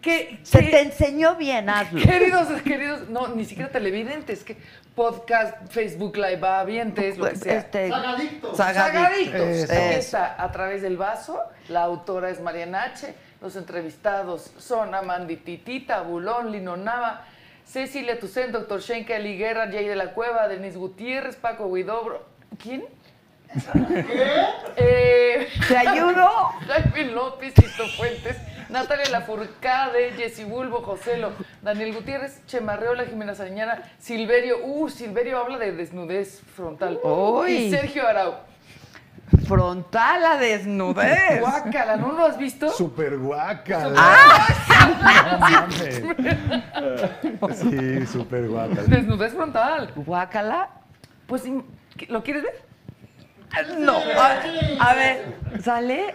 F: que,
H: Se
F: que-
H: te enseñó bien, hazlo.
F: Queridos, queridos, no, ni siquiera televidentes, que podcast, Facebook Live, va avientes,
B: Pues,
F: lo que sea.
H: Este,
D: Sagadictos.
F: Sagadictos.
E: Eso.
F: Aquí está, a través del vaso, la autora es Mariana H. Los entrevistados son Amandi Titita, Bulón, Lino Nava, Cecilia Tucent, Doctor Shenka, Eli Guerra, Jay de la Cueva, Denis Gutiérrez, Paco Guidobro. ¿Quién? Eh,
H: ¿Te ayudo?
F: Jaime López, Tito Fuentes, Natalia Lafourcade, Jessy Bulbo, Joselo, Daniel Gutiérrez, Chemarreola, Jimena Sañana, Silverio. Uh, Silverio habla de desnudez frontal.
H: Uy.
F: Y Sergio Arau.
H: Frontal a desnudez.
F: Guácala, ¿no lo has visto?
E: Super guaca. Sí, super guaca.
F: Desnudez frontal.
H: Guácala.
F: Pues, im- ¿qué- ¿lo quieres ver?
H: No. A, a ver, ¿sale?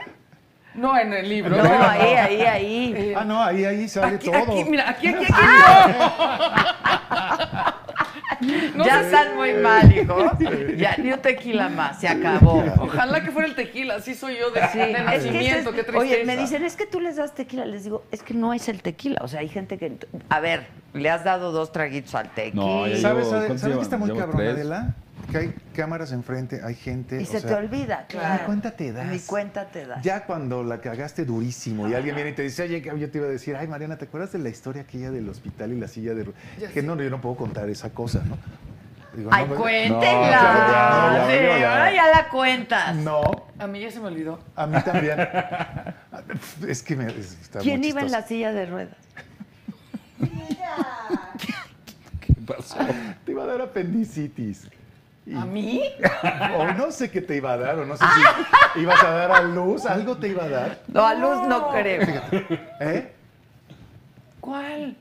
F: No en el libro.
H: No, eh. ahí, ahí, ahí.
E: Ah, no, ahí, ahí sale
F: Aquí,
E: todo.
F: aquí, mira, aquí, aquí, aquí. No
H: ya
F: sé.
H: están muy mal, hijo. Ya, ni un tequila más, se acabó.
F: Ojalá que fuera el tequila, así soy yo de,
H: Sí,
F: de
H: es que eso es-
F: nacimiento, qué tristeza.
H: Oye, me dicen, es que tú les das tequila. Les digo, es que no es el tequila. O sea, hay gente que. A ver, le has dado dos traguitos al tequila.
I: No, ya llevo-
E: ¿Sabes,
I: ¿cuántos
E: ¿sabes, ¿sabes
I: llevan?
E: que está muy
I: Llevo
E: cabrón,
I: tres.
E: Adela? Porque hay cámaras enfrente, hay gente.
H: y
E: o
H: se
E: sea,
H: te olvida, claro.
E: Ni cuenta te das.
H: Ni cuenta te das.
E: Ya cuando la cagaste durísimo y alguien viene y te dice, oye, yo te iba a decir, ay, Mariana, ¿te acuerdas de la historia aquella del hospital y la silla de... ru-?" Que no, yo no puedo contar esa cosa, ¿no? Digo,
H: Ay,
E: "No, pues,
H: cuéntenla.
E: No, ya, ya,
H: Sí,
E: ya, ya.
H: ahora ya la cuentas.
E: No,
F: A mí ya se me olvidó.
E: a mí también. es que me... es- está muy
H: ¿Quién iba en la
E: chistoso.
H: silla de ruedas?
E: Te iba a dar apendicitis. Y-
F: ¿A mí?
H: Ah,
E: O no sé qué te iba a dar, o no sé si ibas a dar a luz, algo te iba a dar.
H: No, a luz no creo.
E: ¿Eh?
F: ¿Cuál?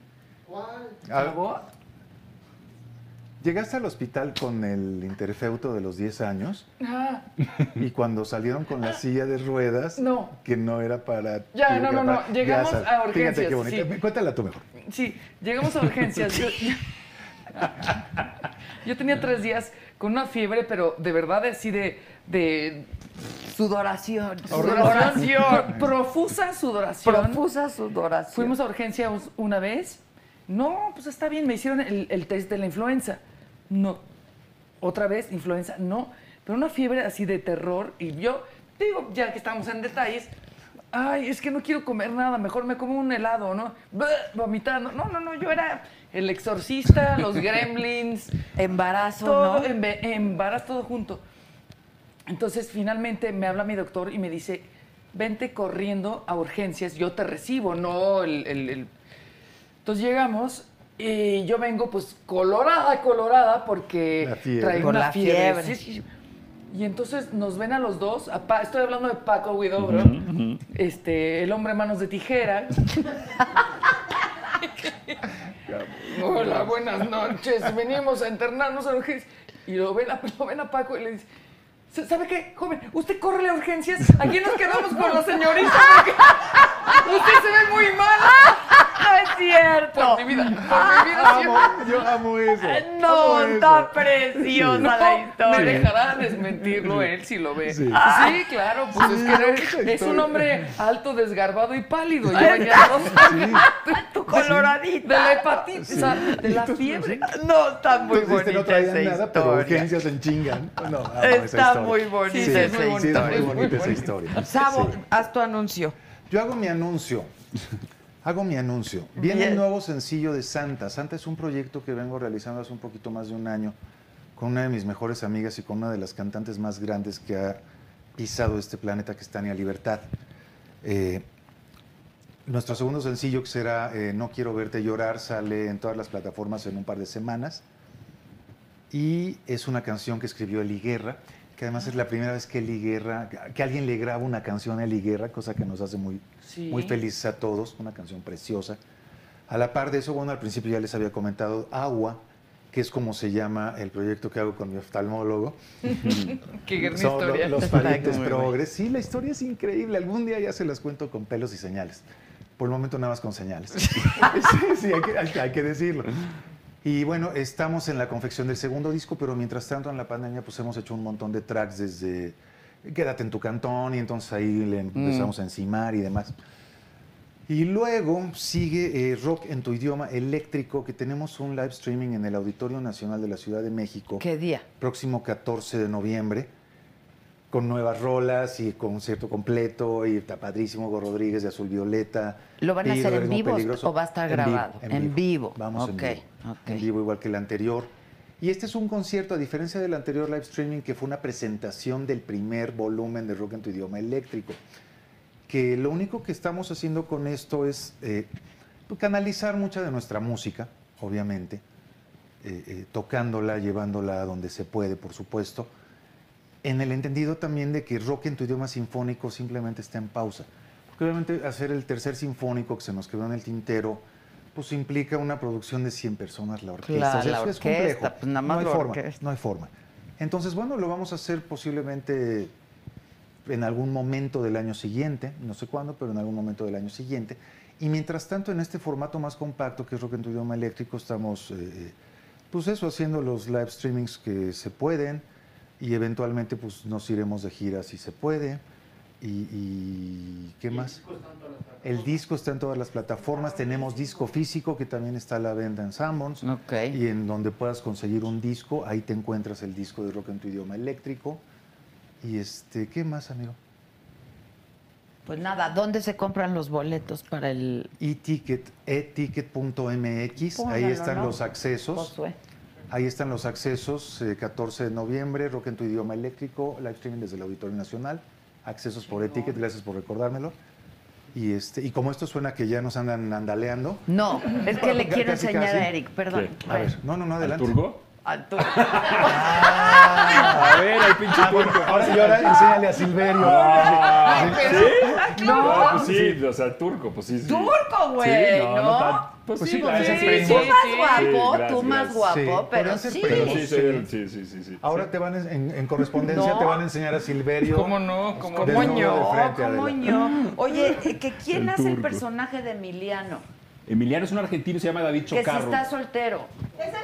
D: ¿Cuál?
E: Ah,
F: ¿Cabo?
E: Llegaste al hospital con el interfeuto de los 10 años
F: Ah,
E: y cuando salieron con la silla de ruedas,
F: No.
E: que no era para ti,
F: Ya,
E: que
F: no,
E: era
F: no, no,
E: para- ya
F: llegamos
E: sabes.
F: a
E: Fíjate qué
F: urgencias,
E: bonito.
F: sí.
E: Cuéntala tú mejor.
F: sí, llegamos a urgencias. Yo, yo- yo tenía tres días con una fiebre, pero de verdad así de... de
H: Sudoración.
F: Pro- profusa sudoración.
H: Profusa sudoración.
F: Fuimos a urgencias una vez. No, pues está bien, me hicieron el, el test de la influenza. No. Otra vez, influenza, no. Pero una fiebre así de terror. Y yo, digo, ya que estamos en detalles, ay, es que no quiero comer nada, mejor me como un helado, ¿no? Bleh, vomitando. No, no, no, yo era el exorcista, los gremlins,
H: Embarazo,
F: todo,
H: ¿no?
F: embe- embarazo todo junto. Entonces, finalmente me habla mi doctor y me dice, vente corriendo a urgencias, yo te recibo, no el... el- el-". Entonces llegamos y yo vengo pues colorada, colorada, porque
E: La fiebre.
F: traigo
H: Con
F: una
H: la
F: fiebre.
H: fiebre.
F: sí, sí. Y entonces nos ven a los dos, a Pa- estoy hablando de Paco Guidobro, este, el hombre manos de tijera. Hola, buenas noches. Venimos a internarnos a urgencias. Y lo ven a, lo ven a Paco y le dice, "¿S- ¿sabe qué, joven? Usted corre a urgencias. Aquí nos quedamos con la señorita. porque usted se ve muy mal.
H: No es cierto.
F: Por mi vida, por mi vida.
E: Amo,
F: siempre.
E: yo amo eso.
H: No,
E: amo eso.
H: está preciosa la
F: No, me
H: historia.
F: dejará desmentirlo él si lo ve.
E: Sí.
F: Sí, claro, pues es que
E: esa
F: era- es un
E: historia.
F: hombre alto, desgarbado y pálido. Yo venía dos
H: Tú
F: de
H: coloradita.
F: la hepatitis, o sea, de la fiebre.
H: No, está muy
E: Entonces, este,
H: bonita
E: no traían
H: esa
E: nada, pero
H: historia.
E: urgencias en chingan. No, amo esa
H: Está
E: historia.
H: muy bonita
E: Sí, sí,
H: esa
E: es muy
H: historia.
E: bonita esa historia.
H: Sabo,
E: Sí.
H: haz tu anuncio.
E: Yo hago mi anuncio. Hago mi anuncio. Viene
H: Bien.
E: un nuevo sencillo de Santa. Santa es un proyecto que vengo realizando hace un poquito más de un año con una de mis mejores amigas y con una de las cantantes más grandes que ha pisado este planeta, que es Tania Libertad. Eh, nuestro segundo sencillo, que será eh, No Quiero Verte Llorar, sale en todas las plataformas en un par de semanas. Y es una canción que escribió Eli Guerra, que además es la primera vez que Eli Guerra, que alguien le graba una canción a Eli Guerra, cosa que nos hace muy,
F: Sí.
E: muy felices a todos, una canción preciosa. A la par de eso, bueno, al principio ya les había comentado Agua, que es como se llama el proyecto que hago con mi oftalmólogo.
F: Qué gran
E: Son lo-
F: historia.
E: los parientes progres. Sí, la historia es increíble. Algún día ya se las cuento con pelos y señales. Por el momento nada más con señales. sí, sí, hay que, hay que- hay que decirlo. Y bueno, estamos en la confección del segundo disco, pero mientras tanto en la pandemia pues hemos hecho un montón de tracks desde Quédate en tu cantón y entonces ahí le empezamos a encimar y demás. Y luego sigue eh, Rock en tu idioma eléctrico, que tenemos un live streaming en el Auditorio Nacional de la Ciudad de México.
F: ¿Qué día?
E: Próximo 14 de noviembre, con nuevas rolas y concierto completo. Y está padrísimo Hugo Rodríguez de Azul Violeta.
B: ¿Lo van a
E: y
B: hacer en
E: Organismo
B: vivo
E: Peligroso.
B: o va a estar grabado? En vivo.
E: Vamos
B: Ok,
E: en vivo.
B: ok.
E: En vivo, igual que el anterior. Y este es un concierto, a diferencia del anterior live streaming, que fue una presentación del primer volumen de Rock en tu idioma eléctrico que lo único que estamos haciendo con esto es eh, pues, canalizar mucha de nuestra música, obviamente, eh, eh, tocándola, llevándola a donde se puede, por supuesto, en el entendido también de que rock en tu idioma sinfónico simplemente está en pausa. Porque obviamente hacer el tercer sinfónico que se nos quedó en el tintero, pues implica una producción de 100 personas, la orquesta.
B: Claro,
E: o sea,
B: la
E: eso es
B: orquesta,
E: complejo.
B: pues, nada más
E: no hay
B: la
E: forma,
B: orquesta.
E: no hay forma. Entonces, bueno, lo vamos a hacer posiblemente en algún momento del año siguiente, no sé cuándo, pero en algún momento del año siguiente. Y mientras tanto, en este formato más compacto que es Rock en tu idioma eléctrico, estamos, eh, eh, pues eso, haciendo los live streamings que se pueden y eventualmente pues nos iremos de gira si se puede. ¿Y, y qué más? El disco está en todas las plataformas. Tenemos disco físico que también está a la venta en Sanborns.
B: Ok.
E: Y en donde puedas conseguir un disco, ahí te encuentras el disco de rock en tu idioma eléctrico. Y este, ¿qué más, amigo?
B: Pues nada, ¿dónde se compran los boletos para el
E: E-ticket, eticket.mx, ahí
B: Póngalo,
E: están
B: ¿no?
E: los accesos.
B: Josué?
E: Ahí están los accesos, eh, 14 de noviembre, Rock en tu idioma eléctrico, live streaming desde el Auditorio Nacional, accesos por eticket, gracias por recordármelo. Y este, y como esto suena que ya nos andan andaleando.
B: No, es que le
E: Casi,
B: quiero
E: casi.
B: enseñar a Eric, perdón.
E: A ver, no, no, no,
I: ¿Al
E: adelante.
I: turco? Ah,
B: A tú.
I: A ver, al pinche turco.
E: Ahora sí, ahora enséñale a Silverio.
I: Ah,
B: Ah,
I: ¿Sí? No, pues sí, o sea, turco, pues sí. sí.
B: Turco, güey,
I: Sí, no,
B: ¿no?
I: no tan- pues,
E: Pues
I: sí,
E: sí,
I: la
E: pues
I: neta,
E: sí,
I: sí,
B: Tú
I: sí.
B: más
I: Sí,
B: guapo,
I: gracias,
B: tú más
I: gracias.
B: guapo,
E: Sí,
B: pero
E: podrían ser
B: sí.
I: Pero
E: Sí.
I: sí, sí, sí, sí, sí, sí.
E: Ahora te van a- en, en correspondencia
B: No.
E: te van a enseñar a Silverio. Pues
F: ¿Cómo no? ¿Cómo
E: Del
B: ¿Cómo
E: nudo
F: no?
E: de
B: yo?
E: frente,
B: ¿Cómo
E: Adela.
B: yo? Oye, eh, que ¿quién
I: El
B: hace el
I: turco.
B: personaje de Emiliano?
I: Emiliano es un argentino, se llama David
B: Que si
I: Chocarro.
B: está soltero.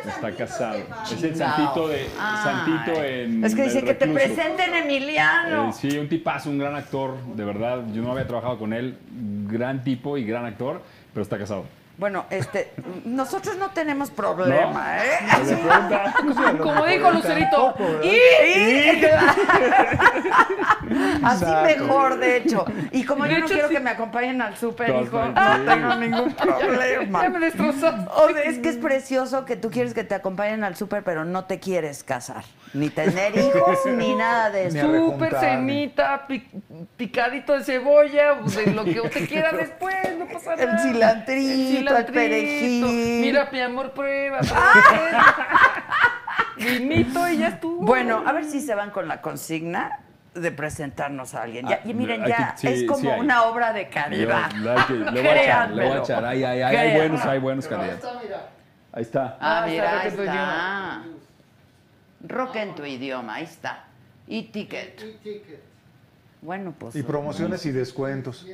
I: Está casado. Es el
B: Chingao.
I: santito de
B: Ay.
I: santito en
B: Es que dice
I: Mm, El
B: que te
I: Recluso.
B: presenten Emiliano.
I: Eh, sí, un tipazo, un gran actor, de verdad. Yo no había trabajado con él, gran tipo y gran actor, pero está casado.
B: Bueno, este, nosotros no tenemos problema, ¿eh?
I: Pero le pregunta-
F: Como dijo Lucerito. Y
B: Y- Así
E: Exacto.
B: mejor, de hecho. Y como
F: De
B: yo no
F: hecho,
B: quiero
F: sí.
B: que me acompañen al súper,
I: Todo
B: hijo,
I: está
B: no
I: bien.
B: tengo ningún problema.
F: ya me destrozaste.
B: O sea, es que es precioso que tú quieres que te acompañen al súper, pero no te quieres casar, ni tener hijos, ni nada de eso.
E: Ni a
F: Súper
E: rejuntar,
F: cenita, pi- picadito de cebolla, o de lo que usted quiera después, no pasa nada.
B: El cilantrito, el
F: cilantrito.
B: perejil.
F: Mira, mi amor, prueba. prueba. Limito y ya estuvo.
B: Bueno, a ver si se van con la consigna de presentarnos a alguien. Ya-
I: Ah,
B: y miren,
I: hay
B: ya
I: que- sí,
B: es como
I: sí hay.
B: una obra de
I: Yo-
B: caridad.
I: la que- Le voy a echar, le voy
B: Créanmelo.
I: a echar. Ay, ay, ay, hay
B: Créanmelo.
I: buenos, hay buenos candidatos.
D: Esta, mira.
I: Ahí está.
B: Ah,
F: Ah,
B: mira,
F: está,
B: ahí
F: rock en tu
B: está. Rock en tu idioma, ahí está. Y ticket.
D: E-ticket.
B: Bueno, pues.
E: Y promociones y descuentos.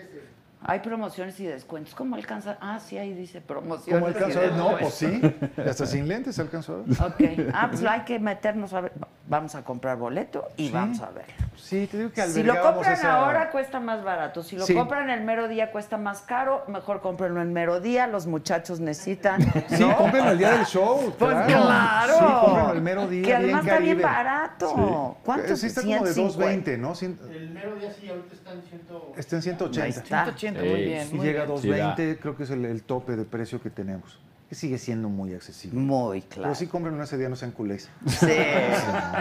B: Hay promociones y descuentos. ¿Cómo alcanza? Ah, sí, ahí dice promociones.
E: ¿Cómo alcanzó
B: y
E: a ver? No, pues
B: descuentos.
E: sí. Hasta sin lentes alcanzó a ver.
B: Ok. Ah, pues hay que meternos a ver. Vamos a comprar boleto y vamos a ver.
E: Sí, te digo que
B: Si lo
E: albergábamos
B: compran
E: esa-
B: ahora cuesta más barato, si lo
E: Sí.
B: compran el mero día cuesta más caro, mejor cómprenlo en mero día, los muchachos necesitan.
E: Sí,
B: ¿no?
E: cómprenlo el día del show.
B: Pues
E: claro.
B: claro.
E: Sí, cómprenlo el mero día.
B: Que además está bien
E: Caribe.
B: barato. ¿Cuánto?
E: Sí, está como de
B: 150.
E: 220, ¿no? Cien-
D: El mero día sí, ahorita está en 100.
E: Está en 180.
B: Ahí está.
F: 180,
I: Sí.
F: muy bien.
E: Y
F: muy
E: llega a
F: bien.
I: Sí, da.
E: 220, creo que es el, el tope de precio que tenemos. Que sigue siendo muy accesible.
B: Muy claro.
E: Pero sí, cómprenlo ese día, no sean culés.
B: Sí,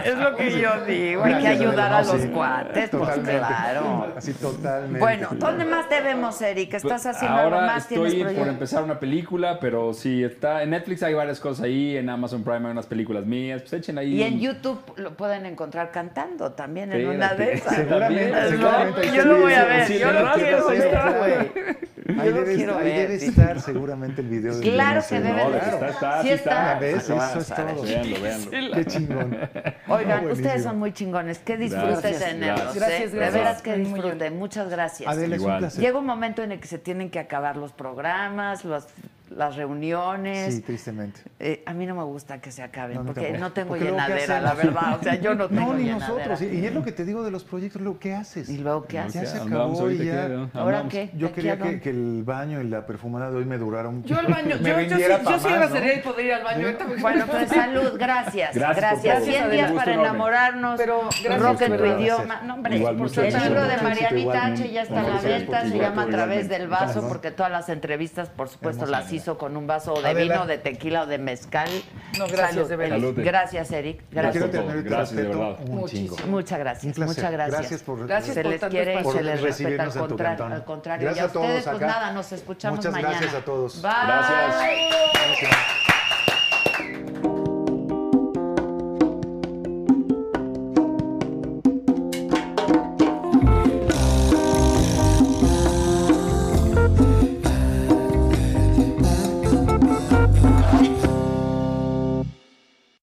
B: es lo que yo digo. Hay que
E: Gracias,
B: ayudar
E: Adela,
B: a
E: no,
B: los
E: sí.
B: cuates, pues
E: Totalmente.
B: claro.
E: Así totalmente.
B: Bueno, ¿dónde más te vemos, Erika? ¿Estás haciendo
I: Pues, Ahora
B: algo más? ¿Tienes
I: estoy por
B: proyectos?
I: empezar una película, pero sí, está en Netflix hay varias cosas ahí, en Amazon Prime hay unas películas mías, pues echen ahí.
B: Y
I: un-
B: en YouTube lo pueden encontrar cantando también en
I: Espérate.
B: una de esas.
E: Seguramente,
I: También.
E: seguramente.
B: Yo lo voy a ver,
I: Sí,
B: yo
I: sí,
B: lo
I: sí,
B: quiero
I: sí,
B: ver,
E: sí,
B: güey.
E: Ahí
B: Yo lo
E: debe,
B: quiero
E: estar, ahí
B: ver,
E: debe
B: sí.
E: estar seguramente el video. del
B: Claro
E: Beyoncé,
B: que
E: ¿no?
B: debe
I: No,
B: de
I: de que
B: estar.
I: está, está,
B: Sí
I: sí
B: está.
I: está.
E: Ah, ¿ves?
B: Lo van a
E: Eso es
B: usar,
E: todo.
B: eh.
I: Véanlo, véanlo.
E: Qué chingón.
B: Oigan,
E: No,
B: ustedes
E: buenísimo.
B: son muy chingones. Que disfruten
I: Gracias,
B: tenerlos.
F: gracias.
B: ¿eh?
F: Gracias,
B: De
F: gracias.
B: veras que
F: Muy bien.
B: disfruten. Muchas gracias.
E: Adela, es un
I: Igual.
E: placer.
B: Llega un momento en el que se tienen que acabar los programas, las, las reuniones.
K: Sí, tristemente.
B: Eh, a mí no me gusta que se acaben,
K: No, no
B: porque
K: tampoco.
B: no tengo
E: Porque luego, ¿qué
B: llenadera, la
E: hacemos?
B: verdad. O sea, yo no tengo
E: No, ni
B: llenadera.
E: nosotros. Y y es lo que te digo de los proyectos, lo que haces.
B: ¿Y luego qué
E: Ya
B: haces?
E: se
I: Andamos
E: acabó
I: ahorita
E: y ya.
I: aquí, ¿no?
B: ¿Ahora
I: Andamos.
B: qué? ¿De
E: Yo
B: aquí a
E: quería que,
B: dónde?
E: que el baño y la perfumada de hoy me durara un
F: Yo al baño,
E: me
F: yo, yo, sí,
E: rindiera pa'
F: yo sí
E: más,
F: agradecería
E: ¿no?
F: el poder ir al baño. ahorita, porque-
B: Bueno, pues salud, gracias.
I: Gracias por
B: Gracias.
I: todo.
B: 100
I: Gracias,
B: días
I: un gusto
B: para
I: enorme.
B: enamorarnos.
F: Pero gracias,
B: Rock en
I: pero
B: tu
I: gracias.
B: idioma. No, hombre,
I: Igual,
B: por
I: muchas
B: supuesto. el
I: gracias.
B: libro de
I: Mucho éxito,
B: Marianita
I: igual,
B: H ya está a la
I: muchas gracias por
B: venta.
I: tu
B: Se
I: igual,
B: llama A través
I: igualmente.
B: del vaso,
I: Gracias.
B: porque todas las entrevistas, por supuesto,
E: Hermosa
B: las
E: idea.
B: hizo con un vaso de
K: Adela.
B: vino, de tequila o de mezcal.
F: No, gracias,
B: Salud.
F: de veras.
I: Salud.
B: Gracias, Eric.
E: Yo
B: Gracias.
E: quiero tener el
I: Gracias, de
E: respeto
I: verdad.
E: un chingo.
F: Muchísimo.
B: Muchas
E: Un
B: gracias,
E: placer.
B: muchas gracias.
E: Gracias por-
F: Gracias
B: se
F: por
B: les
F: tanto
B: quiere y
F: espacio.
B: se les
E: Por
B: respeta al
E: recibirnos en tu
B: contrario.
E: cantón.
B: Al contrario.
E: Gracias
B: y a
E: a todos
B: ustedes, pues
E: acá.
B: nada, nos escuchamos
E: Muchas
B: mañana.
E: gracias a todos.
B: Bye.
I: Gracias.
E: Gracias.